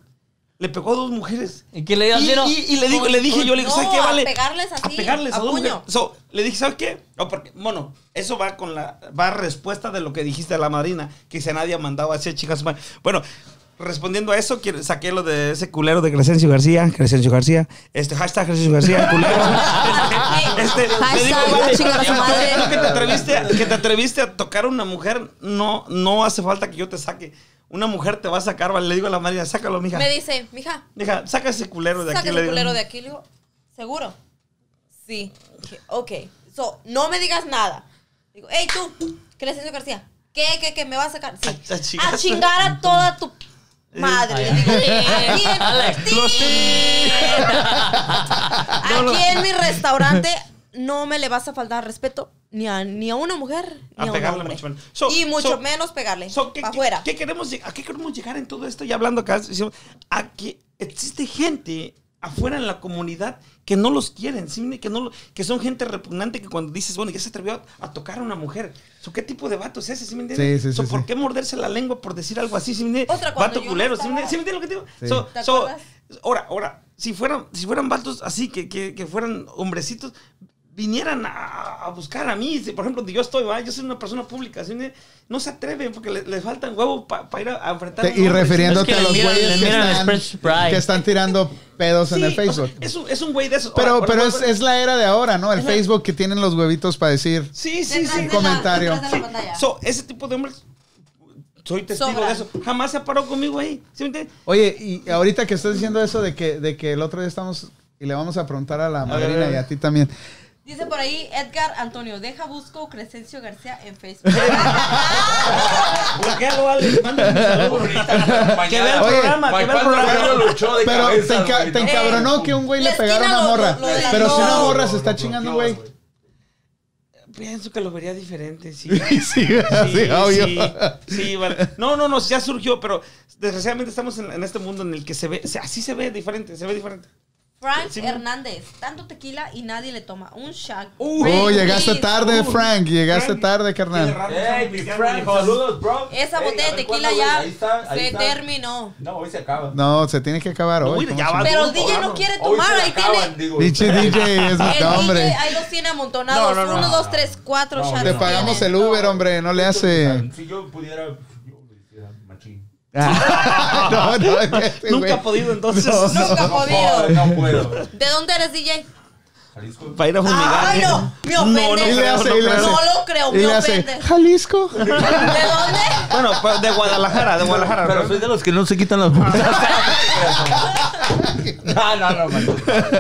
[SPEAKER 2] Le pegó a dos mujeres.
[SPEAKER 6] ¿Y qué le dio al
[SPEAKER 2] Y-
[SPEAKER 6] tiro?
[SPEAKER 2] y- y le digo, le dije, yo le digo,
[SPEAKER 3] No,
[SPEAKER 2] ¿sabes qué
[SPEAKER 3] a
[SPEAKER 2] vale?
[SPEAKER 3] pegarles así,
[SPEAKER 2] A pegarles a
[SPEAKER 3] a
[SPEAKER 2] dos
[SPEAKER 3] puño.
[SPEAKER 2] mujeres. So, le dije, ¿sabes qué? No, porque, bueno, eso va con la, va respuesta de lo que dijiste a la madrina, que si a nadie mandaba a hacer chicas mal. Bueno, respondiendo a eso, quiero- saqué lo de ese culero de Crescencio García, Crescencio García, este, hashtag Crescencio García, culero. este, le digo,
[SPEAKER 3] Hashtag,
[SPEAKER 2] vale,
[SPEAKER 3] chingar a su
[SPEAKER 2] tú-
[SPEAKER 3] madre.
[SPEAKER 2] tú que te atreviste, a- que te atreviste a tocar a una mujer, no, no hace falta que yo te saque. Una mujer te va a sacar, vale, le digo a la madrina, sácalo, mija.
[SPEAKER 3] Me dice, mija,
[SPEAKER 2] Mija, saca ese culero de
[SPEAKER 3] Saca
[SPEAKER 2] aquí.
[SPEAKER 3] el
[SPEAKER 2] le digo. "Mm".
[SPEAKER 3] culero de aquí, le digo, ¿seguro? Sí. Dije, Ok, so, no me digas nada. Digo, hey tú, Crescencio García, ¿qué, qué, qué me vas a sacar? Sí.
[SPEAKER 2] A- a chingar.
[SPEAKER 3] A chingar a toda tu
[SPEAKER 2] Eh,
[SPEAKER 3] madre. Le digo, aquí en
[SPEAKER 6] Alex,
[SPEAKER 3] Agustín. Aquí en mi restaurante no me le vas a faltar respeto ni a, ni a una mujer,
[SPEAKER 2] A
[SPEAKER 3] ni a, un
[SPEAKER 2] pegarle
[SPEAKER 3] hombre.
[SPEAKER 2] mucho menos. So,
[SPEAKER 3] y mucho
[SPEAKER 2] so,
[SPEAKER 3] menos pegarle.
[SPEAKER 2] So, ¿qué,
[SPEAKER 3] pa'
[SPEAKER 2] qué-
[SPEAKER 3] afuera.
[SPEAKER 2] qué queremos, lleg- ¿A qué queremos llegar en todo esto? Y hablando acá, decimos, a que existe gente afuera en la comunidad que no los quieren, ¿sí? que, no lo- que son gente repugnante que cuando dices, bueno, ya se atrevió a, a tocar a una mujer. So, ¿Qué tipo de vato es ese? ¿sí me entiendes?
[SPEAKER 1] Sí, sí,
[SPEAKER 2] So,
[SPEAKER 1] sí,
[SPEAKER 2] ¿Por
[SPEAKER 1] sí.
[SPEAKER 2] qué morderse la lengua por decir algo así? ¿sí me entiendes?
[SPEAKER 3] Otra, cuando
[SPEAKER 2] vato
[SPEAKER 3] yo
[SPEAKER 2] culero,
[SPEAKER 3] no
[SPEAKER 2] ¿sí me entiendes?
[SPEAKER 3] estaba-
[SPEAKER 2] ¿sí me entiendes lo
[SPEAKER 1] Sí.
[SPEAKER 2] que te digo? So,
[SPEAKER 3] ¿Te
[SPEAKER 2] so,
[SPEAKER 3] acuerdas?
[SPEAKER 2] ahora, ahora, si fueran, si fueran vatos así, que, que, que fueran hombrecitos, vinieran a, a buscar a mí. Si, por ejemplo, donde yo estoy, ¿va? yo soy una persona pública, ¿sí? no se atreven porque le- les faltan huevos para ir a, a enfrentar. a
[SPEAKER 1] Te-
[SPEAKER 2] un
[SPEAKER 1] y
[SPEAKER 2] hombre, ¿sí?
[SPEAKER 1] refiriéndote
[SPEAKER 6] Es que
[SPEAKER 1] a los
[SPEAKER 6] le miran-
[SPEAKER 1] güeyes
[SPEAKER 6] le
[SPEAKER 1] que
[SPEAKER 6] miran
[SPEAKER 1] están,
[SPEAKER 6] Express Pride.
[SPEAKER 1] que están tirando pedos
[SPEAKER 2] Sí,
[SPEAKER 1] en
[SPEAKER 2] o
[SPEAKER 1] el
[SPEAKER 2] sea,
[SPEAKER 1] Facebook.
[SPEAKER 2] es, un, es un güey de esos.
[SPEAKER 1] pero
[SPEAKER 2] Ahora,
[SPEAKER 1] pero
[SPEAKER 2] ahora,
[SPEAKER 1] es,
[SPEAKER 2] ahora-
[SPEAKER 1] es la era de ahora, ¿no? El
[SPEAKER 2] Ajá.
[SPEAKER 1] Facebook que tienen los huevitos para decir.
[SPEAKER 2] Sí, sí,
[SPEAKER 3] Detrás
[SPEAKER 2] sí.
[SPEAKER 3] de la-
[SPEAKER 1] comentario.
[SPEAKER 3] detrás de la pantalla.
[SPEAKER 2] So, ese tipo de hombres, soy testigo
[SPEAKER 3] Sobran.
[SPEAKER 2] de eso. Jamás se paró conmigo ahí. ¿sí me entiendes?
[SPEAKER 1] Oye, y ahorita que estás diciendo eso de que, de que el otro día estamos y le vamos a preguntar a la
[SPEAKER 2] ver, a
[SPEAKER 1] madrina
[SPEAKER 2] ver.
[SPEAKER 1] y a ti también.
[SPEAKER 3] Dice por ahí Edgar Antonio, deja busco Crescencio García en Facebook.
[SPEAKER 2] ¿Por qué lo vale? Mándame un saludo. Que vea el
[SPEAKER 1] Oye,
[SPEAKER 2] programa, que vea el programa.
[SPEAKER 1] Pero te, enca- te
[SPEAKER 5] encabronó
[SPEAKER 1] encabronó que un güey le
[SPEAKER 3] La
[SPEAKER 1] pegara a una
[SPEAKER 3] esquina lo-
[SPEAKER 1] morra.
[SPEAKER 3] lo- lo
[SPEAKER 1] Pero si una
[SPEAKER 3] delató.
[SPEAKER 1] morra se está chingando, güey.
[SPEAKER 2] Pienso que lo vería diferente, sí.
[SPEAKER 1] Sí, Ah, sí,
[SPEAKER 2] Sí,
[SPEAKER 1] obvio.
[SPEAKER 2] sí, sí, vale. No, no, no, ya surgió, pero desgraciadamente estamos en, en este mundo en el que se ve, se- así se ve diferente, se ve diferente.
[SPEAKER 3] Frank
[SPEAKER 2] Sí, ma'am.
[SPEAKER 3] Hernández, tanto tequila y nadie le toma. Un shot.
[SPEAKER 2] Uy,
[SPEAKER 1] Oh,
[SPEAKER 3] Frank,
[SPEAKER 1] llegaste
[SPEAKER 3] please.
[SPEAKER 1] tarde, Frank. Llegaste
[SPEAKER 2] Frank,
[SPEAKER 1] tarde,
[SPEAKER 2] Qué
[SPEAKER 1] carnal.
[SPEAKER 2] raro,
[SPEAKER 5] Hey,
[SPEAKER 2] somos
[SPEAKER 5] mi
[SPEAKER 2] cristianos,
[SPEAKER 5] Frank,
[SPEAKER 2] hijos.
[SPEAKER 5] saludos, bro.
[SPEAKER 3] Esa
[SPEAKER 5] Hey,
[SPEAKER 3] botella
[SPEAKER 5] a
[SPEAKER 3] de
[SPEAKER 5] ver
[SPEAKER 3] tequila
[SPEAKER 5] cuándo,
[SPEAKER 3] ya
[SPEAKER 5] güey. Ahí está, ahí
[SPEAKER 3] se
[SPEAKER 5] está.
[SPEAKER 3] terminó.
[SPEAKER 5] No, hoy se acaba.
[SPEAKER 1] No, se tiene que acabar hoy.
[SPEAKER 2] Uy,
[SPEAKER 1] ¿cómo
[SPEAKER 2] ya
[SPEAKER 1] se-
[SPEAKER 2] va.
[SPEAKER 3] Pero el
[SPEAKER 2] Algún
[SPEAKER 3] DJ no
[SPEAKER 2] programa.
[SPEAKER 3] quiere
[SPEAKER 5] Ah, Hoy se
[SPEAKER 3] tomar,
[SPEAKER 5] la
[SPEAKER 3] ahí
[SPEAKER 5] acaban,
[SPEAKER 3] tiene.
[SPEAKER 5] digo.
[SPEAKER 1] Pinche DJ, es mi
[SPEAKER 3] El DJ
[SPEAKER 1] Ah, hombre.
[SPEAKER 3] ahí los tiene amontonados.
[SPEAKER 2] No, no, no.
[SPEAKER 3] Uno, dos, tres, cuatro
[SPEAKER 5] No,
[SPEAKER 3] shots.
[SPEAKER 1] Te
[SPEAKER 5] no.
[SPEAKER 1] pagamos el
[SPEAKER 3] tiene.
[SPEAKER 1] Uber, hombre. No le hace.
[SPEAKER 5] Si yo pudiera, yo lo hiciera machín.
[SPEAKER 1] No, no, es que este
[SPEAKER 2] Nunca
[SPEAKER 1] güey-
[SPEAKER 2] ha podido entonces
[SPEAKER 3] Nunca
[SPEAKER 5] puedo,
[SPEAKER 3] podido.
[SPEAKER 5] no puedo.
[SPEAKER 3] ¿De dónde eres, DJ?
[SPEAKER 5] Jalisco.
[SPEAKER 2] para ir a fumigar.
[SPEAKER 3] Ay,
[SPEAKER 2] ¿eh?
[SPEAKER 3] no, me
[SPEAKER 2] No, no,
[SPEAKER 1] Y le
[SPEAKER 3] ofendes.
[SPEAKER 2] creo,
[SPEAKER 1] hace,
[SPEAKER 2] no
[SPEAKER 1] y le
[SPEAKER 2] creo.
[SPEAKER 1] hace.
[SPEAKER 3] No lo creo,
[SPEAKER 1] Y
[SPEAKER 3] me
[SPEAKER 1] le hace,
[SPEAKER 3] ofendes.
[SPEAKER 1] Jalisco.
[SPEAKER 3] ¿De dónde?
[SPEAKER 2] Bueno, pues, de Guadalajara, de Guadalajara.
[SPEAKER 5] Pero
[SPEAKER 2] ¿no?
[SPEAKER 5] soy de los que no se quitan las botas. no, no, no, Marco.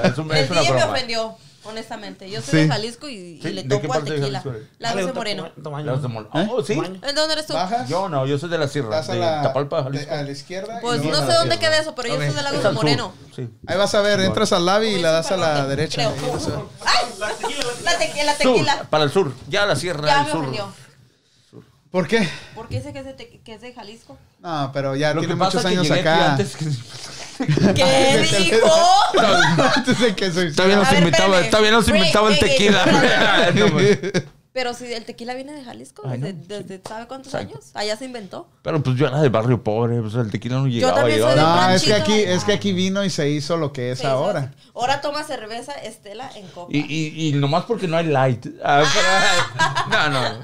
[SPEAKER 5] Es, un,
[SPEAKER 3] El
[SPEAKER 5] es una
[SPEAKER 3] DJ me
[SPEAKER 5] broma.
[SPEAKER 3] ofendió, honestamente. Yo soy
[SPEAKER 1] Sí.
[SPEAKER 3] de Jalisco y, y
[SPEAKER 5] Sí,
[SPEAKER 3] le
[SPEAKER 5] ¿de qué
[SPEAKER 3] tomo al
[SPEAKER 5] parte de
[SPEAKER 3] tequila.
[SPEAKER 5] Jalisco eres?
[SPEAKER 3] La
[SPEAKER 2] Dale,
[SPEAKER 3] José
[SPEAKER 2] un
[SPEAKER 3] Moreno.
[SPEAKER 2] tamaño.
[SPEAKER 5] Los de Mon-
[SPEAKER 2] ¿Eh?
[SPEAKER 5] Oh, sí.
[SPEAKER 2] Tamaño.
[SPEAKER 3] ¿En dónde eres tú?
[SPEAKER 1] Bajas,
[SPEAKER 5] Yo no, yo soy de la sierra.
[SPEAKER 1] estás a
[SPEAKER 5] De
[SPEAKER 1] la,
[SPEAKER 5] Tapalpa,
[SPEAKER 1] de-
[SPEAKER 5] Jalisco.
[SPEAKER 1] a la izquierda. y
[SPEAKER 3] Pues
[SPEAKER 1] luego-
[SPEAKER 3] no sé dónde queda eso, pero yo soy de
[SPEAKER 5] Es
[SPEAKER 3] Lagos
[SPEAKER 5] al
[SPEAKER 3] de
[SPEAKER 5] sur,
[SPEAKER 3] Moreno.
[SPEAKER 5] Sí.
[SPEAKER 1] Ahí vas a ver, entras al lobby y
[SPEAKER 3] Uy,
[SPEAKER 1] le das a
[SPEAKER 3] súper
[SPEAKER 1] la
[SPEAKER 3] norte,
[SPEAKER 1] derecha.
[SPEAKER 3] Pues creo.
[SPEAKER 1] ahí vas a ver.
[SPEAKER 3] ¡Ay! La tequila, la
[SPEAKER 5] Sur,
[SPEAKER 3] tequila.
[SPEAKER 5] para el sur. Ya la sierra.
[SPEAKER 3] Ya
[SPEAKER 5] el
[SPEAKER 3] me
[SPEAKER 5] sur.
[SPEAKER 3] ofendió.
[SPEAKER 1] ¿Por qué?
[SPEAKER 3] ¿Por qué dice que es de, te- que es de Jalisco?
[SPEAKER 1] No, pero ya
[SPEAKER 5] Lo que
[SPEAKER 1] tiene
[SPEAKER 5] pasa
[SPEAKER 1] muchos
[SPEAKER 5] es que
[SPEAKER 1] años
[SPEAKER 5] llegué aquí
[SPEAKER 1] acá.
[SPEAKER 5] antes que-
[SPEAKER 3] ¿Qué dijo?
[SPEAKER 1] Antes de que se-
[SPEAKER 5] Está bien nos
[SPEAKER 3] A ver,
[SPEAKER 5] invitaba,
[SPEAKER 3] espérame.
[SPEAKER 5] está bien nos
[SPEAKER 3] Wait,
[SPEAKER 5] invitaba el
[SPEAKER 3] wait, wait.
[SPEAKER 5] tequila. No, man.
[SPEAKER 3] Pero si el tequila viene de Jalisco,
[SPEAKER 5] Ay, no.
[SPEAKER 3] desde, desde ¿sabe cuántos
[SPEAKER 5] Exacto.
[SPEAKER 3] años? Allá se inventó.
[SPEAKER 5] Pero pues yo era de barrio pobre, pues el tequila no llegaba.
[SPEAKER 3] también soy de
[SPEAKER 5] llegaba.
[SPEAKER 3] barrio.
[SPEAKER 1] No, es que, aquí,
[SPEAKER 3] Ranchito.
[SPEAKER 1] es que aquí vino y se hizo lo que es
[SPEAKER 3] Se hizo
[SPEAKER 1] ahora.
[SPEAKER 3] así. Ahora toma cerveza Estela en copa.
[SPEAKER 5] Y, y, y nomás porque no hay light. Ah, pero- no, no.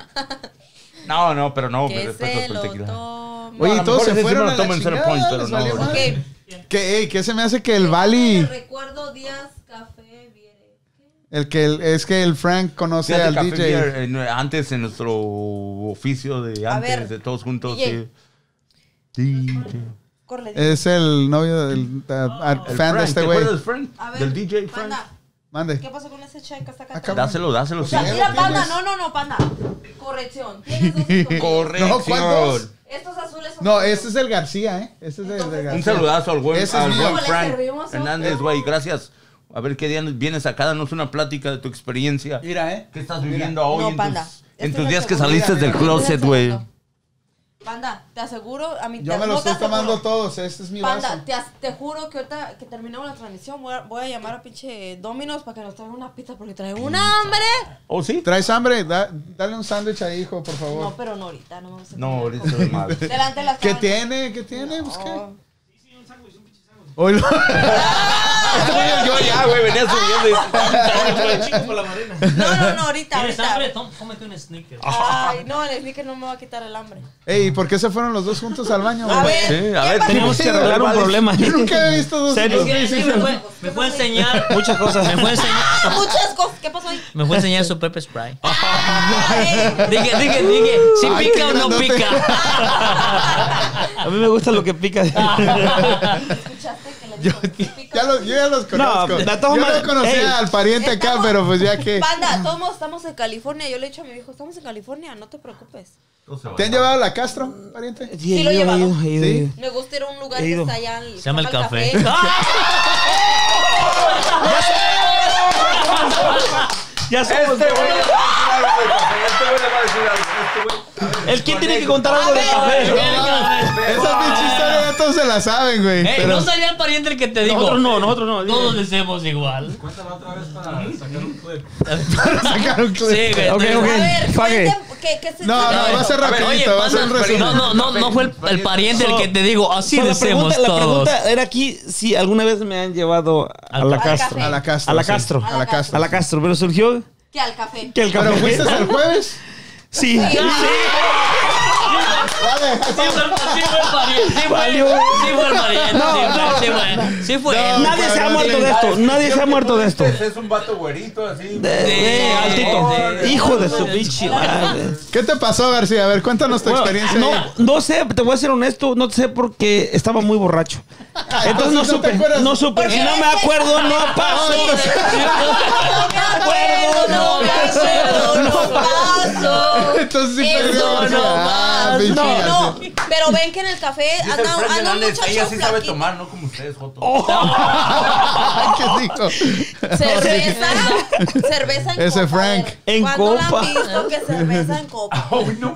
[SPEAKER 5] No, no, pero no, me
[SPEAKER 3] que
[SPEAKER 5] respeto
[SPEAKER 3] se
[SPEAKER 5] por
[SPEAKER 3] lo
[SPEAKER 5] el tequila.
[SPEAKER 3] toma.
[SPEAKER 1] Oye,
[SPEAKER 5] No, a
[SPEAKER 1] y
[SPEAKER 5] lo
[SPEAKER 1] todos
[SPEAKER 5] mejor
[SPEAKER 1] se
[SPEAKER 5] ese sí
[SPEAKER 1] fueron
[SPEAKER 5] me lo
[SPEAKER 1] a la
[SPEAKER 5] tomo en cero
[SPEAKER 1] chingada,
[SPEAKER 5] points, pero
[SPEAKER 1] les
[SPEAKER 5] no,
[SPEAKER 1] valió
[SPEAKER 5] no.
[SPEAKER 3] Ok.
[SPEAKER 1] madre. Que, ey, que se me hace que el
[SPEAKER 3] Te
[SPEAKER 1] Bali,
[SPEAKER 3] Recuerdo días café viene.
[SPEAKER 1] el que el- es que el Frank conoce
[SPEAKER 5] Fíjate,
[SPEAKER 1] al
[SPEAKER 5] Café
[SPEAKER 1] DJ.
[SPEAKER 5] Beer, en- antes en nuestro oficio de
[SPEAKER 3] A
[SPEAKER 5] antes,
[SPEAKER 3] ver,
[SPEAKER 5] de todos juntos.
[SPEAKER 3] DJ.
[SPEAKER 5] Sí.
[SPEAKER 3] Corre.
[SPEAKER 5] Eh,
[SPEAKER 1] Es el novio del
[SPEAKER 3] Oh.
[SPEAKER 1] eh, al
[SPEAKER 5] El
[SPEAKER 1] fan
[SPEAKER 5] Frank,
[SPEAKER 1] de este
[SPEAKER 5] ¿te
[SPEAKER 1] güey.
[SPEAKER 5] acuerdas del Frank?
[SPEAKER 3] A ver,
[SPEAKER 5] Del DJ Frank.
[SPEAKER 3] Panda, ¿qué
[SPEAKER 1] Mande.
[SPEAKER 3] pasó con ese chat que está acá?
[SPEAKER 1] Acá-
[SPEAKER 3] atrás?
[SPEAKER 5] Dáselo, dáselo. Sí.
[SPEAKER 3] O sea, mira,
[SPEAKER 1] ¿Tienes?
[SPEAKER 3] panda, no, no, no, panda. Corrección. Tienes dos hijos.
[SPEAKER 1] No, ¿cuál dos?
[SPEAKER 3] Estos azules son
[SPEAKER 1] No,
[SPEAKER 3] tuyos.
[SPEAKER 1] este es el García, ¿eh? Este es el, del García.
[SPEAKER 5] Un saludazo al buen,
[SPEAKER 1] Ese es
[SPEAKER 5] al
[SPEAKER 1] mío.
[SPEAKER 5] buen
[SPEAKER 3] Híjole,
[SPEAKER 5] Frank
[SPEAKER 3] servimos otro.
[SPEAKER 5] Hernández, güey. Gracias. A ver qué día nos vienes acá. Danos una plática de tu experiencia.
[SPEAKER 1] Mira, ¿eh?
[SPEAKER 5] ¿Qué estás viviendo hoy
[SPEAKER 3] No,
[SPEAKER 5] en
[SPEAKER 3] panda.
[SPEAKER 5] tus,
[SPEAKER 3] Este
[SPEAKER 5] en
[SPEAKER 3] es
[SPEAKER 5] tus
[SPEAKER 3] el
[SPEAKER 5] días que
[SPEAKER 3] segundo.
[SPEAKER 5] saliste del
[SPEAKER 3] Mira, mira,
[SPEAKER 5] closet,
[SPEAKER 3] mira,
[SPEAKER 5] güey?
[SPEAKER 3] mira. Panda, te aseguro, a mí
[SPEAKER 1] Yo
[SPEAKER 3] te-
[SPEAKER 1] me lo
[SPEAKER 3] no te
[SPEAKER 1] estoy tomando
[SPEAKER 3] aseguro.
[SPEAKER 1] todos. Este es mi vaso.
[SPEAKER 3] Panda, te, as- te juro que ahorita que terminamos la transmisión voy a, voy a llamar a pinche Dominos para que nos traiga una pizza porque trae un hambre.
[SPEAKER 5] ¿Oh, sí?
[SPEAKER 1] ¿Traes hambre? Da- dale un sándwich ahí, hijo, por favor.
[SPEAKER 3] No, pero no ahorita, no vamos a
[SPEAKER 5] No,
[SPEAKER 3] comer
[SPEAKER 5] ahorita
[SPEAKER 3] con-
[SPEAKER 5] es mal.
[SPEAKER 3] Delante de las
[SPEAKER 1] ¿Qué
[SPEAKER 3] cámaras.
[SPEAKER 1] tiene? ¿Qué tiene? Pues, ¿qué?
[SPEAKER 3] No.
[SPEAKER 1] Hoy lo-
[SPEAKER 5] Yo ya, güey, venía subiendo.
[SPEAKER 3] No, no, no, ahorita,
[SPEAKER 4] ¿Tienes
[SPEAKER 3] ahorita.
[SPEAKER 4] hambre? Tom- Cómete un sneaker.
[SPEAKER 2] Ah,
[SPEAKER 3] Ay, no, el sneaker no me va a quitar el hambre.
[SPEAKER 1] Ey, ¿y por qué se fueron los dos juntos al baño?
[SPEAKER 3] A
[SPEAKER 1] güey?
[SPEAKER 3] ver,
[SPEAKER 5] Sí, a
[SPEAKER 3] ¿qué
[SPEAKER 5] ver,
[SPEAKER 3] pasó?
[SPEAKER 2] Tenemos que arreglar un problema.
[SPEAKER 1] Yo nunca he visto dos
[SPEAKER 2] Serio.
[SPEAKER 1] juntos.
[SPEAKER 6] Es que me fue- Me fue a enseñar.
[SPEAKER 2] Muchas cosas.
[SPEAKER 6] Me fue a enseñar.
[SPEAKER 3] Ah, muchas cosas. ¿Qué pasó ahí?
[SPEAKER 6] Me fue a enseñar su Pepe Spray.
[SPEAKER 2] Ah.
[SPEAKER 3] Ay,
[SPEAKER 6] Dije, dije, dije, si
[SPEAKER 1] Ay, qué
[SPEAKER 6] pica o no
[SPEAKER 1] grandote.
[SPEAKER 6] pica.
[SPEAKER 2] A mí me gusta lo que pica.
[SPEAKER 3] ¿Escuchaste que le dijo?
[SPEAKER 1] Ya los, yo ya los conozco.
[SPEAKER 2] de todas
[SPEAKER 1] yo
[SPEAKER 2] maneras,
[SPEAKER 1] no conocía
[SPEAKER 2] ey.
[SPEAKER 1] al pariente acá,
[SPEAKER 3] Estamos-
[SPEAKER 1] pero pues ya que...
[SPEAKER 3] Panda, todos estamos en California. Yo le he dicho a mi hijo, estamos en California, no te preocupes.
[SPEAKER 1] ¿Te han llevado a la Castro, pariente?
[SPEAKER 3] Sí, lo he llevado.
[SPEAKER 1] Sí.
[SPEAKER 3] Me gusta ir a un lugar
[SPEAKER 2] He
[SPEAKER 3] que
[SPEAKER 2] ido.
[SPEAKER 3] está allá al-
[SPEAKER 6] Se llama el café.
[SPEAKER 2] Ya
[SPEAKER 5] Este
[SPEAKER 2] somos.
[SPEAKER 5] güey le va a decir algo de café, este güey le va a decir algo, este güey.
[SPEAKER 2] El quién tiene que contar algo de
[SPEAKER 1] No,
[SPEAKER 2] café.
[SPEAKER 1] mames, Esas pinches historias ya todos se las saben, güey.
[SPEAKER 6] Ey,
[SPEAKER 1] pero-
[SPEAKER 6] no sería el pariente el que te digo.
[SPEAKER 2] Nosotros no, nosotros no.
[SPEAKER 6] Todos
[SPEAKER 2] dime.
[SPEAKER 6] deseamos igual.
[SPEAKER 1] Sacar un clip.
[SPEAKER 6] Sí, güey.
[SPEAKER 2] Ok,
[SPEAKER 6] entonces-
[SPEAKER 2] ok.
[SPEAKER 3] A ver,
[SPEAKER 2] Pague.
[SPEAKER 3] cuente- ¿qué, qué se
[SPEAKER 1] No, no,
[SPEAKER 3] a ver,
[SPEAKER 1] va a ser
[SPEAKER 5] a ver,
[SPEAKER 1] rapidito,
[SPEAKER 6] Oye,
[SPEAKER 1] va a ser un
[SPEAKER 6] panda,
[SPEAKER 1] resumen.
[SPEAKER 6] no, no, no, no fue el, el pariente el que te digo. Así
[SPEAKER 2] So, la
[SPEAKER 6] deseamos
[SPEAKER 2] pregunta- la
[SPEAKER 6] todos.
[SPEAKER 2] pregunta era aquí si alguna vez me han llevado a la
[SPEAKER 3] Al
[SPEAKER 2] Castro.
[SPEAKER 3] café.
[SPEAKER 1] A la Castro.
[SPEAKER 2] A la
[SPEAKER 1] sí.
[SPEAKER 2] Castro.
[SPEAKER 1] A la Castro.
[SPEAKER 2] A la Castro, pero surgió
[SPEAKER 3] Que al café.
[SPEAKER 2] que el
[SPEAKER 1] ¿Pero fuiste
[SPEAKER 2] café.
[SPEAKER 1] el jueves?
[SPEAKER 2] Sí. Sí.
[SPEAKER 1] Vale.
[SPEAKER 6] Sí fue, sí fue el pariente, sí fue,
[SPEAKER 2] Valió.
[SPEAKER 6] sí fue el pariente, sí fue, sí fue, sí fue él.
[SPEAKER 2] Nadie se ha muerto de esto. Nadie se ha muerto de esto.
[SPEAKER 5] Este es un vato güerito así.
[SPEAKER 2] Eh, altito.
[SPEAKER 5] Sí.
[SPEAKER 2] Hijo de su pinche madre.
[SPEAKER 1] ¿Qué te pasó, García? A ver, cuéntanos tu
[SPEAKER 2] Bueno,
[SPEAKER 1] experiencia. ahí.
[SPEAKER 2] No, no sé, te voy a ser honesto, no sé porque estaba muy borracho. Entonces no
[SPEAKER 1] entonces pues, no te
[SPEAKER 2] supe,
[SPEAKER 1] acuerdas.
[SPEAKER 2] no supe. Si no me acuerdo, no pasó.
[SPEAKER 3] acuerdo, no me acuerdo, no paso.
[SPEAKER 1] Entonces sí
[SPEAKER 3] Eso
[SPEAKER 1] perdió García.
[SPEAKER 3] no
[SPEAKER 1] Ah,
[SPEAKER 3] paso.
[SPEAKER 1] pinche
[SPEAKER 3] No,
[SPEAKER 1] García.
[SPEAKER 3] pero ven que en el café
[SPEAKER 2] Ah,
[SPEAKER 5] Dice
[SPEAKER 3] anda,
[SPEAKER 5] Frank
[SPEAKER 3] anda un
[SPEAKER 5] Hernández,
[SPEAKER 3] muchacho
[SPEAKER 5] Ella sí sabe
[SPEAKER 3] flaquito.
[SPEAKER 5] tomar, no como ustedes, Joto.
[SPEAKER 2] Oh,
[SPEAKER 1] Ay, qué rico.
[SPEAKER 3] Cerveza, cerveza en
[SPEAKER 1] Ese
[SPEAKER 3] copa.
[SPEAKER 1] Frank.
[SPEAKER 3] A ver,
[SPEAKER 2] En
[SPEAKER 3] ¿cuándo la
[SPEAKER 2] copa.
[SPEAKER 3] han visto que cerveza en copa?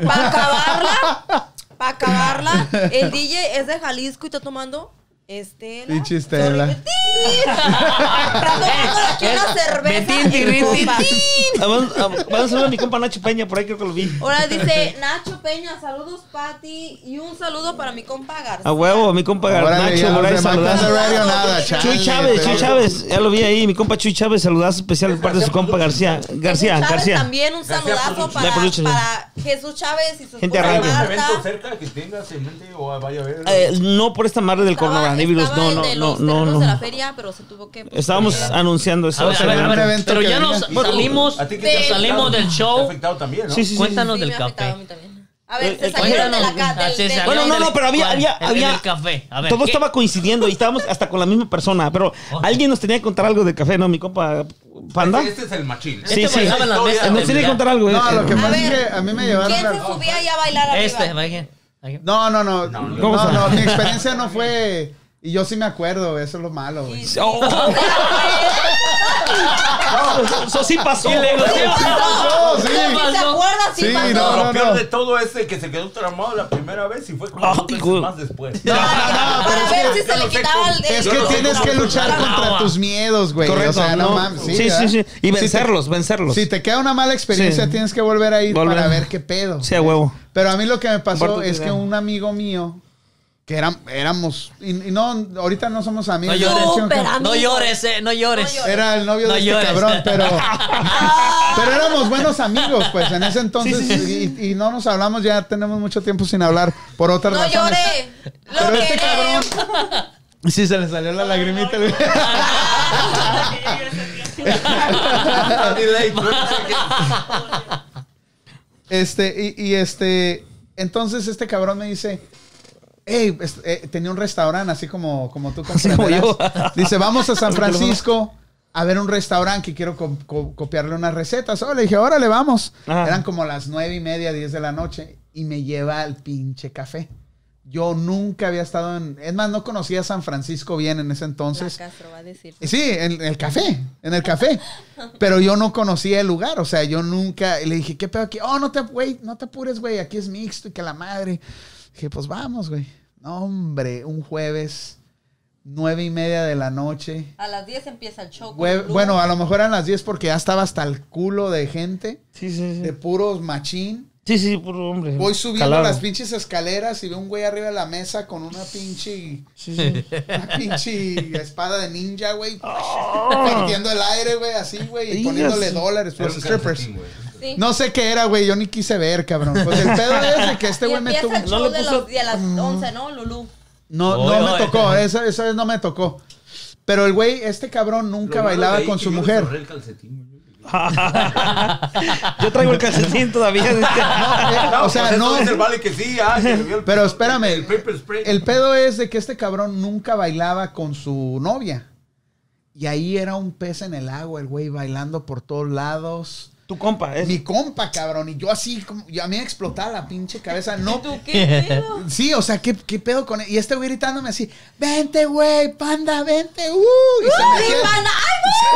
[SPEAKER 3] Para acabarla, para acabarla, el DJ es de Jalisco y está tomando Estela.
[SPEAKER 1] Pinche Estela.
[SPEAKER 3] Sorry, Betín. Está tomando aquí una cerveza
[SPEAKER 6] Betín,
[SPEAKER 3] en
[SPEAKER 6] tirrín,
[SPEAKER 3] copa.
[SPEAKER 2] Ah, Vamos a un saludo a mi compa Nacho Peña, por ahí creo que lo vi.
[SPEAKER 3] Ahora dice Nacho Peña, saludos Pati y un saludo para mi compa Garza.
[SPEAKER 2] A huevo, mi compa
[SPEAKER 1] Ahora le
[SPEAKER 2] Nacho,
[SPEAKER 1] llamamos
[SPEAKER 2] por ahí
[SPEAKER 1] de Matas
[SPEAKER 2] saludando.
[SPEAKER 1] de Radio, nada, chale,
[SPEAKER 2] Chuy Chávez,
[SPEAKER 1] pero-
[SPEAKER 2] Chuy Chávez, ya lo vi ahí, mi compa Chuy Chávez, saludazo especial de parte de su compa García, García,
[SPEAKER 3] Jesús Chávez
[SPEAKER 2] García.
[SPEAKER 3] También un
[SPEAKER 5] García
[SPEAKER 3] saludazo
[SPEAKER 5] Productions.
[SPEAKER 2] De
[SPEAKER 3] para,
[SPEAKER 2] Productions.
[SPEAKER 3] para Jesús Chávez y su
[SPEAKER 2] Gente
[SPEAKER 3] esposa
[SPEAKER 5] ¿Hay
[SPEAKER 2] arranca.
[SPEAKER 5] algún evento
[SPEAKER 3] Marta.
[SPEAKER 5] cerca que tengas en mente o vaya a ver?
[SPEAKER 2] Eh, no por esta madre del
[SPEAKER 3] Estaba-
[SPEAKER 2] coronavirus,
[SPEAKER 3] estaba
[SPEAKER 2] no,
[SPEAKER 3] el
[SPEAKER 2] no,
[SPEAKER 3] de
[SPEAKER 2] no,
[SPEAKER 3] los
[SPEAKER 2] no,
[SPEAKER 3] terrenos de la
[SPEAKER 2] no.
[SPEAKER 3] feria, pero se tuvo que.
[SPEAKER 2] Estábamos anunciando
[SPEAKER 6] A
[SPEAKER 2] eso.
[SPEAKER 6] ver, a ver, a ver,
[SPEAKER 1] Un evento
[SPEAKER 6] pero
[SPEAKER 1] que
[SPEAKER 6] ya nos
[SPEAKER 1] venía.
[SPEAKER 5] Bueno,
[SPEAKER 6] salimos,
[SPEAKER 5] ¿a ti qué
[SPEAKER 6] nos
[SPEAKER 5] te ha
[SPEAKER 6] salimos
[SPEAKER 5] afectado?
[SPEAKER 6] del
[SPEAKER 5] Te ha
[SPEAKER 6] show.
[SPEAKER 5] afectado también, ¿no?
[SPEAKER 2] Sí, sí, sí.
[SPEAKER 6] Cuéntanos
[SPEAKER 3] Sí,
[SPEAKER 6] del
[SPEAKER 3] me ha afectado a
[SPEAKER 6] café.
[SPEAKER 3] mí también. A ver, se
[SPEAKER 2] Eh,
[SPEAKER 3] salieron de la
[SPEAKER 6] Ah,
[SPEAKER 3] casa.
[SPEAKER 6] sí, se
[SPEAKER 2] Bueno,
[SPEAKER 6] salieron
[SPEAKER 2] no, no,
[SPEAKER 6] del-
[SPEAKER 2] pero había- había-
[SPEAKER 6] en- en
[SPEAKER 2] había-
[SPEAKER 6] el café. A ver,
[SPEAKER 2] Todo
[SPEAKER 6] ¿qué?
[SPEAKER 2] estaba coincidiendo y estábamos hasta con la misma persona, pero alguien nos tenía que contar algo del café, ¿no? Mi compa Panda.
[SPEAKER 5] Este este es el machín.
[SPEAKER 2] Sí,
[SPEAKER 6] Este
[SPEAKER 2] sí.
[SPEAKER 6] manejaba las mesas,
[SPEAKER 2] Nos tiene que
[SPEAKER 6] mira.
[SPEAKER 2] contar algo.
[SPEAKER 1] No,
[SPEAKER 2] eh.
[SPEAKER 1] lo que
[SPEAKER 3] A
[SPEAKER 1] pasa es
[SPEAKER 3] ver,
[SPEAKER 1] que a mí me llevaron
[SPEAKER 3] ¿Quién se
[SPEAKER 1] al...
[SPEAKER 3] subía ya a bailar arriba?
[SPEAKER 6] Este, imagínate.
[SPEAKER 1] No, no, no. No,
[SPEAKER 5] no.
[SPEAKER 1] no, mi experiencia no fue... Y yo sí me acuerdo, eso es lo malo, güey.
[SPEAKER 3] Sí, sí, sí, sí, sí,
[SPEAKER 2] Eso sí pasó.
[SPEAKER 1] No, sí.
[SPEAKER 3] ¿Se acuerda? Sí,
[SPEAKER 1] Sí,
[SPEAKER 3] pasó.
[SPEAKER 1] no,
[SPEAKER 5] Lo
[SPEAKER 1] no,
[SPEAKER 5] peor
[SPEAKER 1] no.
[SPEAKER 5] de todo es de que se quedó tramado la primera vez y fue como
[SPEAKER 2] Ay,
[SPEAKER 5] dos veces
[SPEAKER 2] güey.
[SPEAKER 5] más después.
[SPEAKER 1] No, no, no, pero
[SPEAKER 3] Para
[SPEAKER 1] es
[SPEAKER 3] ver
[SPEAKER 1] que-
[SPEAKER 3] si se le quitaba el
[SPEAKER 1] Es que
[SPEAKER 5] no,
[SPEAKER 1] tienes
[SPEAKER 5] no,
[SPEAKER 1] que
[SPEAKER 5] no,
[SPEAKER 1] luchar
[SPEAKER 5] no,
[SPEAKER 1] contra
[SPEAKER 6] no.
[SPEAKER 1] tus miedos, güey.
[SPEAKER 2] Correcto,
[SPEAKER 1] o sea, no,
[SPEAKER 2] ¿no?
[SPEAKER 1] mames. Sí,
[SPEAKER 2] Sí,
[SPEAKER 1] ¿verdad?
[SPEAKER 2] sí, sí. Y
[SPEAKER 1] Si te-
[SPEAKER 2] vencerlos, vencerlos.
[SPEAKER 1] Si te queda una mala experiencia,
[SPEAKER 2] Sí.
[SPEAKER 1] tienes que volver ahí
[SPEAKER 2] Volver.
[SPEAKER 1] para ver qué pedo.
[SPEAKER 2] Sí, a huevo.
[SPEAKER 1] Pero a mí lo que me pasó
[SPEAKER 2] Aparte,
[SPEAKER 1] es que
[SPEAKER 2] ya.
[SPEAKER 1] un amigo mío, que era- éramos, y, y no, ahorita no somos amigos.
[SPEAKER 6] No llores.
[SPEAKER 1] de hecho,
[SPEAKER 3] Súper
[SPEAKER 1] que-
[SPEAKER 6] No
[SPEAKER 3] Amigo.
[SPEAKER 6] llores, eh, no llores.
[SPEAKER 3] No llores.
[SPEAKER 1] Era el novio
[SPEAKER 6] No
[SPEAKER 1] de este
[SPEAKER 6] llores.
[SPEAKER 1] cabrón, pero, pero éramos buenos amigos, pues, en ese entonces.
[SPEAKER 2] Sí, sí, sí.
[SPEAKER 1] Y, y no nos hablamos, ya tenemos mucho tiempo sin hablar por otras
[SPEAKER 3] No
[SPEAKER 1] razones.
[SPEAKER 3] lloré. Lo
[SPEAKER 1] Pero este
[SPEAKER 3] queremos.
[SPEAKER 1] cabrón. Sí, se le salió la lagrimita. güey. Este, y, y este. Entonces este cabrón me dice. Hey, este, eh, tenía un restaurante así como, como tú
[SPEAKER 2] como
[SPEAKER 1] comprenderás.
[SPEAKER 2] yo.
[SPEAKER 1] Dice, vamos a San Francisco a ver un restaurante que quiero co- co- copiarle unas recetas. Oh, le dije, órale, vamos.
[SPEAKER 2] Ajá.
[SPEAKER 1] Eran como las nueve y media, diez de la noche. Y me lleva al pinche café. Yo nunca había estado en... Es más, no conocía San Francisco bien en ese entonces.
[SPEAKER 3] Castro va a decir.
[SPEAKER 1] Sí, en el café, en el café. Pero yo no conocía el lugar, o sea, yo nunca y le dije, ¿qué pedo aquí? Oh, no te, güey, no te apures, güey, aquí es mixto y que la madre. Dije, pues vamos, güey. No, hombre, un jueves, nueve y media de la noche.
[SPEAKER 3] A las 10 empieza el show. con
[SPEAKER 1] Hue-
[SPEAKER 3] Blue.
[SPEAKER 1] bueno, a lo mejor eran las 10 porque ya estaba hasta el culo de gente,
[SPEAKER 2] Sí, sí,
[SPEAKER 1] de
[SPEAKER 2] sí.
[SPEAKER 1] puros machín.
[SPEAKER 2] Sí, sí, puro hombre.
[SPEAKER 1] Voy subiendo
[SPEAKER 2] Calado.
[SPEAKER 1] las pinches escaleras y veo un güey arriba de la mesa con una pinche
[SPEAKER 2] Sí, sí.
[SPEAKER 1] una pinche espada de ninja, güey. Partiendo el aire, güey, así, güey. Y
[SPEAKER 2] Digas.
[SPEAKER 1] poniéndole dólares por
[SPEAKER 5] Era un
[SPEAKER 1] los strippers.
[SPEAKER 5] calcetín, güey.
[SPEAKER 3] Sí.
[SPEAKER 1] No sé qué era, güey. Yo ni quise ver, cabrón. Pues el pedo es de que este
[SPEAKER 3] Y
[SPEAKER 1] güey me
[SPEAKER 3] empieza
[SPEAKER 1] tuvo.
[SPEAKER 3] el show
[SPEAKER 2] No le
[SPEAKER 3] de
[SPEAKER 2] puso-
[SPEAKER 3] los, de a las 11, ¿no, Lulú?
[SPEAKER 1] No,
[SPEAKER 6] Oh,
[SPEAKER 1] no
[SPEAKER 6] no,
[SPEAKER 1] me
[SPEAKER 6] eh.
[SPEAKER 1] tocó. Esa, esa vez no me tocó. Pero el güey, este cabrón nunca
[SPEAKER 5] Lo malo de
[SPEAKER 1] bailaba
[SPEAKER 5] ahí
[SPEAKER 1] con
[SPEAKER 5] que
[SPEAKER 1] su
[SPEAKER 5] yo le
[SPEAKER 1] mujer.
[SPEAKER 5] cerré el calcetín, güey.
[SPEAKER 2] Yo traigo el calcetín todavía. este-
[SPEAKER 1] Eh,
[SPEAKER 5] No,
[SPEAKER 1] o sea,
[SPEAKER 5] pues,
[SPEAKER 1] no.
[SPEAKER 5] eso dice el vale que sí, ah, que le vio el-
[SPEAKER 1] Pero espérame.
[SPEAKER 5] el paper spray.
[SPEAKER 1] El pedo es de que este cabrón nunca bailaba con su novia. Y ahí era un pez en el agua, el güey, bailando por todos lados.
[SPEAKER 2] tu compa.
[SPEAKER 1] mi
[SPEAKER 2] Es,
[SPEAKER 1] compa, cabrón. Y yo así, como, y a mí me explotaba la pinche cabeza. No,
[SPEAKER 3] ¿Tú qué? pedo?
[SPEAKER 1] sí, o sea, ¿qué, qué pedo con él? Y este güey gritándome así, vente, güey, panda, vente, uh. Y se
[SPEAKER 3] ¡Sí,
[SPEAKER 1] metía-
[SPEAKER 3] pana!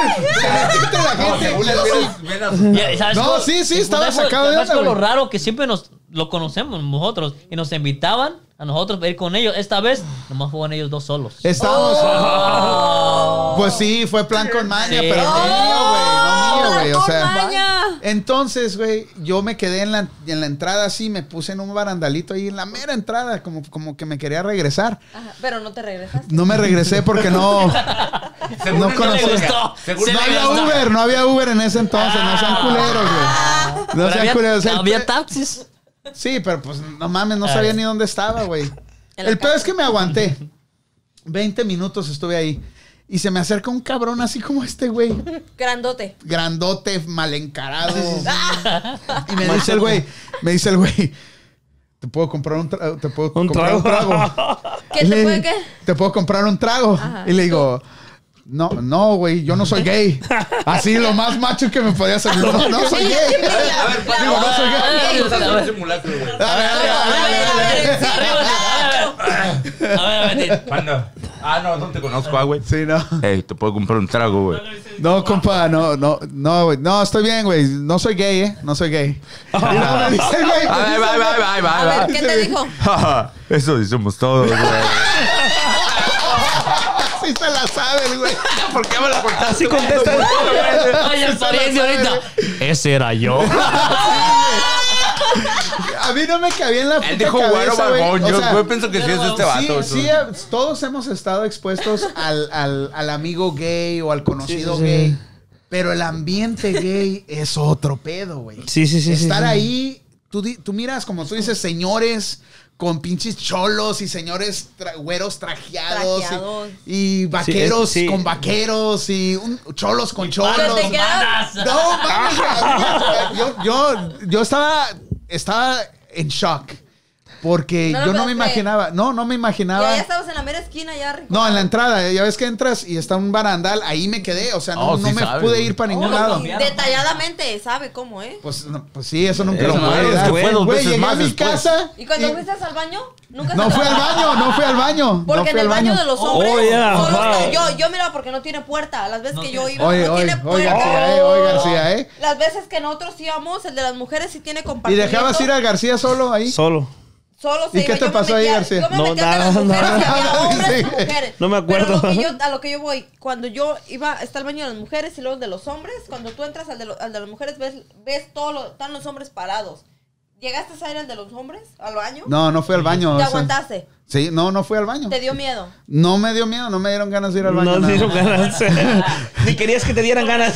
[SPEAKER 3] ¡Ay, güey!
[SPEAKER 1] se metía la
[SPEAKER 5] No,
[SPEAKER 1] gente.
[SPEAKER 5] según le
[SPEAKER 1] Yo sí,
[SPEAKER 5] hubieras- hubieras-
[SPEAKER 6] Ya, ¿sabes
[SPEAKER 1] No,
[SPEAKER 6] cuál?
[SPEAKER 1] sí, sí,
[SPEAKER 6] ¿Sabes
[SPEAKER 1] estaba
[SPEAKER 6] cuál-
[SPEAKER 1] sacado de
[SPEAKER 6] ¿sabes
[SPEAKER 1] onda,
[SPEAKER 6] cuál
[SPEAKER 1] güey?
[SPEAKER 6] lo raro que siempre nos lo conocemos nosotros y nos invitaban a nosotros a ir con ellos. Esta vez nomás fueron ellos dos solos.
[SPEAKER 1] Estábamos.
[SPEAKER 3] Oh.
[SPEAKER 1] Pues sí, fue plan con maña,
[SPEAKER 6] Sí.
[SPEAKER 1] pero no mío, güey. No mío,
[SPEAKER 3] Oh, Plan
[SPEAKER 1] güey. O
[SPEAKER 3] con
[SPEAKER 1] sea.
[SPEAKER 3] maña.
[SPEAKER 1] Entonces, güey, yo me quedé en la, en la entrada así, me puse en un barandalito ahí en la mera entrada, como, como que me quería regresar.
[SPEAKER 3] Ajá, Pero no te regresas.
[SPEAKER 1] No me regresé porque no. este
[SPEAKER 5] Según
[SPEAKER 1] no
[SPEAKER 5] él
[SPEAKER 1] conocía.
[SPEAKER 5] le
[SPEAKER 6] gustó.
[SPEAKER 5] Según
[SPEAKER 6] Se
[SPEAKER 1] No
[SPEAKER 5] no
[SPEAKER 6] Este le
[SPEAKER 1] había
[SPEAKER 5] había
[SPEAKER 6] gustó.
[SPEAKER 5] Uber.
[SPEAKER 1] Uber, no había Uber en ese entonces, no sean culeros, güey. No
[SPEAKER 6] Pero
[SPEAKER 1] sean
[SPEAKER 6] había,
[SPEAKER 1] culeros. El
[SPEAKER 6] había Ah.
[SPEAKER 1] pe-
[SPEAKER 6] taxis.
[SPEAKER 1] sí, pero pues no mames, no sabía ni dónde estaba, güey.
[SPEAKER 3] En la
[SPEAKER 1] El peor
[SPEAKER 3] casa.
[SPEAKER 1] es que me aguanté. 20 minutos estuve ahí. Y se me acerca un cabrón así como este, güey.
[SPEAKER 3] Grandote.
[SPEAKER 1] Grandote, mal encarado. Y me dice el güey, me dice el güey, te puedo comprar un, tra- te puedo
[SPEAKER 2] Un
[SPEAKER 1] comprar un
[SPEAKER 2] trago.
[SPEAKER 1] trago.
[SPEAKER 3] ¿Qué
[SPEAKER 1] Y
[SPEAKER 3] te
[SPEAKER 1] le-
[SPEAKER 3] puede qué?
[SPEAKER 1] Te puedo comprar un trago.
[SPEAKER 3] Ajá.
[SPEAKER 1] Y le digo, no, no, güey, yo no soy gay. Así lo más macho que me podía hacer. No, no soy gay.
[SPEAKER 5] A ver,
[SPEAKER 3] La-
[SPEAKER 5] digo, no
[SPEAKER 6] soy gay.
[SPEAKER 5] Vamos a hacer
[SPEAKER 6] A ver.
[SPEAKER 5] un simulacro, güey.
[SPEAKER 1] Dale, dale, dale, dale, dale.
[SPEAKER 3] ver, sí.
[SPEAKER 6] Arriba, a ver, a ver, a ver.
[SPEAKER 5] Panda. Ah, no, no te conozco, ah, güey.
[SPEAKER 1] Sí, no.
[SPEAKER 5] Ey, te puedo comprar un trago, güey.
[SPEAKER 1] No, compa, no, no, no, güey. No, estoy bien, güey. No soy gay, ¿eh? No soy gay. Y luego me dice, güey,
[SPEAKER 5] pues, A ver, va, va, va, va,
[SPEAKER 3] A
[SPEAKER 5] va.
[SPEAKER 3] ver, ¿qué te dijo?
[SPEAKER 5] Ja, ja, Eso decimos todos, güey.
[SPEAKER 1] sí se la sabe, güey.
[SPEAKER 5] ¿Por qué me la cortaste?
[SPEAKER 2] así contesta.
[SPEAKER 6] Ay, el pariente ahorita. Ese era yo.
[SPEAKER 1] A mí no me cabía en la puta
[SPEAKER 5] Él dijo, bueno,
[SPEAKER 1] cabeza, güey.
[SPEAKER 5] barbón.
[SPEAKER 1] O
[SPEAKER 5] Yo
[SPEAKER 1] sea,
[SPEAKER 5] yo pienso que sí es
[SPEAKER 1] Sí,
[SPEAKER 5] este vato.
[SPEAKER 1] sí, eh, todos hemos estado expuestos al, al- al amigo gay o al conocido
[SPEAKER 2] Sí, sí, sí.
[SPEAKER 1] gay. Pero el ambiente gay es otro pedo, güey.
[SPEAKER 2] Sí, sí, sí, sí,
[SPEAKER 1] Estar
[SPEAKER 2] sí.
[SPEAKER 1] ahí, tú, di- tú miras, como tú dices, señores con pinches cholos y señores tra- güeros trajeados. y-
[SPEAKER 3] Trajeados.
[SPEAKER 1] Y, vaqueros
[SPEAKER 2] Sí, es- sí.
[SPEAKER 1] con vaqueros y un- cholos con cholos.
[SPEAKER 3] Pero Pues te quedas-
[SPEAKER 1] No, mames, yo, yo, yo estaba, estaba en shock. Porque
[SPEAKER 3] No lo
[SPEAKER 1] yo no
[SPEAKER 3] puedes
[SPEAKER 1] me
[SPEAKER 3] creer.
[SPEAKER 1] imaginaba, no, no me
[SPEAKER 3] Ya,
[SPEAKER 1] imaginaba.
[SPEAKER 3] ya estabas en la mera esquina, ya Oh, rico.
[SPEAKER 1] No, en la entrada, eh, ya ves que entras y está un barandal, ahí me quedé, o sea, no,
[SPEAKER 5] Oh,
[SPEAKER 1] no
[SPEAKER 5] sí
[SPEAKER 1] me
[SPEAKER 5] sabe,
[SPEAKER 1] pude
[SPEAKER 5] güey.
[SPEAKER 1] ir para ningún
[SPEAKER 4] Oh,
[SPEAKER 1] lado.
[SPEAKER 4] sí.
[SPEAKER 3] Detalladamente sabe cómo, ¿eh?
[SPEAKER 1] Pues, no, pues sí, eso nunca
[SPEAKER 5] Eso
[SPEAKER 1] lo
[SPEAKER 5] no,
[SPEAKER 1] pude
[SPEAKER 5] es que
[SPEAKER 1] dar.
[SPEAKER 5] fue dos
[SPEAKER 1] Güey,
[SPEAKER 5] veces
[SPEAKER 1] llegué a
[SPEAKER 5] más
[SPEAKER 1] mi
[SPEAKER 5] después.
[SPEAKER 1] casa.
[SPEAKER 3] ¿Y cuando
[SPEAKER 1] y-
[SPEAKER 3] fuiste al baño? Nunca
[SPEAKER 1] no
[SPEAKER 3] se
[SPEAKER 1] fui al
[SPEAKER 3] trataba.
[SPEAKER 1] baño, no fui al baño. no
[SPEAKER 3] Porque
[SPEAKER 1] fui
[SPEAKER 3] en el
[SPEAKER 1] al
[SPEAKER 3] baño de los
[SPEAKER 2] Oh,
[SPEAKER 3] hombres.
[SPEAKER 2] yeah,
[SPEAKER 3] solo está-
[SPEAKER 2] wow.
[SPEAKER 3] yo, yo miraba porque no tiene puerta. Las veces
[SPEAKER 4] No
[SPEAKER 3] que yo
[SPEAKER 4] tiene-
[SPEAKER 3] iba,
[SPEAKER 1] Oye,
[SPEAKER 3] no
[SPEAKER 1] oye,
[SPEAKER 3] tiene
[SPEAKER 1] oye,
[SPEAKER 3] puerta.
[SPEAKER 1] García, eh, oye, García, eh.
[SPEAKER 3] Las veces que nosotros íbamos, el de las mujeres sí tiene
[SPEAKER 1] ¿Y
[SPEAKER 3] compartimiento.
[SPEAKER 1] dejabas ir a García solo ahí?
[SPEAKER 2] Solo.
[SPEAKER 3] Solo se
[SPEAKER 1] ¿Y qué
[SPEAKER 3] iba,
[SPEAKER 1] te
[SPEAKER 3] yo me
[SPEAKER 1] pasó ahí,
[SPEAKER 3] metía-
[SPEAKER 1] García?
[SPEAKER 3] Yo me
[SPEAKER 2] No,
[SPEAKER 3] metía entre las
[SPEAKER 2] nada,
[SPEAKER 3] mujeres y había
[SPEAKER 1] nada.
[SPEAKER 3] hombres y
[SPEAKER 1] Sí.
[SPEAKER 3] mujeres.
[SPEAKER 2] No me acuerdo.
[SPEAKER 3] Pero lo que yo- a lo que yo voy, cuando yo iba, está el baño de las mujeres y luego el de los hombres, cuando tú entras al de, lo- al de las mujeres, ves, ves todo lo- están los hombres parados. ¿Llegaste a ir al de los hombres, al baño?
[SPEAKER 1] No, no fui al baño. o
[SPEAKER 3] ¿Te
[SPEAKER 1] sea,
[SPEAKER 3] aguantaste?
[SPEAKER 1] Sí, no, no fui al baño.
[SPEAKER 3] ¿Te dio miedo?
[SPEAKER 1] No me dio miedo, no me dieron ganas de ir al baño.
[SPEAKER 2] No
[SPEAKER 1] nada.
[SPEAKER 2] dieron ganas. Ni querías que te dieran ganas.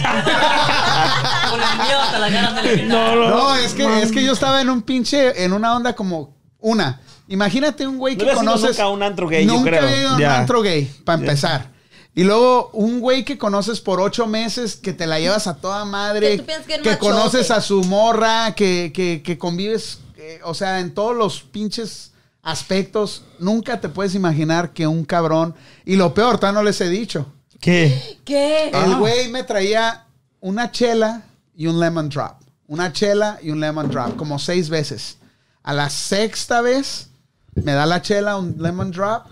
[SPEAKER 6] Por el miedo hasta las ganas de le
[SPEAKER 2] No, no.
[SPEAKER 1] No, es que, es que yo estaba en un pinche, en una onda como una. Imagínate un güey
[SPEAKER 2] No
[SPEAKER 1] que
[SPEAKER 2] había sido
[SPEAKER 1] conoces.
[SPEAKER 2] nunca a un antro gay, yo
[SPEAKER 1] Nunca
[SPEAKER 2] creo.
[SPEAKER 1] había ido a un
[SPEAKER 2] Ya.
[SPEAKER 1] antro gay, para empezar. Y luego un güey que conoces por ocho meses, que te la llevas a toda
[SPEAKER 3] Que
[SPEAKER 1] madre,
[SPEAKER 3] tú piensas que es machote.
[SPEAKER 1] conoces a su morra, que, que- que convives, eh, o sea, en todos los pinches aspectos, nunca te puedes imaginar que un cabrón, y lo peor, todavía no les he dicho,
[SPEAKER 2] ¿Qué?
[SPEAKER 3] ¿Qué?
[SPEAKER 6] Ah.
[SPEAKER 1] el güey me traía una chela y un lemon drop. Una chela y un lemon drop, como seis veces. A la sexta vez me da la chela, un lemon drop,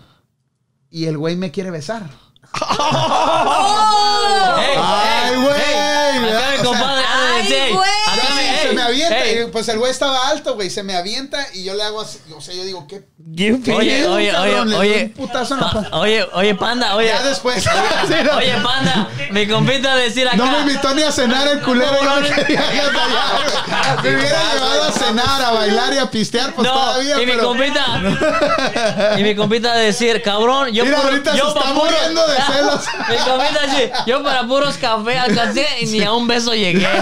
[SPEAKER 1] y el güey me quiere besar. Ah. ¡Ay, güey!
[SPEAKER 6] Acá mi
[SPEAKER 1] O sea,
[SPEAKER 6] compadre.
[SPEAKER 3] Ay,
[SPEAKER 6] ey,
[SPEAKER 3] güey.
[SPEAKER 6] Acá mi-
[SPEAKER 1] se
[SPEAKER 6] ey,
[SPEAKER 1] me avienta.
[SPEAKER 6] ey.
[SPEAKER 1] y, pues el güey estaba alto, güey. Se me avienta y yo le hago así. O sea, yo digo, ¿qué?
[SPEAKER 2] ¿Qué
[SPEAKER 6] Oye,
[SPEAKER 2] pedo?
[SPEAKER 6] oye, oye,
[SPEAKER 1] cabrón? Le doy un
[SPEAKER 6] oye.
[SPEAKER 1] putazo en la
[SPEAKER 6] Pa-
[SPEAKER 1] pa-
[SPEAKER 6] Oye, oye, panda, oye.
[SPEAKER 1] Ya después. Sí, no.
[SPEAKER 6] Oye, panda, mi compita decir acá.
[SPEAKER 1] No me invitó ni a cenar el culero, yo me quería ir hasta allá, güey. Me hubiera llevado a cenar, a bailar y a pistear, pues
[SPEAKER 6] No,
[SPEAKER 1] todavía,
[SPEAKER 6] y mi
[SPEAKER 1] pero...
[SPEAKER 6] compita. y mi compita decir, cabrón, yo
[SPEAKER 1] Mira,
[SPEAKER 6] por-
[SPEAKER 1] ahorita
[SPEAKER 6] yo
[SPEAKER 1] se
[SPEAKER 6] pa'
[SPEAKER 1] está
[SPEAKER 6] puros-
[SPEAKER 1] muriendo de celos.
[SPEAKER 6] mi compita decir, yo para puros café alcancé y ni a un beso llegué.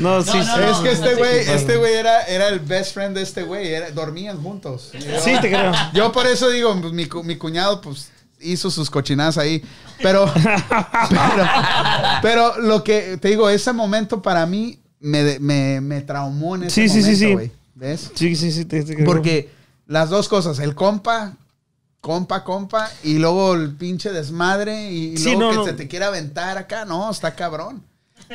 [SPEAKER 2] No, sí,
[SPEAKER 4] no,
[SPEAKER 2] sí.
[SPEAKER 1] Es que este
[SPEAKER 6] no,
[SPEAKER 1] güey,
[SPEAKER 2] sí, sí.
[SPEAKER 1] este güey era, era el best friend de este güey, era- dormían juntos.
[SPEAKER 2] Sí, te creo.
[SPEAKER 1] Yo por eso digo, pues, mi, cu- mi cuñado, pues, hizo sus cochinadas ahí. Pero, pero, pero lo que te digo, ese momento para mí me, de- me, me traumó en ese
[SPEAKER 2] Sí, sí, sí,
[SPEAKER 1] momento,
[SPEAKER 2] sí.
[SPEAKER 1] güey. ¿Ves?
[SPEAKER 2] Sí, sí, sí. te- te creo.
[SPEAKER 1] Porque las dos cosas, el compa, compa, compa, y luego el pinche desmadre, y
[SPEAKER 2] Sí,
[SPEAKER 1] luego
[SPEAKER 2] no,
[SPEAKER 1] que
[SPEAKER 2] no.
[SPEAKER 1] se te quiera aventar acá, no, está cabrón.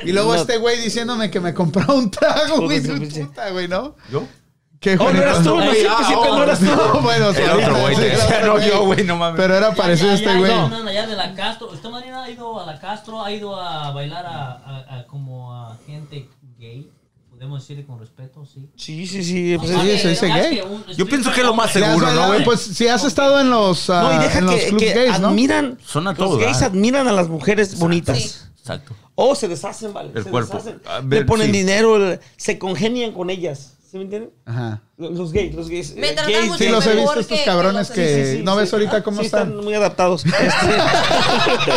[SPEAKER 1] Y luego
[SPEAKER 2] No.
[SPEAKER 1] este güey diciéndome que me compró un trago,
[SPEAKER 2] Puta,
[SPEAKER 1] güey,
[SPEAKER 2] sí, pinche.
[SPEAKER 1] puta, güey, ¿no?
[SPEAKER 5] ¿Yo?
[SPEAKER 1] Que
[SPEAKER 2] Oh, no eras tú, no,
[SPEAKER 5] Ay,
[SPEAKER 2] siempre,
[SPEAKER 5] ah,
[SPEAKER 2] siempre
[SPEAKER 5] oh,
[SPEAKER 2] no eras tú.
[SPEAKER 1] bueno, sí,
[SPEAKER 5] El otro
[SPEAKER 1] ahorita,
[SPEAKER 5] güey,
[SPEAKER 1] sí,
[SPEAKER 5] te
[SPEAKER 1] claro,
[SPEAKER 5] decía, no, yo, güey, no mames.
[SPEAKER 1] Pero era parecido
[SPEAKER 4] Ya,
[SPEAKER 1] a
[SPEAKER 4] ya,
[SPEAKER 1] este
[SPEAKER 4] ya,
[SPEAKER 1] güey.
[SPEAKER 4] no, no, no, ya de la Castro. ¿Usted Marina ha ido a la Castro? ¿Ha ido a bailar a, a- a como a gente gay? Podemos decir con respeto, sí.
[SPEAKER 2] Sí, sí, sí. pues,
[SPEAKER 1] Sí,
[SPEAKER 2] es-
[SPEAKER 1] se dice
[SPEAKER 4] Más
[SPEAKER 1] gay.
[SPEAKER 4] que un-
[SPEAKER 5] Yo pienso que es lo más
[SPEAKER 1] Si has
[SPEAKER 5] seguro, ¿no,
[SPEAKER 1] bailado,
[SPEAKER 5] güey?
[SPEAKER 1] Pues si has estado en los, ah,
[SPEAKER 2] No, y deja
[SPEAKER 1] en los
[SPEAKER 2] que,
[SPEAKER 1] clubs
[SPEAKER 2] que
[SPEAKER 1] gays, ¿no?
[SPEAKER 2] admiran.
[SPEAKER 5] Son a
[SPEAKER 2] Los
[SPEAKER 5] todo
[SPEAKER 2] gays
[SPEAKER 5] dar.
[SPEAKER 2] admiran a las mujeres bonitas.
[SPEAKER 5] Exacto.
[SPEAKER 2] O se deshacen, ¿vale?
[SPEAKER 5] El
[SPEAKER 2] se
[SPEAKER 5] cuerpo.
[SPEAKER 2] deshacen.
[SPEAKER 5] A ver,
[SPEAKER 2] Le ponen
[SPEAKER 5] sí.
[SPEAKER 2] dinero, le- se congenian con ellas. ¿Sí me entienden?
[SPEAKER 1] Ajá.
[SPEAKER 2] Los los gays, los gays. eh,
[SPEAKER 3] Me tratan
[SPEAKER 2] gays,
[SPEAKER 3] mucho
[SPEAKER 1] Sí,
[SPEAKER 2] gays,
[SPEAKER 1] los he
[SPEAKER 2] gays.
[SPEAKER 3] mejor
[SPEAKER 1] visto estos
[SPEAKER 3] que-
[SPEAKER 1] cabrones
[SPEAKER 3] que
[SPEAKER 1] que...
[SPEAKER 3] los-
[SPEAKER 2] Sí, sí, sí,
[SPEAKER 1] Eh, ¿No ves
[SPEAKER 2] sí.
[SPEAKER 1] ahorita
[SPEAKER 2] Ah,
[SPEAKER 1] cómo
[SPEAKER 2] sí,
[SPEAKER 1] están?
[SPEAKER 2] muy adaptados. Este-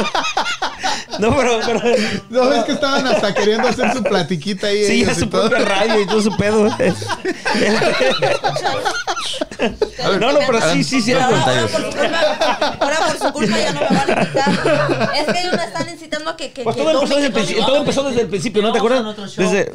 [SPEAKER 2] no, pero, pero.
[SPEAKER 1] No, ves que estaban hasta queriendo hacer su platiquita ahí.
[SPEAKER 2] Sí,
[SPEAKER 1] ellos
[SPEAKER 2] ya
[SPEAKER 1] y
[SPEAKER 2] su
[SPEAKER 1] todo.
[SPEAKER 2] propia radio y todo su pedo. no, no, pero sí, sí, sí.
[SPEAKER 3] Ahora,
[SPEAKER 2] algo.
[SPEAKER 3] ahora por su culpa, ahora por su culpa ya no me van a invitar. Es que ellos me están incitando a que, que,
[SPEAKER 2] Pues
[SPEAKER 3] que
[SPEAKER 2] todo empezó,
[SPEAKER 3] tome,
[SPEAKER 2] desde el
[SPEAKER 3] que tome.
[SPEAKER 2] principio, todo empezó desde el principio, ¿no te
[SPEAKER 4] Vamos a
[SPEAKER 2] acuerdas?
[SPEAKER 4] otro show.
[SPEAKER 2] Desde,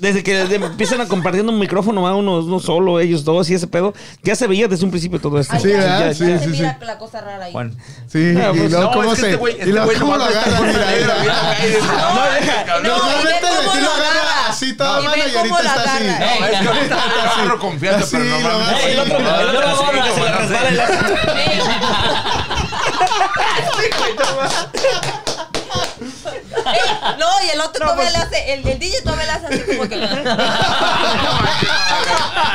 [SPEAKER 2] desde que de- empiezan a compartiendo un micrófono a uno, uno solo, ellos dos y ese pedo, ya se veía desde un principio todo esto.
[SPEAKER 3] Ay,
[SPEAKER 1] Sí,
[SPEAKER 3] ya,
[SPEAKER 1] ¿verdad?
[SPEAKER 3] ya
[SPEAKER 1] Sí,
[SPEAKER 3] se
[SPEAKER 1] sí,
[SPEAKER 3] mira
[SPEAKER 1] sí.
[SPEAKER 3] la cosa rara ahí.
[SPEAKER 5] Bueno.
[SPEAKER 1] Sí,
[SPEAKER 2] Ah,
[SPEAKER 1] y
[SPEAKER 2] pues,
[SPEAKER 1] luego
[SPEAKER 5] no,
[SPEAKER 1] cómo
[SPEAKER 5] es que
[SPEAKER 1] se.
[SPEAKER 5] este
[SPEAKER 1] y
[SPEAKER 5] güey- este
[SPEAKER 1] luego
[SPEAKER 5] güey
[SPEAKER 1] cómo lo
[SPEAKER 5] nomás está
[SPEAKER 1] agarran.
[SPEAKER 5] con
[SPEAKER 1] Mira,
[SPEAKER 5] la
[SPEAKER 1] mira,
[SPEAKER 5] verga.
[SPEAKER 1] mira.
[SPEAKER 2] No, deja.
[SPEAKER 3] No,
[SPEAKER 1] Normalmente
[SPEAKER 3] y ve cómo
[SPEAKER 1] sí
[SPEAKER 3] lo
[SPEAKER 1] lo agarra
[SPEAKER 3] agarra.
[SPEAKER 1] así toda
[SPEAKER 3] Y ve
[SPEAKER 1] mano y
[SPEAKER 3] cómo
[SPEAKER 1] ahorita
[SPEAKER 3] lo
[SPEAKER 1] está así.
[SPEAKER 3] agarra.
[SPEAKER 5] No, es que ahorita le agarro confianza,
[SPEAKER 1] Así,
[SPEAKER 5] pero no
[SPEAKER 1] lo
[SPEAKER 5] mames.
[SPEAKER 1] agarra.
[SPEAKER 2] El otro, el otro
[SPEAKER 6] Ah, sí,
[SPEAKER 2] gorra,
[SPEAKER 6] como
[SPEAKER 2] se le
[SPEAKER 6] no
[SPEAKER 2] resbala el lazo.
[SPEAKER 3] Ey, no, y el otro todavía le hace, el, el DJ todavía le hace así como que.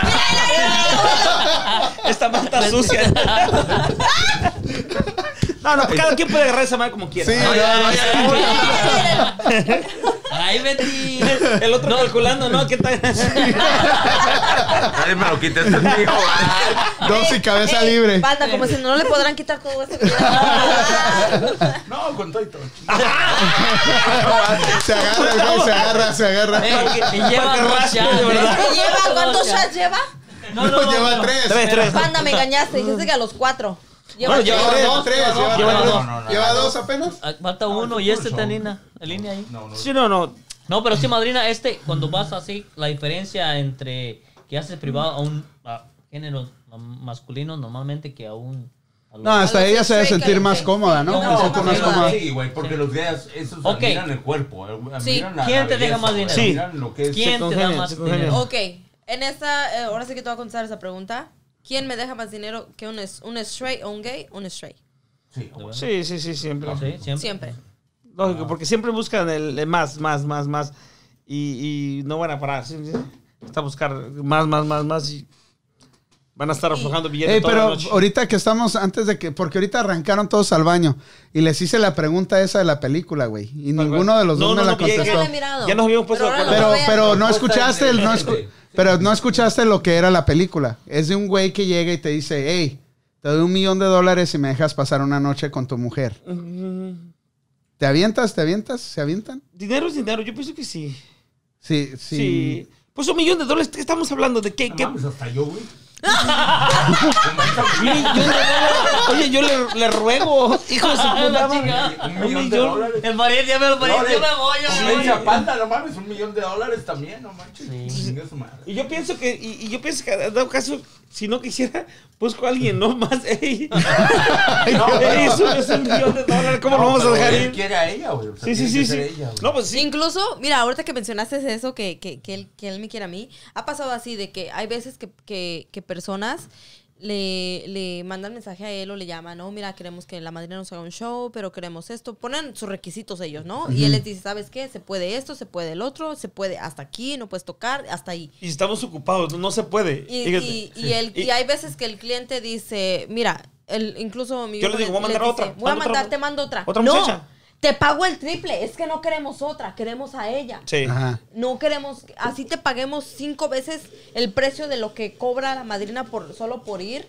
[SPEAKER 3] Mira,
[SPEAKER 2] Esta manta sucia. No, no, cada quien puede agarrar esa madre como quiera.
[SPEAKER 1] Sí,
[SPEAKER 2] ¿no?
[SPEAKER 1] no, no, sí.
[SPEAKER 3] mira, mira.
[SPEAKER 6] Ay, Betty.
[SPEAKER 2] El otro calculando, ¿no? ¿Qué tal?
[SPEAKER 5] Nadie me lo quita, este es mío.
[SPEAKER 1] Dos y cabeza
[SPEAKER 3] Ey,
[SPEAKER 1] libre.
[SPEAKER 3] Banda, como si no le podrán quitar todo esto que tiene.
[SPEAKER 5] No, con todo y todo.
[SPEAKER 1] Se agarra, el güey, se agarra, se agarra.
[SPEAKER 6] Y lleva
[SPEAKER 2] Para que
[SPEAKER 6] dos
[SPEAKER 2] raspe,
[SPEAKER 6] shots,
[SPEAKER 2] de verdad.
[SPEAKER 3] ¿Qué lleva? ¿Cuántos shots lleva?
[SPEAKER 4] No, no,
[SPEAKER 1] No,
[SPEAKER 4] no.
[SPEAKER 1] lleva
[SPEAKER 4] no.
[SPEAKER 1] tres.
[SPEAKER 2] Tres, tres.
[SPEAKER 3] Banda, me engañaste. Dijiste que a los cuatro. Lleva
[SPEAKER 2] Bueno,
[SPEAKER 1] Lleva
[SPEAKER 2] Lleva
[SPEAKER 1] tres,
[SPEAKER 2] dos,
[SPEAKER 1] tres, Lleva
[SPEAKER 2] dos. Lleva
[SPEAKER 1] tres.
[SPEAKER 2] dos.
[SPEAKER 5] No, no, no,
[SPEAKER 1] Lleva dos apenas.
[SPEAKER 6] Ah, Falta uno y este Tanina. La línea ahí.
[SPEAKER 5] No, no.
[SPEAKER 2] Sí, no, no.
[SPEAKER 6] No, pero sí, madrina, este, cuando vas así, la diferencia entre que haces privado a un a género masculino normalmente que a un... a
[SPEAKER 1] No,
[SPEAKER 6] los-
[SPEAKER 1] hasta
[SPEAKER 3] Algo
[SPEAKER 1] ella se debe
[SPEAKER 3] sexual y
[SPEAKER 1] sentir más
[SPEAKER 3] caliente.
[SPEAKER 1] cómoda, ¿no?
[SPEAKER 6] No,
[SPEAKER 1] Se siente más
[SPEAKER 6] sí,
[SPEAKER 1] cómoda.
[SPEAKER 5] Sí, güey, porque los días, esos
[SPEAKER 6] Ok.
[SPEAKER 5] admiran el cuerpo. eh, Admiran
[SPEAKER 3] Sí.
[SPEAKER 5] la-
[SPEAKER 6] ¿Quién
[SPEAKER 5] la
[SPEAKER 6] te deja
[SPEAKER 5] belleza,
[SPEAKER 6] más
[SPEAKER 5] güey,
[SPEAKER 6] dinero?
[SPEAKER 2] Sí.
[SPEAKER 5] Admiran lo que es.
[SPEAKER 6] ¿Quién te da
[SPEAKER 2] congenia,
[SPEAKER 6] más
[SPEAKER 2] se congenia.
[SPEAKER 6] dinero?
[SPEAKER 3] Ok, en esta, eh, ahora sí que te voy a contestar esa pregunta. ¿Quién me deja más dinero que un, es- un straight o un gay? Un straight.
[SPEAKER 5] Sí, güey.
[SPEAKER 2] Sí, sí, sí, siempre.
[SPEAKER 6] Sí, siempre.
[SPEAKER 3] Siempre.
[SPEAKER 2] Lógico, porque siempre buscan el, el más, más, más, más. Y, y no van a parar. ¿sí? Hasta buscar más, más, más, más. Y van a estar aflojando billetes
[SPEAKER 1] Ey,
[SPEAKER 2] toda la
[SPEAKER 1] pero
[SPEAKER 2] noche.
[SPEAKER 1] ahorita que estamos, antes de que, porque ahorita arrancaron todos al baño y les hice la pregunta esa de la película, güey, y ninguno de los
[SPEAKER 2] No,
[SPEAKER 1] dos
[SPEAKER 2] no,
[SPEAKER 1] me la
[SPEAKER 2] no, que llegue-
[SPEAKER 1] contestó.
[SPEAKER 3] Ya la he mirado.
[SPEAKER 2] Ya nos habíamos puesto
[SPEAKER 3] Pero
[SPEAKER 2] de
[SPEAKER 3] ahora
[SPEAKER 2] acuerdo.
[SPEAKER 1] Pero,
[SPEAKER 3] vean.
[SPEAKER 1] pero no
[SPEAKER 5] Propuesta
[SPEAKER 1] escuchaste, el- no escu-
[SPEAKER 5] inteligente.
[SPEAKER 1] pero no escuchaste lo que era la película. Es de un güey que llega y te dice, hey, te doy un millón de dólares y me dejas pasar una noche con tu mujer.
[SPEAKER 2] Mm,
[SPEAKER 1] ¿Te avientas? ¿Te avientas? ¿Se avientan?
[SPEAKER 2] Dinero es dinero, yo pienso que sí.
[SPEAKER 1] Sí,
[SPEAKER 2] Sí.
[SPEAKER 1] sí.
[SPEAKER 2] Pues un millón de dólares, ¿qué estamos hablando? ¿De qué?
[SPEAKER 5] No
[SPEAKER 2] qué?
[SPEAKER 5] mames, hasta yo, güey.
[SPEAKER 2] Oye, yo le, le ruego, hijo de su
[SPEAKER 6] Ah,
[SPEAKER 2] puta
[SPEAKER 6] la
[SPEAKER 2] madre.
[SPEAKER 6] chingada.
[SPEAKER 5] Un millón de
[SPEAKER 2] millón.
[SPEAKER 5] dólares.
[SPEAKER 6] El pariente, ya me lo pariente, yo me voy, yo me voy.
[SPEAKER 5] Florencia Panda, no mames, un millón de dólares también, no manches. Chinga su madre.
[SPEAKER 2] Y yo pienso que, y, y yo pienso que, en dado caso, si no quisiera, busco a alguien, no más. Ey, Ey, eso es un millón de dólares, ¿cómo lo vamos a
[SPEAKER 5] pero
[SPEAKER 2] dejar
[SPEAKER 5] él
[SPEAKER 2] ir?
[SPEAKER 5] quiere a ella, güey. o sea,
[SPEAKER 2] Sí, sí,
[SPEAKER 5] tiene
[SPEAKER 2] sí,
[SPEAKER 5] que
[SPEAKER 2] sí.
[SPEAKER 5] ser ella, güey.
[SPEAKER 2] No, pues sí.
[SPEAKER 3] Incluso, mira, ahorita que mencionaste eso, que, que, que él, que él me quiere a mí, ha pasado así de que hay veces que, que, que personas le, le mandan mensaje a él o le llaman, no, mira, queremos que la madrina nos haga un show, pero queremos esto. Ponen sus requisitos ellos, ¿no? Y él les dice, ¿sabes qué? Se puede esto, se puede el otro, se puede hasta aquí, no puedes tocar, hasta ahí.
[SPEAKER 2] Y estamos ocupados, no, no se puede.
[SPEAKER 3] Y,
[SPEAKER 2] Fíjate.
[SPEAKER 3] y- y el-
[SPEAKER 2] Y-
[SPEAKER 3] y hay veces que el cliente dice, mira, el, incluso mi
[SPEAKER 2] Yo le digo,
[SPEAKER 3] viejo
[SPEAKER 2] voy a mandar
[SPEAKER 3] dice,
[SPEAKER 2] otra,
[SPEAKER 3] Voy
[SPEAKER 2] manda
[SPEAKER 3] a
[SPEAKER 2] otra
[SPEAKER 3] mandar,
[SPEAKER 2] mu-
[SPEAKER 3] te mando otra.
[SPEAKER 2] otra
[SPEAKER 3] no,
[SPEAKER 2] muchacha.
[SPEAKER 3] te pago el triple, es que no queremos otra, queremos a ella.
[SPEAKER 2] Sí.
[SPEAKER 1] Ajá.
[SPEAKER 3] No queremos, así te paguemos cinco veces el precio de lo que cobra la madrina por solo por ir.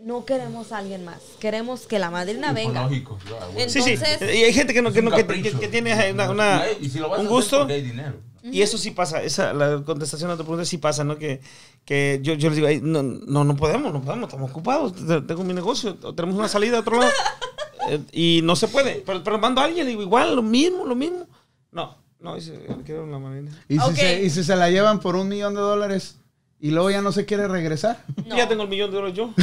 [SPEAKER 3] No queremos a alguien más, queremos que la madrina venga.
[SPEAKER 5] Lógico, ya, güey.
[SPEAKER 2] Sí, sí.
[SPEAKER 3] Entonces-
[SPEAKER 2] Y hay gente que no, que,
[SPEAKER 5] Es un
[SPEAKER 2] no, que,
[SPEAKER 5] capricho.
[SPEAKER 2] que- que tiene una, una-
[SPEAKER 5] Y si lo vas a
[SPEAKER 2] un
[SPEAKER 5] hacer
[SPEAKER 2] gusto.
[SPEAKER 5] porque hay dinero.
[SPEAKER 2] Y eso sí pasa, esa, la contestación a tu pregunta sí pasa, ¿no? Que, que yo, yo les digo, "Ey, no, no, no podemos, no podemos, estamos ocupados, te- tengo mi negocio, o tenemos una salida a otro lado eh, y no se puede, pero, pero mando a alguien, digo, igual, lo mismo, lo mismo. No, no, dice, quiero la manera.
[SPEAKER 1] ¿Y, si
[SPEAKER 3] Ok.
[SPEAKER 1] se, y si se la llevan por un millón de dólares y luego ya no se quiere regresar.
[SPEAKER 3] No.
[SPEAKER 2] Ya tengo el millón de dólares yo.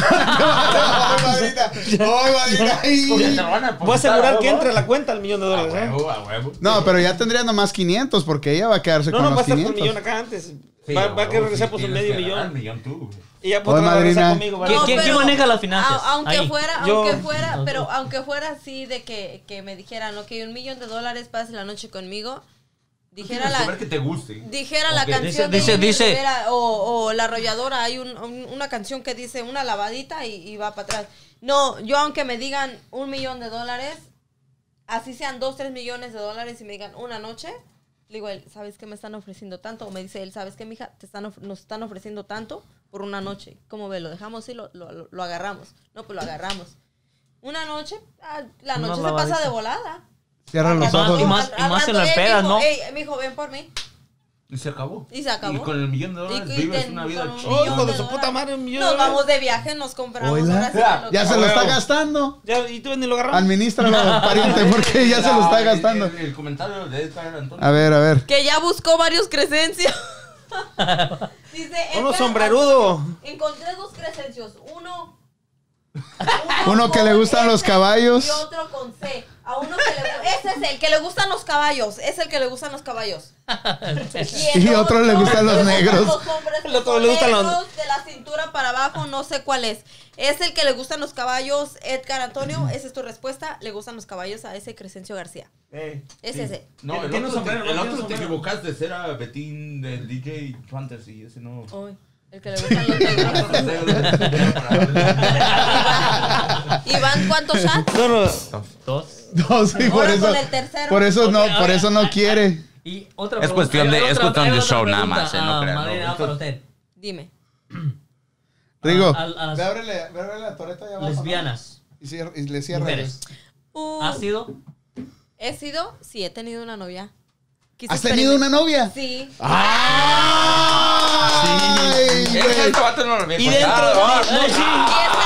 [SPEAKER 5] Porque te lo van a
[SPEAKER 2] Voy a asegurar
[SPEAKER 5] depositar,
[SPEAKER 2] que entre a
[SPEAKER 5] güey.
[SPEAKER 2] la cuenta el millón de
[SPEAKER 5] A
[SPEAKER 2] dólares, ¿eh?
[SPEAKER 1] Ah,
[SPEAKER 5] huevo, a huevo.
[SPEAKER 1] No, pero ya tendría nomás 500 porque ella va a quedarse
[SPEAKER 2] No,
[SPEAKER 1] con
[SPEAKER 2] no, va
[SPEAKER 1] los
[SPEAKER 2] a estar con el
[SPEAKER 1] 500.
[SPEAKER 2] millón acá antes.
[SPEAKER 5] Sí,
[SPEAKER 2] va,
[SPEAKER 5] a
[SPEAKER 2] va a que
[SPEAKER 5] huevo,
[SPEAKER 2] regresar
[SPEAKER 5] sí,
[SPEAKER 2] por su
[SPEAKER 5] tienes
[SPEAKER 2] medio
[SPEAKER 5] que ganar
[SPEAKER 2] millón.
[SPEAKER 5] el millón tú, güey.
[SPEAKER 2] Y ya
[SPEAKER 1] Oye,
[SPEAKER 2] podrá regresar
[SPEAKER 1] madrina.
[SPEAKER 2] conmigo. ¿vale?
[SPEAKER 6] ¿Qué- quién- quién maneja las finanzas?
[SPEAKER 3] a- aunque
[SPEAKER 6] Ahí.
[SPEAKER 3] fuera,
[SPEAKER 2] Yo.
[SPEAKER 3] aunque fuera, pero aunque fuera así de que, que me dijeran, ok, un millón de dólares pase la noche conmigo, dijera
[SPEAKER 5] Tienes que Pues, ver
[SPEAKER 3] la,
[SPEAKER 5] que te guste.
[SPEAKER 3] dijera la
[SPEAKER 5] Ok.
[SPEAKER 3] canción
[SPEAKER 6] Dice-
[SPEAKER 3] de Jenny
[SPEAKER 6] dice-
[SPEAKER 3] Rivera o, o la arrolladora, hay un- un- una canción que dice una lavadita y, y va para atrás. No, yo aunque me digan un millón de dólares, así sean dos, tres millones de dólares y me digan una noche. Le digo, a él, ¿sabes qué me están ofreciendo tanto? O me dice él, ¿sabes qué, mija? Te están of- nos están ofreciendo tanto por una noche. ¿Cómo ve? ¿Lo dejamos y lo, lo- lo- lo agarramos? No, pues lo agarramos. Una noche, ah, la
[SPEAKER 6] Una
[SPEAKER 3] noche se
[SPEAKER 6] lavadita.
[SPEAKER 3] pasa de volada.
[SPEAKER 1] Cierra los
[SPEAKER 6] Acá-
[SPEAKER 1] ojos.
[SPEAKER 6] Y más- y más en las pedas, ¿no?
[SPEAKER 3] mi hijo, ven por mí.
[SPEAKER 5] Y se acabó.
[SPEAKER 3] Y se acabó.
[SPEAKER 5] Y con el millón de
[SPEAKER 3] Y-
[SPEAKER 5] dólares
[SPEAKER 3] y
[SPEAKER 5] vives
[SPEAKER 3] ten-
[SPEAKER 5] una
[SPEAKER 3] con
[SPEAKER 5] vida
[SPEAKER 3] un
[SPEAKER 5] chida.
[SPEAKER 2] hijo
[SPEAKER 3] millón
[SPEAKER 2] de su puta madre, un millón de
[SPEAKER 3] Nos
[SPEAKER 2] dólares.
[SPEAKER 3] vamos de viaje, nos compramos.
[SPEAKER 1] Hola.
[SPEAKER 3] ahora sí que lo
[SPEAKER 1] Ya
[SPEAKER 3] que-
[SPEAKER 1] se lo está
[SPEAKER 2] Huevo.
[SPEAKER 1] gastando.
[SPEAKER 2] pues, Ya, y tú ni lo agarras.
[SPEAKER 1] Administralo, pariente, porque ya se lo
[SPEAKER 5] No,
[SPEAKER 1] está
[SPEAKER 5] Ah, el-
[SPEAKER 1] gastando. Ah,
[SPEAKER 5] El, el comentario de Edgar Antonio.
[SPEAKER 1] A ver, a ver.
[SPEAKER 3] Que ya buscó varios crecencias. Dice,
[SPEAKER 2] Uno
[SPEAKER 3] espera,
[SPEAKER 2] sombrerudo.
[SPEAKER 3] Encontré dos crecencios. Uno.
[SPEAKER 1] Uno que le
[SPEAKER 3] con
[SPEAKER 1] gustan los
[SPEAKER 3] S
[SPEAKER 1] caballos.
[SPEAKER 3] Y otro con C. A uno que le gu- Ese es el que le gustan los caballos. Es el que le gustan los caballos. el
[SPEAKER 1] Y otro le gustan los negros.
[SPEAKER 3] los hombres que
[SPEAKER 2] El otro
[SPEAKER 3] son
[SPEAKER 2] le gustan los-
[SPEAKER 3] negros, De la cintura para abajo, no sé cuál es. Es el que le gustan los caballos, Edgar Antonio. Esa es tu respuesta. Le gustan los caballos a ese Crescencio García.
[SPEAKER 2] Eh,
[SPEAKER 3] Es
[SPEAKER 5] Sí.
[SPEAKER 3] ese.
[SPEAKER 5] No, el
[SPEAKER 2] Tiene
[SPEAKER 5] otro,
[SPEAKER 2] sombrero,
[SPEAKER 5] te, el
[SPEAKER 2] no
[SPEAKER 5] otro
[SPEAKER 2] tiene
[SPEAKER 5] te
[SPEAKER 2] sombrero.
[SPEAKER 5] equivocaste. Era Betín del DJ Fantasy. Ese no.
[SPEAKER 3] Uy, el que le gustan los negros. Iván, ¿cuántos shots?
[SPEAKER 2] No, no.
[SPEAKER 6] Dos.
[SPEAKER 1] No, sí, por
[SPEAKER 3] Ahora
[SPEAKER 1] eso.
[SPEAKER 3] con el tercero.
[SPEAKER 1] Por eso no,
[SPEAKER 6] Ok,
[SPEAKER 1] por
[SPEAKER 6] ahora-
[SPEAKER 1] eso no quiere.
[SPEAKER 6] Y otra
[SPEAKER 5] Es cuestión de-
[SPEAKER 6] otra-
[SPEAKER 5] es cuestión de
[SPEAKER 6] otra
[SPEAKER 5] show nada
[SPEAKER 6] pregunta.
[SPEAKER 5] más, eh, no
[SPEAKER 6] Ah,
[SPEAKER 5] crean, no.
[SPEAKER 6] madre, nada para usted.
[SPEAKER 3] Dime.
[SPEAKER 1] Rigo.
[SPEAKER 6] A- a- a las
[SPEAKER 1] Ve, ábrele, ve, ábrele la torreta allá abajo, ¿no?
[SPEAKER 6] lesbianas,
[SPEAKER 1] Y, cier- y le cierra.
[SPEAKER 6] mujeres.
[SPEAKER 3] Uh,
[SPEAKER 6] ¿Ha sido?
[SPEAKER 3] He sido, sí, he tenido una novia. Quise
[SPEAKER 1] ¿Has tenido una novia?
[SPEAKER 3] experimentar- Sí.
[SPEAKER 1] Ay, güey.
[SPEAKER 5] este
[SPEAKER 2] Y dentro de mi, Ah, no, sí.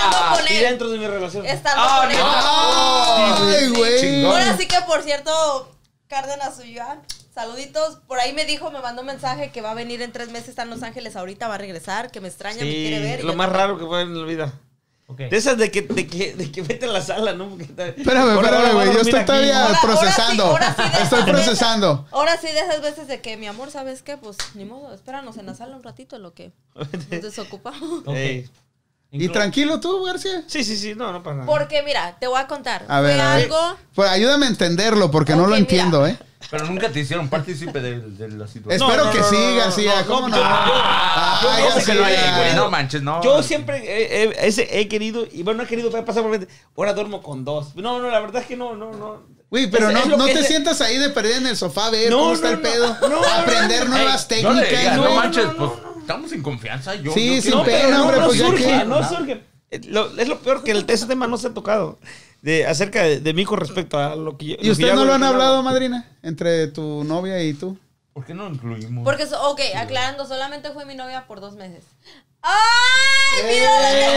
[SPEAKER 1] Ah,
[SPEAKER 3] Y estando con
[SPEAKER 2] Y
[SPEAKER 3] él.
[SPEAKER 2] dentro de mi relación.
[SPEAKER 3] Estando con él.
[SPEAKER 1] Ay, güey.
[SPEAKER 3] Ahora sí que, por cierto, Cárdenas Ulloa, Saluditos. Por ahí me dijo, me mandó un mensaje que va a venir en tres meses, está en Los Ángeles ahorita, va a regresar, que me extraña, me quiere ver.
[SPEAKER 2] Sí,
[SPEAKER 3] y
[SPEAKER 2] lo
[SPEAKER 3] yo
[SPEAKER 2] más
[SPEAKER 3] también.
[SPEAKER 2] raro que fue en la vida.
[SPEAKER 4] Ok.
[SPEAKER 2] De esas de que, de que, de que vete a la sala, ¿no? Porque está-
[SPEAKER 1] Espérame,
[SPEAKER 2] Ahora-
[SPEAKER 1] espérame,
[SPEAKER 2] ahora voy a
[SPEAKER 1] güey. Yo
[SPEAKER 2] dormir
[SPEAKER 1] estoy
[SPEAKER 2] aquí.
[SPEAKER 1] todavía
[SPEAKER 3] Ahora- ahora sí,
[SPEAKER 1] procesando.
[SPEAKER 3] ahora sí, de
[SPEAKER 1] estoy
[SPEAKER 3] esas veces.
[SPEAKER 1] procesando.
[SPEAKER 3] Ahora sí, de esas veces de que, mi amor, ¿sabes qué? Pues ni modo, espéranos en la sala un ratito, en lo que nos desocupamos.
[SPEAKER 4] Ok.
[SPEAKER 2] Ey.
[SPEAKER 1] Y tranquilo tú, García.
[SPEAKER 2] Sí, sí, sí, no, no pasa nada.
[SPEAKER 3] Porque mira, te voy a contar.
[SPEAKER 1] A ver,
[SPEAKER 3] fue
[SPEAKER 1] a ver.
[SPEAKER 3] algo.
[SPEAKER 1] Pues ayúdame a entenderlo porque no
[SPEAKER 3] Ok,
[SPEAKER 1] lo
[SPEAKER 3] mira.
[SPEAKER 1] entiendo, ¿eh?
[SPEAKER 5] Pero nunca te hicieron partícipe de, de la situación.
[SPEAKER 2] No,
[SPEAKER 1] Espero
[SPEAKER 2] no,
[SPEAKER 1] que
[SPEAKER 2] no,
[SPEAKER 1] sí,
[SPEAKER 2] no, no,
[SPEAKER 1] García.
[SPEAKER 2] no,
[SPEAKER 1] ¿Cómo
[SPEAKER 2] no,
[SPEAKER 1] no?
[SPEAKER 2] yo-
[SPEAKER 1] Ah,
[SPEAKER 5] yo no sé que lo
[SPEAKER 1] García.
[SPEAKER 5] haya, güey. No manches, no.
[SPEAKER 2] Yo siempre he, he- ese he querido, y bueno, he querido pasar por la mente, ahora duermo con dos. No, no, la verdad es que no, no, no.
[SPEAKER 1] Güey, pero
[SPEAKER 2] Es-
[SPEAKER 1] no,
[SPEAKER 2] es lo
[SPEAKER 1] no
[SPEAKER 2] que
[SPEAKER 1] te
[SPEAKER 2] es-
[SPEAKER 1] sientas ahí de perdida en el sofá a ver
[SPEAKER 2] No,
[SPEAKER 1] cómo está
[SPEAKER 2] no,
[SPEAKER 1] el
[SPEAKER 2] no.
[SPEAKER 1] pedo.
[SPEAKER 2] No,
[SPEAKER 1] aprender nuevas
[SPEAKER 5] No le digas,
[SPEAKER 1] técnicas,
[SPEAKER 5] no
[SPEAKER 1] güey.
[SPEAKER 5] manches,
[SPEAKER 2] No, no,
[SPEAKER 5] pues estamos en confianza. Yo,
[SPEAKER 1] Sí,
[SPEAKER 5] yo
[SPEAKER 1] sin
[SPEAKER 5] quiero-
[SPEAKER 2] pero
[SPEAKER 1] pena, hombre,
[SPEAKER 2] no
[SPEAKER 1] pues ya
[SPEAKER 2] surge,
[SPEAKER 1] que-
[SPEAKER 2] no surge. Eh, lo- es lo peor que el, ese tema no se ha tocado de, acerca de, de mí con respecto a lo que yo.
[SPEAKER 1] ¿Y ustedes no lo han hablado, madrina? Entre tu novia y tú.
[SPEAKER 5] ¿Por qué no lo incluimos?
[SPEAKER 3] Porque, so- ok, aclarando, solamente fue mi novia por dos meses. ¡Ay! Mira lo que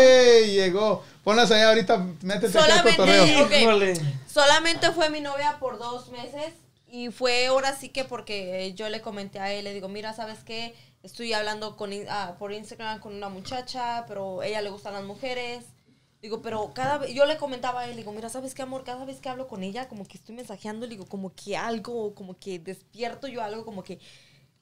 [SPEAKER 1] ¡Ey! Llegó. Ponlas ahí ahorita, métete aquí al
[SPEAKER 3] Solamente-
[SPEAKER 1] cotorreo.
[SPEAKER 3] Ok. Solamente fue mi novia por dos meses y fue ahora sí que porque eh, yo le comenté a él, le digo, mira, ¿sabes qué? Estoy hablando con, in- ah, por Instagram con una muchacha, pero a ella le gustan las mujeres. Digo, pero cada vez, yo le comentaba a él, digo, mira, ¿sabes qué, amor? Cada vez que hablo con ella, como que estoy mensajeando, digo, como que algo, como que despierto yo algo, como que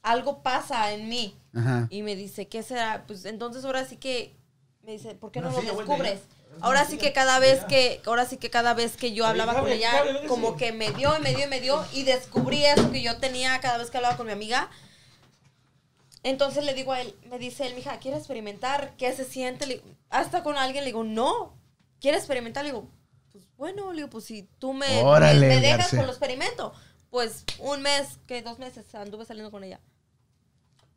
[SPEAKER 3] algo pasa en mí.
[SPEAKER 1] Ajá.
[SPEAKER 3] Y me dice, ¿qué será? Pues entonces ahora sí que me dice, ¿por qué no,
[SPEAKER 5] Una
[SPEAKER 3] lo
[SPEAKER 5] silla, ¿eh? güey,
[SPEAKER 3] descubres?
[SPEAKER 5] ahí.
[SPEAKER 3] Ahora sí que cada vez que, ahora sí que cada vez que yo
[SPEAKER 2] Ahí,
[SPEAKER 3] hablaba con
[SPEAKER 2] cabe,
[SPEAKER 3] ella,
[SPEAKER 2] cabe, venga,
[SPEAKER 3] como
[SPEAKER 2] sí.
[SPEAKER 3] que me dio y me dio y me dio y descubrí eso que yo tenía cada vez que hablaba con mi amiga. Entonces le digo a él, me dice él, mija, ¿quieres experimentar? ¿Qué se siente? Le digo, hasta con alguien le digo, no, ¿quieres experimentar? Le digo, pues bueno, le digo, pues si tú me,
[SPEAKER 1] Órale,
[SPEAKER 3] me, me dejas
[SPEAKER 1] García.
[SPEAKER 3] con lo experimento. Pues un mes, que dos meses anduve saliendo con ella.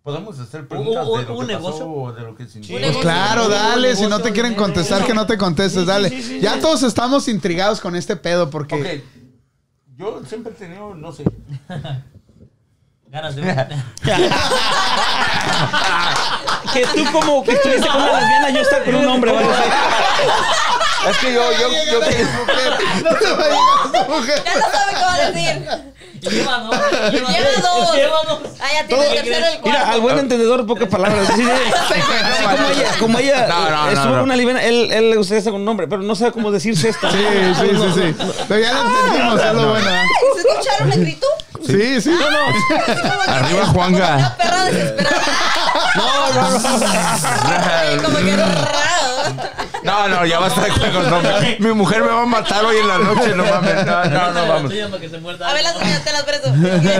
[SPEAKER 5] Podemos hacer preguntas
[SPEAKER 6] o-
[SPEAKER 5] de lo
[SPEAKER 6] un
[SPEAKER 5] que
[SPEAKER 6] negocio.
[SPEAKER 5] pasó o de lo que sintió.
[SPEAKER 1] Pues claro, dale. Si no te quieren contestar, que no te contestes,
[SPEAKER 2] Sí, sí,
[SPEAKER 1] dale.
[SPEAKER 2] sí,
[SPEAKER 1] Ya
[SPEAKER 2] sí.
[SPEAKER 1] todos estamos intrigados con este pedo porque.
[SPEAKER 5] Ok. Yo siempre he tenido, no sé.
[SPEAKER 6] Ganas de un-
[SPEAKER 2] Que tú, como que estuviste con una lesbiana, yo estaba con un hombre, ¿vale?
[SPEAKER 5] Es que yo, yo,
[SPEAKER 1] Llega
[SPEAKER 5] yo,
[SPEAKER 1] la mujer. No va a llegar esa mujer.
[SPEAKER 3] Ya no sabe cómo decir.
[SPEAKER 6] Y Lleva dos. y Lleva
[SPEAKER 3] Lleva dos.
[SPEAKER 6] Lleva dos.
[SPEAKER 3] Ah, ya tiene el tercero y el
[SPEAKER 2] Mira, al
[SPEAKER 3] cuarto.
[SPEAKER 2] buen entendedor, pocas palabras. Sí, sí. Así como ella, como ella eh,
[SPEAKER 5] No, no, no,
[SPEAKER 2] estuvo
[SPEAKER 5] no.
[SPEAKER 2] con una lesbiana, él, él le gustaría estar con un hombre, pero no sabe cómo decirse esto.
[SPEAKER 1] Sí, sí, sí, sí. Pero ya lo entendimos, es lo bueno. ¿eh?
[SPEAKER 3] ¿Se escucharon el grito?
[SPEAKER 1] Sí, sí.
[SPEAKER 3] Así como que-
[SPEAKER 5] Arriba,
[SPEAKER 3] como
[SPEAKER 5] Juanga.
[SPEAKER 3] Una perra desesperada.
[SPEAKER 5] No, no,
[SPEAKER 3] Ay,
[SPEAKER 5] no.
[SPEAKER 3] Como que raro.
[SPEAKER 5] No, no, ya basta con nombre. Mi mujer me va a matar hoy en la noche, no mames. No, no, no, vamos.
[SPEAKER 6] Tuya para que se muerda.
[SPEAKER 3] A ver las uñas, te las preso.
[SPEAKER 5] No me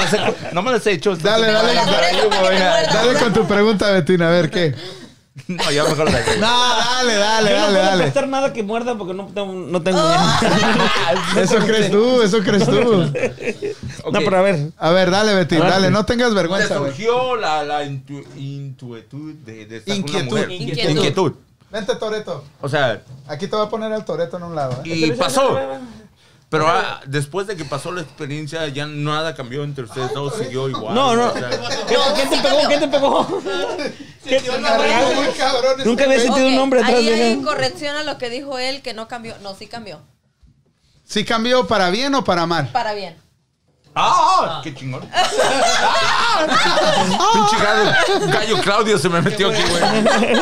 [SPEAKER 5] las he- No me las he hecho.
[SPEAKER 1] Dale, dale. Dale con tu pregunta, Betina, a ver qué.
[SPEAKER 5] No, ya mejor la
[SPEAKER 1] No, dale, dale,
[SPEAKER 2] Yo no
[SPEAKER 1] dale,
[SPEAKER 2] puedo
[SPEAKER 1] dale.
[SPEAKER 2] prestar nada que muerda porque no tengo. No tengo
[SPEAKER 1] Eso crees tú, eso crees tú.
[SPEAKER 5] Ok.
[SPEAKER 2] No, pero a ver.
[SPEAKER 1] A ver, dale, Betín,
[SPEAKER 2] A ver,
[SPEAKER 1] dale,
[SPEAKER 2] pues.
[SPEAKER 1] no tengas
[SPEAKER 5] Te
[SPEAKER 1] vergüenza, güey.
[SPEAKER 5] surgió la, la intu- intuitud de, de estar
[SPEAKER 1] Inquietud.
[SPEAKER 5] con una mujer.
[SPEAKER 3] Inquietud.
[SPEAKER 5] Inquietud.
[SPEAKER 1] Vente, Toreto.
[SPEAKER 5] O sea,
[SPEAKER 1] Aquí te voy a poner al Toreto en un lado, ¿eh?
[SPEAKER 5] y pasó. Pero ah, después de que pasó la experiencia, ya nada cambió entre ustedes dos, siguió igual.
[SPEAKER 2] No, no.
[SPEAKER 5] o sea.
[SPEAKER 2] ¿Qué, qué te pegó? ¿Qué te pegó? ¿Qué te
[SPEAKER 1] Algo muy
[SPEAKER 2] pegó?
[SPEAKER 1] cabrón este
[SPEAKER 2] Nunca había
[SPEAKER 1] güey.
[SPEAKER 2] sentido un hombre
[SPEAKER 3] Ok,
[SPEAKER 2] atrás
[SPEAKER 3] ahí
[SPEAKER 2] de
[SPEAKER 3] hay
[SPEAKER 2] él.
[SPEAKER 3] corrección a lo que dijo él, que no cambió. No, sí cambió.
[SPEAKER 1] ¿Sí cambió para bien o para mal?
[SPEAKER 3] Para bien.
[SPEAKER 5] ¡Ah! ¡Qué chingón! ¡Ah! Pinche gallo, gallo Claudio se me metió aquí, güey.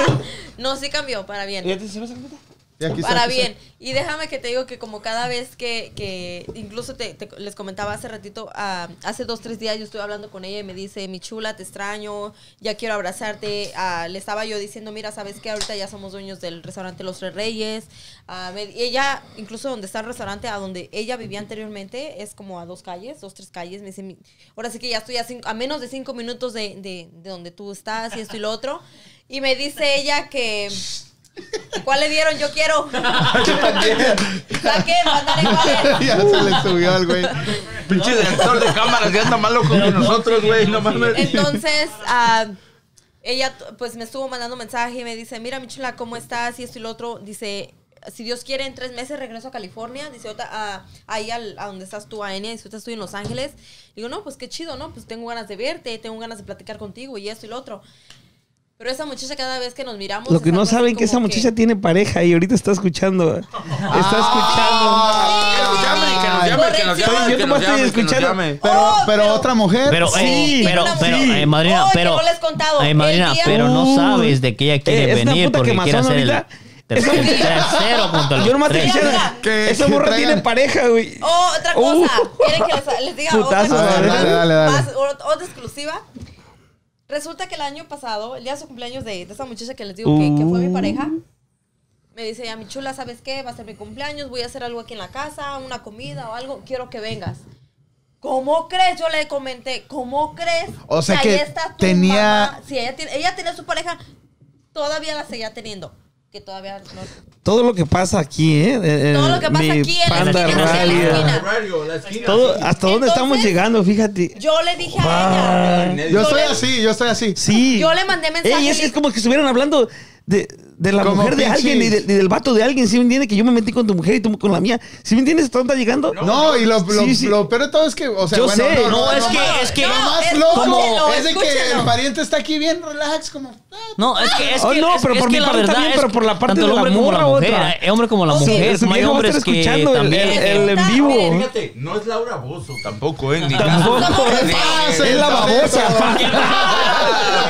[SPEAKER 3] No, sí cambió, para bien.
[SPEAKER 2] ¿Ya te se me hace cuenta?
[SPEAKER 1] Y aquí está,
[SPEAKER 3] Para
[SPEAKER 1] aquí está.
[SPEAKER 3] bien. Y déjame que te digo que como cada vez que, que incluso te, te- les comentaba hace ratito, ah, hace dos, tres días yo estuve hablando con ella y me dice, mi chula, te extraño, ya quiero abrazarte. Ah, le estaba yo diciendo, mira, sabes que ahorita ya somos dueños del restaurante Los Tres Reyes. Ah, me- y ella, incluso donde está el restaurante, a donde ella vivía anteriormente, es como a dos calles, dos, tres calles. Me dice, "Mi- ahora sí que ya estoy a, cinco- a menos de cinco minutos de, de- de donde tú estás y esto y lo otro. Y me dice ella que... ¿Cuál le dieron? Yo quiero. Saquen, mándale cuál
[SPEAKER 1] Ya se le subió al güey.
[SPEAKER 5] Pinche director de cámaras, ya anda más loco que nosotros, güey. No mames.
[SPEAKER 3] es. Entonces, ah, ella t- pues me estuvo mandando mensaje y me dice, mira mi chula, ¿cómo estás? Y esto y lo otro. Dice, si Dios quiere, en tres meses regreso a California. Dice, "Ahorita, ah, ahí al- a donde estás tú, a Enia. Dice, ahorita estoy en Los Ángeles. Digo, no, pues qué chido, ¿no? Pues tengo ganas de verte, tengo ganas de platicar contigo y esto y lo otro. Pero esa muchacha cada vez que nos miramos...
[SPEAKER 2] Lo que no
[SPEAKER 3] estamos así
[SPEAKER 2] saben que
[SPEAKER 3] como
[SPEAKER 2] esa
[SPEAKER 1] Ah.
[SPEAKER 2] muchacha tiene pareja y ahorita está escuchando. Está escuchando.
[SPEAKER 5] Ah. Que nos llamen y que nos nos llame, que nos
[SPEAKER 3] Corrección.
[SPEAKER 5] llame,
[SPEAKER 2] Yo
[SPEAKER 5] que nos
[SPEAKER 2] nomás
[SPEAKER 5] llame,
[SPEAKER 2] estoy
[SPEAKER 5] que nos
[SPEAKER 2] escuchando.
[SPEAKER 5] llame.
[SPEAKER 1] Pero,
[SPEAKER 3] Oh,
[SPEAKER 1] pero
[SPEAKER 3] pero-
[SPEAKER 1] otra mujer.
[SPEAKER 7] Pero,
[SPEAKER 2] Sí.
[SPEAKER 7] eh, pero,
[SPEAKER 3] Una
[SPEAKER 7] pero,
[SPEAKER 3] mujer.
[SPEAKER 7] eh, madrina,
[SPEAKER 3] Oh, que
[SPEAKER 7] pero.
[SPEAKER 3] no les he contado.
[SPEAKER 7] Eh,
[SPEAKER 3] El
[SPEAKER 7] madrina,
[SPEAKER 3] día-
[SPEAKER 7] pero no
[SPEAKER 2] Uy.
[SPEAKER 7] sabes de que ella
[SPEAKER 2] Eh,
[SPEAKER 7] quiere
[SPEAKER 2] es una
[SPEAKER 7] venir
[SPEAKER 2] puta
[SPEAKER 7] porque quiere
[SPEAKER 2] quemazón
[SPEAKER 7] hacer el.
[SPEAKER 2] ahorita.
[SPEAKER 7] ter-
[SPEAKER 2] Eso-
[SPEAKER 7] tercero junto a los
[SPEAKER 2] Yo nomás te
[SPEAKER 7] tres.
[SPEAKER 3] dije-
[SPEAKER 2] quisiera.
[SPEAKER 1] Que-
[SPEAKER 2] Esa
[SPEAKER 1] que
[SPEAKER 2] morra
[SPEAKER 1] traigan-
[SPEAKER 2] tiene pareja, güey.
[SPEAKER 3] Oh, otra
[SPEAKER 2] Uh.
[SPEAKER 3] cosa. ¿Quieren que les, les diga otra
[SPEAKER 2] Putazo,
[SPEAKER 3] cosa?
[SPEAKER 2] a ver,
[SPEAKER 1] dale, dale, dale.
[SPEAKER 3] Más- o- otra exclusiva. Resulta que el año pasado, el día de su cumpleaños de, de esa muchacha que les digo que, que fue
[SPEAKER 1] Uh.
[SPEAKER 3] mi pareja, me dice ya mi chula, ¿sabes qué? Va a ser mi cumpleaños, voy a hacer algo aquí en la casa, una comida o algo, quiero que vengas. ¿Cómo crees? Yo le comenté, ¿cómo crees?
[SPEAKER 1] O sea
[SPEAKER 3] ahí
[SPEAKER 1] que
[SPEAKER 3] está tu
[SPEAKER 1] tenía-
[SPEAKER 3] mamá? Sí, ella, tiene- ella tenía su pareja, todavía la seguía teniendo. Que todavía no-
[SPEAKER 2] Todo lo que pasa aquí, ¿eh? eh,
[SPEAKER 3] Todo lo que pasa
[SPEAKER 2] mi
[SPEAKER 3] aquí en la
[SPEAKER 2] Panda
[SPEAKER 3] esquina, no sé, en la
[SPEAKER 2] Radio.
[SPEAKER 3] esquina.
[SPEAKER 5] Radio, la esquina.
[SPEAKER 2] Todo, ¿Hasta dónde
[SPEAKER 3] Entonces-
[SPEAKER 2] estamos llegando? Fíjate.
[SPEAKER 3] Yo le dije a ella.
[SPEAKER 1] Yo
[SPEAKER 3] Yo
[SPEAKER 1] estoy
[SPEAKER 3] le-
[SPEAKER 1] así, yo estoy así.
[SPEAKER 2] Sí.
[SPEAKER 3] Yo le mandé mensaje
[SPEAKER 2] Ey, es,
[SPEAKER 3] y le-
[SPEAKER 2] es como que estuvieran hablando de, de la
[SPEAKER 1] Como
[SPEAKER 2] mujer de
[SPEAKER 1] pinches.
[SPEAKER 2] alguien y, de- y del vato de alguien. ¿Sí me entiendes? Que yo me metí con tu mujer y tú con la mía. ¿Sí me entiendes? ¿Hasta dónde está llegando?
[SPEAKER 1] No, y lo, lo,
[SPEAKER 2] Sí, sí.
[SPEAKER 1] lo peor de todo es que, o sea,
[SPEAKER 2] Yo
[SPEAKER 1] bueno,
[SPEAKER 2] sé.
[SPEAKER 1] no,
[SPEAKER 6] No, es
[SPEAKER 1] no
[SPEAKER 6] que,
[SPEAKER 1] más.
[SPEAKER 6] es que.
[SPEAKER 1] Lo más
[SPEAKER 3] es-
[SPEAKER 1] loco
[SPEAKER 3] escúchelo,
[SPEAKER 1] es de que
[SPEAKER 3] escúchelo.
[SPEAKER 1] el pariente está aquí bien relax, como.
[SPEAKER 6] No, es que es
[SPEAKER 2] Oh,
[SPEAKER 6] que
[SPEAKER 2] no,
[SPEAKER 6] es-
[SPEAKER 2] pero
[SPEAKER 6] es
[SPEAKER 2] por
[SPEAKER 6] que
[SPEAKER 2] mi
[SPEAKER 6] la
[SPEAKER 2] parte
[SPEAKER 6] verdad
[SPEAKER 2] también,
[SPEAKER 6] es
[SPEAKER 2] pero
[SPEAKER 6] que
[SPEAKER 2] por la parte
[SPEAKER 6] tanto
[SPEAKER 2] de la
[SPEAKER 6] el hombre como la
[SPEAKER 2] morra,
[SPEAKER 6] mujer,
[SPEAKER 2] otra.
[SPEAKER 6] eh, hombre como la
[SPEAKER 2] Sí,
[SPEAKER 6] mujer,
[SPEAKER 2] ese
[SPEAKER 6] como hay
[SPEAKER 2] viejo va a estar
[SPEAKER 6] hombres que
[SPEAKER 2] escuchando el-
[SPEAKER 6] también
[SPEAKER 2] el- el en vivo.
[SPEAKER 5] Fíjate, no es Laura Bozo tampoco, ¿eh? Ni
[SPEAKER 2] Tampoco. Es Ah, la babosa.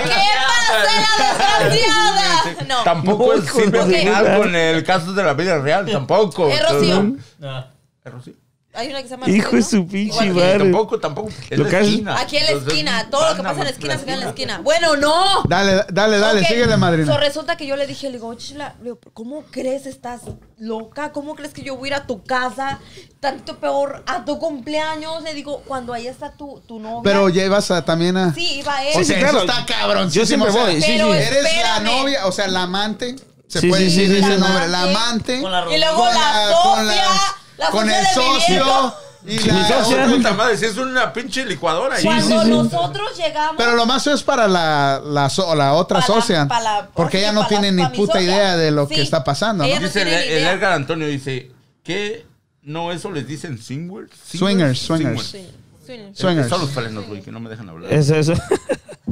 [SPEAKER 3] ¿Qué pasa, la desgraciada? Ah, No.
[SPEAKER 5] Tampoco
[SPEAKER 2] No,
[SPEAKER 5] es
[SPEAKER 2] con-
[SPEAKER 5] Silvia
[SPEAKER 3] ok.
[SPEAKER 5] Pinal con el caso de la vida real, tampoco.
[SPEAKER 3] Es Rocío.
[SPEAKER 4] Ah,
[SPEAKER 5] Es Rocío.
[SPEAKER 3] Hay una que se llama.
[SPEAKER 2] Hijo de
[SPEAKER 3] Rocío,
[SPEAKER 2] su
[SPEAKER 3] ¿no? Igual
[SPEAKER 2] pinche
[SPEAKER 3] que-
[SPEAKER 2] madre.
[SPEAKER 5] Tampoco, tampoco. Es
[SPEAKER 2] Lo
[SPEAKER 5] la
[SPEAKER 2] que hace-
[SPEAKER 5] esquina.
[SPEAKER 3] Aquí en la
[SPEAKER 5] Entonces,
[SPEAKER 3] esquina. Todo lo que
[SPEAKER 5] van a
[SPEAKER 3] pasa en la esquina se queda en la
[SPEAKER 5] platicar.
[SPEAKER 3] esquina. Bueno, no.
[SPEAKER 1] Dale, dale, dale,
[SPEAKER 3] Ok.
[SPEAKER 1] síguele,
[SPEAKER 3] So,
[SPEAKER 1] madrina.
[SPEAKER 3] resulta que yo le dije, le digo, chila, le digo, ¿cómo crees estás loca? ¿Cómo crees que yo voy a ir a tu casa? Tanto peor, a tu cumpleaños. Le digo, cuando ahí está tu, tu novia.
[SPEAKER 1] Pero llevas a, también a.
[SPEAKER 3] Sí, iba él.
[SPEAKER 2] Sí,
[SPEAKER 1] O
[SPEAKER 2] sí,
[SPEAKER 1] sea,
[SPEAKER 2] claro.
[SPEAKER 1] eso está cabrón.
[SPEAKER 2] Yo siempre voy, sí,
[SPEAKER 3] Pero sí.
[SPEAKER 1] Eres
[SPEAKER 3] espérame.
[SPEAKER 1] la novia, o sea, la amante. Se
[SPEAKER 2] Sí,
[SPEAKER 1] puede
[SPEAKER 2] sí, sí,
[SPEAKER 1] decir
[SPEAKER 2] sí,
[SPEAKER 1] ese
[SPEAKER 2] sí.
[SPEAKER 1] nombre, la amante.
[SPEAKER 6] Con la
[SPEAKER 3] Y luego
[SPEAKER 1] con
[SPEAKER 3] la
[SPEAKER 1] la- con
[SPEAKER 3] Sofía, la
[SPEAKER 1] con
[SPEAKER 3] Sofía
[SPEAKER 1] el
[SPEAKER 3] de
[SPEAKER 1] socio.
[SPEAKER 3] Villegas.
[SPEAKER 1] Y
[SPEAKER 2] Mi
[SPEAKER 1] la
[SPEAKER 2] socia.
[SPEAKER 1] otra-
[SPEAKER 5] Puta madre, si es una pinche licuadora. ahí.
[SPEAKER 3] Cuando
[SPEAKER 2] sí, sí.
[SPEAKER 3] nosotros llegamos.
[SPEAKER 1] Pero lo más feo es para la, la, so- la otra
[SPEAKER 3] Pa' la-
[SPEAKER 1] socia.
[SPEAKER 3] pa' la-
[SPEAKER 1] porque
[SPEAKER 3] sí,
[SPEAKER 1] ella no
[SPEAKER 3] pa' la-
[SPEAKER 1] tiene ni
[SPEAKER 3] pa' mi
[SPEAKER 1] puta
[SPEAKER 3] socia.
[SPEAKER 1] idea de lo
[SPEAKER 3] Sí.
[SPEAKER 1] que está pasando,
[SPEAKER 3] Ella
[SPEAKER 1] ¿no?
[SPEAKER 3] no
[SPEAKER 5] Dice el,
[SPEAKER 3] tiene ni
[SPEAKER 5] el
[SPEAKER 3] idea.
[SPEAKER 5] Edgar Antonio, dice, ¿qué? ¿No eso les dicen singers?
[SPEAKER 1] Swingers, swingers.
[SPEAKER 3] Sí, sí.
[SPEAKER 1] Swingers.
[SPEAKER 5] Son los falenos, güey, que no me dejan hablar.
[SPEAKER 2] Eso, eso.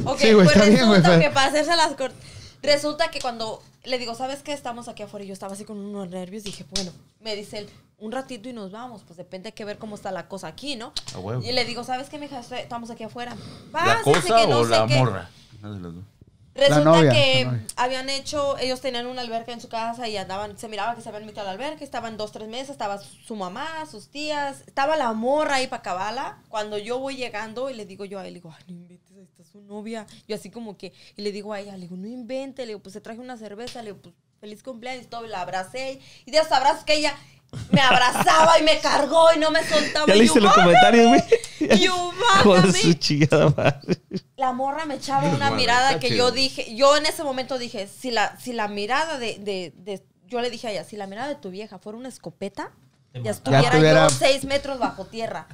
[SPEAKER 3] Ok,
[SPEAKER 1] Sí, güey,
[SPEAKER 3] pues
[SPEAKER 1] está bien,
[SPEAKER 3] resulta
[SPEAKER 1] güey, pero-
[SPEAKER 3] que para hacerse las cort- Resulta que cuando le digo, ¿sabes qué? Estamos aquí afuera. Y yo estaba así con unos nervios. Dije, bueno, me dice él, un ratito y nos vamos. Pues depende hay que ver cómo está la cosa aquí, ¿no?
[SPEAKER 5] A huevo.
[SPEAKER 3] Y le digo, ¿sabes qué, mija? Estoy- Estamos aquí afuera.
[SPEAKER 5] ¿La
[SPEAKER 3] Pásese,
[SPEAKER 5] cosa
[SPEAKER 3] que no
[SPEAKER 5] o
[SPEAKER 3] sé
[SPEAKER 5] la
[SPEAKER 3] qué.
[SPEAKER 5] morra? Una de las dos.
[SPEAKER 1] La
[SPEAKER 3] Resulta
[SPEAKER 1] novia,
[SPEAKER 3] que
[SPEAKER 1] la novia.
[SPEAKER 3] habían hecho, ellos tenían una alberca en su casa y andaban, se miraba que se habían metido a la alberca, estaban dos, tres meses, estaba su mamá, sus tías, estaba la morra ahí para cabala. Cuando yo voy llegando y le digo yo a él, le digo, ay, no inventes, ahí está su novia. Yo así como que, y le digo a ella, le digo, no invente, le digo, pues se traje una cerveza, le digo, pues feliz cumpleaños, todo, y la abracé. Y de esos abrazos que ella me abrazaba y me cargó y no me soltaba.
[SPEAKER 2] Ya
[SPEAKER 3] y yo,
[SPEAKER 2] leíste los
[SPEAKER 3] "Mami".
[SPEAKER 2] comentarios, güey.
[SPEAKER 3] You
[SPEAKER 2] Joder,
[SPEAKER 3] mátame.
[SPEAKER 2] su chingada madre.
[SPEAKER 3] La morra me echaba una
[SPEAKER 5] Bueno,
[SPEAKER 3] mirada
[SPEAKER 5] está
[SPEAKER 3] que
[SPEAKER 5] chido.
[SPEAKER 3] yo dije, yo en ese momento dije, si la, si la mirada de, de- de- yo le dije a ella, si la mirada de tu vieja fuera una escopeta,
[SPEAKER 4] Te
[SPEAKER 3] ya
[SPEAKER 4] mataba.
[SPEAKER 3] estuviera
[SPEAKER 1] Ya tuviera-
[SPEAKER 3] yo seis metros bajo tierra.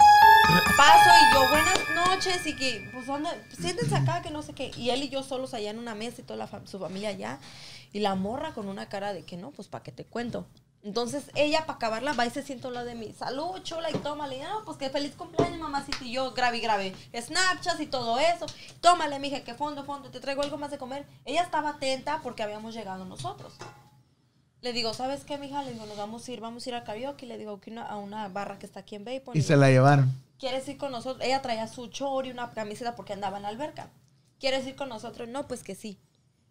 [SPEAKER 3] Paso y yo, buenas noches, y que, pues, ¿dónde? Siéntense acá, que no sé qué. Y él y yo solos allá en una mesa y toda la fam- su familia allá. Y la morra con una cara de que no, pues, ¿para qué te cuento? Entonces, ella, para acabarla, va y se sienta a un lado de mí. Salud, chula, y tómale. No, pues, que feliz cumpleaños, mamacita. Y yo, grave, y grave. Snapchats y todo eso. Tómale, mija, que fondo, fondo, te traigo algo más de comer. Ella estaba atenta porque habíamos llegado nosotros. Le digo, ¿sabes qué, mija? Le digo, nos vamos a ir, vamos a ir al karaoke. Le digo que una- a una barra que está aquí en Bayport.
[SPEAKER 1] Y se la llevaron.
[SPEAKER 3] ¿Quieres ir con nosotros? Ella traía su chor y una camiseta porque andaba en la alberca. ¿Quieres ir con nosotros? No, pues que sí.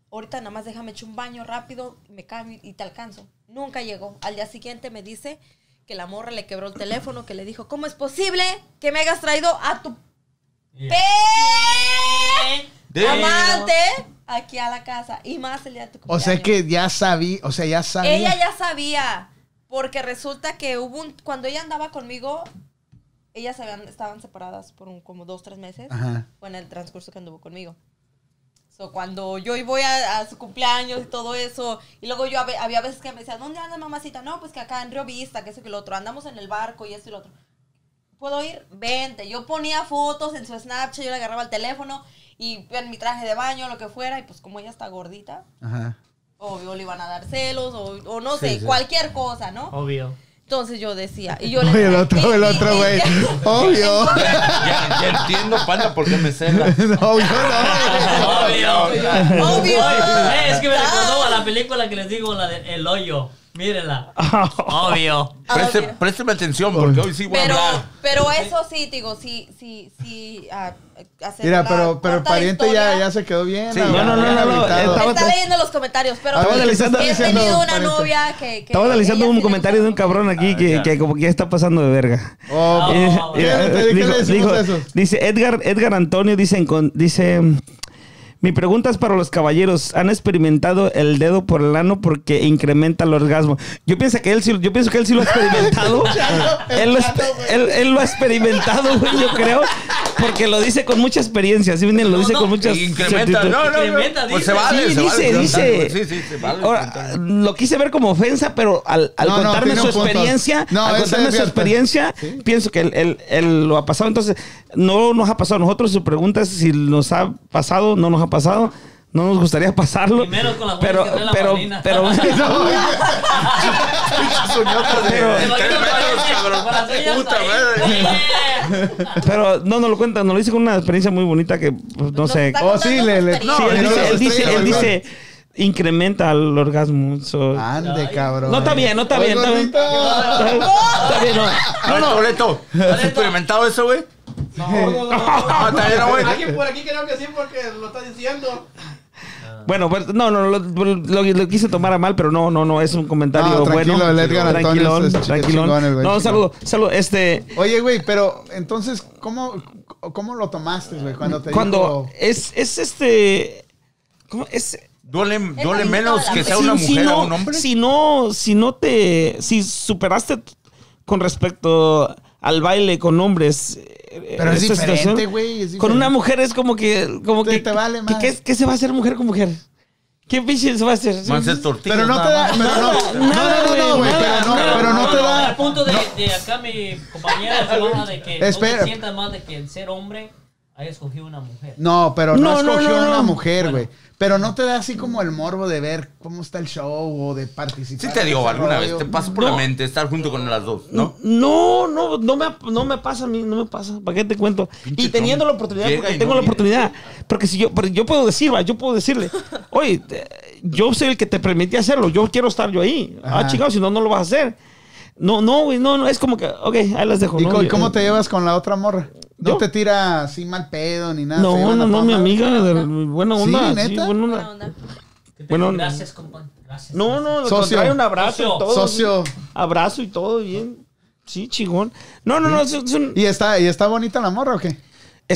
[SPEAKER 3] Ahorita nada más déjame echar un baño rápido, me cambio y te alcanzo. Nunca llegó. Al día siguiente me dice que la morra le quebró el teléfono, que le dijo, ¿cómo es posible que me hayas traído a tu
[SPEAKER 4] yeah.
[SPEAKER 3] pe
[SPEAKER 5] De-
[SPEAKER 3] amante aquí a la casa? Y más el día de tu
[SPEAKER 1] O
[SPEAKER 3] cumpleaños.
[SPEAKER 1] sea que ya sabía, o sea, ya sabía.
[SPEAKER 3] Ella ya sabía, porque resulta que hubo un, cuando ella andaba conmigo, ellas se habían- estaban separadas por un, como dos, tres meses,
[SPEAKER 1] Ajá.
[SPEAKER 3] fue en el transcurso que anduvo conmigo. So, cuando yo voy a, a su cumpleaños y todo eso, y luego yo habe- había veces que me decía, ¿dónde andas mamacita? No, pues que acá en Río Vista, que eso que lo otro, andamos en el barco y esto y lo otro. ¿Puedo ir? Vente. Yo ponía fotos en su Snapchat, yo le agarraba el teléfono y en mi traje de baño, lo que fuera, y pues como ella está gordita,
[SPEAKER 1] Ajá.
[SPEAKER 3] obvio le iban a dar celos o, o no sé,
[SPEAKER 5] sí. Oh.
[SPEAKER 3] cualquier cosa, ¿no?
[SPEAKER 6] Obvio.
[SPEAKER 3] Entonces yo decía, y yo le
[SPEAKER 1] Oye, el
[SPEAKER 3] decía,
[SPEAKER 1] otro,
[SPEAKER 3] y-
[SPEAKER 1] el
[SPEAKER 3] y-
[SPEAKER 1] otro,
[SPEAKER 3] y-
[SPEAKER 1] güey. Obvio.
[SPEAKER 5] Ya, ya entiendo, panda, por qué me cela.
[SPEAKER 1] No, yo no.
[SPEAKER 5] Obvio.
[SPEAKER 3] Obvio.
[SPEAKER 2] pues,
[SPEAKER 6] Eh, es que me recordó a la película que les digo, la de El Hoyo. Mírenla. Obvio.
[SPEAKER 5] Preste-
[SPEAKER 3] Obvio.
[SPEAKER 5] présteme atención porque hoy sí voy
[SPEAKER 3] Pero,
[SPEAKER 5] a hablar.
[SPEAKER 3] pero eso sí, digo, sí, sí, sí. ah, hacer
[SPEAKER 1] Mira,
[SPEAKER 3] la
[SPEAKER 1] pero, pero el
[SPEAKER 3] corta
[SPEAKER 1] pariente ya,
[SPEAKER 3] historia.
[SPEAKER 1] ya se quedó bien.
[SPEAKER 5] Sí.
[SPEAKER 1] ah,
[SPEAKER 5] No, no,
[SPEAKER 1] bien
[SPEAKER 5] no,
[SPEAKER 2] no, no,
[SPEAKER 1] habilitado.
[SPEAKER 2] estaba-
[SPEAKER 3] Está leyendo los comentarios, pero
[SPEAKER 1] Estaba
[SPEAKER 3] he
[SPEAKER 1] analizando-
[SPEAKER 3] tenido una
[SPEAKER 1] analizando,
[SPEAKER 3] novia que... que
[SPEAKER 2] Estaba analizando
[SPEAKER 3] ella
[SPEAKER 2] un
[SPEAKER 3] sí le
[SPEAKER 2] comentario de un
[SPEAKER 3] gustaba.
[SPEAKER 2] cabrón aquí que,
[SPEAKER 5] Ah, ya.
[SPEAKER 2] que como que ya está pasando de verga.
[SPEAKER 1] Oh,
[SPEAKER 6] Ah,
[SPEAKER 2] Eh,
[SPEAKER 6] ah,
[SPEAKER 2] eh,
[SPEAKER 1] ah, ¿qué le- qué le
[SPEAKER 2] dijo-
[SPEAKER 1] decimos
[SPEAKER 2] dijo-
[SPEAKER 1] a eso?
[SPEAKER 2] Dice Edgar, Edgar Antonio dice, en con- dice mi pregunta es para los caballeros. ¿Han experimentado el dedo por el ano porque incrementa el orgasmo? Yo pienso que él sí, yo pienso que él sí lo ha experimentado. él, lo, es- él- él lo ha experimentado, güey, yo creo. Porque lo dice con mucha experiencia. ¿sí me entienden? Lo dice
[SPEAKER 6] no,
[SPEAKER 2] con mucha
[SPEAKER 5] Incrementa, no, no,
[SPEAKER 6] Incrementa,
[SPEAKER 5] no. Pues
[SPEAKER 6] dice.
[SPEAKER 5] se vale,
[SPEAKER 2] Sí,
[SPEAKER 5] se
[SPEAKER 2] dice,
[SPEAKER 5] vale.
[SPEAKER 2] dice.
[SPEAKER 5] Sí, sí, se vale.
[SPEAKER 2] Ahora, lo quise ver como ofensa, pero al, al
[SPEAKER 1] No, no,
[SPEAKER 2] contarme
[SPEAKER 1] tiene
[SPEAKER 2] su
[SPEAKER 1] un punto.
[SPEAKER 2] experiencia,
[SPEAKER 1] No,
[SPEAKER 2] al
[SPEAKER 1] ese
[SPEAKER 2] contarme
[SPEAKER 1] es
[SPEAKER 2] su
[SPEAKER 1] cierto.
[SPEAKER 2] experiencia, pienso que él, él- él lo ha pasado. Entonces, no nos ha pasado a nosotros. Su pregunta es si nos ha pasado, no nos ha pasado. No nos gustaría pasarlo.
[SPEAKER 6] Y menos con las mujeres
[SPEAKER 2] pero,
[SPEAKER 6] que traen la
[SPEAKER 2] pero,
[SPEAKER 6] madrina.
[SPEAKER 2] pero, pero-
[SPEAKER 5] Tres metros, cabrón. Puta madre.
[SPEAKER 2] pero no nos lo cuenta. Nos lo dice con una experiencia muy bonita que pues, no
[SPEAKER 3] Nos
[SPEAKER 2] sé.
[SPEAKER 3] está
[SPEAKER 1] Oh, sí,
[SPEAKER 3] contando
[SPEAKER 1] le-
[SPEAKER 3] su
[SPEAKER 1] le-
[SPEAKER 3] experiencia.
[SPEAKER 1] no,
[SPEAKER 2] Sí, él
[SPEAKER 1] no,
[SPEAKER 2] dice,
[SPEAKER 1] las
[SPEAKER 2] él dice, él
[SPEAKER 1] estrellas,
[SPEAKER 2] dice, incrementa el orgasmo. so-
[SPEAKER 1] Ande, cabrón.
[SPEAKER 2] No, está bien, no está
[SPEAKER 1] Ay,
[SPEAKER 2] bien, está bien.
[SPEAKER 1] gordita.
[SPEAKER 2] Está bien, no.
[SPEAKER 5] No, no, Toleto. ¿Has experimentado eso, güey? Ah, también, no, güey.
[SPEAKER 8] Alguien por aquí creo que sí porque lo está diciendo.
[SPEAKER 2] Bueno, pues, no, no, lo, lo- lo quise tomar a mal, pero no, no, no, es un comentario
[SPEAKER 1] No, tranquilo,
[SPEAKER 2] bueno.
[SPEAKER 1] el Edgar Antonio
[SPEAKER 2] tranquilón,
[SPEAKER 1] es- es
[SPEAKER 2] tranquilón.
[SPEAKER 1] chingón, el güey,
[SPEAKER 2] no,
[SPEAKER 1] chingón.
[SPEAKER 2] saludo, saludo, este,
[SPEAKER 1] Oye, güey, pero entonces, ¿cómo, cómo lo tomaste, güey? Cuando te
[SPEAKER 2] cuando
[SPEAKER 1] dijo-
[SPEAKER 2] es, es este, ¿cómo es?
[SPEAKER 5] Duele, duele
[SPEAKER 3] bonito
[SPEAKER 5] menos
[SPEAKER 3] de la
[SPEAKER 5] que sea
[SPEAKER 2] Si-
[SPEAKER 5] una
[SPEAKER 2] si
[SPEAKER 5] mujer
[SPEAKER 2] no-
[SPEAKER 5] a un hombre.
[SPEAKER 2] Si no, si no te, si superaste t- con respecto al baile con hombres. eh,
[SPEAKER 1] Pero es
[SPEAKER 2] esta
[SPEAKER 1] diferente,
[SPEAKER 2] situación,
[SPEAKER 1] güey, es
[SPEAKER 2] Con
[SPEAKER 1] diferente.
[SPEAKER 2] una mujer es como que, como
[SPEAKER 1] Te-
[SPEAKER 2] que,
[SPEAKER 1] te vale
[SPEAKER 2] que-
[SPEAKER 1] más.
[SPEAKER 2] ¿qué, qué se va a hacer mujer con mujer? ¿Qué pinche se va a hacer?
[SPEAKER 5] Manches tortillas.
[SPEAKER 1] Pero no te da. Pero no.
[SPEAKER 2] nada,
[SPEAKER 1] No, no, no, no, güey.
[SPEAKER 2] güey, nada,
[SPEAKER 1] Pero no,
[SPEAKER 2] nada,
[SPEAKER 1] pero no te
[SPEAKER 6] Al
[SPEAKER 1] da.
[SPEAKER 6] punto de, de acá mi compañera se baja de que no
[SPEAKER 1] Espera.
[SPEAKER 6] te sientas más de que el ser hombre haya escogido una mujer.
[SPEAKER 1] No, pero no,
[SPEAKER 2] No, no,
[SPEAKER 1] escogió
[SPEAKER 2] no, no.
[SPEAKER 1] una mujer, güey. Pero no te da así como el morbo de ver cómo está el show o de participar.
[SPEAKER 5] Sí te
[SPEAKER 1] en
[SPEAKER 5] dio
[SPEAKER 1] ese
[SPEAKER 5] alguna vez,
[SPEAKER 1] rollo.
[SPEAKER 5] te pasó por la mente estar junto con las dos, ¿no?
[SPEAKER 2] No, no, no me, no me pasa a mí, no me pasa. ¿Para qué te cuento?
[SPEAKER 5] Pinche
[SPEAKER 2] y teniendo
[SPEAKER 5] Tommy.
[SPEAKER 2] la oportunidad,
[SPEAKER 5] Llega
[SPEAKER 2] porque
[SPEAKER 5] y
[SPEAKER 2] tengo
[SPEAKER 5] no
[SPEAKER 2] la
[SPEAKER 5] viene.
[SPEAKER 2] oportunidad. Porque si yo, porque yo puedo decir, va, yo puedo decirle, oye, te- yo soy el que te permití hacerlo, yo quiero estar yo ahí.
[SPEAKER 1] Ajá.
[SPEAKER 2] Ah, chingado, si no, no lo vas a hacer. No, no, güey, no, no, es como que, ok, ahí las dejo.
[SPEAKER 1] ¿Y
[SPEAKER 2] ¿no? Ah,
[SPEAKER 1] co-
[SPEAKER 2] Yo-
[SPEAKER 1] cómo te llevas con la otra morra? No
[SPEAKER 2] ¿Yo?
[SPEAKER 1] te tira así mal pedo ni nada.
[SPEAKER 2] No,
[SPEAKER 1] se
[SPEAKER 2] no,
[SPEAKER 1] llevan a
[SPEAKER 2] no,
[SPEAKER 1] toda
[SPEAKER 2] mi
[SPEAKER 1] madre.
[SPEAKER 2] amiga, de- buena
[SPEAKER 1] Sí,
[SPEAKER 2] onda.
[SPEAKER 1] ¿neta?
[SPEAKER 2] buena onda.
[SPEAKER 3] Buena onda.
[SPEAKER 6] Que te-
[SPEAKER 2] Bueno, no.
[SPEAKER 6] gracias, compa. Gracias.
[SPEAKER 2] No, no, lo
[SPEAKER 1] Socio.
[SPEAKER 2] contrario, un abrazo y todo.
[SPEAKER 1] Socio.
[SPEAKER 2] Abrazo y todo, bien. Sí, chingón. No, no, no, es, es un-
[SPEAKER 1] ¿Y está, ¿Y está bonita la morra o qué?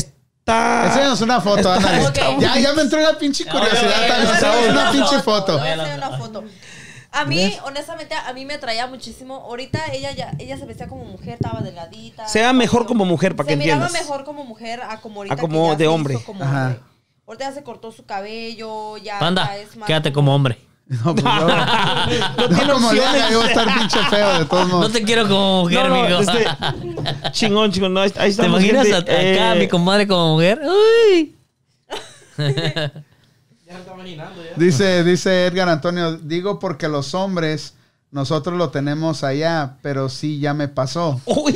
[SPEAKER 2] está...
[SPEAKER 1] Enséñanos una foto, ándale.
[SPEAKER 3] Ok.
[SPEAKER 1] Ya, ya me entró la pinche
[SPEAKER 6] No,
[SPEAKER 1] curiosidad.
[SPEAKER 6] no, no,
[SPEAKER 1] también.
[SPEAKER 6] no,
[SPEAKER 1] Enséñanos
[SPEAKER 6] no,
[SPEAKER 1] una
[SPEAKER 6] no,
[SPEAKER 1] pinche
[SPEAKER 6] no,
[SPEAKER 1] foto.
[SPEAKER 3] Voy a hacer una foto. A mí, honestamente, a mí me atraía muchísimo. Ahorita ella ya, ella se vestía como mujer, estaba delgadita.
[SPEAKER 2] Sea mejor como mujer, para
[SPEAKER 3] Se
[SPEAKER 2] que entiendas.
[SPEAKER 3] miraba mejor como mujer a como ahorita.
[SPEAKER 2] A como
[SPEAKER 3] que ya
[SPEAKER 2] de
[SPEAKER 3] se
[SPEAKER 2] hombre.
[SPEAKER 3] hizo como
[SPEAKER 1] Ajá.
[SPEAKER 3] hombre. Ahorita ya se cortó su cabello, ya,
[SPEAKER 7] Panda,
[SPEAKER 3] ya es más.
[SPEAKER 7] quédate como hombre.
[SPEAKER 1] No, pues yo.
[SPEAKER 2] No
[SPEAKER 1] No,
[SPEAKER 2] tiene
[SPEAKER 1] como
[SPEAKER 2] opciones.
[SPEAKER 1] Lela, yo voy a estar pinche feo de todos modos.
[SPEAKER 7] No te quiero como mujer,
[SPEAKER 2] No, no,
[SPEAKER 7] amigo.
[SPEAKER 2] este, chingón, chingón. No, ahí, ahí
[SPEAKER 7] ¿Te
[SPEAKER 2] estamos,
[SPEAKER 7] imaginas
[SPEAKER 2] gente.
[SPEAKER 7] a- acá a
[SPEAKER 2] Eh,
[SPEAKER 7] mi comadre como mujer? Uy.
[SPEAKER 8] Ya se está marinando ya.
[SPEAKER 1] Dice, dice Edgar Antonio, digo porque los hombres, nosotros lo tenemos allá, pero sí ya me pasó.
[SPEAKER 7] Uy.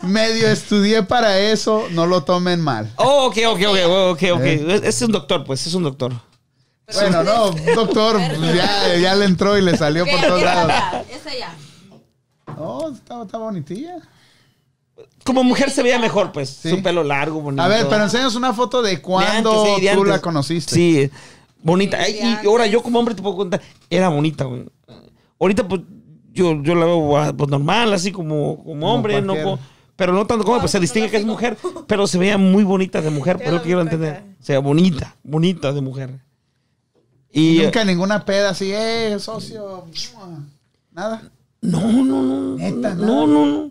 [SPEAKER 1] Medio estudié para eso, no lo tomen mal.
[SPEAKER 2] Oh, ok, ok, ok, ok, ok.
[SPEAKER 1] Eh.
[SPEAKER 2] Es- es un doctor, pues, es un doctor.
[SPEAKER 1] Bueno, no, doctor, pues ya, ya le entró y le salió por
[SPEAKER 3] Ok,
[SPEAKER 1] todos
[SPEAKER 3] ok,
[SPEAKER 1] lados.
[SPEAKER 3] ya, Es ella.
[SPEAKER 1] Oh, está, está bonitilla.
[SPEAKER 2] Como mujer se veía mejor, pues.
[SPEAKER 1] Sí.
[SPEAKER 2] Su pelo largo, bonito.
[SPEAKER 1] A ver, pero enséñanos una foto de cuando
[SPEAKER 2] antes, sí, de
[SPEAKER 1] tú
[SPEAKER 2] antes.
[SPEAKER 1] la conociste.
[SPEAKER 2] Sí, bonita.
[SPEAKER 3] Sí,
[SPEAKER 2] Ay,
[SPEAKER 3] de
[SPEAKER 2] y ahora yo como hombre te puedo contar, era bonita, güey. Ahorita, pues, yo, yo la veo ah, pues, normal, así como, como, hombre, no
[SPEAKER 1] cualquiera.
[SPEAKER 2] como- pero no tanto como, pues se distingue que es mujer, pero se veía muy bonita de mujer, es lo que quiero entender. O sea, bonita, bonita de mujer. Y,
[SPEAKER 1] Nunca ninguna peda así, eh, socio. Nada.
[SPEAKER 2] No, no, no.
[SPEAKER 1] Neta, nada.
[SPEAKER 2] no, no, no.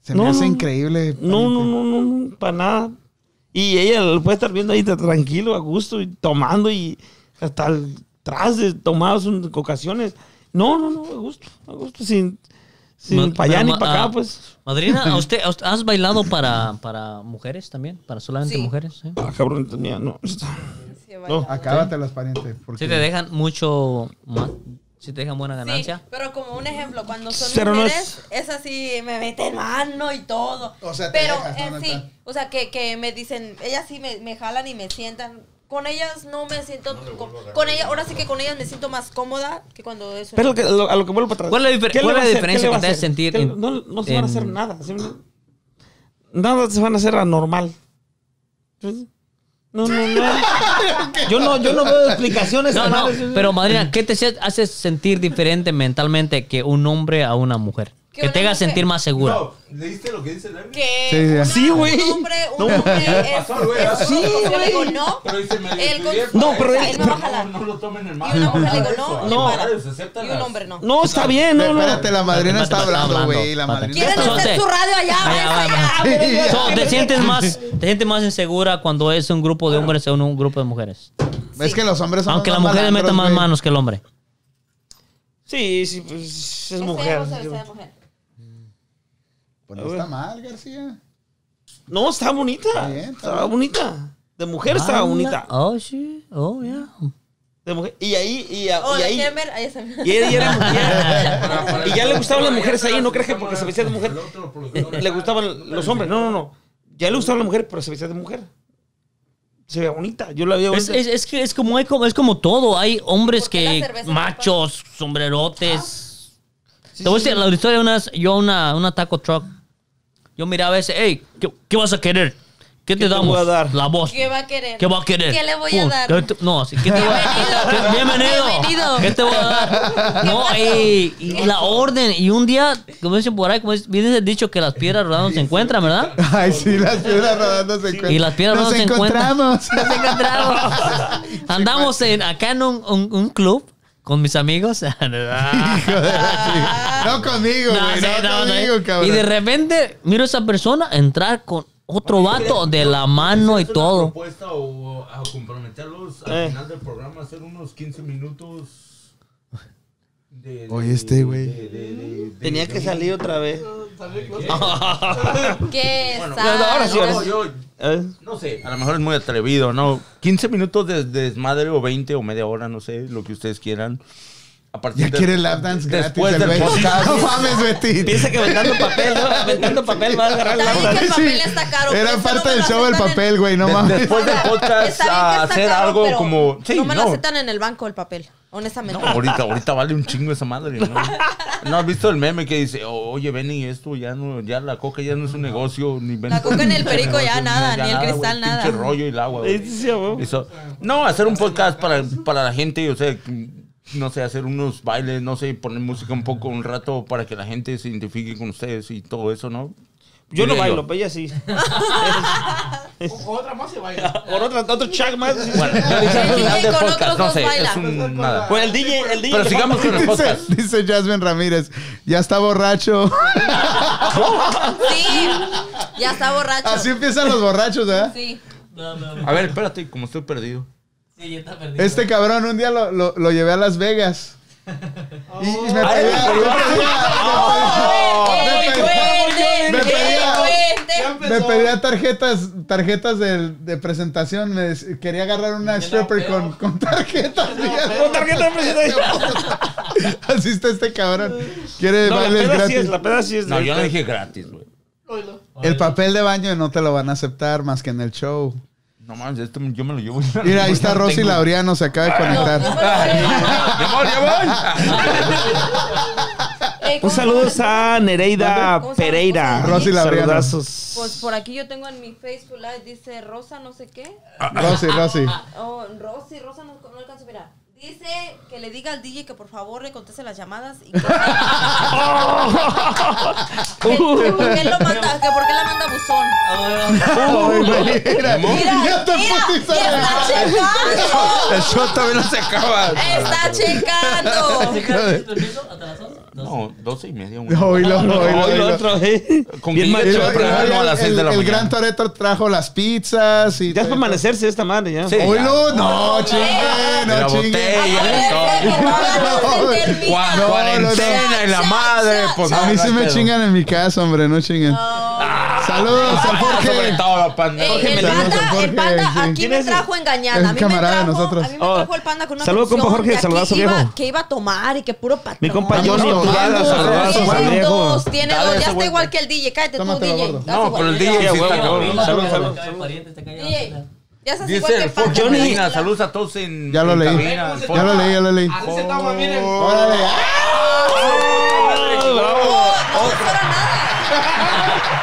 [SPEAKER 1] Se me
[SPEAKER 2] No,
[SPEAKER 1] hace
[SPEAKER 2] no.
[SPEAKER 1] increíble.
[SPEAKER 2] No, no,
[SPEAKER 1] pariente.
[SPEAKER 2] no, no, no, para nada. Y ella lo puede estar viendo ahí tra- tranquilo, a gusto, y tomando y hasta atrás de tomados en ocasiones. No, no, no, a gusto, a gusto, sin, sin
[SPEAKER 7] Ma-
[SPEAKER 2] para allá
[SPEAKER 7] pero
[SPEAKER 2] ni
[SPEAKER 7] ma-
[SPEAKER 2] para acá,
[SPEAKER 7] ah,
[SPEAKER 2] pues.
[SPEAKER 7] Madrina, ¿a usted, a usted- ¿has bailado para, para mujeres también? ¿Para solamente
[SPEAKER 3] Sí.
[SPEAKER 7] mujeres? Sí.
[SPEAKER 2] Ah, cabrón, tenía, no.
[SPEAKER 3] Sí, vaya.
[SPEAKER 1] Acábatelas, pariente. Porque
[SPEAKER 7] Sí, te dejan mucho más.
[SPEAKER 6] Si te dejan buena
[SPEAKER 3] Sí,
[SPEAKER 6] ganancia.
[SPEAKER 3] pero como un ejemplo, cuando son
[SPEAKER 2] Pero no
[SPEAKER 3] mujeres, es así, me meten mano y todo.
[SPEAKER 1] O sea, te
[SPEAKER 3] pero
[SPEAKER 1] dejas, ¿no?
[SPEAKER 3] en
[SPEAKER 1] Neta.
[SPEAKER 3] sí, o sea, que, que me dicen, ellas sí me, me jalan y me sientan. Con ellas no me siento, con, con ellas, ahora sí que con ellas me siento más cómoda que cuando es un
[SPEAKER 2] Pero lo que- lo- a lo que vuelvo para atrás.
[SPEAKER 6] ¿Cuál es la difer-
[SPEAKER 2] ¿Qué le
[SPEAKER 6] cuál
[SPEAKER 2] va
[SPEAKER 6] es
[SPEAKER 2] a
[SPEAKER 6] la
[SPEAKER 2] hacer?
[SPEAKER 6] diferencia
[SPEAKER 2] ¿Qué le va a
[SPEAKER 6] que te hace
[SPEAKER 2] hacer?
[SPEAKER 6] sentir
[SPEAKER 2] ¿Qué le-
[SPEAKER 6] en-
[SPEAKER 2] No, no se van a hacer
[SPEAKER 6] en-
[SPEAKER 2] nada. se van- Nada se van a hacer anormal. No, no, no. Yo no, yo no veo explicaciones.
[SPEAKER 6] No, no,
[SPEAKER 2] normales.
[SPEAKER 6] pero madrina, ¿qué te se- hace sentir diferente mentalmente que un hombre a una mujer?
[SPEAKER 3] Que
[SPEAKER 6] Que
[SPEAKER 3] una
[SPEAKER 6] te haga
[SPEAKER 3] mujer.
[SPEAKER 6] sentir más segura.
[SPEAKER 5] No, ¿leíste lo que dice el árbitro?
[SPEAKER 3] que
[SPEAKER 1] Sí, sí.
[SPEAKER 3] una-
[SPEAKER 2] Sí, güey.
[SPEAKER 3] un hombre, un hombre es,
[SPEAKER 5] Pasó, güey.
[SPEAKER 3] es-
[SPEAKER 5] Sí,
[SPEAKER 3] yo le digo
[SPEAKER 2] güey.
[SPEAKER 3] no,
[SPEAKER 5] Pero dice, me
[SPEAKER 3] él con-
[SPEAKER 5] decidí para
[SPEAKER 2] No, pero
[SPEAKER 5] eso.
[SPEAKER 2] él-
[SPEAKER 3] él me va a
[SPEAKER 2] pero-
[SPEAKER 3] jalar.
[SPEAKER 5] No, no lo tomen en
[SPEAKER 3] Y una
[SPEAKER 5] mano.
[SPEAKER 3] mujer le digo
[SPEAKER 5] Eso,
[SPEAKER 3] no,
[SPEAKER 5] no.
[SPEAKER 3] no,
[SPEAKER 5] Varios aceptan
[SPEAKER 3] y un
[SPEAKER 5] las-
[SPEAKER 3] hombre no.
[SPEAKER 2] No, está bien, no, no.
[SPEAKER 1] Espérate, la madrina está hablando, güey. La
[SPEAKER 6] Espérate.
[SPEAKER 1] madrina
[SPEAKER 3] ¿Quieren
[SPEAKER 1] está
[SPEAKER 6] Estos son
[SPEAKER 3] hacer
[SPEAKER 6] de-
[SPEAKER 3] su radio allá?
[SPEAKER 6] Allá va,
[SPEAKER 3] váyanse
[SPEAKER 6] va.
[SPEAKER 3] allá, güey.
[SPEAKER 6] So, te sientes más te sientes más insegura cuando es un grupo de hombres o un, un grupo de mujeres.
[SPEAKER 1] Es que los hombres son
[SPEAKER 6] Aunque
[SPEAKER 1] los
[SPEAKER 6] las mujeres
[SPEAKER 1] malandros,
[SPEAKER 6] metan más
[SPEAKER 1] güey.
[SPEAKER 6] manos que el hombre.
[SPEAKER 2] Sí, sí, pues es
[SPEAKER 3] Ese
[SPEAKER 2] mujer.
[SPEAKER 3] no se desea mujer.
[SPEAKER 1] Pues no está mal, García.
[SPEAKER 2] No, está bonita.
[SPEAKER 1] Está bien, está
[SPEAKER 2] Estaba bonita. De mujer estaba
[SPEAKER 6] Ah,
[SPEAKER 2] bonita.
[SPEAKER 6] Oh, sí. Oh, yeah.
[SPEAKER 2] De mujer. Y ahí, y, a-
[SPEAKER 3] Oh,
[SPEAKER 2] y
[SPEAKER 3] la
[SPEAKER 2] ahí.
[SPEAKER 3] Kemmer, ahí se me-
[SPEAKER 2] Y ella ya era mujer.
[SPEAKER 5] para-
[SPEAKER 2] y ya le gustaban las mujeres ahí, no crees que
[SPEAKER 5] Para-
[SPEAKER 2] porque se vestía de mujer.
[SPEAKER 5] El otro productor.
[SPEAKER 2] Le gustaban los hombres, no, no, no. Ya le gustaban las mujeres, pero se vestía de mujer. Se veía bonita. Yo la veía
[SPEAKER 6] Es,
[SPEAKER 2] bonita.
[SPEAKER 6] es- es que es como, hay como- es como todo. Hay hombres
[SPEAKER 3] ¿Por qué la
[SPEAKER 6] que
[SPEAKER 3] cerveza no
[SPEAKER 6] machos, sombrerotes.
[SPEAKER 2] Sí,
[SPEAKER 6] Te voy
[SPEAKER 2] Ah.
[SPEAKER 6] a
[SPEAKER 2] sí,
[SPEAKER 6] decir la historia de unas, yo una, una taco truck. Yo miraba ese, hey, ¿qué, qué vas a querer? ¿Qué te
[SPEAKER 2] te
[SPEAKER 6] damos?
[SPEAKER 2] voy a dar?
[SPEAKER 6] La voz.
[SPEAKER 3] ¿Qué va a querer?
[SPEAKER 6] ¿Qué va a querer?
[SPEAKER 3] ¿Qué le voy a
[SPEAKER 6] Pum,
[SPEAKER 3] dar?
[SPEAKER 6] ¿qué te- no, sí, ¿qué te va
[SPEAKER 3] Bienvenido.
[SPEAKER 6] ¿Qué- bienvenido.
[SPEAKER 3] Bienvenido.
[SPEAKER 6] ¿Qué te voy a dar? No, y, y la orden. Y un día, como dicen por ahí, como dice- bien dice el dicho que las piedras rodando se encuentran, ¿verdad?
[SPEAKER 1] Ay, sí, las piedras rodando se encuentran.
[SPEAKER 6] Y las piedras
[SPEAKER 1] Nos
[SPEAKER 6] rodando se
[SPEAKER 1] encontramos.
[SPEAKER 6] Nos encontramos. Andamos en, acá en un, un- un club con mis amigos.
[SPEAKER 1] Hijo de la chi- No conmigo,
[SPEAKER 6] No,
[SPEAKER 1] güey.
[SPEAKER 6] sí,
[SPEAKER 1] No,
[SPEAKER 6] no, no.
[SPEAKER 1] conmigo, cabrón.
[SPEAKER 6] Y de repente miro a esa persona entrar con otro vato de la mano y
[SPEAKER 5] ¿Es una
[SPEAKER 6] todo.
[SPEAKER 5] propuesta o a comprometerlos al
[SPEAKER 2] Eh.
[SPEAKER 5] final del programa a hacer unos 15 minutos de... de-
[SPEAKER 1] Oye, este, güey.
[SPEAKER 5] de- de- de- de-
[SPEAKER 2] Tenía
[SPEAKER 5] de-
[SPEAKER 2] que salir otra vez.
[SPEAKER 3] ¿Qué
[SPEAKER 5] Bueno,
[SPEAKER 3] sabe?
[SPEAKER 2] ahora sí, ahora
[SPEAKER 5] No,
[SPEAKER 2] sí.
[SPEAKER 5] yo
[SPEAKER 2] Eh,
[SPEAKER 5] no sé, a lo mejor es muy atrevido, ¿no? 15 minutos de de desmadre o 20 o media hora, no sé, lo que ustedes quieran. A partir
[SPEAKER 1] Ya
[SPEAKER 5] de-
[SPEAKER 1] quiere lap dance gratis
[SPEAKER 5] Después
[SPEAKER 1] el
[SPEAKER 5] del
[SPEAKER 1] güey.
[SPEAKER 5] podcast.
[SPEAKER 1] No mames, Betty.
[SPEAKER 2] Piensa que aventando papel, ¿no? Aventando papel va a agarrar
[SPEAKER 3] Está bien
[SPEAKER 2] la
[SPEAKER 3] que el papel está caro.
[SPEAKER 1] Era
[SPEAKER 3] pero
[SPEAKER 1] parte
[SPEAKER 3] no me
[SPEAKER 1] del
[SPEAKER 3] lo
[SPEAKER 1] show el
[SPEAKER 3] aceptan en-
[SPEAKER 1] papel, güey. No
[SPEAKER 5] de-
[SPEAKER 1] mames.
[SPEAKER 5] después del podcast
[SPEAKER 3] Está bien que
[SPEAKER 5] a
[SPEAKER 3] está
[SPEAKER 5] hacer
[SPEAKER 3] caro,
[SPEAKER 5] algo
[SPEAKER 3] pero
[SPEAKER 5] como... Sí,
[SPEAKER 3] no me lo aceptan en el banco el papel, honestamente.
[SPEAKER 5] No, ahorita, ahorita vale un chingo esa madre, ¿no? ¿No has visto el meme que dice, "O- oye, Benny, esto ya no, ya la coca ya no es un negocio, ni venta-
[SPEAKER 3] coca en el perico ya
[SPEAKER 5] ni-
[SPEAKER 3] nada, ni el
[SPEAKER 5] güey,
[SPEAKER 3] cristal nada.
[SPEAKER 5] Pinche rollo y el agua, güey.
[SPEAKER 2] Sí, Este sí, güey.
[SPEAKER 5] Eso- No, hacer un podcast para, para la gente, o sea, no sé, hacer unos bailes, no sé, poner música un poco, un rato para que la gente se identifique con ustedes y todo eso, ¿no?
[SPEAKER 2] Yo no
[SPEAKER 5] Diría
[SPEAKER 2] bailo, pero ella sí.
[SPEAKER 9] O- Otra más se baila.
[SPEAKER 2] Por otro, otro chac más.
[SPEAKER 5] Bueno, yo dije al
[SPEAKER 3] El
[SPEAKER 5] final
[SPEAKER 3] DJ
[SPEAKER 5] del
[SPEAKER 3] con
[SPEAKER 5] podcast,
[SPEAKER 3] otros
[SPEAKER 5] no
[SPEAKER 3] dos
[SPEAKER 5] sé,
[SPEAKER 3] baila.
[SPEAKER 5] es un nada.
[SPEAKER 2] Pues el DJ, el DJ.
[SPEAKER 5] Pero sigamos con el
[SPEAKER 1] Dice,
[SPEAKER 5] podcast.
[SPEAKER 1] dice Jasmine Ramírez, ya está borracho.
[SPEAKER 3] Sí, ya está borracho.
[SPEAKER 1] Así empiezan los borrachos, ¿verdad?
[SPEAKER 3] Sí.
[SPEAKER 10] No, no, no.
[SPEAKER 5] A ver, espérate, como estoy perdido.
[SPEAKER 10] Sí, ya está perdido.
[SPEAKER 1] Este cabrón un día lo, lo- lo llevé a Las Vegas. Y y me
[SPEAKER 2] Ay,
[SPEAKER 1] pedía-
[SPEAKER 2] por
[SPEAKER 1] me
[SPEAKER 2] favor.
[SPEAKER 1] pedía- me pedía-
[SPEAKER 3] ¡Qué cuente!
[SPEAKER 1] me
[SPEAKER 3] ¡Qué
[SPEAKER 1] pedía-
[SPEAKER 3] cuente!
[SPEAKER 1] me pedía tarjetas tarjetas de, de presentación. Me des- quería agarrar una stripper con, con tarjetas.
[SPEAKER 2] Con tarjeta de presentación.
[SPEAKER 1] Así está este cabrón. Quiere
[SPEAKER 2] No, la
[SPEAKER 1] bailes
[SPEAKER 2] peda sí
[SPEAKER 1] Eh, gratis.
[SPEAKER 2] es, la peda sí es.
[SPEAKER 5] No, yo no dije gratis, güey.
[SPEAKER 9] Oílo.
[SPEAKER 1] El papel de baño no te lo van a aceptar más que en el show.
[SPEAKER 5] No mames, esto yo me lo llevo.
[SPEAKER 1] Mira,
[SPEAKER 2] pues
[SPEAKER 1] ahí está Rosy
[SPEAKER 5] Tengo-
[SPEAKER 1] Laureano, se acaba de conectar.
[SPEAKER 5] ¡Llamó, llamó!
[SPEAKER 3] Eh,
[SPEAKER 2] Un
[SPEAKER 3] ¿cómo
[SPEAKER 2] saludo
[SPEAKER 3] se llama?
[SPEAKER 2] a Nereida
[SPEAKER 3] ¿Cómo se llama?
[SPEAKER 2] Pereira.
[SPEAKER 1] Rosy Laureano.
[SPEAKER 2] Saludazos.
[SPEAKER 3] Pues por aquí yo tengo en mi Facebook Live, dice Rosa no sé qué.
[SPEAKER 1] Rosy, Rosy.
[SPEAKER 3] Oh, Rosy, Rosa no, no alcanzo a mirar. Dice que le diga al DJ que por favor le conteste las llamadas y que, que- que por qué lo manda, que por qué la manda a buzón. pues,
[SPEAKER 2] Oh,
[SPEAKER 1] Ay, güey, mira,
[SPEAKER 3] Mira,
[SPEAKER 1] Oh. ya te
[SPEAKER 3] mira,
[SPEAKER 1] putiza.
[SPEAKER 3] está checando.
[SPEAKER 5] El show todavía no se acaba.
[SPEAKER 3] Está
[SPEAKER 10] ¿Se
[SPEAKER 3] checando.
[SPEAKER 10] queda sin permiso hasta las 11?
[SPEAKER 5] No, doce y media. güey.
[SPEAKER 1] Oílo, oílo,
[SPEAKER 2] No, y lo
[SPEAKER 1] oílo.
[SPEAKER 2] otro, eh.
[SPEAKER 5] Con
[SPEAKER 2] Bien
[SPEAKER 1] Y luego- y
[SPEAKER 2] macho.
[SPEAKER 5] Guillermo temprano a
[SPEAKER 1] luego
[SPEAKER 5] las
[SPEAKER 1] El
[SPEAKER 5] seis de la
[SPEAKER 1] el
[SPEAKER 5] mañana.
[SPEAKER 1] gran Toreto trajo las pizzas y.
[SPEAKER 2] Ya es para
[SPEAKER 1] todo.
[SPEAKER 2] amanecerse esta madre, ya.
[SPEAKER 5] Sí.
[SPEAKER 1] Oílo, no, chingue,
[SPEAKER 5] De la
[SPEAKER 1] no chingue.
[SPEAKER 5] botella,
[SPEAKER 3] Acuérdense que no hablamos de
[SPEAKER 5] todo. Cua-
[SPEAKER 3] terminar.
[SPEAKER 5] Cuarentena y la madre. pues,
[SPEAKER 1] A mí
[SPEAKER 5] no
[SPEAKER 1] sí
[SPEAKER 5] hay
[SPEAKER 1] me
[SPEAKER 5] pedo.
[SPEAKER 1] chingan en mi casa, hombre, no chinguen.
[SPEAKER 3] Oh,
[SPEAKER 1] Saludos
[SPEAKER 5] Ah,
[SPEAKER 1] a Jorge.
[SPEAKER 5] Sobre todo, panda.
[SPEAKER 3] Ey, Eh, el
[SPEAKER 1] me la Eh,
[SPEAKER 3] panda,
[SPEAKER 1] hizo, Jorge,
[SPEAKER 3] el panda
[SPEAKER 1] sí.
[SPEAKER 3] aquí
[SPEAKER 2] ¿Quién
[SPEAKER 3] me
[SPEAKER 2] es ese?
[SPEAKER 3] trajo engañada.
[SPEAKER 1] Es
[SPEAKER 3] A mí me
[SPEAKER 1] camarada de
[SPEAKER 3] trajo,
[SPEAKER 1] nosotros.
[SPEAKER 3] a mí me
[SPEAKER 2] Oh.
[SPEAKER 3] trajo el panda con una
[SPEAKER 2] Saludos, compa
[SPEAKER 3] canción
[SPEAKER 2] Jorge,
[SPEAKER 3] de aquí
[SPEAKER 2] saludazo,
[SPEAKER 3] iba-
[SPEAKER 2] viejo.
[SPEAKER 3] Que iba a tomar y que puro patrón.
[SPEAKER 2] Mi compa
[SPEAKER 1] Vamos,
[SPEAKER 2] Johnny
[SPEAKER 1] vamos,
[SPEAKER 2] Turada,
[SPEAKER 1] vamos,
[SPEAKER 2] saludazo,
[SPEAKER 1] vamos.
[SPEAKER 2] más
[SPEAKER 3] Tiene
[SPEAKER 2] viejo.
[SPEAKER 3] dos, tiene
[SPEAKER 5] Dale
[SPEAKER 3] dos.
[SPEAKER 5] ese
[SPEAKER 3] Ya está
[SPEAKER 5] güey.
[SPEAKER 3] igual que el DJ. Cállate tú,
[SPEAKER 1] Tómatelo,
[SPEAKER 3] DJ.
[SPEAKER 1] gordo.
[SPEAKER 3] Estás
[SPEAKER 5] No,
[SPEAKER 3] igual.
[SPEAKER 5] con el
[SPEAKER 6] Sí,
[SPEAKER 5] DJ sí
[SPEAKER 6] huevo,
[SPEAKER 5] está cabrón.
[SPEAKER 6] huevo,
[SPEAKER 5] Salud,
[SPEAKER 6] huevo,
[SPEAKER 5] salud.
[SPEAKER 6] acá de pariente, está callado.
[SPEAKER 3] DJ, ya estás igual
[SPEAKER 5] Dice
[SPEAKER 3] que
[SPEAKER 5] el
[SPEAKER 3] el panda.
[SPEAKER 5] Forge
[SPEAKER 2] Johnny.
[SPEAKER 5] Medina, saludos a todos en.
[SPEAKER 1] Ya lo
[SPEAKER 5] en
[SPEAKER 1] leí.
[SPEAKER 5] cabina, el
[SPEAKER 1] Ya
[SPEAKER 5] Forge.
[SPEAKER 1] lo leí, ya lo leí.
[SPEAKER 5] Ah,
[SPEAKER 8] Así se toma, miren.
[SPEAKER 1] Órale. ¡Ah!
[SPEAKER 3] Oh, no, no fuera nada.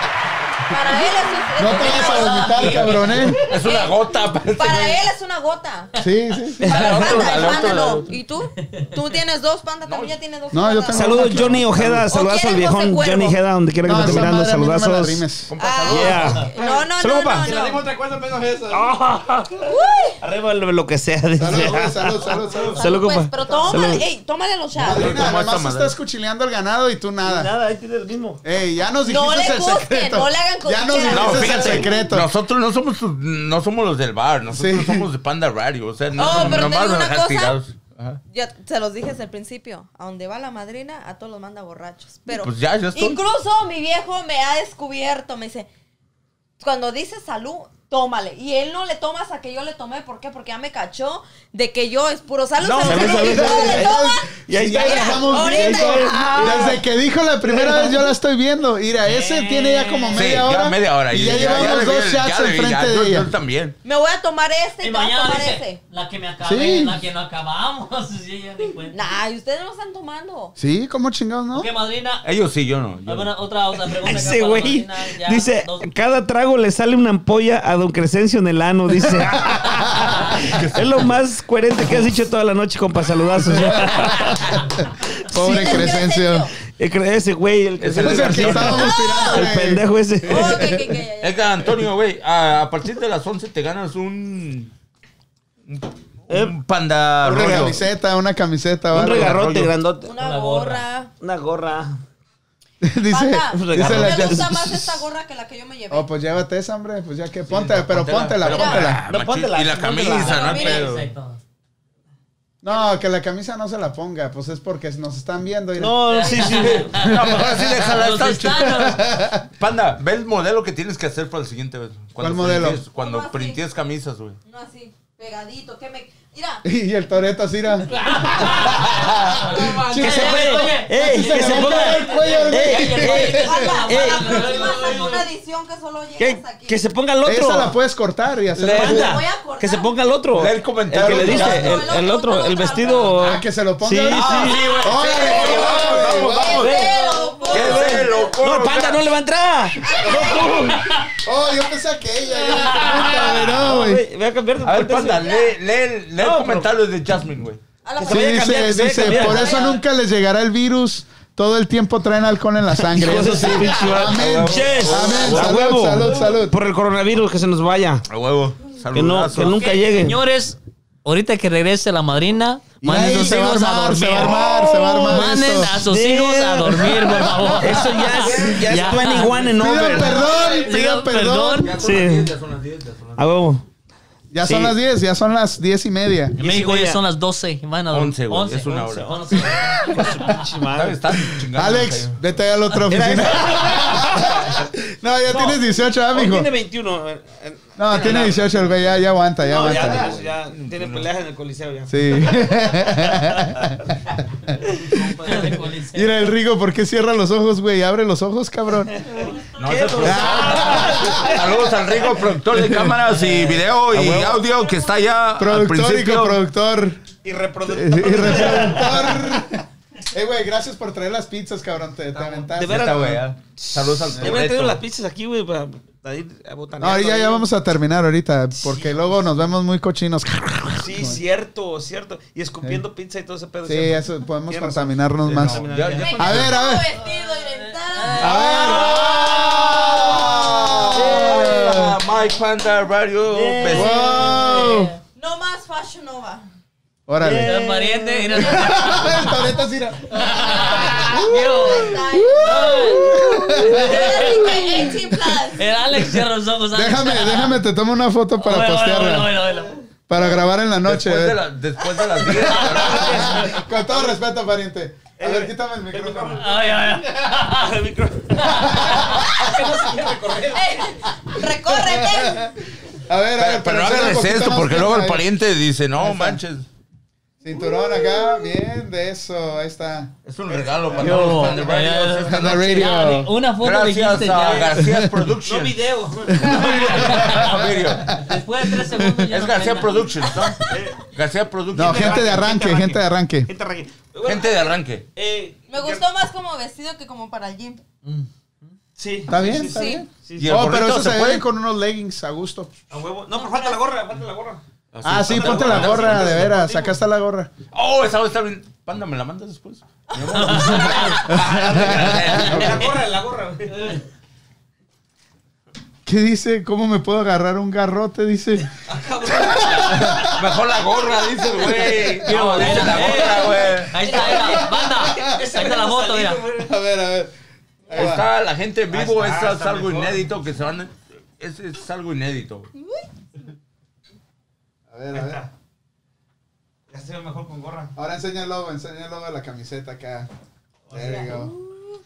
[SPEAKER 3] Para él es- es
[SPEAKER 1] No te
[SPEAKER 3] es
[SPEAKER 1] vayas a
[SPEAKER 3] una-
[SPEAKER 1] vomitar, este cabrón, ¿eh?
[SPEAKER 5] Es una gota. parece,
[SPEAKER 3] Para
[SPEAKER 5] güey.
[SPEAKER 3] él es una gota.
[SPEAKER 1] Sí, sí. sí.
[SPEAKER 3] Para el panda, el
[SPEAKER 5] dale,
[SPEAKER 3] panda
[SPEAKER 5] otro,
[SPEAKER 3] no.
[SPEAKER 5] dale, otro.
[SPEAKER 3] ¿Y tú? Tú tienes dos pandas, también ya tienes dos.
[SPEAKER 1] No, yo
[SPEAKER 3] pandas.
[SPEAKER 1] tengo-
[SPEAKER 2] Saludos, Johnny Ojeda. Saludazo al
[SPEAKER 3] quieren
[SPEAKER 2] viejón
[SPEAKER 3] José Cuervo.
[SPEAKER 2] Johnny Ojeda, donde quiera que
[SPEAKER 1] No,
[SPEAKER 2] me esté
[SPEAKER 1] esa
[SPEAKER 2] mirando.
[SPEAKER 1] madre a mí no me la
[SPEAKER 2] Saludazos.
[SPEAKER 1] rimes.
[SPEAKER 3] Ah,
[SPEAKER 2] Yeah.
[SPEAKER 3] No, no,
[SPEAKER 2] Saludos,
[SPEAKER 3] no,
[SPEAKER 2] pa.
[SPEAKER 3] no,
[SPEAKER 8] Si le dimos
[SPEAKER 3] no.
[SPEAKER 8] otra cosa, menos eso.
[SPEAKER 2] Arriba lo, lo que sea. dice.
[SPEAKER 1] Salud, güey, salud, salud, salud.
[SPEAKER 2] Salud,
[SPEAKER 3] pues,
[SPEAKER 2] compa.
[SPEAKER 3] pero tómale,
[SPEAKER 2] Salud.
[SPEAKER 3] ey, tómale los chavos.
[SPEAKER 1] Madrina,
[SPEAKER 5] ¿Cómo esta
[SPEAKER 1] además
[SPEAKER 5] madre?
[SPEAKER 1] estás cuchileando al ganado y tú nada.
[SPEAKER 2] ahí tienes el mismo.
[SPEAKER 1] Ey, ya nos dijiste
[SPEAKER 3] No le
[SPEAKER 1] el
[SPEAKER 3] busquen,
[SPEAKER 1] secreto.
[SPEAKER 3] no le hagan
[SPEAKER 1] Ya nos
[SPEAKER 3] cuchilear.
[SPEAKER 1] dijiste
[SPEAKER 5] No,
[SPEAKER 1] el
[SPEAKER 5] fíjate,
[SPEAKER 1] secreto.
[SPEAKER 5] nosotros no somos, sus- no somos los del bar, nosotros
[SPEAKER 1] Sí.
[SPEAKER 5] somos de Panda Radio, o sea, no,
[SPEAKER 3] Oh, pero te
[SPEAKER 5] nomás
[SPEAKER 3] digo
[SPEAKER 5] nos
[SPEAKER 3] una
[SPEAKER 5] dejan
[SPEAKER 3] cosa.
[SPEAKER 5] tirados. Ajá.
[SPEAKER 3] Ya se los dije desde el principio. A donde va la madrina, a todos los manda borrachos. Pero
[SPEAKER 5] Pues ya, ya estoy.
[SPEAKER 3] incluso mi viejo me ha descubierto. Me dice, cuando dice salud, tómale. Y él no le toma hasta que yo le tomé. ¿Por qué? Porque ya me cachó de que yo es puro salud.
[SPEAKER 5] No,
[SPEAKER 3] salud,
[SPEAKER 5] salud,
[SPEAKER 3] salud, y
[SPEAKER 5] salud,
[SPEAKER 3] todos le toman.
[SPEAKER 2] Y ahí
[SPEAKER 1] Ya
[SPEAKER 2] está.
[SPEAKER 1] la estamos
[SPEAKER 3] Ahorita.
[SPEAKER 1] viendo. Desde que dijo la primera vez, yo la estoy viendo. Mira,
[SPEAKER 3] Eh.
[SPEAKER 1] ese tiene ya como
[SPEAKER 5] Sí,
[SPEAKER 1] media
[SPEAKER 5] ya
[SPEAKER 1] hora.
[SPEAKER 5] media hora.
[SPEAKER 1] Y ya,
[SPEAKER 5] le
[SPEAKER 1] llevamos
[SPEAKER 5] vi
[SPEAKER 1] dos
[SPEAKER 5] el-
[SPEAKER 1] shots
[SPEAKER 5] ya le vi, ya,
[SPEAKER 1] enfrente
[SPEAKER 5] yo-
[SPEAKER 1] de
[SPEAKER 5] yo
[SPEAKER 1] ella.
[SPEAKER 5] también.
[SPEAKER 3] Me voy a tomar este y
[SPEAKER 4] Y
[SPEAKER 3] te vas a
[SPEAKER 4] mañana
[SPEAKER 3] tomar
[SPEAKER 4] dice,
[SPEAKER 3] ese.
[SPEAKER 4] la que me
[SPEAKER 1] Sí.
[SPEAKER 4] acabé, la que no acabamos. Sí, ya ni cuenta.
[SPEAKER 3] Nah, y ustedes no lo están tomando.
[SPEAKER 1] Sí, como chingados, ¿no?
[SPEAKER 6] Ok, madrina.
[SPEAKER 5] Ellos sí, yo no. yo no.
[SPEAKER 6] Alguna otra, otra pregunta. acá
[SPEAKER 2] Ese
[SPEAKER 6] para
[SPEAKER 2] güey
[SPEAKER 6] madrina, ya,
[SPEAKER 2] dice,
[SPEAKER 6] dos-
[SPEAKER 2] cada trago le sale una ampolla a don Crescencio en el ano, dice. es lo más coherente que has dicho toda la noche, compa, saludazos.
[SPEAKER 1] Pobre
[SPEAKER 3] Sí,
[SPEAKER 1] Crescencio.
[SPEAKER 2] El cre- ese güey, el,
[SPEAKER 5] Ese
[SPEAKER 1] Ese Es el que
[SPEAKER 5] García.
[SPEAKER 1] estábamos tirando.
[SPEAKER 2] el
[SPEAKER 1] güey.
[SPEAKER 2] pendejo ese.
[SPEAKER 3] Oh, que, que, que-
[SPEAKER 5] Es que, Antonio, güey, a, a partir de las 11 te ganas un. Un, un panda
[SPEAKER 1] Una
[SPEAKER 5] rollo.
[SPEAKER 1] camiseta, una camiseta.
[SPEAKER 2] Un
[SPEAKER 1] algo.
[SPEAKER 2] regarrote grandote.
[SPEAKER 3] Una
[SPEAKER 6] Una gorra.
[SPEAKER 3] gorra.
[SPEAKER 2] Una gorra.
[SPEAKER 1] dice,
[SPEAKER 3] Panda,
[SPEAKER 1] dice
[SPEAKER 3] me
[SPEAKER 1] la
[SPEAKER 3] gusta más esta gorra que la que yo me llevé.
[SPEAKER 1] Oh, pues llévate esa, hombre. Pues ya que ponte, pero póntela,
[SPEAKER 5] pero
[SPEAKER 1] póntela.
[SPEAKER 5] póntela.
[SPEAKER 2] No, póntela,
[SPEAKER 5] Y la
[SPEAKER 2] póntela.
[SPEAKER 5] camisa, no
[SPEAKER 3] Pero
[SPEAKER 5] Pero-
[SPEAKER 6] Exacto.
[SPEAKER 1] No, que la camisa no se la ponga. Pues es porque nos están viendo. y-
[SPEAKER 2] No, sí, sí.
[SPEAKER 5] No, mejor así déjala.
[SPEAKER 6] Los
[SPEAKER 5] está
[SPEAKER 6] estanos.
[SPEAKER 5] chido. Panda, ve el modelo que tienes que hacer para el siguiente vez.
[SPEAKER 1] ¿Cuál modelo?
[SPEAKER 5] printes-
[SPEAKER 3] ¿Cómo
[SPEAKER 5] cuando
[SPEAKER 3] así?
[SPEAKER 5] printes camisas, güey.
[SPEAKER 3] No así, pegadito, que me. Mira,
[SPEAKER 1] Y el Toreto así era.
[SPEAKER 2] Que se
[SPEAKER 6] Oye,
[SPEAKER 2] ponga.
[SPEAKER 6] oye,
[SPEAKER 2] Ey,
[SPEAKER 1] se
[SPEAKER 2] que se
[SPEAKER 1] le
[SPEAKER 2] ponga.
[SPEAKER 1] cae el cuello al
[SPEAKER 2] Ey,
[SPEAKER 1] güey.
[SPEAKER 2] ey,
[SPEAKER 3] a la, a
[SPEAKER 1] Eh.
[SPEAKER 2] ey,
[SPEAKER 3] la próxima saco una edición que solo llega
[SPEAKER 2] que,
[SPEAKER 3] hasta aquí.
[SPEAKER 2] que se ponga el
[SPEAKER 1] Esa la
[SPEAKER 2] otro.
[SPEAKER 1] puedes cortar y hacer.
[SPEAKER 2] Panda,
[SPEAKER 3] Voy a cortar.
[SPEAKER 2] que se ponga el otro.
[SPEAKER 5] Lee el comentario.
[SPEAKER 2] que le
[SPEAKER 3] No,
[SPEAKER 2] dice,
[SPEAKER 3] no,
[SPEAKER 2] el, el otro, el
[SPEAKER 3] otro.
[SPEAKER 2] vestido.
[SPEAKER 1] Ah, que se lo ponga.
[SPEAKER 2] Sí,
[SPEAKER 1] Ah,
[SPEAKER 2] sí.
[SPEAKER 1] órale, órale,
[SPEAKER 5] vamos,
[SPEAKER 1] órale.
[SPEAKER 5] vamos.
[SPEAKER 3] Pero,
[SPEAKER 5] ¡Qué
[SPEAKER 3] por-
[SPEAKER 5] de loco!
[SPEAKER 2] No, el panda no le va a entrar.
[SPEAKER 1] Oh, yo pensé que ella. Puta, güey, no, güey.
[SPEAKER 2] Voy a cambiar de
[SPEAKER 5] A ver,
[SPEAKER 2] pantalón.
[SPEAKER 5] panda, lee, lee, lee
[SPEAKER 2] No,
[SPEAKER 5] el comentario de Jasmine, güey.
[SPEAKER 3] a la
[SPEAKER 2] Que se
[SPEAKER 1] Sí,
[SPEAKER 2] vaya a
[SPEAKER 3] próxima-
[SPEAKER 2] cambiar,
[SPEAKER 1] dice,
[SPEAKER 2] que se vaya a
[SPEAKER 1] dice,
[SPEAKER 2] cambiar.
[SPEAKER 1] por eso nunca les llegará el virus. Todo el tiempo traen alcohol en la sangre.
[SPEAKER 2] Hijo de
[SPEAKER 1] Eso sí.
[SPEAKER 2] su pinche madre.
[SPEAKER 1] Amén.
[SPEAKER 2] Yes.
[SPEAKER 1] Amén.
[SPEAKER 2] A
[SPEAKER 1] Salud,
[SPEAKER 2] huevo.
[SPEAKER 1] salud, salud.
[SPEAKER 2] Por el coronavirus, que se nos vaya.
[SPEAKER 5] A huevo.
[SPEAKER 2] Que, no,
[SPEAKER 5] Saludos.
[SPEAKER 2] que nunca
[SPEAKER 6] Ok,
[SPEAKER 2] llegue.
[SPEAKER 6] Eh, Señores, ahorita que regrese la madrina, manden
[SPEAKER 1] Ay,
[SPEAKER 6] sus
[SPEAKER 1] se va a
[SPEAKER 6] hijos a
[SPEAKER 1] armar,
[SPEAKER 6] dormir.
[SPEAKER 1] se va a armar, se va a armar
[SPEAKER 6] Manden
[SPEAKER 1] esto.
[SPEAKER 6] a sus
[SPEAKER 2] Damn.
[SPEAKER 6] hijos a dormir, por favor.
[SPEAKER 2] Eso ya es, ya es 21
[SPEAKER 1] Pidan
[SPEAKER 2] en over.
[SPEAKER 1] perdón, pidan
[SPEAKER 6] Pidan
[SPEAKER 1] perdón.
[SPEAKER 6] perdón.
[SPEAKER 2] Sí, a huevo.
[SPEAKER 1] Ya son
[SPEAKER 2] Sí.
[SPEAKER 1] las 10, ya son las 10 y media.
[SPEAKER 6] En México ya son las 12. Van a dormir.
[SPEAKER 5] 11, güey, es una hora.
[SPEAKER 6] 11.
[SPEAKER 5] Están chingando.
[SPEAKER 1] Alex, vete a la otra oficina. no, ya tienes 18, ¿ah, mijo?
[SPEAKER 2] Oh, Tiene 21. eh, eh,
[SPEAKER 1] No, tiene
[SPEAKER 2] nada.
[SPEAKER 1] 18 el güey, ya, ya aguanta, ya
[SPEAKER 2] No,
[SPEAKER 1] aguanta.
[SPEAKER 2] ya, ya, ya tiene peleas en el coliseo ya.
[SPEAKER 1] Sí. Mira el Rigo, ¿por qué cierra los ojos, güey? Abre los ojos, cabrón.
[SPEAKER 5] No, ese es productor.
[SPEAKER 2] Ah.
[SPEAKER 5] Saludos al Rico, productor de cámaras y video y audio que está allá al
[SPEAKER 1] Productor y
[SPEAKER 5] principio.
[SPEAKER 1] coproductor.
[SPEAKER 2] Y
[SPEAKER 1] Y
[SPEAKER 2] reproductor.
[SPEAKER 1] reproductor. Eh, güey, gracias por traer las pizzas, cabrón. Te, te aventaste.
[SPEAKER 2] De veras,
[SPEAKER 5] Esta wea. ah. Saludos al
[SPEAKER 2] Yo me he traído las
[SPEAKER 5] Toreto.
[SPEAKER 2] pizzas aquí, güey, para, para ir a botanear.
[SPEAKER 1] No, ya, ya vamos a terminar ahorita, porque luego nos vemos muy cochinos.
[SPEAKER 2] Sí, cierto, cierto. Y escupiendo pizza y todo ese pedo.
[SPEAKER 1] Sí,
[SPEAKER 2] ¿cierto?
[SPEAKER 1] eso podemos
[SPEAKER 2] Tienes
[SPEAKER 1] contaminarnos
[SPEAKER 5] No,
[SPEAKER 1] más.
[SPEAKER 5] ya-
[SPEAKER 3] Me
[SPEAKER 5] ya-
[SPEAKER 1] A ver, a ver.
[SPEAKER 3] Vestido y ventana.
[SPEAKER 1] A ver.
[SPEAKER 5] Ah, Mike Panda pues, Radio. Besitos.
[SPEAKER 1] ¡Wow!
[SPEAKER 3] No más Fashion Nova.
[SPEAKER 1] Órale.
[SPEAKER 6] Eran parientes, mira.
[SPEAKER 1] El Toretto sí era- Ah,
[SPEAKER 3] Ahí
[SPEAKER 1] Uh.
[SPEAKER 3] está. Así que 18 plus.
[SPEAKER 6] El Alex cierra los ojos. Alex.
[SPEAKER 1] Déjame, déjame, te tomo una foto para
[SPEAKER 6] Oye, oye,
[SPEAKER 1] postearla.
[SPEAKER 6] oye, oye, oye.
[SPEAKER 1] Para grabar en la noche.
[SPEAKER 5] Después
[SPEAKER 1] a
[SPEAKER 5] de,
[SPEAKER 1] ver.
[SPEAKER 5] la- después de las 10.
[SPEAKER 1] Con todo respeto, pariente. A ver, quítame el Eh, micrófono.
[SPEAKER 7] Ay, ay, ay.
[SPEAKER 3] ¡Eh! ¡Recórrete!
[SPEAKER 1] A ver, a ver.
[SPEAKER 5] Pero, pero
[SPEAKER 1] hacer
[SPEAKER 5] hágales
[SPEAKER 1] un poquito
[SPEAKER 5] esto,
[SPEAKER 1] más
[SPEAKER 5] porque luego el
[SPEAKER 1] tiempo ahí.
[SPEAKER 5] pariente dice, no
[SPEAKER 1] está.
[SPEAKER 5] manches.
[SPEAKER 1] Cinturón acá, bien, de eso, ahí está.
[SPEAKER 5] Es un regalo para
[SPEAKER 7] Yo,
[SPEAKER 5] todos los Panda
[SPEAKER 7] ya,
[SPEAKER 5] Radios
[SPEAKER 7] ya,
[SPEAKER 5] esta
[SPEAKER 1] Panda
[SPEAKER 5] noche.
[SPEAKER 1] Radio.
[SPEAKER 7] Ya, Una foto
[SPEAKER 5] Gracias
[SPEAKER 7] dijiste
[SPEAKER 5] a
[SPEAKER 7] ya.
[SPEAKER 5] García Productions.
[SPEAKER 4] No video.
[SPEAKER 5] Video.
[SPEAKER 6] Después de tres segundos ya
[SPEAKER 5] Es
[SPEAKER 6] no
[SPEAKER 5] García
[SPEAKER 6] pena.
[SPEAKER 5] Productions, ¿no? García
[SPEAKER 1] No,
[SPEAKER 5] Productions.
[SPEAKER 1] gente de arranque, gente de arranque.
[SPEAKER 2] Gente arranque.
[SPEAKER 5] Gente de arranque.
[SPEAKER 2] Eh,
[SPEAKER 3] Me gustó más como vestido que como para el gym.
[SPEAKER 2] Sí.
[SPEAKER 1] ¿Está bien?
[SPEAKER 2] Sí,
[SPEAKER 1] ¿Está
[SPEAKER 2] sí,
[SPEAKER 1] bien?
[SPEAKER 2] sí, sí.
[SPEAKER 5] Y el
[SPEAKER 1] Oh, pero
[SPEAKER 5] gorrito
[SPEAKER 1] eso se,
[SPEAKER 5] se
[SPEAKER 1] ve
[SPEAKER 5] puede.
[SPEAKER 1] bien con unos leggings a gusto.
[SPEAKER 2] A huevo. No, pero falta la gorra, falta la gorra.
[SPEAKER 1] Ah, sí, ponte la gorra, de veras. Acá está la gorra.
[SPEAKER 5] Oh, esa va a estar bien. Panda, ¿me la mandas después?
[SPEAKER 2] La gorra, la gorra. Eh,
[SPEAKER 1] ¿Qué dice? ¿Cómo me puedo agarrar un garrote? Dice.
[SPEAKER 5] Mejor la gorra, dice el güey. No, dice la gorra, güey.
[SPEAKER 6] Ahí está, ahí está. Banda. Ahí está la foto, mira.
[SPEAKER 1] A ver, a ver.
[SPEAKER 5] Ahí está la gente en vivo,
[SPEAKER 2] Ahí está,
[SPEAKER 5] eso es
[SPEAKER 2] está
[SPEAKER 5] algo
[SPEAKER 2] mejor.
[SPEAKER 5] inédito que se van. Es, es algo inédito.
[SPEAKER 1] A ver, a ver.
[SPEAKER 2] Ya se ve mejor con gorra.
[SPEAKER 1] Ahora enséñalo, enséñalo a la camiseta acá. There we go.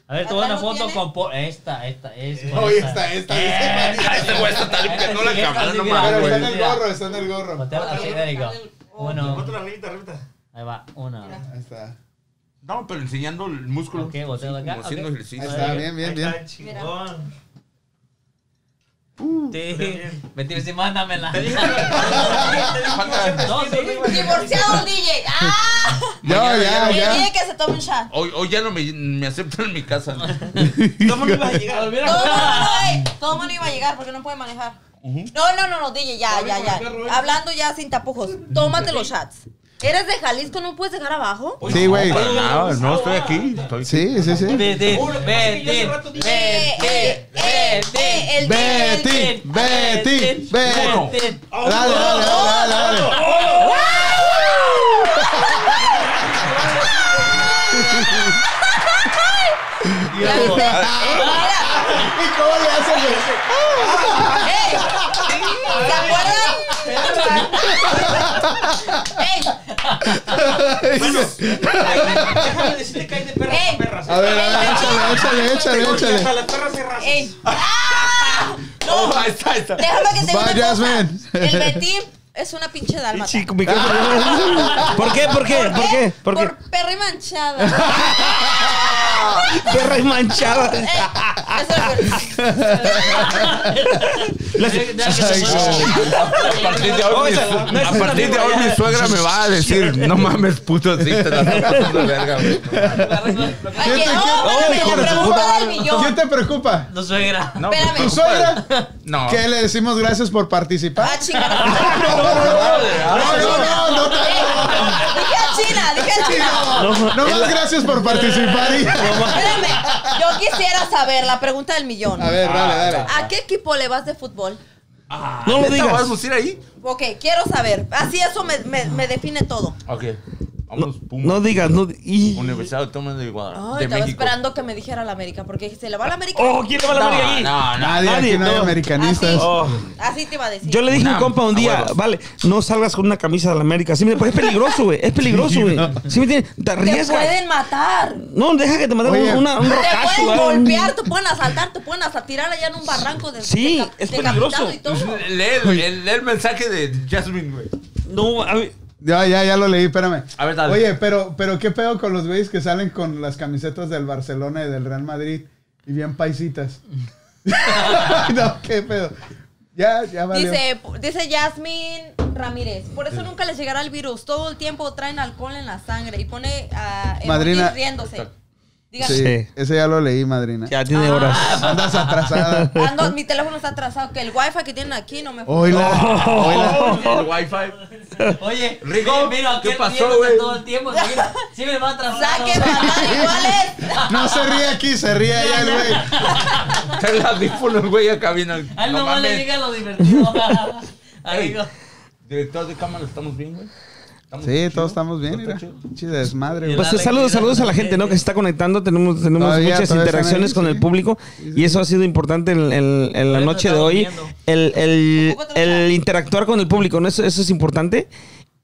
[SPEAKER 6] A ver, toma
[SPEAKER 3] ¿Acá no
[SPEAKER 6] una foto
[SPEAKER 3] tiene?
[SPEAKER 6] con. po- Esta, esta, esta.
[SPEAKER 1] Oye, está, esta. dice.
[SPEAKER 5] Este güey está limpiando la cámara, no
[SPEAKER 1] Pero
[SPEAKER 5] mames,
[SPEAKER 1] está en el gorro, está en el gorro.
[SPEAKER 6] Así, there you go. Uno.
[SPEAKER 2] Ponte la arribita, arribita.
[SPEAKER 6] Ahí va, una.
[SPEAKER 1] Ahí está.
[SPEAKER 5] No, pero enseñando el músculo.
[SPEAKER 6] Ok, volteo acá,
[SPEAKER 5] Como haciendo
[SPEAKER 1] Ahí
[SPEAKER 6] ok.
[SPEAKER 5] ejercicio.
[SPEAKER 1] está, bien, bien, bien.
[SPEAKER 2] Está chingón.
[SPEAKER 6] Sí. Vete, sí, mándamela.
[SPEAKER 2] Ah,
[SPEAKER 5] Panda,
[SPEAKER 6] No, sí.
[SPEAKER 3] ¡Divorciado DJ! ¡Ah!
[SPEAKER 1] Yo, ya,
[SPEAKER 3] Le
[SPEAKER 1] ya.
[SPEAKER 3] dije que se tome un shot.
[SPEAKER 5] Hoy, hoy ya no me, me aceptan en mi casa. ¿no?
[SPEAKER 2] ¿Cómo no ibas a llegar?
[SPEAKER 3] Todo el mundo, eh, todo el mundo iba a llegar porque no puede manejar. No, no, no, no, DJ, ya, ya, ya.
[SPEAKER 1] ¿eh?
[SPEAKER 3] Hablando ya sin tapujos. Tómate los shots. ¿Eres de Jalisco? ¿No puedes dejar abajo?
[SPEAKER 1] Sí, güey.
[SPEAKER 5] Para nada, no, estoy aquí. Estoy
[SPEAKER 1] Sí, sí, sí.
[SPEAKER 6] Vete, vete,
[SPEAKER 3] Eh, eh, eh, eh, el DJ, el DJ.
[SPEAKER 1] Betty, Betty, Betty.
[SPEAKER 6] vete.
[SPEAKER 1] Dale, dale, dale, dale. dale.
[SPEAKER 3] ¿Ya viste? Mira,
[SPEAKER 1] ¿Y cómo le hacen?
[SPEAKER 3] ¡Ey! ¿Se acuerdan? ¡Ey!
[SPEAKER 2] Déjame decirte que hay de perras
[SPEAKER 3] Eh.
[SPEAKER 2] a perras.
[SPEAKER 1] A ver, a ver, échale, échale, échale,
[SPEAKER 2] Porque hasta
[SPEAKER 1] échale.
[SPEAKER 2] las perras se rasan.
[SPEAKER 3] ¡Ey! ¡Ah! No,
[SPEAKER 5] Oh, Ahí está, ahí está.
[SPEAKER 3] déjame que te diga
[SPEAKER 1] Bye,
[SPEAKER 3] una cosa.
[SPEAKER 1] Jasmine.
[SPEAKER 3] El Betty es una pinche dálmata.
[SPEAKER 2] Chico, mi casa. ¿Por qué? ¿Por qué? ¿Por qué? ¿Por qué?
[SPEAKER 3] Por perra y manchada.
[SPEAKER 2] Perra y manchada.
[SPEAKER 3] Ey, eso es lo
[SPEAKER 5] A partir de hoy, mi,
[SPEAKER 2] No es
[SPEAKER 5] a partir de hoy mi suegra me va a decir, no mames, puto, así te la estás pasando de verga, güey.
[SPEAKER 3] que- Ay, que-
[SPEAKER 1] te-
[SPEAKER 3] no,
[SPEAKER 1] quién-
[SPEAKER 3] espérame,
[SPEAKER 1] hijo
[SPEAKER 3] la
[SPEAKER 1] de su
[SPEAKER 3] pregunta del
[SPEAKER 1] ¿Quién
[SPEAKER 3] millón.
[SPEAKER 1] te preocupa?
[SPEAKER 6] No suegra.
[SPEAKER 5] No,
[SPEAKER 3] Espérame.
[SPEAKER 5] pues,
[SPEAKER 1] ¿Tu suegra?
[SPEAKER 5] No.
[SPEAKER 1] ¿Qué le decimos gracias por
[SPEAKER 3] Ah,
[SPEAKER 1] participar?
[SPEAKER 3] chingada.
[SPEAKER 1] No, no, no, no te
[SPEAKER 3] Dije a China, dije a China.
[SPEAKER 1] no. No más gracias por participar. y-
[SPEAKER 3] Espérame, yo quisiera saber la pregunta del millón.
[SPEAKER 1] A ver, dale, dale.
[SPEAKER 3] ¿A qué equipo le vas de fútbol?
[SPEAKER 2] No lo
[SPEAKER 5] Ah, ¿Neta vas a
[SPEAKER 2] digas.
[SPEAKER 5] lucir ahí?
[SPEAKER 3] Ok, quiero saber. Así eso me, me- me define todo.
[SPEAKER 5] Ok. Vamos, pum.
[SPEAKER 2] No digas, no. di- y-
[SPEAKER 5] Universidad Autónoma de Guadalajara.
[SPEAKER 3] Ay,
[SPEAKER 5] De
[SPEAKER 3] estaba
[SPEAKER 5] México.
[SPEAKER 3] esperando que me dijera la América, porque dije, se le va la América.
[SPEAKER 2] Oh, ¿quién le va la verga
[SPEAKER 5] No,
[SPEAKER 2] ahí?
[SPEAKER 5] no, no.
[SPEAKER 1] Nadie,
[SPEAKER 2] Nadie,
[SPEAKER 1] aquí no hay
[SPEAKER 2] no.
[SPEAKER 1] americanistas.
[SPEAKER 3] Ah,
[SPEAKER 2] Oh.
[SPEAKER 3] Así te iba a decir.
[SPEAKER 2] Yo le dije a
[SPEAKER 5] Nah,
[SPEAKER 2] un compa un
[SPEAKER 5] a
[SPEAKER 2] día,
[SPEAKER 5] huevos.
[SPEAKER 2] vale, no salgas con una camisa de la América. Sí, me dice, pues es peligroso, güey. Es peligroso, güey. Sí, me entiendes? Te
[SPEAKER 3] Te
[SPEAKER 2] arriesgas.
[SPEAKER 3] pueden matar.
[SPEAKER 2] No, deja que te manden
[SPEAKER 1] Oye.
[SPEAKER 2] un- una, un
[SPEAKER 3] Te
[SPEAKER 2] rocazo,
[SPEAKER 3] pueden
[SPEAKER 2] güey.
[SPEAKER 3] golpear, te pueden asaltar, te pueden hasta tirar allá en un barranco de
[SPEAKER 2] Sí,
[SPEAKER 3] deca-
[SPEAKER 2] es
[SPEAKER 3] decapitado
[SPEAKER 2] peligroso.
[SPEAKER 3] y todo.
[SPEAKER 5] Lee, el- el- lee el mensaje de Jasmine, güey.
[SPEAKER 2] No, a ver.
[SPEAKER 1] Ya, ya, ya lo leí, espérame.
[SPEAKER 5] A ver, dale.
[SPEAKER 1] Oye, pero, pero qué pedo con los güeyes que salen con las camisetas del Barcelona y del Real Madrid y bien paisitas. no, qué pedo. Ya, ya valió.
[SPEAKER 3] Dice, dice Yasmin Ramírez, por eso nunca les llegará el virus. Todo el tiempo traen alcohol en la sangre y pone a
[SPEAKER 1] Madrina-
[SPEAKER 3] riéndose. Dígame,
[SPEAKER 1] Sí,
[SPEAKER 2] Sí.
[SPEAKER 1] ese ya lo leí, madrina.
[SPEAKER 2] Ya tiene horas.
[SPEAKER 1] Andas atrasada.
[SPEAKER 3] ando- mi teléfono está atrasado, que el wifi que tienen aquí no
[SPEAKER 1] Oh.
[SPEAKER 3] me
[SPEAKER 1] Oila, oila.
[SPEAKER 5] El Wi-Fi.
[SPEAKER 6] Oye,
[SPEAKER 5] Rigo,
[SPEAKER 6] mira, mira,
[SPEAKER 5] ¿qué
[SPEAKER 6] aquel
[SPEAKER 5] pasó,
[SPEAKER 6] riéndose
[SPEAKER 5] güey?
[SPEAKER 6] todo el tiempo, mira, sí me va a atrasar.
[SPEAKER 3] Saque matar iguales.
[SPEAKER 1] No se ríe aquí, se ríe allá el güey.
[SPEAKER 5] Está el audífono, güey, a cabina.
[SPEAKER 6] A él
[SPEAKER 5] No
[SPEAKER 6] nomás Ah, le
[SPEAKER 5] mames.
[SPEAKER 6] diga lo divertido. A
[SPEAKER 5] Ey,
[SPEAKER 6] Rigo.
[SPEAKER 5] Director de cámara, ¿estamos bien, güey?
[SPEAKER 1] Sí, todos estamos bien, mira. Che desmadre, güey.
[SPEAKER 2] Pues
[SPEAKER 6] la
[SPEAKER 2] saludos,
[SPEAKER 6] alegría,
[SPEAKER 2] saludos a la
[SPEAKER 6] ¿no?
[SPEAKER 2] gente, ¿no? Que se está conectando. Tenemos, tenemos
[SPEAKER 1] Todavía,
[SPEAKER 2] muchas
[SPEAKER 1] todavía están
[SPEAKER 2] interacciones
[SPEAKER 1] ahí,
[SPEAKER 2] con
[SPEAKER 1] sí.
[SPEAKER 2] el público y eso ha sido importante en, en- en la
[SPEAKER 6] Por eso
[SPEAKER 2] noche de
[SPEAKER 6] estaba
[SPEAKER 2] hoy.
[SPEAKER 6] durmiendo.
[SPEAKER 2] El, el-
[SPEAKER 3] Ocúpate
[SPEAKER 2] el
[SPEAKER 3] de la-
[SPEAKER 2] interactuar con el público, ¿no? Eso, eso es importante.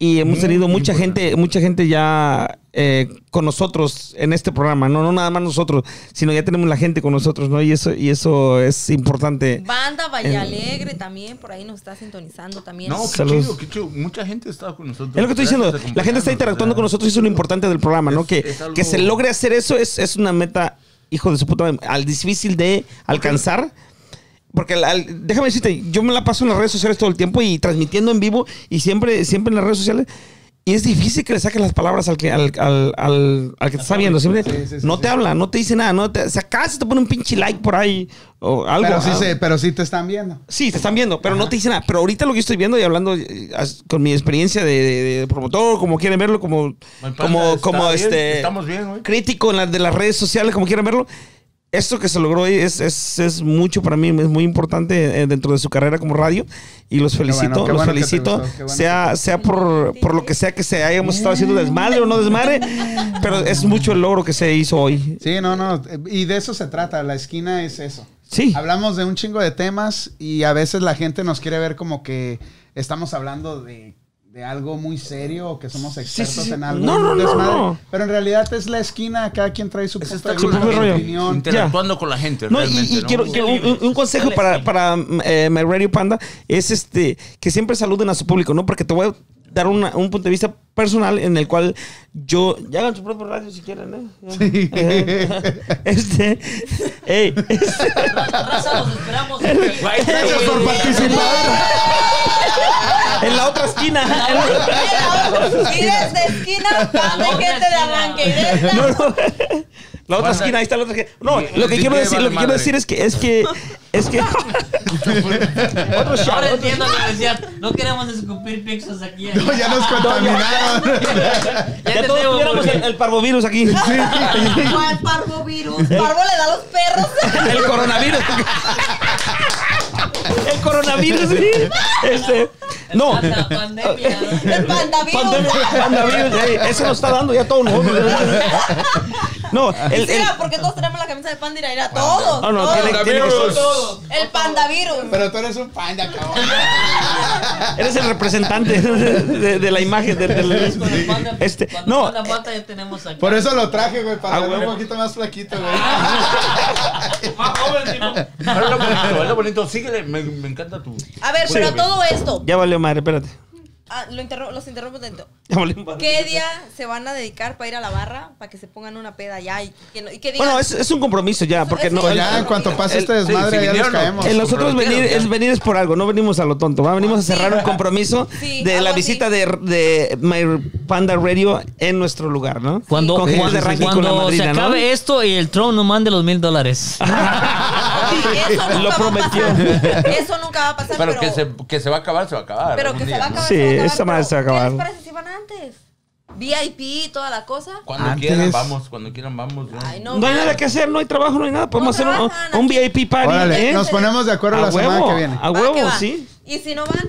[SPEAKER 2] Y
[SPEAKER 1] Mm,
[SPEAKER 2] hemos tenido mucha gente, mucha gente ya eh, con nosotros en este programa, ¿no? No nada más nosotros, sino ya tenemos la gente con nosotros, ¿no? Y eso, y eso es importante.
[SPEAKER 3] Banda Valle Alegre también, por ahí nos está sintonizando también.
[SPEAKER 5] No, qué
[SPEAKER 2] Saludos.
[SPEAKER 5] chido, qué chido. Mucha gente está con nosotros.
[SPEAKER 2] Es lo que estoy diciendo.
[SPEAKER 5] Gracias por
[SPEAKER 2] La gente está
[SPEAKER 5] acompañarnos,
[SPEAKER 2] interactuando
[SPEAKER 5] ¿verdad?
[SPEAKER 2] con nosotros y eso es lo importante del programa, ¿no?
[SPEAKER 5] Es-
[SPEAKER 2] Que,
[SPEAKER 5] es algo-
[SPEAKER 2] que se logre hacer eso es, es una meta, hijo de su puta madre, al difícil de alcanzar. Porque al- al- déjame decirte, yo me la paso en las redes sociales todo el tiempo y transmitiendo en vivo y siempre, siempre en las redes sociales. Y es difícil que le saques las palabras al que, al, al- al- al que te está viendo. Siempre
[SPEAKER 1] Sí, sí,
[SPEAKER 2] no
[SPEAKER 1] sí,
[SPEAKER 2] te
[SPEAKER 1] sí.
[SPEAKER 2] habla, no te dice nada. No te, o sea, acá se te pone un pinche like por ahí o algo.
[SPEAKER 1] Pero sí,
[SPEAKER 2] Ah,
[SPEAKER 1] se- pero sí te están viendo.
[SPEAKER 2] Sí, te están viendo, pero no te dicen nada. Pero ahorita lo que yo estoy viendo y hablando eh, as- con mi experiencia de, de- de promotor, como quieren verlo, como,
[SPEAKER 5] My panda
[SPEAKER 2] como,
[SPEAKER 5] está
[SPEAKER 2] como
[SPEAKER 5] bien,
[SPEAKER 2] este
[SPEAKER 5] Estamos bien, güey.
[SPEAKER 2] crítico en la- de las redes sociales, como quieran verlo. Esto que se logró hoy es, es, es mucho para mí, es muy importante eh, dentro de su carrera como radio. Y los
[SPEAKER 1] bueno,
[SPEAKER 2] felicito,
[SPEAKER 1] qué
[SPEAKER 2] los
[SPEAKER 1] bueno que te
[SPEAKER 2] felicito.
[SPEAKER 1] gustó, qué bueno
[SPEAKER 2] sea sea por, por lo que sea que se hayamos estado haciendo desmadre o no desmadre, pero es mucho el logro que se hizo hoy.
[SPEAKER 1] Sí, no, no. Y de eso se trata. La esquina es eso.
[SPEAKER 2] Sí.
[SPEAKER 1] Hablamos de un chingo de temas y a veces la gente nos quiere ver como que estamos hablando de, de algo muy serio o que somos expertos
[SPEAKER 2] sí, sí.
[SPEAKER 1] en algo.
[SPEAKER 2] No, no, no, no.
[SPEAKER 1] Pero en realidad es la esquina, cada quien trae su,
[SPEAKER 5] Es
[SPEAKER 1] punto
[SPEAKER 5] estar
[SPEAKER 1] de
[SPEAKER 5] con
[SPEAKER 2] su
[SPEAKER 1] vista,
[SPEAKER 5] la
[SPEAKER 2] propio
[SPEAKER 1] su
[SPEAKER 2] rollo.
[SPEAKER 5] gente,
[SPEAKER 1] opinión.
[SPEAKER 5] interactuando con la gente.
[SPEAKER 2] No, y-
[SPEAKER 5] realmente,
[SPEAKER 2] y,
[SPEAKER 5] ¿no?
[SPEAKER 2] quiero, quiero un, un- un consejo para, para eh, My Radio Panda es este que siempre saluden a su público, ¿no? Porque te voy a dar una- un punto de vista personal en el cual yo. Ya hagan su propio radio si quieren, ¿eh?
[SPEAKER 1] Sí.
[SPEAKER 2] Este. ey, este,
[SPEAKER 6] Raza, los esperamos. aquí.
[SPEAKER 1] Gracias por participar.
[SPEAKER 2] en la otra esquina.
[SPEAKER 3] Y desde esquina, pan de
[SPEAKER 6] Otra
[SPEAKER 3] gente de
[SPEAKER 6] esquina.
[SPEAKER 3] Alanque. Y de esta-
[SPEAKER 2] No, no. La otra esquina, ahí está la otra esquina. No, lo que
[SPEAKER 5] Sí,
[SPEAKER 2] quiero
[SPEAKER 5] que
[SPEAKER 2] decir,
[SPEAKER 5] vale
[SPEAKER 2] lo que quiero
[SPEAKER 5] madre.
[SPEAKER 2] decir es que es que. Es que. Otro shot,
[SPEAKER 6] Ahora
[SPEAKER 2] otro
[SPEAKER 6] entiendo lo que decían. No queremos escupir pixels aquí.
[SPEAKER 1] No, ya nos contaminaron.
[SPEAKER 2] Ya
[SPEAKER 6] te
[SPEAKER 2] todos
[SPEAKER 6] tengo,
[SPEAKER 2] tuviéramos
[SPEAKER 6] porque-
[SPEAKER 2] el, el parvovirus aquí.
[SPEAKER 3] ¿Cuál parvovirus? Parvo le da a los perros.
[SPEAKER 2] El coronavirus. El coronavirus. sí. Este, no.
[SPEAKER 6] La pandemia.
[SPEAKER 3] El pandavirus.
[SPEAKER 2] Pandemia, pandavirus, ey, eso nos está dando ya todo nosotros. No, el, el-
[SPEAKER 3] Mira, porque todos tenemos la camisa de panda y la era todos.
[SPEAKER 2] Ah, no,
[SPEAKER 3] todos.
[SPEAKER 2] tiene- tiene que ser-
[SPEAKER 6] Todo.
[SPEAKER 3] El pandavirus.
[SPEAKER 1] Pero tú eres un panda, cabrón.
[SPEAKER 2] eres el representante de, de- de la imagen. del- del-
[SPEAKER 6] Cuando el panda- pues,
[SPEAKER 2] este,
[SPEAKER 6] cuando
[SPEAKER 2] no,
[SPEAKER 6] el panda mata, ya tenemos acá.
[SPEAKER 1] Por eso lo traje, güey, para
[SPEAKER 2] Ah,
[SPEAKER 1] verme
[SPEAKER 2] huevo.
[SPEAKER 1] un poquito más flaquito, güey.
[SPEAKER 4] Más joven, tipo.
[SPEAKER 5] Pero es lo bonito, es lo bonito. Síguele, me, me encanta tu.
[SPEAKER 3] A ver, pero todo esto.
[SPEAKER 2] ya valió madre, espérate.
[SPEAKER 3] Ah, lo interrom- los interrumpo tanto.
[SPEAKER 2] Ya valió madre.
[SPEAKER 3] ¿Qué día se van a dedicar para ir a la barra? Para que se pongan una peda allá y que, no- y que digan.
[SPEAKER 2] Bueno, es, es un compromiso ya, porque no.
[SPEAKER 1] Pues
[SPEAKER 2] el-
[SPEAKER 1] ya, en cuanto pase este
[SPEAKER 5] El- sí,
[SPEAKER 1] desmadre,
[SPEAKER 5] si
[SPEAKER 1] ya les
[SPEAKER 5] vinieron, no.
[SPEAKER 1] caemos.
[SPEAKER 2] el nosotros venir
[SPEAKER 5] Comprometieron,
[SPEAKER 2] es,
[SPEAKER 5] ya.
[SPEAKER 2] venir es por algo, no venimos a lo tonto, ¿va? venimos a cerrar un compromiso
[SPEAKER 3] Sí,
[SPEAKER 2] de la
[SPEAKER 3] algo así.
[SPEAKER 2] visita de, de My Panda Radio en nuestro lugar, ¿no?
[SPEAKER 7] Cuando,
[SPEAKER 2] Con gente de ranking
[SPEAKER 7] cuando
[SPEAKER 2] con la madrina,
[SPEAKER 7] se
[SPEAKER 2] ¿no?
[SPEAKER 7] acabe esto y el Trump nos mande los mil dólares.
[SPEAKER 3] Eso nunca
[SPEAKER 2] Lo
[SPEAKER 3] va a
[SPEAKER 2] prometió.
[SPEAKER 3] pasar. Eso nunca va a pasar, pero,
[SPEAKER 5] Pero que se, que se va a acabar, se va a acabar.
[SPEAKER 3] pero que
[SPEAKER 5] algún
[SPEAKER 3] se va a
[SPEAKER 5] día,
[SPEAKER 3] acabar.
[SPEAKER 2] Sí,
[SPEAKER 3] se va a acabar,
[SPEAKER 2] esa madre
[SPEAKER 3] pero
[SPEAKER 2] se va a acabar.
[SPEAKER 3] ¿Qué les parece si van antes? VIP, toda la cosa.
[SPEAKER 5] ¿no? Cuando
[SPEAKER 1] Antes-
[SPEAKER 5] quieran, vamos. Cuando quieran, vamos. ¿no?
[SPEAKER 3] Ay, no.
[SPEAKER 2] No hay nada que hacer, no hay trabajo, no hay nada. Podemos
[SPEAKER 3] No
[SPEAKER 2] hacer un-
[SPEAKER 3] trabajan
[SPEAKER 2] un,
[SPEAKER 3] aquí.
[SPEAKER 2] VIP party.
[SPEAKER 1] Órale,
[SPEAKER 2] ¿eh?
[SPEAKER 1] nos ponemos de acuerdo
[SPEAKER 2] a
[SPEAKER 1] la
[SPEAKER 2] huevo,
[SPEAKER 1] semana que viene.
[SPEAKER 2] A
[SPEAKER 3] Va que
[SPEAKER 2] huevo,
[SPEAKER 3] va.
[SPEAKER 2] sí.
[SPEAKER 3] ¿Y si no van?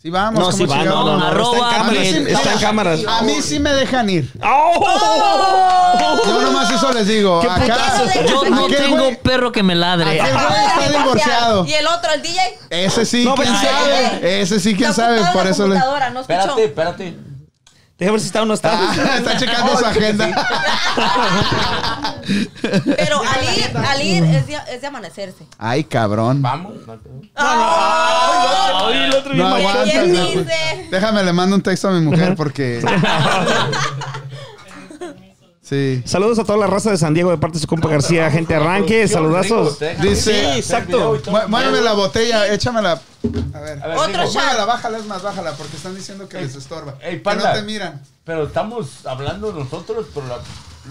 [SPEAKER 1] Sí, vamos.
[SPEAKER 2] No, sí
[SPEAKER 1] ¿cómo
[SPEAKER 2] va, no,
[SPEAKER 1] chingados?
[SPEAKER 2] no, no, pero
[SPEAKER 7] Arroba,
[SPEAKER 1] Miguel.
[SPEAKER 2] Está en cámaras. Está
[SPEAKER 1] A
[SPEAKER 2] en cámaras.
[SPEAKER 1] mí sí me dejan ir.
[SPEAKER 2] ¡Oh!
[SPEAKER 1] Yo nomás eso les digo.
[SPEAKER 2] Qué
[SPEAKER 1] Acá,
[SPEAKER 3] putazo.
[SPEAKER 7] Yo no
[SPEAKER 1] aquel
[SPEAKER 7] tengo
[SPEAKER 1] güey-
[SPEAKER 7] perro que me ladre.
[SPEAKER 1] aquel güey Ah, está divorciado.
[SPEAKER 3] Y el otro, el DJ.
[SPEAKER 1] Ese sí,
[SPEAKER 2] No,
[SPEAKER 1] quién
[SPEAKER 2] pues,
[SPEAKER 1] sabe. Ese sí, quién
[SPEAKER 3] está
[SPEAKER 1] sabe.
[SPEAKER 3] apuntado en
[SPEAKER 1] Por
[SPEAKER 3] la
[SPEAKER 1] eso le.
[SPEAKER 3] computadora, no escuchó.
[SPEAKER 5] Espérate, espérate.
[SPEAKER 2] Déjame ver si está o no
[SPEAKER 1] Ah,
[SPEAKER 2] está.
[SPEAKER 1] está checando su agenda.
[SPEAKER 3] Pero al ir, al ir es de, es de amanecerse.
[SPEAKER 1] Ay, cabrón.
[SPEAKER 5] Vamos.
[SPEAKER 3] ¡Ah!
[SPEAKER 2] Ay, el otro
[SPEAKER 1] No
[SPEAKER 2] bien mal-
[SPEAKER 1] aguantas.
[SPEAKER 3] ¿Quién
[SPEAKER 1] no,
[SPEAKER 3] dice?
[SPEAKER 1] pues. Déjame, le mando un texto a mi mujer porque. Sí.
[SPEAKER 2] Saludos a toda la raza de San Diego de parte de su compa García, gente arranque, saludazos.
[SPEAKER 1] Dice-
[SPEAKER 2] Sí, exacto.
[SPEAKER 1] Mu- Muéveme la botella, échamela. A ver.
[SPEAKER 5] A ver,
[SPEAKER 3] Otro
[SPEAKER 5] digo,
[SPEAKER 3] shot.
[SPEAKER 1] Bájala, bájala, es más, bájala, porque están diciendo que les estorba.
[SPEAKER 5] Ey,
[SPEAKER 1] que
[SPEAKER 5] panda.
[SPEAKER 1] no te miran.
[SPEAKER 5] Pero estamos hablando nosotros, pero la-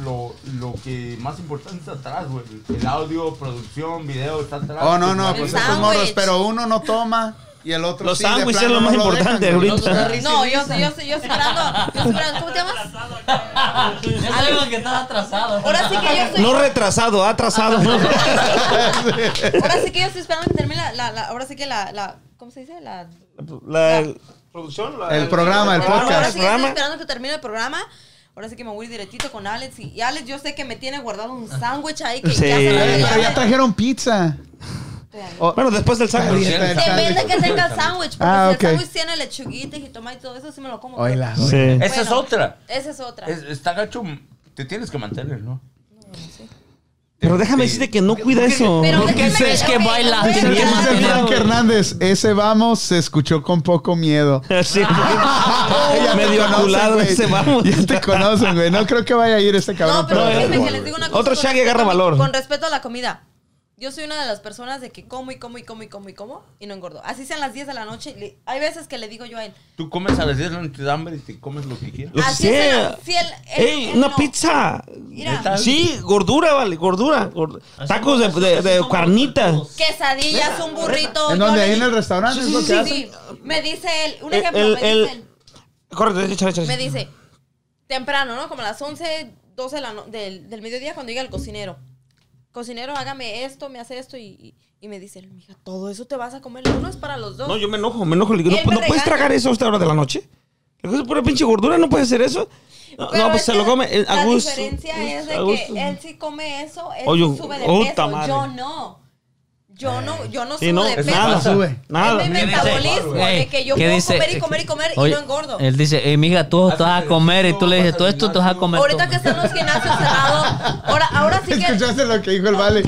[SPEAKER 5] lo, lo que más importante está atrás, güey. El audio, producción, video, está atrás.
[SPEAKER 1] Oh, no, no, pues
[SPEAKER 3] El
[SPEAKER 1] estos morros,
[SPEAKER 3] sándwich.
[SPEAKER 1] pero uno no toma y el otro
[SPEAKER 2] Los
[SPEAKER 1] sí. de
[SPEAKER 2] sándwiches
[SPEAKER 1] plano
[SPEAKER 2] es lo más
[SPEAKER 1] no dejan,
[SPEAKER 2] importante
[SPEAKER 1] güey.
[SPEAKER 2] ahorita.
[SPEAKER 3] No, yo sé, yo sé, yo esperando. Yo esperando. ¿Cómo te llamas?
[SPEAKER 6] Ya sabemos que estás atrasado.
[SPEAKER 3] Ahora sí que yo soy.
[SPEAKER 2] No retrasado, atrasado.
[SPEAKER 3] Ahora sí que yo estoy esperando que termine la, la, la- ahora sí que la, la, ¿cómo se dice? La
[SPEAKER 2] La ¿Producción?
[SPEAKER 1] El programa, el podcast.
[SPEAKER 3] Ahora sí, estoy
[SPEAKER 2] programa.
[SPEAKER 3] esperando que termine el programa. Ahora sí que me voy directito con Alex. Y, y Alex, yo sé que me tiene guardado un sándwich ahí que
[SPEAKER 2] Sí.
[SPEAKER 3] ya se lo
[SPEAKER 2] Ay,
[SPEAKER 1] Eh,
[SPEAKER 3] voy a
[SPEAKER 1] Pero ya
[SPEAKER 3] dar.
[SPEAKER 1] trajeron pizza.
[SPEAKER 3] Te-
[SPEAKER 1] Oh,
[SPEAKER 2] Bueno, después del sándwich.
[SPEAKER 1] ahorita el
[SPEAKER 3] En vez de
[SPEAKER 1] sándwich.
[SPEAKER 3] que tenga el sándwich, porque
[SPEAKER 1] Ah, ok.
[SPEAKER 3] si el sándwich tiene lechuguita y tomate y todo eso, sí me lo como.
[SPEAKER 1] Oíla.
[SPEAKER 2] Sí.
[SPEAKER 5] Esa es
[SPEAKER 3] Bueno.
[SPEAKER 5] otra.
[SPEAKER 3] Esa es otra.
[SPEAKER 5] Es- está gacho. Te tienes que mantener, ¿no? Este,
[SPEAKER 2] Pero déjame decirte que no cuida eso.
[SPEAKER 3] Pero
[SPEAKER 7] ¿Por qué
[SPEAKER 3] déjame-
[SPEAKER 7] crees que
[SPEAKER 3] ok,
[SPEAKER 7] baila?
[SPEAKER 3] voy a
[SPEAKER 7] Es el
[SPEAKER 1] Dice
[SPEAKER 7] que
[SPEAKER 3] hablar.
[SPEAKER 7] más
[SPEAKER 1] dice
[SPEAKER 7] dinero.
[SPEAKER 1] Frank Hernández, ese vamos se escuchó con poco miedo.
[SPEAKER 2] Sí.
[SPEAKER 1] Ya te
[SPEAKER 2] Medio
[SPEAKER 1] conocen,
[SPEAKER 2] anulado
[SPEAKER 1] güey.
[SPEAKER 2] ese vamos.
[SPEAKER 1] Ya te conocen, güey. No creo que vaya a ir este cabrón.
[SPEAKER 3] No, pero
[SPEAKER 2] pero-
[SPEAKER 3] déjenme que les digo una cosa.
[SPEAKER 2] Otro
[SPEAKER 3] con
[SPEAKER 2] Shaggy
[SPEAKER 3] respeto
[SPEAKER 2] agarra
[SPEAKER 3] a mi-
[SPEAKER 2] valor.
[SPEAKER 3] Con respecto a la comida. Yo soy una de las personas de que como y como y como y como y como y no engordo. Así sean las 10 de la noche. le- hay veces que le digo yo a él.
[SPEAKER 5] Tú comes a las 10 de la noche, te da hambre y te comes lo que quieras.
[SPEAKER 2] Lo que
[SPEAKER 3] Así sea,
[SPEAKER 2] sea.
[SPEAKER 3] si el- el-
[SPEAKER 2] ¡Ey,
[SPEAKER 3] el
[SPEAKER 2] una
[SPEAKER 3] no.
[SPEAKER 2] pizza!
[SPEAKER 3] Mira,
[SPEAKER 2] Sí, gordura, vale, gordura. gord-
[SPEAKER 4] Así
[SPEAKER 2] Tacos de,
[SPEAKER 4] somos-
[SPEAKER 2] de,
[SPEAKER 4] así
[SPEAKER 2] de
[SPEAKER 4] somos
[SPEAKER 2] carnitas.
[SPEAKER 4] nosotros.
[SPEAKER 3] quesadillas, un burrito.
[SPEAKER 1] ¿En
[SPEAKER 3] yo
[SPEAKER 1] dónde?
[SPEAKER 3] le
[SPEAKER 1] ¿Ahí en
[SPEAKER 3] digo-
[SPEAKER 1] el restaurante? es lo que
[SPEAKER 3] Sí,
[SPEAKER 1] hacen? Eh,
[SPEAKER 3] sí. Me dice él, un
[SPEAKER 2] El-
[SPEAKER 3] ejemplo,
[SPEAKER 2] el-
[SPEAKER 3] me,
[SPEAKER 2] el-
[SPEAKER 3] dice él,
[SPEAKER 2] Corre, échale, échale.
[SPEAKER 3] me dice, temprano, ¿no? Como a las 11, 12 de la no- del, del mediodía cuando llega el cocinero. Cocinero, hágame esto, me hace esto y, y- y me dice, mija, todo eso te vas a comer. Uno es para los dos.
[SPEAKER 2] No, yo me enojo, me enojo. Le digo, ¿no,
[SPEAKER 3] Él
[SPEAKER 2] pues,
[SPEAKER 3] me
[SPEAKER 2] no puedes
[SPEAKER 3] regaña.
[SPEAKER 2] tragar eso a esta hora de la noche? Le digo, es pura pinche gordura, ¿no puedes hacer eso? No,
[SPEAKER 3] Pero
[SPEAKER 2] no, pues
[SPEAKER 3] es
[SPEAKER 2] se
[SPEAKER 3] que
[SPEAKER 2] lo come. eh, A
[SPEAKER 3] La
[SPEAKER 2] gusto.
[SPEAKER 3] diferencia es de
[SPEAKER 2] a gusto.
[SPEAKER 3] que él sí come eso, él
[SPEAKER 2] Oye,
[SPEAKER 3] sí sube de
[SPEAKER 2] puta
[SPEAKER 3] peso.
[SPEAKER 2] madre. Eh,
[SPEAKER 3] Yo no. Yo no, yo no
[SPEAKER 2] Sí,
[SPEAKER 3] subo
[SPEAKER 2] no,
[SPEAKER 3] de peso.
[SPEAKER 2] nada,
[SPEAKER 1] Sube.
[SPEAKER 2] nada.
[SPEAKER 3] Es mi
[SPEAKER 6] dice?
[SPEAKER 3] metabolismo, de
[SPEAKER 7] Ey,
[SPEAKER 3] que yo
[SPEAKER 7] ¿qué
[SPEAKER 3] puedo
[SPEAKER 7] dice?
[SPEAKER 3] comer y comer y comer y
[SPEAKER 7] Oye,
[SPEAKER 3] no engordo.
[SPEAKER 7] Él dice, eh, mija, tú
[SPEAKER 6] Ah,
[SPEAKER 7] tú vas a comer. Y tú le dices, todo esto tú vas a comer.
[SPEAKER 3] Ahorita
[SPEAKER 7] tú.
[SPEAKER 3] que están los gimnasios cerrados, ahora, ahora sí que.
[SPEAKER 1] ¿Escuchaste lo que dijo el Vale?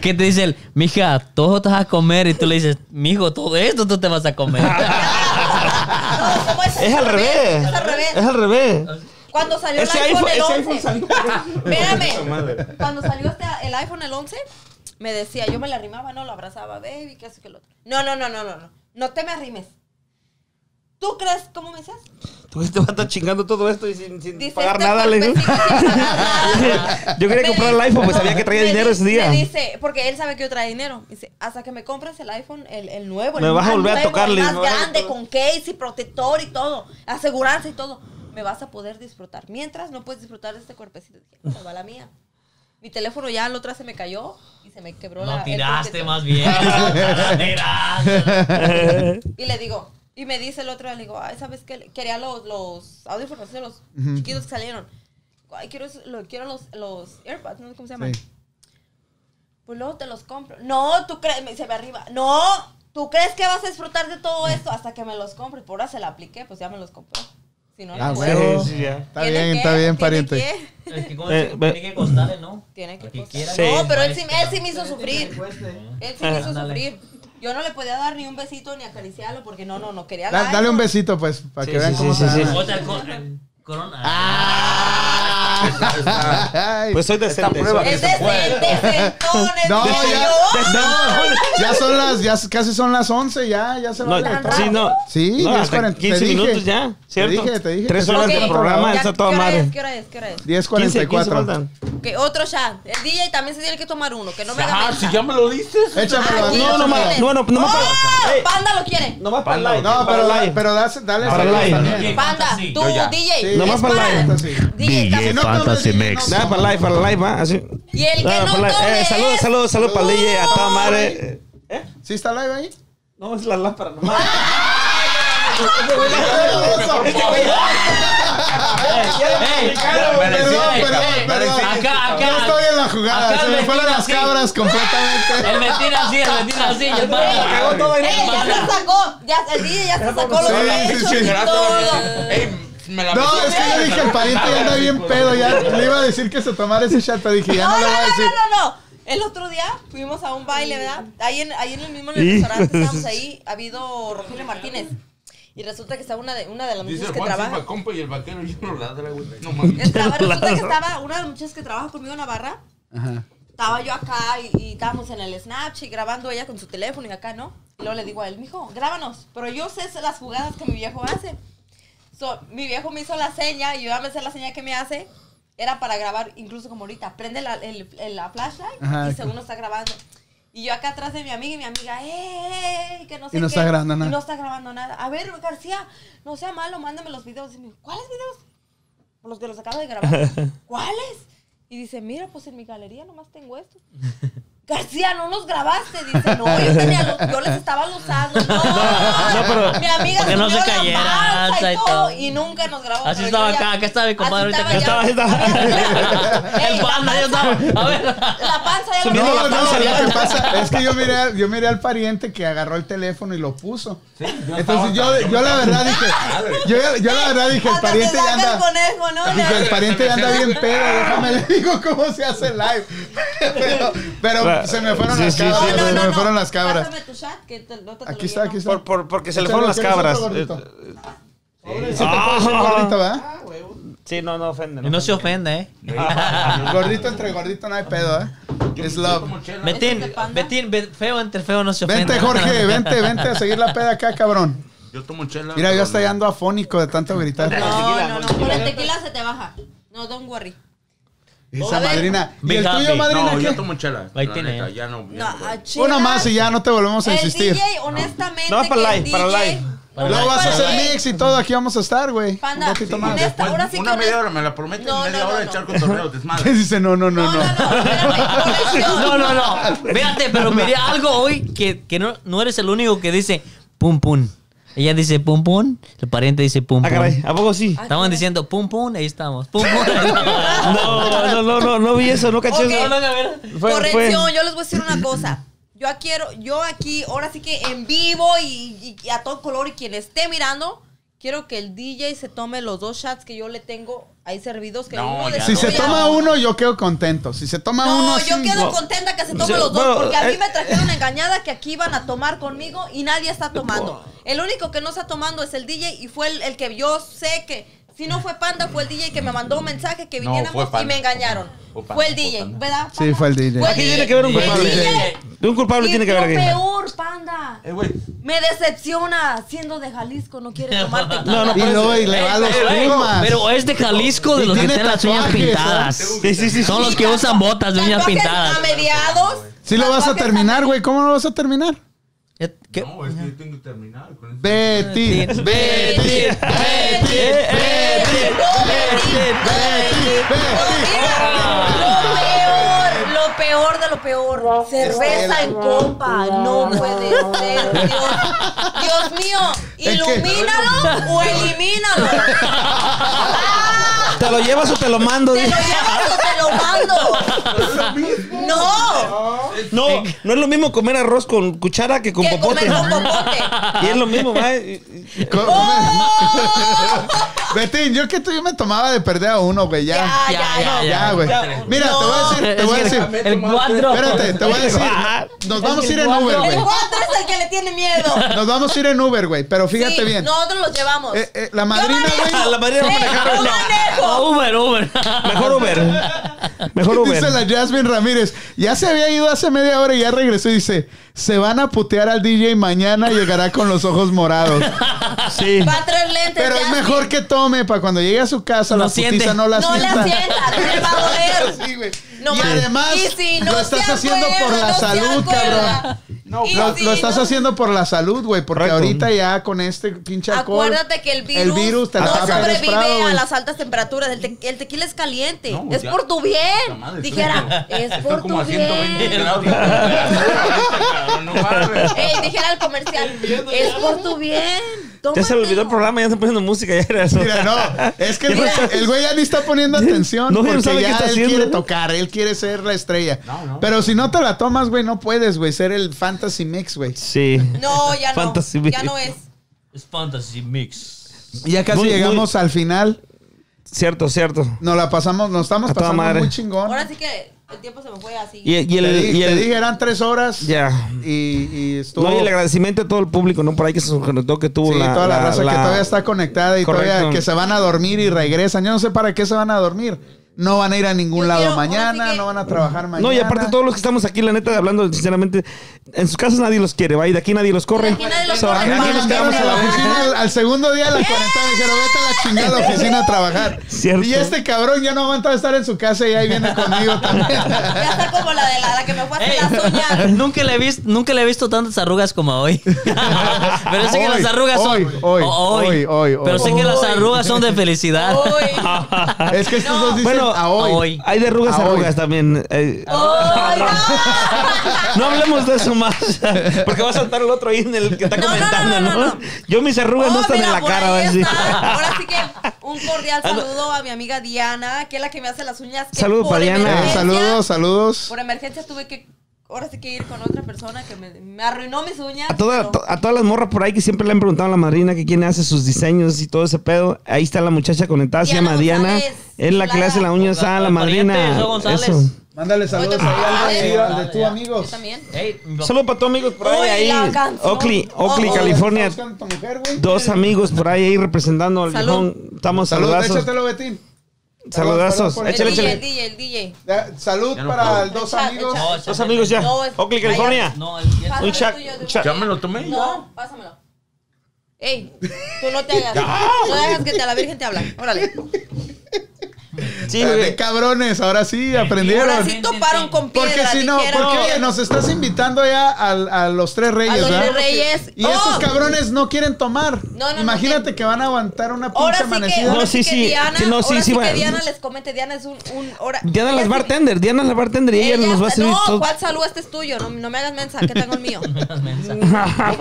[SPEAKER 7] ¿Qué te dice él? Mija, todo te vas a comer. Y tú le dices, mijo, todo esto tú te vas a comer.
[SPEAKER 3] ah, No, ¿cómo
[SPEAKER 2] Es al revés.
[SPEAKER 3] Es al revés.
[SPEAKER 2] Es al revés.
[SPEAKER 3] Cuando salió el
[SPEAKER 2] Ese
[SPEAKER 3] iPhone,
[SPEAKER 2] iPhone,
[SPEAKER 3] el
[SPEAKER 2] ese
[SPEAKER 3] 11.
[SPEAKER 2] iPhone salió.
[SPEAKER 3] Espérame. Cuando salió este, el iPhone el 11, me decía, yo me le arrimaba, no, lo abrazaba, baby, que eso que lo otro. No, no, no, no, no, no. No te me arrimes. ¿Tú crees cómo me decías?
[SPEAKER 2] Tú te vas a estar chingando todo esto y sin, sin
[SPEAKER 3] Dice,
[SPEAKER 2] pagar
[SPEAKER 3] este
[SPEAKER 2] nada, le digo.
[SPEAKER 3] cuerpecito sin pagar nada.
[SPEAKER 2] Yo quería
[SPEAKER 3] Me
[SPEAKER 2] comprar el
[SPEAKER 3] dice-
[SPEAKER 2] iPhone, pues
[SPEAKER 3] no,
[SPEAKER 2] sabía que traía
[SPEAKER 3] me
[SPEAKER 2] dinero
[SPEAKER 3] di-
[SPEAKER 2] ese día.
[SPEAKER 3] Me dice, porque él sabe que yo traía dinero. Me Dice, hasta que me compres el iPhone, el, el nuevo, el
[SPEAKER 2] Me vas a
[SPEAKER 3] más
[SPEAKER 2] volver a
[SPEAKER 3] nuevo,
[SPEAKER 2] tocarle,
[SPEAKER 3] el más
[SPEAKER 2] me vas a-
[SPEAKER 3] grande, con case y protector y todo, aseguranza y todo. Me vas a poder disfrutar. Mientras no puedes disfrutar de este cuerpecito. Dije, "Pues, va la mía. Mi teléfono ya la otra se me cayó y se me quebró la.
[SPEAKER 6] Lo
[SPEAKER 3] el
[SPEAKER 6] tiraste
[SPEAKER 3] protector.
[SPEAKER 6] más bien.
[SPEAKER 3] ah,
[SPEAKER 6] Lo tiraste.
[SPEAKER 3] Y le digo, y me dice el otro, le digo, ay, ¿sabes qué? Quería los, los audífonos, esos, los chiquitos que salieron. Ay, quiero, esos- lo- quiero los, los AirPods, no sé cómo se llaman.
[SPEAKER 1] Sí.
[SPEAKER 3] Pues luego te los compro. No, tú crees, me- se me arriba. No, tú crees que vas a disfrutar de todo esto hasta que me los compres. Por ahora se la apliqué, pues ya me los compró. Si no,
[SPEAKER 1] Ah,
[SPEAKER 3] no
[SPEAKER 1] bueno.
[SPEAKER 3] puedo.
[SPEAKER 2] Sí, sí, ya.
[SPEAKER 1] Está
[SPEAKER 3] Tiene
[SPEAKER 1] bien,
[SPEAKER 3] que-
[SPEAKER 1] está bien,
[SPEAKER 3] tiene
[SPEAKER 1] pariente.
[SPEAKER 3] que-
[SPEAKER 6] Es que como
[SPEAKER 2] Eh,
[SPEAKER 6] dice,
[SPEAKER 2] ve-
[SPEAKER 6] tiene que costarle, ¿no?
[SPEAKER 3] Tiene que
[SPEAKER 6] Al que
[SPEAKER 3] costar.
[SPEAKER 6] quiera.
[SPEAKER 3] No,
[SPEAKER 2] Sí.
[SPEAKER 3] pero él sí, él sí me hizo sufrir. Él sí me hizo
[SPEAKER 6] ¿eh? Ándale.
[SPEAKER 3] sufrir. Yo no le podía dar ni un besito ni acariciarlo porque no, no, no quería
[SPEAKER 1] Da-
[SPEAKER 3] dar.
[SPEAKER 1] dale un besito, pues, para
[SPEAKER 2] Sí,
[SPEAKER 1] que vean
[SPEAKER 2] sí,
[SPEAKER 1] cómo
[SPEAKER 2] sí,
[SPEAKER 1] se
[SPEAKER 2] sí,
[SPEAKER 1] ama.
[SPEAKER 6] Otra co- eh, corona.
[SPEAKER 3] Ah.
[SPEAKER 1] Ay.
[SPEAKER 2] Pues soy decente.
[SPEAKER 5] prueba
[SPEAKER 2] soy
[SPEAKER 5] que
[SPEAKER 3] Es
[SPEAKER 5] se
[SPEAKER 2] decente.
[SPEAKER 3] decente, sentón, es
[SPEAKER 1] No,
[SPEAKER 3] bello.
[SPEAKER 1] ya, no, ya son las, ya casi son las 11, ya, ya se va
[SPEAKER 2] No,
[SPEAKER 1] a levantar.
[SPEAKER 2] sí, no.
[SPEAKER 1] Sí,
[SPEAKER 2] No,
[SPEAKER 1] ya es
[SPEAKER 2] hasta
[SPEAKER 1] 40, te
[SPEAKER 2] 15
[SPEAKER 1] dije.
[SPEAKER 2] minutos ya,
[SPEAKER 1] Te
[SPEAKER 2] ¿cierto?
[SPEAKER 1] dije, te dije,
[SPEAKER 2] Tres
[SPEAKER 1] te
[SPEAKER 2] horas
[SPEAKER 1] dije.
[SPEAKER 2] de
[SPEAKER 1] Ok.
[SPEAKER 2] programa,
[SPEAKER 3] Ya,
[SPEAKER 2] está toda
[SPEAKER 3] ¿qué hora
[SPEAKER 2] madre.
[SPEAKER 3] es? ¿Qué hora es? ¿Qué hora es?
[SPEAKER 2] 15, 15
[SPEAKER 1] 10.44.
[SPEAKER 2] faltan.
[SPEAKER 3] Ok, otro ya. El DJ también se tiene que tomar uno, que no me haga
[SPEAKER 5] Ah, si ya me lo diste.
[SPEAKER 1] Échamelo.
[SPEAKER 3] Aquí,
[SPEAKER 2] Ah, No, no,
[SPEAKER 1] échamelo.
[SPEAKER 2] más, no, no, no más para-
[SPEAKER 3] ¡Oh!
[SPEAKER 2] Ey.
[SPEAKER 3] Panda lo quiere.
[SPEAKER 2] Nomás para el live.
[SPEAKER 1] No,
[SPEAKER 2] para
[SPEAKER 1] pero,
[SPEAKER 2] el
[SPEAKER 1] da-
[SPEAKER 2] live.
[SPEAKER 1] pero das- dale
[SPEAKER 2] Para
[SPEAKER 1] saludos
[SPEAKER 2] live.
[SPEAKER 1] también.
[SPEAKER 3] Panda,
[SPEAKER 6] Sí,
[SPEAKER 3] tú,
[SPEAKER 5] yo ya.
[SPEAKER 3] DJ.
[SPEAKER 1] Sí.
[SPEAKER 2] Nomás para el
[SPEAKER 3] espera.
[SPEAKER 2] life.
[SPEAKER 1] Sí.
[SPEAKER 3] DJ,
[SPEAKER 1] Si
[SPEAKER 3] estamos-
[SPEAKER 1] no tomas, dime, no
[SPEAKER 2] Nada, para el live, para el live, va. Así.
[SPEAKER 3] Y el que
[SPEAKER 2] Nada,
[SPEAKER 3] no
[SPEAKER 2] para el live.
[SPEAKER 3] tome
[SPEAKER 2] Eh, Saludos,
[SPEAKER 3] es-
[SPEAKER 2] saludos, saludos para el DJ, a toda madre. ¿Eh?
[SPEAKER 1] ¿Sí está live ahí?
[SPEAKER 2] No, es la lámpara nomás.
[SPEAKER 6] ¡Ey!
[SPEAKER 1] Perdón,
[SPEAKER 6] ey,
[SPEAKER 1] perdón,
[SPEAKER 6] ey,
[SPEAKER 1] perdón.
[SPEAKER 6] Acá, acá.
[SPEAKER 1] No estoy en la jugada.
[SPEAKER 6] Acá
[SPEAKER 1] Se me
[SPEAKER 6] me
[SPEAKER 1] fueron
[SPEAKER 6] tira
[SPEAKER 1] las
[SPEAKER 6] así.
[SPEAKER 1] cabras completamente.
[SPEAKER 6] El mentira así, el mentira así. Y el
[SPEAKER 2] Cagó
[SPEAKER 6] pata.
[SPEAKER 2] todo en
[SPEAKER 3] Ey, ya se sacó. Ya, el DJ ya se sacó los
[SPEAKER 1] Sí,
[SPEAKER 3] pechos
[SPEAKER 1] sí, sí.
[SPEAKER 3] y todo.
[SPEAKER 5] Ey, me la
[SPEAKER 1] No,
[SPEAKER 5] metí.
[SPEAKER 1] es que yo dije, el pariente ya anda bien pedo. Ya le iba a decir que se tomara ese chat, pero dije, ya
[SPEAKER 3] No,
[SPEAKER 1] no le
[SPEAKER 3] no,
[SPEAKER 1] voy a
[SPEAKER 3] no,
[SPEAKER 1] decir.
[SPEAKER 3] no, no, no. El otro día fuimos a un baile, ¿verdad? Ahí en, ahí en el mismo en el
[SPEAKER 2] Sí.
[SPEAKER 3] restaurante estábamos ahí, ha habido Rogelio Martínez. Y resulta que estaba una de, una de las
[SPEAKER 5] Dice
[SPEAKER 3] muchachas
[SPEAKER 5] el
[SPEAKER 3] que
[SPEAKER 5] Juan
[SPEAKER 3] trabaja.
[SPEAKER 5] Silva, compa, y el vaquero, yo no ladra, güey. No mames.
[SPEAKER 3] Estaba, resulta que estaba una de las muchachas que trabaja conmigo en la barra.
[SPEAKER 1] Ajá.
[SPEAKER 3] Estaba yo acá y, y estábamos en el Snapchat grabando ella con su teléfono y acá, ¿no? Y luego le digo a él, mijo, grábanos. Pero yo sé las jugadas que mi viejo hace. So, mi viejo me hizo la seña y yo ya me sé la seña que me hace. Era para grabar, incluso como ahorita. Prende la, el- el- la flashlight
[SPEAKER 1] Ajá.
[SPEAKER 3] y según está grabando. Y yo acá atrás de mi amiga y mi amiga, ¡eh! que no sé
[SPEAKER 1] Y no
[SPEAKER 3] qué.
[SPEAKER 1] está grabando nada.
[SPEAKER 3] Y no está grabando nada. A ver, García, no sea malo, mándame los videos. Y me dijo, ¿cuáles videos? Por los que los acabo de grabar. ¿Cuáles? Y dice, mira, pues en mi galería nomás tengo estos. García, no nos grabaste. Dice, no, yo, tenía los- yo les estaba usando. No,
[SPEAKER 7] no, pero-
[SPEAKER 3] mi amiga
[SPEAKER 7] que no se
[SPEAKER 3] subió la
[SPEAKER 7] cayera,
[SPEAKER 3] balsa y
[SPEAKER 7] y
[SPEAKER 3] todo.
[SPEAKER 7] todo.
[SPEAKER 3] Y nunca nos grabó.
[SPEAKER 7] Así
[SPEAKER 3] pero
[SPEAKER 7] estaba
[SPEAKER 3] yo ya-
[SPEAKER 7] acá, acá estaba mi compadre
[SPEAKER 3] así
[SPEAKER 7] ahorita que
[SPEAKER 3] estaba ya. Ey,
[SPEAKER 7] El panda ya estaba. A ver.
[SPEAKER 3] La panza ya
[SPEAKER 2] Subiendo
[SPEAKER 1] No,
[SPEAKER 2] la
[SPEAKER 3] lo
[SPEAKER 1] no,
[SPEAKER 2] panza,
[SPEAKER 1] lo
[SPEAKER 2] ya.
[SPEAKER 1] que pasa es que yo miré, al- yo miré al pariente que agarró el teléfono y lo puso. Entonces yo, yo la verdad dije, yo, yo la verdad dije, el
[SPEAKER 3] Hasta
[SPEAKER 1] pariente
[SPEAKER 3] te
[SPEAKER 1] ya
[SPEAKER 3] saca el
[SPEAKER 1] anda,
[SPEAKER 3] conejo, ¿no?
[SPEAKER 1] dije, el
[SPEAKER 3] Ya-
[SPEAKER 1] pariente ya anda bien pedo, déjame le digo cómo se hace el live. Pero, pero se me fueron
[SPEAKER 2] Sí,
[SPEAKER 1] las
[SPEAKER 2] sí,
[SPEAKER 1] cabras,
[SPEAKER 2] sí,
[SPEAKER 1] se
[SPEAKER 2] no,
[SPEAKER 1] me fueron las cabras.
[SPEAKER 3] Pásame tu chat, que te- no te te lo
[SPEAKER 1] Aquí está,
[SPEAKER 3] lleno.
[SPEAKER 1] aquí está.
[SPEAKER 2] Por, por- porque se le
[SPEAKER 1] Échale,
[SPEAKER 2] fueron las
[SPEAKER 1] ¿quieres otro
[SPEAKER 2] cabras.
[SPEAKER 1] gorrito?
[SPEAKER 2] Eh,
[SPEAKER 1] Sí, te puedo decir
[SPEAKER 2] Ah.
[SPEAKER 1] gordito, ¿verdad?
[SPEAKER 2] Sí, no, no ofende.
[SPEAKER 7] Y no se ofenda, ¿eh?
[SPEAKER 1] Gordito entre gordito no hay pedo, ¿eh? Es love.
[SPEAKER 7] Betín,
[SPEAKER 3] ¿Este panda?
[SPEAKER 7] Betín, ve- feo entre feo no se ofenda.
[SPEAKER 1] Vente, Jorge, vente, vente a seguir la peda acá, cabrón.
[SPEAKER 5] Yo tomo chela.
[SPEAKER 1] Mira, yo
[SPEAKER 5] pero
[SPEAKER 1] hasta
[SPEAKER 5] no.
[SPEAKER 1] ya ando afónico de tanto gritar.
[SPEAKER 3] No, no, no, con el tequila se te baja. No, don't worry.
[SPEAKER 1] Esa
[SPEAKER 3] A ver.
[SPEAKER 1] madrina. ¿Y
[SPEAKER 7] Big
[SPEAKER 1] el tuyo,
[SPEAKER 7] happy.
[SPEAKER 1] madrina?
[SPEAKER 5] No,
[SPEAKER 1] qué?
[SPEAKER 5] yo tomo chela.
[SPEAKER 7] Ahí
[SPEAKER 5] la
[SPEAKER 7] tiene.
[SPEAKER 5] neta, ya no.
[SPEAKER 3] No,
[SPEAKER 5] ya no.
[SPEAKER 3] ah, chidas.
[SPEAKER 1] Una más y ya no te volvemos a
[SPEAKER 3] El
[SPEAKER 1] insistir.
[SPEAKER 3] DJ, honestamente.
[SPEAKER 2] No, para
[SPEAKER 3] que
[SPEAKER 2] live, para
[SPEAKER 3] DJ
[SPEAKER 2] live.
[SPEAKER 3] no,
[SPEAKER 1] Luego vas a
[SPEAKER 3] para
[SPEAKER 1] hacer
[SPEAKER 3] live.
[SPEAKER 1] mix y todo, aquí vamos a estar, güey. Un
[SPEAKER 3] Panda,
[SPEAKER 1] ratito más.
[SPEAKER 3] honesta, ahora sí que
[SPEAKER 5] Una media
[SPEAKER 3] honest-
[SPEAKER 5] hora, me la prometen,
[SPEAKER 3] No,
[SPEAKER 5] media
[SPEAKER 3] no, no,
[SPEAKER 5] hora de
[SPEAKER 3] no.
[SPEAKER 5] echar cotorreo, desmadre.
[SPEAKER 1] ¿Qué dice? No, no, no,
[SPEAKER 3] No,
[SPEAKER 1] no.
[SPEAKER 3] no,
[SPEAKER 7] No,
[SPEAKER 3] no. espérame,
[SPEAKER 7] no, no. Fíjate, pero miré algo hoy que, que no, no eres el único que dice pum pum. Ella dice pum pum, el pariente dice pum
[SPEAKER 2] Ah, caray,
[SPEAKER 7] pum.
[SPEAKER 2] ¿a poco sí?
[SPEAKER 7] Estaban diciendo pum pum, ahí estamos. Pum pum. ahí estamos.
[SPEAKER 2] No, no, no, no, no vi eso, no caché
[SPEAKER 3] Ok.
[SPEAKER 2] eso.
[SPEAKER 7] No, no, a ver.
[SPEAKER 2] Fue-
[SPEAKER 3] Corrección,
[SPEAKER 2] fue-
[SPEAKER 3] yo les voy a decir una cosa. Yo aquí, quiero, yo aquí, ahora sí que en vivo y, y a todo color y quien esté mirando, quiero que el DJ se tome los dos shots que yo le tengo ahí servidos. Que
[SPEAKER 5] No,
[SPEAKER 3] uno de
[SPEAKER 5] ya
[SPEAKER 1] Si
[SPEAKER 5] no,
[SPEAKER 1] se
[SPEAKER 3] tuya.
[SPEAKER 1] toma uno, yo quedo contento. Si se toma
[SPEAKER 3] No,
[SPEAKER 1] uno,
[SPEAKER 3] yo
[SPEAKER 1] sí.
[SPEAKER 3] quedo
[SPEAKER 2] no.
[SPEAKER 3] contenta que se
[SPEAKER 2] Sí,
[SPEAKER 3] tomen los dos,
[SPEAKER 2] bueno,
[SPEAKER 3] porque a mí
[SPEAKER 2] eh.
[SPEAKER 3] me trajeron engañada que aquí iban a tomar conmigo y nadie está tomando. El único que no está tomando es el DJ y fue el, el que yo sé que, si no fue Panda, fue el DJ que me mandó un mensaje que
[SPEAKER 5] No,
[SPEAKER 3] viniéramos
[SPEAKER 5] fue
[SPEAKER 3] y
[SPEAKER 5] Panda.
[SPEAKER 3] me engañaron.
[SPEAKER 5] Fue Panda,
[SPEAKER 3] fue el
[SPEAKER 5] fue
[SPEAKER 3] DJ,
[SPEAKER 5] Panda.
[SPEAKER 3] ¿verdad?
[SPEAKER 1] Sí, fue el DJ.
[SPEAKER 2] Aquí tiene que haber un
[SPEAKER 3] DJ.
[SPEAKER 2] culpable. De un culpable
[SPEAKER 3] Y
[SPEAKER 2] tiene que
[SPEAKER 3] lo
[SPEAKER 2] haber alguien.
[SPEAKER 3] peor, Panda.
[SPEAKER 5] Eh, güey.
[SPEAKER 3] Me decepciona siendo de Jalisco, no quiere tomarte.
[SPEAKER 2] No, no,
[SPEAKER 1] Y luego y le va a los
[SPEAKER 7] Pero, eh,
[SPEAKER 1] Pumas.
[SPEAKER 7] Pero es de Jalisco, de
[SPEAKER 1] Y
[SPEAKER 7] los que
[SPEAKER 1] tiene
[SPEAKER 7] tienen las uñas
[SPEAKER 1] tatuajes, ¿eh?
[SPEAKER 7] pintadas.
[SPEAKER 2] Sí, sí, sí.
[SPEAKER 7] Son los que usan botas de uñas
[SPEAKER 3] Tatuajes
[SPEAKER 7] pintadas.
[SPEAKER 3] A mediados.
[SPEAKER 1] Sí lo vas a
[SPEAKER 3] tatuajes
[SPEAKER 1] terminar, güey. ¿Cómo lo vas a terminar?
[SPEAKER 7] ¿Qué?
[SPEAKER 5] No, es que yo tengo que terminar con eso.
[SPEAKER 1] Betty, Betty, Betty,
[SPEAKER 3] Betty,
[SPEAKER 1] Betty, Betty, Betty.
[SPEAKER 3] Lo peor, lo peor de lo peor. Cerveza en copa. No puede ser. Dios, Dios mío,
[SPEAKER 1] Es que-
[SPEAKER 3] ilumínalo o elimínalo.
[SPEAKER 2] ¿Te lo llevas o te lo mando?
[SPEAKER 3] Te lo
[SPEAKER 2] dice.
[SPEAKER 3] llevas o te lo mando. No,
[SPEAKER 2] No, no es lo mismo comer arroz con cuchara que con
[SPEAKER 3] que
[SPEAKER 2] popote.
[SPEAKER 3] comer con popote.
[SPEAKER 2] Y es lo mismo, va. y- y-
[SPEAKER 3] Oh,
[SPEAKER 1] Betín, yo que tú yo me tomaba de perder a uno, güey, ya.
[SPEAKER 3] Ya, ya, ya.
[SPEAKER 1] Ya, güey. Mira, te voy a decir, te voy a decir.
[SPEAKER 7] El cuatro.
[SPEAKER 1] Espérate, te voy a decir. Nos vamos a ir en Uber,
[SPEAKER 3] El
[SPEAKER 1] güey.
[SPEAKER 3] cuatro es el que le tiene miedo.
[SPEAKER 1] Nos vamos a ir en Uber, güey, pero fíjate
[SPEAKER 3] Sí,
[SPEAKER 1] bien.
[SPEAKER 3] Nosotros los llevamos.
[SPEAKER 1] Eh, eh, la madrina,
[SPEAKER 3] Yo manejo.
[SPEAKER 2] Ah, la madrina va a
[SPEAKER 3] Eh,
[SPEAKER 2] manejar,
[SPEAKER 3] yo
[SPEAKER 2] no.
[SPEAKER 3] manejo.
[SPEAKER 7] Oh, Uber, Uber.
[SPEAKER 2] Mejor Uber. Mejor Uber.
[SPEAKER 1] Dice la Jasmine Ramírez, ya se había ido hace media hora y ya regresó y dice, se van a putear al DJ mañana llegará con los ojos morados.
[SPEAKER 2] Sí.
[SPEAKER 3] Va tres lentes.
[SPEAKER 1] Pero es
[SPEAKER 3] ya.
[SPEAKER 1] mejor que tome para cuando llegue a su casa
[SPEAKER 7] No
[SPEAKER 1] la putiza
[SPEAKER 7] siente.
[SPEAKER 1] no la
[SPEAKER 3] No
[SPEAKER 1] sienta.
[SPEAKER 3] la sientas, le va a doler.
[SPEAKER 1] Sí, güey.
[SPEAKER 3] No
[SPEAKER 1] y
[SPEAKER 3] más.
[SPEAKER 1] además
[SPEAKER 3] Y si no
[SPEAKER 1] lo
[SPEAKER 3] se
[SPEAKER 1] estás
[SPEAKER 3] acuerda,
[SPEAKER 1] haciendo por la
[SPEAKER 3] no se
[SPEAKER 1] salud,
[SPEAKER 3] acuerda.
[SPEAKER 1] cabrón.
[SPEAKER 3] Y
[SPEAKER 1] Lo,
[SPEAKER 3] si
[SPEAKER 1] lo estás
[SPEAKER 3] no-
[SPEAKER 1] haciendo por la salud, güey, porque
[SPEAKER 2] Correcto.
[SPEAKER 1] ahorita ya con este pinche alcohol,
[SPEAKER 3] Acuérdate que el virus,
[SPEAKER 1] te la
[SPEAKER 3] no
[SPEAKER 1] va a pegar
[SPEAKER 3] sobrevive
[SPEAKER 1] Prado,
[SPEAKER 3] a
[SPEAKER 1] güey.
[SPEAKER 3] las altas temperaturas. El, te- el tequila es caliente.
[SPEAKER 5] No,
[SPEAKER 3] es
[SPEAKER 5] ya.
[SPEAKER 3] por tu
[SPEAKER 5] La
[SPEAKER 3] bien.
[SPEAKER 5] madre,
[SPEAKER 3] Dijera,
[SPEAKER 5] estoy-
[SPEAKER 3] es
[SPEAKER 5] estoy
[SPEAKER 3] por
[SPEAKER 5] como
[SPEAKER 3] tu
[SPEAKER 5] a 120
[SPEAKER 3] bien.
[SPEAKER 5] grados. Cabrón, no mames.
[SPEAKER 3] Ey, dijera el comercial, es por tu bien.
[SPEAKER 2] Ya se le olvidó el
[SPEAKER 3] Tómatelo.
[SPEAKER 2] programa, ya está poniendo música. Ya era eso.
[SPEAKER 1] Mira, no, es que el güey, el güey ya ni está poniendo atención
[SPEAKER 2] No, ya no
[SPEAKER 1] porque
[SPEAKER 2] sabe qué
[SPEAKER 1] ya
[SPEAKER 2] está
[SPEAKER 1] él
[SPEAKER 2] haciendo. ¿eh?
[SPEAKER 1] quiere tocar, él quiere ser la estrella.
[SPEAKER 5] No, no.
[SPEAKER 1] Pero si no te la tomas, güey, no puedes, güey, ser el fantasy mix, güey.
[SPEAKER 2] Sí.
[SPEAKER 3] No, ya no.
[SPEAKER 2] Fantasy
[SPEAKER 3] ya no es.
[SPEAKER 4] Es fantasy mix.
[SPEAKER 1] Ya casi
[SPEAKER 2] Muy- muy-
[SPEAKER 1] llegamos al final,
[SPEAKER 2] Cierto, cierto.
[SPEAKER 1] nos la pasamos, nos estamos
[SPEAKER 2] A toda
[SPEAKER 1] pasando
[SPEAKER 2] madre.
[SPEAKER 1] muy chingón.
[SPEAKER 3] Ahora sí que el tiempo se me fue así.
[SPEAKER 2] Y, y
[SPEAKER 1] Te,
[SPEAKER 2] el.
[SPEAKER 1] di-
[SPEAKER 2] y
[SPEAKER 1] te
[SPEAKER 2] el-
[SPEAKER 1] dije, eran tres horas
[SPEAKER 2] Ya.
[SPEAKER 1] y, y estuvo...
[SPEAKER 2] No, y el agradecimiento a todo el público, ¿no? Por ahí que se conectó, que tuvo
[SPEAKER 1] Sí,
[SPEAKER 2] la.
[SPEAKER 1] toda la, raza que
[SPEAKER 2] la-
[SPEAKER 1] todavía está conectada y todavía
[SPEAKER 2] Correcto.
[SPEAKER 1] que se van a dormir y regresan. Yo no sé para qué se van a dormir. No van a ir a ningún
[SPEAKER 3] Yo
[SPEAKER 1] lado
[SPEAKER 3] quiero- ahora sí
[SPEAKER 1] mañana,
[SPEAKER 3] que-
[SPEAKER 1] no van a trabajar mañana.
[SPEAKER 2] No, y aparte todos los que estamos aquí, la neta, hablando sinceramente, En sus casas nadie los quiere, va. Y de aquí nadie los corre.
[SPEAKER 3] aquí nadie los
[SPEAKER 2] So,
[SPEAKER 1] Ah,
[SPEAKER 3] corre,
[SPEAKER 2] aquí
[SPEAKER 3] va.
[SPEAKER 2] nos quedamos
[SPEAKER 1] a
[SPEAKER 2] a
[SPEAKER 1] la
[SPEAKER 2] la-
[SPEAKER 1] oficina al, al segundo día de la cuarentena. Dijeron, vete a la chingada oficina a trabajar.
[SPEAKER 2] Cierto.
[SPEAKER 1] Y este cabrón ya no aguantaba estar en su casa y ahí viene conmigo también. Eh,
[SPEAKER 3] Ya está como la de la, la que me fue a
[SPEAKER 7] Ey,
[SPEAKER 3] hacer las uñas.
[SPEAKER 7] nunca, le he visto, nunca le he visto tantas arrugas como hoy. Pero sé que
[SPEAKER 1] Hoy,
[SPEAKER 7] las arrugas son.
[SPEAKER 1] hoy, hoy,
[SPEAKER 7] O-
[SPEAKER 1] hoy, hoy,
[SPEAKER 7] Pero sé que las
[SPEAKER 1] hoy.
[SPEAKER 7] arrugas son de felicidad.
[SPEAKER 3] Uy.
[SPEAKER 1] Es que estos
[SPEAKER 3] No.
[SPEAKER 1] dos dicen
[SPEAKER 2] Bueno,
[SPEAKER 1] a hoy.
[SPEAKER 7] hoy.
[SPEAKER 2] Hay de arrugas
[SPEAKER 1] Ah,
[SPEAKER 2] a
[SPEAKER 1] hoy.
[SPEAKER 2] arrugas también. eh.
[SPEAKER 3] ¡Ay, no!
[SPEAKER 2] No hablemos de eso más. Porque va a saltar el otro ahí en el que está
[SPEAKER 3] No, no, no,
[SPEAKER 2] comentando,
[SPEAKER 3] no,
[SPEAKER 2] ¿no?
[SPEAKER 3] no.
[SPEAKER 2] Yo mis arrugas no
[SPEAKER 3] Oh,
[SPEAKER 2] están
[SPEAKER 3] mira,
[SPEAKER 2] en la
[SPEAKER 3] por
[SPEAKER 2] cara,
[SPEAKER 3] ahí
[SPEAKER 2] va a decir.
[SPEAKER 3] está. Ahora sí que un cordial saludo a mi amiga Diana, que es la que me hace las uñas. que
[SPEAKER 2] Saludos
[SPEAKER 3] por
[SPEAKER 2] para Diana.
[SPEAKER 1] Eh,
[SPEAKER 3] emergencia-
[SPEAKER 1] saludos, saludos.
[SPEAKER 3] Por emergencia tuve que. Ahora sí que ir con otra persona que me, me arruinó mis uñas.
[SPEAKER 2] A, toda-
[SPEAKER 3] pero-
[SPEAKER 2] to- a todas las morras por ahí que siempre le han preguntado a la madrina que quién hace sus diseños y todo ese pedo. Ahí está la muchacha conectada, se
[SPEAKER 3] Diana
[SPEAKER 2] llama Diana.
[SPEAKER 3] González.
[SPEAKER 2] Es la que le hace la uña a la madrina.
[SPEAKER 7] Corrientes, o González.
[SPEAKER 2] Eso.
[SPEAKER 1] Mándale saludos ahí al
[SPEAKER 3] Oye,
[SPEAKER 1] de, al de
[SPEAKER 7] ya.
[SPEAKER 1] tu
[SPEAKER 3] Yo
[SPEAKER 1] amigos.
[SPEAKER 3] también.
[SPEAKER 7] Ey, no.
[SPEAKER 2] Saludos para todos amigos por
[SPEAKER 3] Uy,
[SPEAKER 2] ahí.
[SPEAKER 3] la
[SPEAKER 2] ahí.
[SPEAKER 3] canción.
[SPEAKER 2] Oakley, Oakley,
[SPEAKER 3] Oh, oh.
[SPEAKER 2] California.
[SPEAKER 1] ¿Estás buscando tu mujer, güey?
[SPEAKER 2] Dos amigos por ahí, ahí representando al
[SPEAKER 3] Salud.
[SPEAKER 2] viejón. Estamos
[SPEAKER 1] Saludos,
[SPEAKER 2] saludazos.
[SPEAKER 1] échatelo, Betín. Perdón,
[SPEAKER 2] Saludazos.
[SPEAKER 1] perdón,
[SPEAKER 3] El
[SPEAKER 2] Échale,
[SPEAKER 3] DJ, el
[SPEAKER 2] échale.
[SPEAKER 3] DJ, el DJ.
[SPEAKER 1] Ya, Salud
[SPEAKER 5] Ya no
[SPEAKER 1] para
[SPEAKER 5] puedo.
[SPEAKER 1] el dos
[SPEAKER 3] Echa-
[SPEAKER 1] amigos.
[SPEAKER 3] echa-
[SPEAKER 6] No,
[SPEAKER 2] Dos amigos ya.
[SPEAKER 3] No, es-
[SPEAKER 2] Oakley, California.
[SPEAKER 6] No, el que-
[SPEAKER 3] Pásame
[SPEAKER 2] Un chac-
[SPEAKER 3] el tuyo,
[SPEAKER 2] chac-
[SPEAKER 5] Ya me lo tomé.
[SPEAKER 3] No, pásamelo. Ey, tú no te hagas. No dejas que te a la Virgen te habla. Órale.
[SPEAKER 2] Sí,
[SPEAKER 1] Ah,
[SPEAKER 2] güey.
[SPEAKER 1] de cabrones, ahora sí
[SPEAKER 3] Ahora
[SPEAKER 1] aprendieron.
[SPEAKER 3] sí toparon con piedra.
[SPEAKER 1] Porque si no,
[SPEAKER 3] dijeron.
[SPEAKER 1] porque oye, nos estás invitando ya al- a, los tres reyes,
[SPEAKER 3] A los
[SPEAKER 1] ¿verdad?
[SPEAKER 3] tres reyes.
[SPEAKER 1] Y
[SPEAKER 3] ¡Oh!
[SPEAKER 1] estos cabrones no quieren tomar.
[SPEAKER 3] No, no, no,
[SPEAKER 1] Imagínate
[SPEAKER 3] que-
[SPEAKER 1] que van a aguantar una pinche
[SPEAKER 3] Ahora sí que,
[SPEAKER 1] amanecida.
[SPEAKER 3] ahora
[SPEAKER 2] No,
[SPEAKER 3] sí,
[SPEAKER 2] sí,
[SPEAKER 3] que
[SPEAKER 2] sí.
[SPEAKER 3] Diana,
[SPEAKER 2] Sí, no, sí,
[SPEAKER 3] ahora
[SPEAKER 2] sí,
[SPEAKER 3] sí que
[SPEAKER 2] va.
[SPEAKER 3] Diana les comete, Diana es un, un ahora,
[SPEAKER 2] Diana
[SPEAKER 3] ella
[SPEAKER 2] las
[SPEAKER 3] sí-
[SPEAKER 2] bartender, Diana las bartender y ella
[SPEAKER 3] ella
[SPEAKER 2] nos va a
[SPEAKER 3] está-
[SPEAKER 2] servir
[SPEAKER 3] No,
[SPEAKER 2] todo.
[SPEAKER 3] ¿cuál salud este es tuyo? No, no me hagas mensa, que tengo el mío.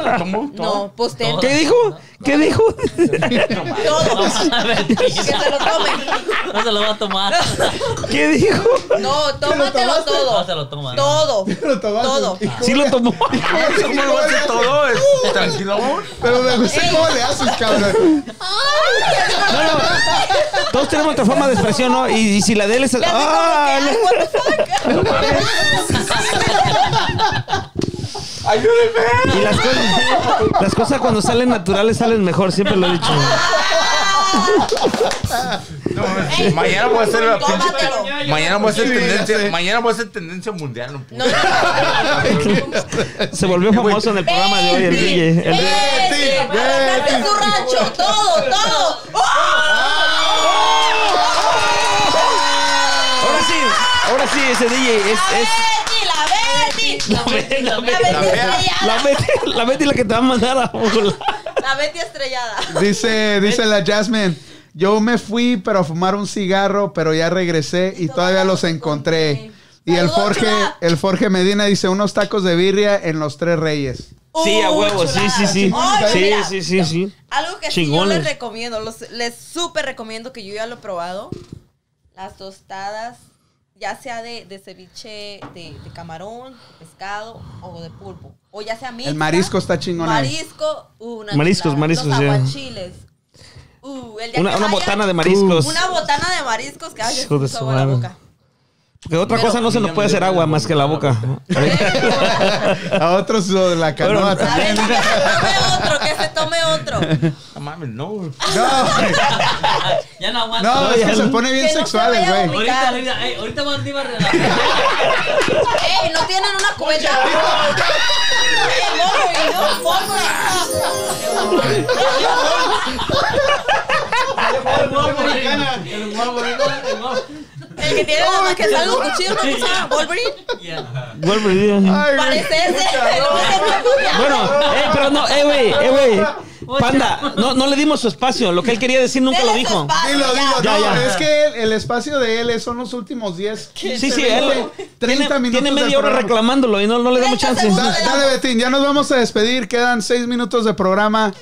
[SPEAKER 3] no, pues usted.
[SPEAKER 2] ¿Qué dijo? ¿Qué dijo?
[SPEAKER 3] Todo. Que se lo tome.
[SPEAKER 7] No se lo va a tomar.
[SPEAKER 2] ¿Qué dijo?
[SPEAKER 3] No,
[SPEAKER 1] tomaste?
[SPEAKER 3] tómatelo
[SPEAKER 7] No se
[SPEAKER 3] todo.
[SPEAKER 7] lo toma. no.
[SPEAKER 3] Todo.
[SPEAKER 1] Lo tomaste.
[SPEAKER 3] Todo.
[SPEAKER 1] ¿Y cómo
[SPEAKER 2] Sí lo
[SPEAKER 1] le-
[SPEAKER 2] tomó.
[SPEAKER 5] ¿Cómo lo vas a hacer todo? Es- Tranquilo.
[SPEAKER 1] Pero me gusta cómo le haces, cabrón.
[SPEAKER 2] Todos tenemos nuestra forma de expresión, ¿no? Y, y si la de él es...
[SPEAKER 3] Le hace como que,
[SPEAKER 2] ¡Ah!
[SPEAKER 3] "Ay, what the fuck".
[SPEAKER 2] Y las cosas, las cosas cuando salen naturales salen mejor, siempre lo he dicho.
[SPEAKER 3] Ah. Ey,
[SPEAKER 5] Pues, Mañana voy a hacer la pinche.
[SPEAKER 3] Tómatelo.
[SPEAKER 5] Mañana voy a hacer
[SPEAKER 1] Sí, ya sé.
[SPEAKER 5] tendencia. Mañana voy a hacer tendencia mundial. no puedo.
[SPEAKER 3] No, no, no.
[SPEAKER 2] Se volvió famoso en el programa de hoy el
[SPEAKER 3] Betty,
[SPEAKER 2] DJ. El-
[SPEAKER 3] Betty,
[SPEAKER 1] Betty,
[SPEAKER 3] para
[SPEAKER 1] Betty.
[SPEAKER 3] en su rancho, todo, todo. ¡Oh!
[SPEAKER 2] Ahora sí, ahora sí, ese DJ es... es
[SPEAKER 3] Betty, la Betty. La Betty
[SPEAKER 2] la
[SPEAKER 3] estrellada.
[SPEAKER 2] Betty, la Betty la que te va a mandar a volar.
[SPEAKER 3] La Betty estrellada.
[SPEAKER 1] Dice, dice la Jasmine. Yo me fui pero a fumar un cigarro, pero ya regresé y todavía los encontré. Y el
[SPEAKER 3] Saludos,
[SPEAKER 1] Jorge,
[SPEAKER 3] chula.
[SPEAKER 1] el Jorge Medina dice unos tacos de birria en los tres reyes.
[SPEAKER 2] Sí, a
[SPEAKER 3] Uh,
[SPEAKER 2] huevo, sí, sí, sí.
[SPEAKER 3] chulada. Oye,
[SPEAKER 2] Sí,
[SPEAKER 3] mira,
[SPEAKER 2] sí, sí, sí.
[SPEAKER 3] Algo que sí yo
[SPEAKER 2] Chingones.
[SPEAKER 3] les recomiendo, los- les súper recomiendo que yo ya lo he probado. Las tostadas, ya sea de, de ceviche de, de camarón, de pescado o de pulpo. O ya sea mixta.
[SPEAKER 1] El marisco está chingón ahí.
[SPEAKER 3] Marisco, uh, una
[SPEAKER 2] Mariscos,
[SPEAKER 3] chulada.
[SPEAKER 2] mariscos,
[SPEAKER 3] Los
[SPEAKER 2] ya.
[SPEAKER 3] aguachiles. Uh, el día
[SPEAKER 2] Una,
[SPEAKER 3] que
[SPEAKER 2] una
[SPEAKER 3] vayan,
[SPEAKER 2] botana de mariscos.
[SPEAKER 3] Una botana de mariscos que hace
[SPEAKER 2] Hijo de su
[SPEAKER 3] sabor a la
[SPEAKER 2] madre.
[SPEAKER 3] boca.
[SPEAKER 2] Porque otra
[SPEAKER 3] Pero-
[SPEAKER 2] cosa no se nos puede hacer agua más que la boca.
[SPEAKER 1] A otros lo de la canoa
[SPEAKER 2] Bueno,
[SPEAKER 3] A ver,
[SPEAKER 1] también.
[SPEAKER 3] que se tome otro, que se tome otro.
[SPEAKER 5] No mames, no.
[SPEAKER 6] Ya no aguanto.
[SPEAKER 1] No, es que se pone bien
[SPEAKER 3] Que no se
[SPEAKER 1] sexual el
[SPEAKER 3] vaya a
[SPEAKER 1] güey.
[SPEAKER 3] vomitar.
[SPEAKER 6] Ahorita, ahorita, ey, ahorita más iba a relajar.
[SPEAKER 3] ¡Ey! ¡No tienen una cubeta! ¡Qué morro! y ¡No, morro!
[SPEAKER 6] El huevo, el huevo, el huevo.
[SPEAKER 3] El que tiene nada más Oh, que sale los cuchillos, ¿no? ¿Cómo se llama? ¿Wolverine?
[SPEAKER 6] Ya.
[SPEAKER 2] Vuelve, DJ.
[SPEAKER 1] Ay, güey.
[SPEAKER 3] Parece ese. No,
[SPEAKER 2] Bueno, eh, pero no, eh, güey, eh, güey. Panda, no, no le dimos su espacio. Lo que él quería decir nunca lo
[SPEAKER 3] Denle su
[SPEAKER 2] dijo.
[SPEAKER 3] espacio,
[SPEAKER 1] Dilo,
[SPEAKER 3] ya.
[SPEAKER 1] dilo,
[SPEAKER 2] Ya,
[SPEAKER 1] no,
[SPEAKER 2] ya.
[SPEAKER 1] es que el, el espacio de él es- son los últimos 10, 15,
[SPEAKER 2] Sí, sí, él
[SPEAKER 1] 20, 30
[SPEAKER 2] tiene,
[SPEAKER 1] minutos.
[SPEAKER 2] tiene
[SPEAKER 1] del
[SPEAKER 2] media hora
[SPEAKER 1] programa.
[SPEAKER 2] reclamándolo y no, no le damos
[SPEAKER 3] Treinta
[SPEAKER 2] chance.
[SPEAKER 3] segundos.
[SPEAKER 1] Da- dale, Betín, ya nos vamos a despedir. Quedan 6 minutos de programa,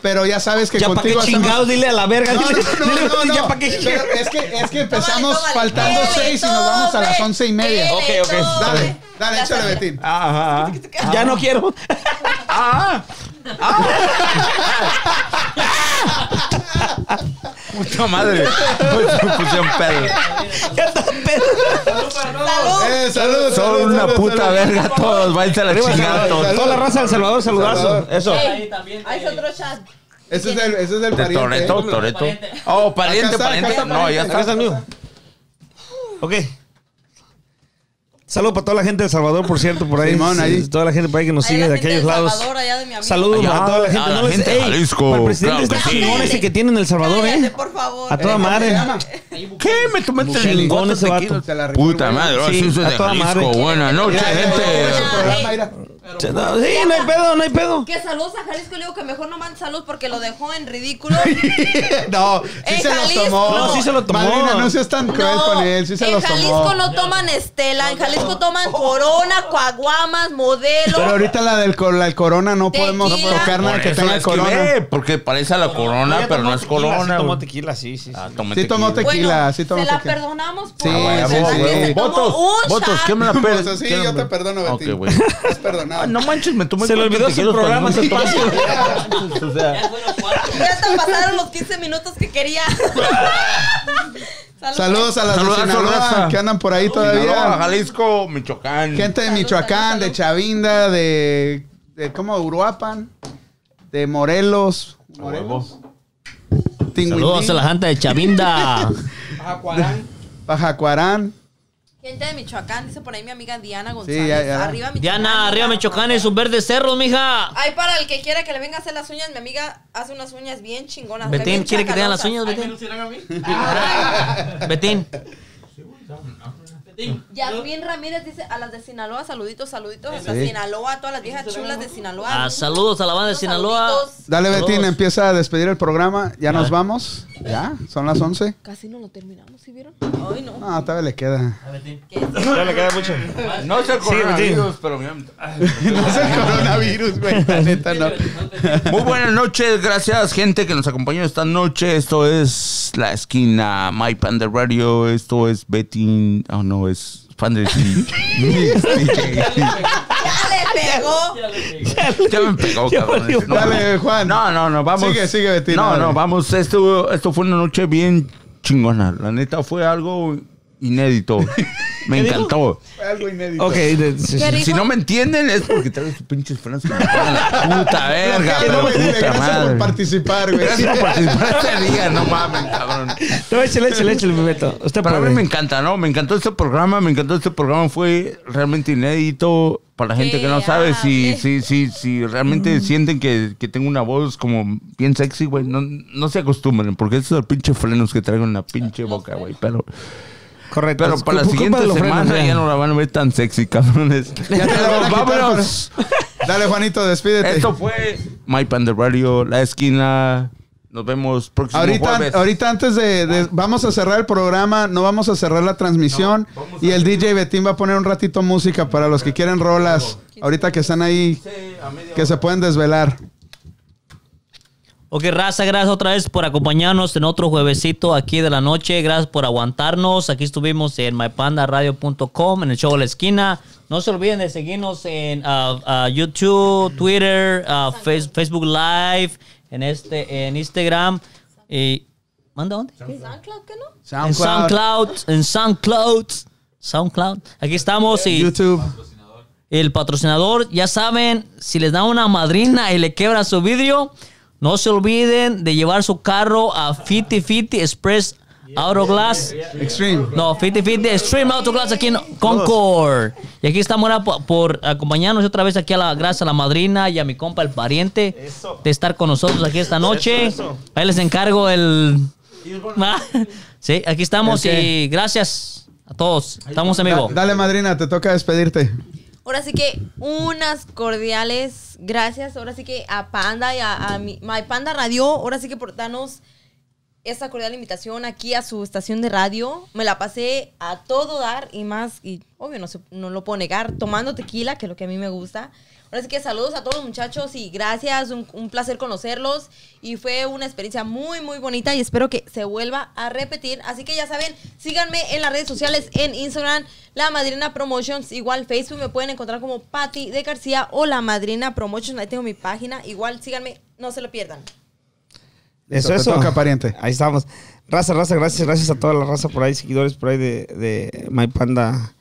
[SPEAKER 1] pero ya sabes que
[SPEAKER 2] Ya para qué
[SPEAKER 1] contigo hacemos-
[SPEAKER 2] chingados, dile a la verga.
[SPEAKER 1] No,
[SPEAKER 2] dile,
[SPEAKER 1] no,
[SPEAKER 2] dile,
[SPEAKER 1] no, no,
[SPEAKER 2] ya
[SPEAKER 1] no.
[SPEAKER 2] para qué
[SPEAKER 1] Pero Es que, es que empezamos
[SPEAKER 3] Tómale, tómale.
[SPEAKER 1] faltando
[SPEAKER 3] Dele,
[SPEAKER 1] 6 y nos vamos a las
[SPEAKER 3] tome,
[SPEAKER 1] 11 y media.
[SPEAKER 2] Ok,
[SPEAKER 3] dele,
[SPEAKER 2] ok.
[SPEAKER 3] tome.
[SPEAKER 1] Dale, dale,
[SPEAKER 3] Ya
[SPEAKER 1] échale,
[SPEAKER 3] está,
[SPEAKER 1] Betín.
[SPEAKER 5] Ajá. ajá.
[SPEAKER 2] Ya no quiero. Ah,
[SPEAKER 5] Puta madre. Pues, Me puse un pedo.
[SPEAKER 2] Ya está pedo.
[SPEAKER 3] ¡Salud!
[SPEAKER 1] Eh, salud,
[SPEAKER 5] Son
[SPEAKER 1] salud,
[SPEAKER 5] una
[SPEAKER 1] salud,
[SPEAKER 5] puta
[SPEAKER 1] salud.
[SPEAKER 5] verga todos. Váyanse a la
[SPEAKER 2] Arriba,
[SPEAKER 5] chingada
[SPEAKER 2] Salvador.
[SPEAKER 5] todos.
[SPEAKER 2] Toda la raza del Salvador, saludazo.
[SPEAKER 1] Salvador.
[SPEAKER 2] Eso.
[SPEAKER 3] Ey,
[SPEAKER 6] Ahí también.
[SPEAKER 3] Ahí es otro chat.
[SPEAKER 2] Pues
[SPEAKER 1] Ese es el, ese es el
[SPEAKER 5] De
[SPEAKER 1] pariente.
[SPEAKER 5] Toreto, Toreto.
[SPEAKER 6] Pariente.
[SPEAKER 5] Oh,
[SPEAKER 1] Acá
[SPEAKER 5] pariente,
[SPEAKER 1] está, acá
[SPEAKER 5] pariente.
[SPEAKER 1] está
[SPEAKER 5] No, ya
[SPEAKER 1] pariente.
[SPEAKER 5] está.
[SPEAKER 2] Acá está el mío. Ok. Saludos para toda la gente de El Salvador, por cierto, por ahí.
[SPEAKER 1] Simón, ahí.
[SPEAKER 2] Toda la gente por ahí que nos
[SPEAKER 3] Ahí
[SPEAKER 2] sigue
[SPEAKER 3] la
[SPEAKER 2] de
[SPEAKER 3] gente
[SPEAKER 2] aquellos
[SPEAKER 3] de
[SPEAKER 2] lados.
[SPEAKER 3] Salvador, allá de mi amigo.
[SPEAKER 2] Saludos
[SPEAKER 5] Allá,
[SPEAKER 2] para toda la
[SPEAKER 5] a
[SPEAKER 2] gente.
[SPEAKER 5] la
[SPEAKER 2] No les-
[SPEAKER 5] gente de
[SPEAKER 2] ey,
[SPEAKER 5] Jalisco,
[SPEAKER 2] para el presidente
[SPEAKER 5] claro
[SPEAKER 2] está
[SPEAKER 5] que sí.
[SPEAKER 2] chingón ese que tiene en El Salvador,
[SPEAKER 3] Cállate,
[SPEAKER 2] ¿eh?
[SPEAKER 3] por favor.
[SPEAKER 2] A toda
[SPEAKER 1] ¿Cómo
[SPEAKER 2] madre.
[SPEAKER 1] se llama?
[SPEAKER 5] ¿Qué? Me tomé tres
[SPEAKER 2] Chingón
[SPEAKER 5] lingotes
[SPEAKER 2] ese
[SPEAKER 5] de
[SPEAKER 2] vato.
[SPEAKER 5] tequila.
[SPEAKER 1] Se la rifó el
[SPEAKER 5] Puta
[SPEAKER 1] güey.
[SPEAKER 5] madre, ahora
[SPEAKER 2] Sí,
[SPEAKER 5] sí soy
[SPEAKER 2] a
[SPEAKER 5] de
[SPEAKER 2] toda madre.
[SPEAKER 5] Jalisco. Buenas noches,
[SPEAKER 1] Mira, mira, mira,
[SPEAKER 5] gente.
[SPEAKER 1] mira, programa, mira.
[SPEAKER 2] Sí, no hay pedo, no hay pedo.
[SPEAKER 3] Que saludos a Jalisco. Le digo que mejor no mande saludos porque lo dejó en ridículo.
[SPEAKER 1] No, sí
[SPEAKER 3] En
[SPEAKER 1] se los
[SPEAKER 3] Jalisco.
[SPEAKER 1] tomó.
[SPEAKER 2] No, sí se lo tomó.
[SPEAKER 1] Madrina, no seas tan cruel
[SPEAKER 3] No,
[SPEAKER 1] con él. Sí se
[SPEAKER 3] en
[SPEAKER 1] los
[SPEAKER 3] Jalisco
[SPEAKER 1] tomó.
[SPEAKER 3] no toman Estela, en Jalisco toman Corona, Coaguamas, Modelo.
[SPEAKER 1] Pero ahorita la del cor- la corona no podemos
[SPEAKER 3] Tequila.
[SPEAKER 1] tocar nada
[SPEAKER 5] Por
[SPEAKER 1] que
[SPEAKER 5] eso
[SPEAKER 1] tenga
[SPEAKER 5] es que
[SPEAKER 1] corona.
[SPEAKER 5] ve, Porque parece a la corona,
[SPEAKER 2] Ella
[SPEAKER 5] pero
[SPEAKER 2] tomó
[SPEAKER 5] no es
[SPEAKER 2] tequila, sí
[SPEAKER 5] corona.
[SPEAKER 2] tomó
[SPEAKER 5] güey.
[SPEAKER 2] tequila, sí, sí. sí.
[SPEAKER 5] Ah, tomé
[SPEAKER 1] Sí tomó
[SPEAKER 5] tequila.
[SPEAKER 1] tequila, sí tomó
[SPEAKER 3] se la
[SPEAKER 1] tequila.
[SPEAKER 3] perdonamos por
[SPEAKER 1] Sí,
[SPEAKER 3] favor,
[SPEAKER 1] sí,
[SPEAKER 3] ¿verdad?
[SPEAKER 1] sí.
[SPEAKER 3] Que se tomó
[SPEAKER 5] Eh, Votos,
[SPEAKER 3] un
[SPEAKER 5] votos,
[SPEAKER 3] shot.
[SPEAKER 5] ¿qué me la
[SPEAKER 1] Pues
[SPEAKER 5] pelas?
[SPEAKER 1] así
[SPEAKER 5] ¿Qué
[SPEAKER 1] yo
[SPEAKER 5] me-
[SPEAKER 1] te perdono,
[SPEAKER 5] Ok,
[SPEAKER 1] Betín.
[SPEAKER 5] güey.
[SPEAKER 1] Estás perdonado.
[SPEAKER 5] Ah, No manches, me tomé
[SPEAKER 2] Se le
[SPEAKER 5] cuatro
[SPEAKER 2] olvidó su
[SPEAKER 5] tequilas para
[SPEAKER 2] programa,
[SPEAKER 5] no
[SPEAKER 2] se
[SPEAKER 5] tomar. O
[SPEAKER 11] Ya
[SPEAKER 5] sea,
[SPEAKER 11] fueron cuatro.
[SPEAKER 3] Ya te pasaron los 15 minutos que quería. Saludos.
[SPEAKER 1] Saludos a las
[SPEAKER 5] Saludos
[SPEAKER 1] de
[SPEAKER 5] a
[SPEAKER 1] Sinaloa
[SPEAKER 5] Sordaza.
[SPEAKER 1] que andan por ahí
[SPEAKER 5] Sinaloa,
[SPEAKER 1] todavía.
[SPEAKER 5] Jalisco, Michoacán.
[SPEAKER 1] Gente de
[SPEAKER 3] Salud,
[SPEAKER 1] Michoacán,
[SPEAKER 3] salud,
[SPEAKER 1] de
[SPEAKER 3] salud.
[SPEAKER 1] Chavinda, de, de ¿cómo? Uruapan, de Morelos. Morelos.
[SPEAKER 5] Huevo.
[SPEAKER 1] Tinguindín,
[SPEAKER 6] Saludos a la gente de Chavinda.
[SPEAKER 1] Pajacuarán.
[SPEAKER 3] Gente de Michoacán, dice por ahí mi amiga Diana González.
[SPEAKER 1] Sí, ya, ya.
[SPEAKER 3] Arriba Michoacán.
[SPEAKER 6] Diana, arriba Michoacán y sus verdes cerros, mija.
[SPEAKER 3] Ay, para el que quiera que le venga a hacer las uñas, mi amiga hace unas uñas bien chingonas.
[SPEAKER 6] Betín,
[SPEAKER 3] bien
[SPEAKER 6] ¿quiere que te hagan las uñas,
[SPEAKER 3] chacalosas.
[SPEAKER 12] ¿Me
[SPEAKER 6] Betín?
[SPEAKER 12] lucirán a mí?
[SPEAKER 6] Betín.
[SPEAKER 12] Betín,
[SPEAKER 3] Yasmín Ramírez dice a las de Sinaloa, saluditos, saluditos. hasta
[SPEAKER 1] Sí.
[SPEAKER 3] Sinaloa, a todas las viejas chulas de Sinaloa.
[SPEAKER 6] Ah, saludos a la banda de
[SPEAKER 3] Unos
[SPEAKER 6] Sinaloa.
[SPEAKER 3] saluditos.
[SPEAKER 1] Dale,
[SPEAKER 6] Saludos.
[SPEAKER 1] Betín, empieza a despedir el programa. Ya nos vamos. Ya, son las 11.
[SPEAKER 3] Casi no lo terminamos, ¿sí vieron? Ay, no.
[SPEAKER 1] No, todavía le queda.
[SPEAKER 11] A ver, Tim.
[SPEAKER 3] ¿Qué es?
[SPEAKER 2] Ya le queda mucho.
[SPEAKER 5] No es el
[SPEAKER 2] Sí, Betín.
[SPEAKER 5] coronavirus, pero mira.
[SPEAKER 1] No es el coronavirus, güey. La neta, no.
[SPEAKER 5] Muy buenas noches, gracias gente que nos acompañó esta noche. Esto es La Esquina, My Panda Radio. Esto es Betting. Oh no, es Panda Mix DJ.
[SPEAKER 3] ¡Ya le pegó!
[SPEAKER 11] Ya le pegué.
[SPEAKER 5] Ya me pegó, cabrón.
[SPEAKER 2] valió.
[SPEAKER 5] No,
[SPEAKER 1] Dale, Juan.
[SPEAKER 5] No, no, no, vamos.
[SPEAKER 1] Sigue, sigue, Betín,
[SPEAKER 5] No,
[SPEAKER 1] dale.
[SPEAKER 5] no, vamos. Esto, esto fue una noche bien chingona. La neta fue algo inédito. Me encantó.
[SPEAKER 1] Fue algo inédito.
[SPEAKER 2] Ok. de- sí, sí.
[SPEAKER 3] ¿Qué dijo?
[SPEAKER 5] Si no me entienden es porque traigo sus pinches frases. que me ponen la Puta verga,
[SPEAKER 1] Que no
[SPEAKER 5] pero
[SPEAKER 1] me dile,
[SPEAKER 5] puta
[SPEAKER 1] gracias por
[SPEAKER 5] madre.
[SPEAKER 1] participar, güey.
[SPEAKER 5] Gracias por participar este día, no mames, cabrón.
[SPEAKER 2] No, échale, échale, échale, mi Beto. Usted
[SPEAKER 5] Para
[SPEAKER 2] puede.
[SPEAKER 5] mí me encanta, ¿no? Me encantó este programa, me encantó este programa, fue realmente inédito. Para la gente que no sabe si, si, si, si realmente sienten que, que tengo una voz como bien sexy, güey, no, no se acostumbren, porque esos son los pinches frenos que traigo en la pinche boca, güey. Pero,
[SPEAKER 2] Correcto.
[SPEAKER 5] pero
[SPEAKER 2] Es
[SPEAKER 5] para la
[SPEAKER 2] culpa
[SPEAKER 5] siguiente
[SPEAKER 2] de pues, los frenos, ¿eh?
[SPEAKER 5] semana ya no la van a ver tan sexy, cabrones.
[SPEAKER 1] Ya te la van a quitar, este.
[SPEAKER 5] Vámonos.
[SPEAKER 1] pero- Dale, Juanito, despídete.
[SPEAKER 5] Esto fue My Panda Radio, La Esquina. Nos vemos próximo
[SPEAKER 1] Ahorita,
[SPEAKER 5] jueves.
[SPEAKER 1] ahorita antes de, de- Vamos a cerrar el programa, no vamos a cerrar la transmisión. y el DJ Betín va a poner un ratito música para los que quieren rolas. Ahorita que están ahí, que se pueden desvelar.
[SPEAKER 6] Ok, raza, gracias otra vez por acompañarnos en otro juevesito aquí de la noche. Gracias por aguantarnos. Aquí estuvimos en mypandaradio.com, en el show de la esquina. No se olviden de seguirnos en ah, ah, YouTube, Twitter, ah, Face- Facebook Live, en, este, en Instagram. Y, ¿Manda dónde?
[SPEAKER 3] SoundCloud, ¿qué Ah, no?
[SPEAKER 6] En SoundCloud, en SoundCloud, SoundCloud. Aquí estamos y
[SPEAKER 1] YouTube.
[SPEAKER 6] el patrocinador, ya saben, si les dan una madrina y le quebran su vidrio, no se olviden de llevar su carro a Fitty Fitty Express Autoglass.
[SPEAKER 1] Extreme.
[SPEAKER 6] No, Fitty Fitty Extreme Autoglass aquí en Concord. Y aquí estamos ahora po- por, acompañarnos otra vez aquí a la gracias a la madrina y a mi compa el pariente de estar con nosotros aquí esta noche. Ahí les encargo el... sí, aquí estamos
[SPEAKER 1] ¿El qué?
[SPEAKER 6] y gracias a todos. Estamos amigos.
[SPEAKER 1] Da- dale, madrina, te toca despedirte.
[SPEAKER 3] Ahora sí que unas cordiales gracias. Ahora sí que a Panda y a, a mi- My Panda Radio. Ahora sí que por darnos esta cordial invitación aquí a su estación de radio. Me la pasé a todo dar y más. Y obvio, no, se- no lo puedo negar. Tomando tequila, que es lo que a mí me gusta. Ahora sí que saludos a todos los muchachos y gracias. Un, un placer conocerlos. Y fue una experiencia muy, muy bonita y espero que se vuelva a repetir. Así que ya saben, síganme en las redes sociales, en Instagram, La Madrina Promotions, igual Facebook me pueden encontrar como Patti de García o La Madrina Promotions, ahí tengo mi página, igual síganme, no se lo pierdan.
[SPEAKER 2] Eso,
[SPEAKER 1] Te
[SPEAKER 2] eso.
[SPEAKER 1] toca, pariente.
[SPEAKER 2] Ahí estamos. Raza, raza, gracias, gracias a toda la raza por ahí, seguidores por ahí de, de My Panda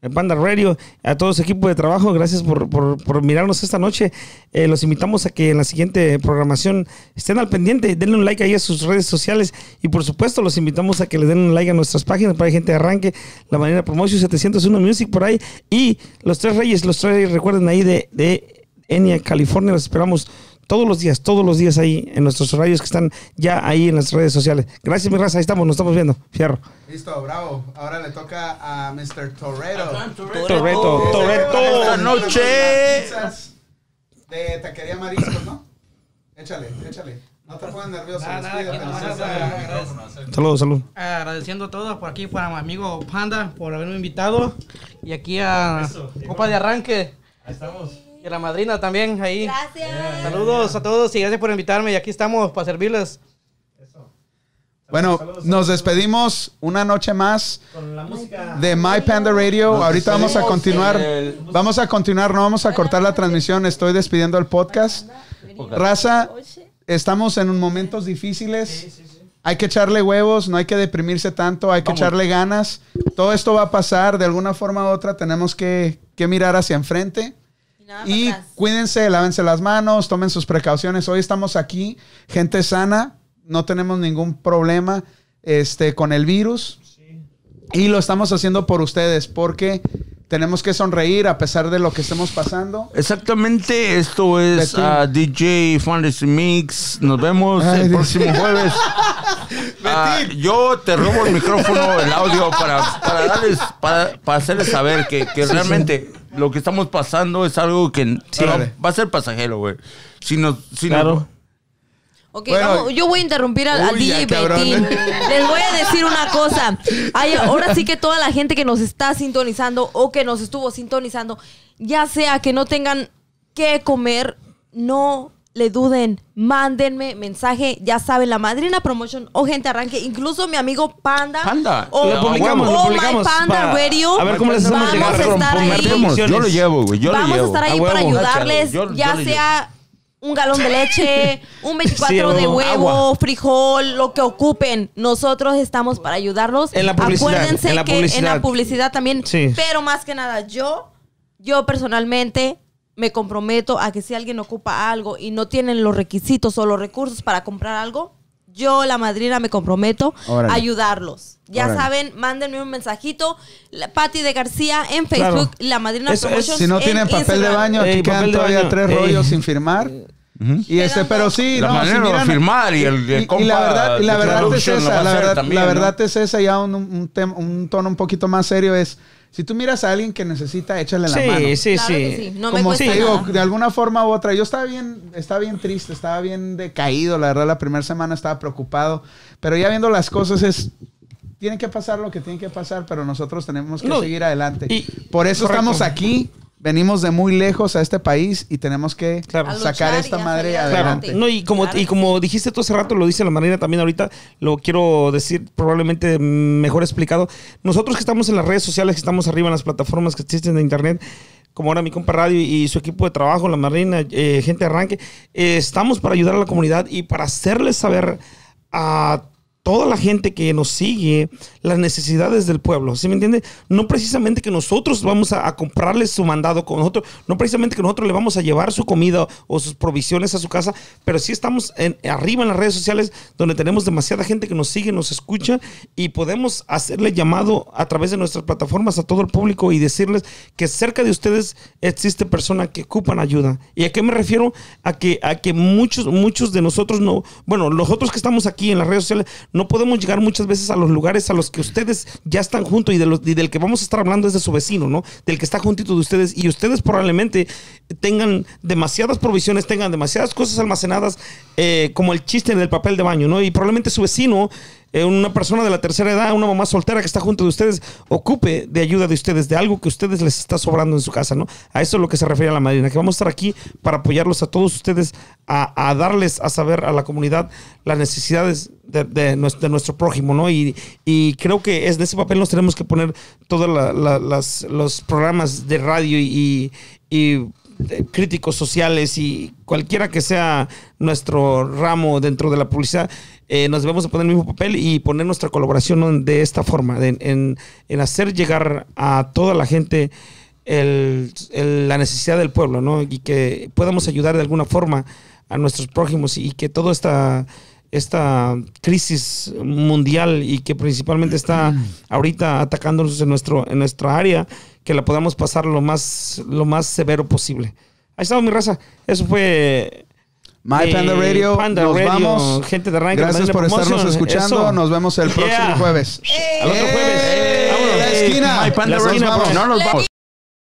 [SPEAKER 2] el Panda Radio, a todo su equipo de trabajo, gracias por, por- por mirarnos esta noche. Eh, los invitamos a que en la siguiente programación estén al pendiente, denle un like ahí a sus redes sociales y por supuesto los invitamos a que le den un like a nuestras páginas para que gente arranque la manera promoción 701 Music por ahí y los tres reyes, los tres reyes, recuerden ahí de, de Enia, California, los esperamos todos los días, todos los días ahí en nuestros horarios que están ya ahí en las redes sociales. Gracias, mi raza, ahí estamos, nos estamos viendo. Fierro.
[SPEAKER 1] Listo, bravo. Ahora le toca a Mr. Torero.
[SPEAKER 2] Toreto,
[SPEAKER 1] Esta
[SPEAKER 2] Toreto.
[SPEAKER 5] noche.
[SPEAKER 1] Pizzas De taquería mariscos, ¿no? Échale, échale. No te pongas nervioso.
[SPEAKER 8] Nada, nada,
[SPEAKER 1] despídete,
[SPEAKER 8] que no,
[SPEAKER 1] entonces,
[SPEAKER 8] nada,
[SPEAKER 1] eh,
[SPEAKER 8] gracias.
[SPEAKER 2] Saludos, saludos.
[SPEAKER 8] Agradeciendo a todos por aquí, para mi amigo Panda, por haberme invitado. Y aquí a Copa de Arranque. estamos. Y a la madrina también, ahí.
[SPEAKER 3] Gracias.
[SPEAKER 8] Saludos a todos y gracias por invitarme. Y aquí estamos para servirles.
[SPEAKER 1] Bueno, nos despedimos una noche más de My Panda Radio.
[SPEAKER 5] Nos
[SPEAKER 1] Ahorita vamos a
[SPEAKER 5] despedimos
[SPEAKER 1] continuar.
[SPEAKER 5] en el-
[SPEAKER 1] Vamos a continuar, no vamos a cortar la transmisión. Estoy despidiendo el podcast. Raza, estamos en momentos difíciles. Hay que echarle huevos, no hay que deprimirse tanto, hay que echarle ganas. Todo esto va a pasar de alguna forma u otra. Tenemos que, que mirar hacia enfrente.
[SPEAKER 3] Y nada
[SPEAKER 1] Y
[SPEAKER 3] Ah, para atrás.
[SPEAKER 1] cuídense, lávense las manos, tomen sus precauciones. Hoy estamos aquí, gente sana, no tenemos ningún problema este, con el virus. Y lo estamos haciendo por ustedes, porque tenemos que sonreír a pesar de lo que estemos pasando.
[SPEAKER 5] Exactamente, esto es
[SPEAKER 1] Betín.
[SPEAKER 5] ah, DJ Fantasy Mix. Nos vemos
[SPEAKER 1] Ay,
[SPEAKER 5] el
[SPEAKER 1] Dios.
[SPEAKER 5] próximo jueves. Ah, yo te robo el micrófono, el audio, para, para darles, para, para hacerles saber que, que realmente lo que estamos pasando es algo que
[SPEAKER 1] Órale.
[SPEAKER 5] va a ser pasajero, güey. Si nos, si nos-
[SPEAKER 2] Claro.
[SPEAKER 3] Ok,
[SPEAKER 1] Bueno.
[SPEAKER 3] vamos, yo voy a interrumpir al, al
[SPEAKER 1] Uy, ya,
[SPEAKER 3] DJ
[SPEAKER 1] cabrón.
[SPEAKER 3] Betín. Les voy a decir una cosa. Ay, ahora sí que toda la gente que nos está sintonizando o que nos estuvo sintonizando, ya sea que no tengan que comer, no le duden. Mándenme mensaje, ya saben, la madrina promotion o gente arranque, incluso mi amigo Panda.
[SPEAKER 5] Panda.
[SPEAKER 3] O,
[SPEAKER 5] Lo publicamos,
[SPEAKER 2] lo
[SPEAKER 3] o
[SPEAKER 2] publicamos
[SPEAKER 3] My Panda
[SPEAKER 2] para-
[SPEAKER 3] Radio.
[SPEAKER 2] a ver cómo les hacemos
[SPEAKER 3] Vamos
[SPEAKER 2] llegar.
[SPEAKER 3] a estar ahí.
[SPEAKER 5] Compartimos, Yo lo llevo, güey. Yo lo
[SPEAKER 3] Vamos a
[SPEAKER 5] llevo.
[SPEAKER 3] estar ahí
[SPEAKER 5] A
[SPEAKER 2] Ah,
[SPEAKER 3] para
[SPEAKER 5] huevo.
[SPEAKER 3] ayudarles,
[SPEAKER 5] Yo- yo
[SPEAKER 3] ya
[SPEAKER 5] lo llevo.
[SPEAKER 3] sea un galón de leche, un 24
[SPEAKER 2] Sí, o
[SPEAKER 3] de huevo,
[SPEAKER 2] agua.
[SPEAKER 3] frijol, lo que ocupen. Nosotros estamos para ayudarlos.
[SPEAKER 2] En la publicidad,
[SPEAKER 3] Acuérdense
[SPEAKER 2] en la
[SPEAKER 3] que en la
[SPEAKER 2] publicidad.
[SPEAKER 3] publicidad también,
[SPEAKER 2] Sí.
[SPEAKER 3] pero más que nada yo, yo personalmente me comprometo a que si alguien ocupa algo y no tienen los requisitos o los recursos para comprar algo, yo, la madrina, me comprometo
[SPEAKER 1] Órale.
[SPEAKER 3] a ayudarlos. Ya
[SPEAKER 1] Órale.
[SPEAKER 3] saben, mándenme un mensajito. La- Pati de García en
[SPEAKER 2] Claro.
[SPEAKER 3] Facebook, la madrina
[SPEAKER 2] Eso es-
[SPEAKER 3] Promotions
[SPEAKER 1] Si no
[SPEAKER 3] en
[SPEAKER 1] tienen papel de
[SPEAKER 3] Instagram.
[SPEAKER 1] baño, aquí
[SPEAKER 2] Ey,
[SPEAKER 1] quedan
[SPEAKER 2] papel de
[SPEAKER 1] todavía
[SPEAKER 2] baño.
[SPEAKER 1] tres
[SPEAKER 2] Ey.
[SPEAKER 1] rollos sin firmar. Y este, pero sí,
[SPEAKER 5] La
[SPEAKER 1] no,
[SPEAKER 5] manera
[SPEAKER 1] si
[SPEAKER 5] de
[SPEAKER 1] miran-
[SPEAKER 5] firmar y el- el compa
[SPEAKER 1] la verdad, y la
[SPEAKER 5] de
[SPEAKER 1] verdad es
[SPEAKER 5] production lo va
[SPEAKER 1] esa,
[SPEAKER 5] a
[SPEAKER 1] la
[SPEAKER 5] hacer
[SPEAKER 1] verdad,
[SPEAKER 5] también,
[SPEAKER 1] la
[SPEAKER 5] ¿no?
[SPEAKER 1] verdad es esa, ya un, un tem- un tono un poquito más serio es, si tú miras a alguien que necesita, échale la mano.
[SPEAKER 2] Sí, sí,
[SPEAKER 3] Claro que sí.
[SPEAKER 2] sí.
[SPEAKER 3] No me
[SPEAKER 1] Como
[SPEAKER 3] cuesta
[SPEAKER 1] te digo,
[SPEAKER 3] nada.
[SPEAKER 1] de alguna forma u otra, yo estaba bien, estaba bien triste, estaba bien decaído, la verdad, la primera semana estaba preocupado, pero ya viendo las cosas es, tiene que pasar lo que tiene que pasar, pero nosotros tenemos que
[SPEAKER 2] No,
[SPEAKER 1] seguir adelante.
[SPEAKER 2] y-
[SPEAKER 1] Por eso
[SPEAKER 2] correcto.
[SPEAKER 1] estamos aquí, venimos de muy lejos a este país y tenemos que
[SPEAKER 2] Claro. A
[SPEAKER 3] luchar
[SPEAKER 1] sacar
[SPEAKER 3] y
[SPEAKER 1] esta
[SPEAKER 3] a
[SPEAKER 1] madre
[SPEAKER 3] salir
[SPEAKER 1] adelante.
[SPEAKER 3] adelante.
[SPEAKER 2] Claro. No, y como,
[SPEAKER 3] Claro.
[SPEAKER 2] y como dijiste tú hace rato, lo dice la Marina también ahorita, lo quiero decir probablemente mejor explicado. Nosotros que estamos en las redes sociales, que estamos arriba en las plataformas que existen de internet, como ahora mi compa Radio y su equipo de trabajo, la Marina, eh, gente de arranque, eh, estamos para ayudar a la comunidad y para hacerles saber a toda la gente que nos sigue las necesidades del pueblo, ¿sí me entiende? No precisamente que nosotros vamos a, a comprarles su mandado con nosotros, no precisamente que nosotros le vamos a llevar su comida o sus provisiones a su casa, pero sí estamos en, arriba en las redes sociales donde tenemos demasiada gente que nos sigue, nos escucha y podemos hacerle llamado a través de nuestras plataformas a todo el público y decirles que cerca de ustedes existe personas que ocupan ayuda. ¿Y a qué me refiero? A que, a que muchos, muchos de nosotros no, bueno, nosotros que estamos aquí en las redes sociales, no podemos llegar muchas veces a los lugares a los que ustedes ya están juntos y, de los, y del que vamos a estar hablando es de su vecino, ¿no? Del que está juntito de ustedes y ustedes probablemente tengan demasiadas provisiones, tengan demasiadas cosas almacenadas, eh, como el chiste del papel de baño, ¿no? Y probablemente su vecino eh, una persona de la tercera edad, una mamá soltera que está junto de ustedes, ocupe de ayuda de ustedes, de algo que ustedes les está sobrando en su casa, ¿no? A eso es lo que se refiere la madrina, que vamos a estar aquí para apoyarlos a todos ustedes, a, a darles a saber a la comunidad las necesidades de, de nues- de nuestro prójimo, ¿no? Y, y creo que es de ese papel nos tenemos que poner todos los programas de radio y- y eh, críticos sociales y cualquiera que sea nuestro ramo dentro de la publicidad, eh, nos debemos de poner el mismo papel y poner nuestra colaboración ¿no? de esta forma, de- en, en hacer llegar a toda la gente el- el- la necesidad del pueblo, ¿no? Y que podamos ayudar de alguna forma a nuestros prójimos y que toda esta, esta crisis mundial y que principalmente está ahorita atacándonos en, nuestro, en nuestra área, que la podamos pasar lo más, lo más severo posible. Ahí estamos, mi raza. Eso fue...
[SPEAKER 1] My
[SPEAKER 2] eh,
[SPEAKER 1] Panda Radio,
[SPEAKER 2] Panda
[SPEAKER 1] nos
[SPEAKER 2] Radio,
[SPEAKER 1] vamos.
[SPEAKER 2] Gente de Rank,
[SPEAKER 1] Gracias
[SPEAKER 2] Manila
[SPEAKER 1] por estarnos
[SPEAKER 2] Promotion.
[SPEAKER 1] escuchando.
[SPEAKER 2] Eso.
[SPEAKER 1] Nos vemos el próximo
[SPEAKER 2] Yeah.
[SPEAKER 1] jueves.
[SPEAKER 2] Al otro jueves.
[SPEAKER 1] ¡Eh!
[SPEAKER 2] Vámonos.
[SPEAKER 1] La esquina.
[SPEAKER 2] My Panda
[SPEAKER 1] Nos
[SPEAKER 2] Radio.
[SPEAKER 1] vamos.
[SPEAKER 5] No nos vamos.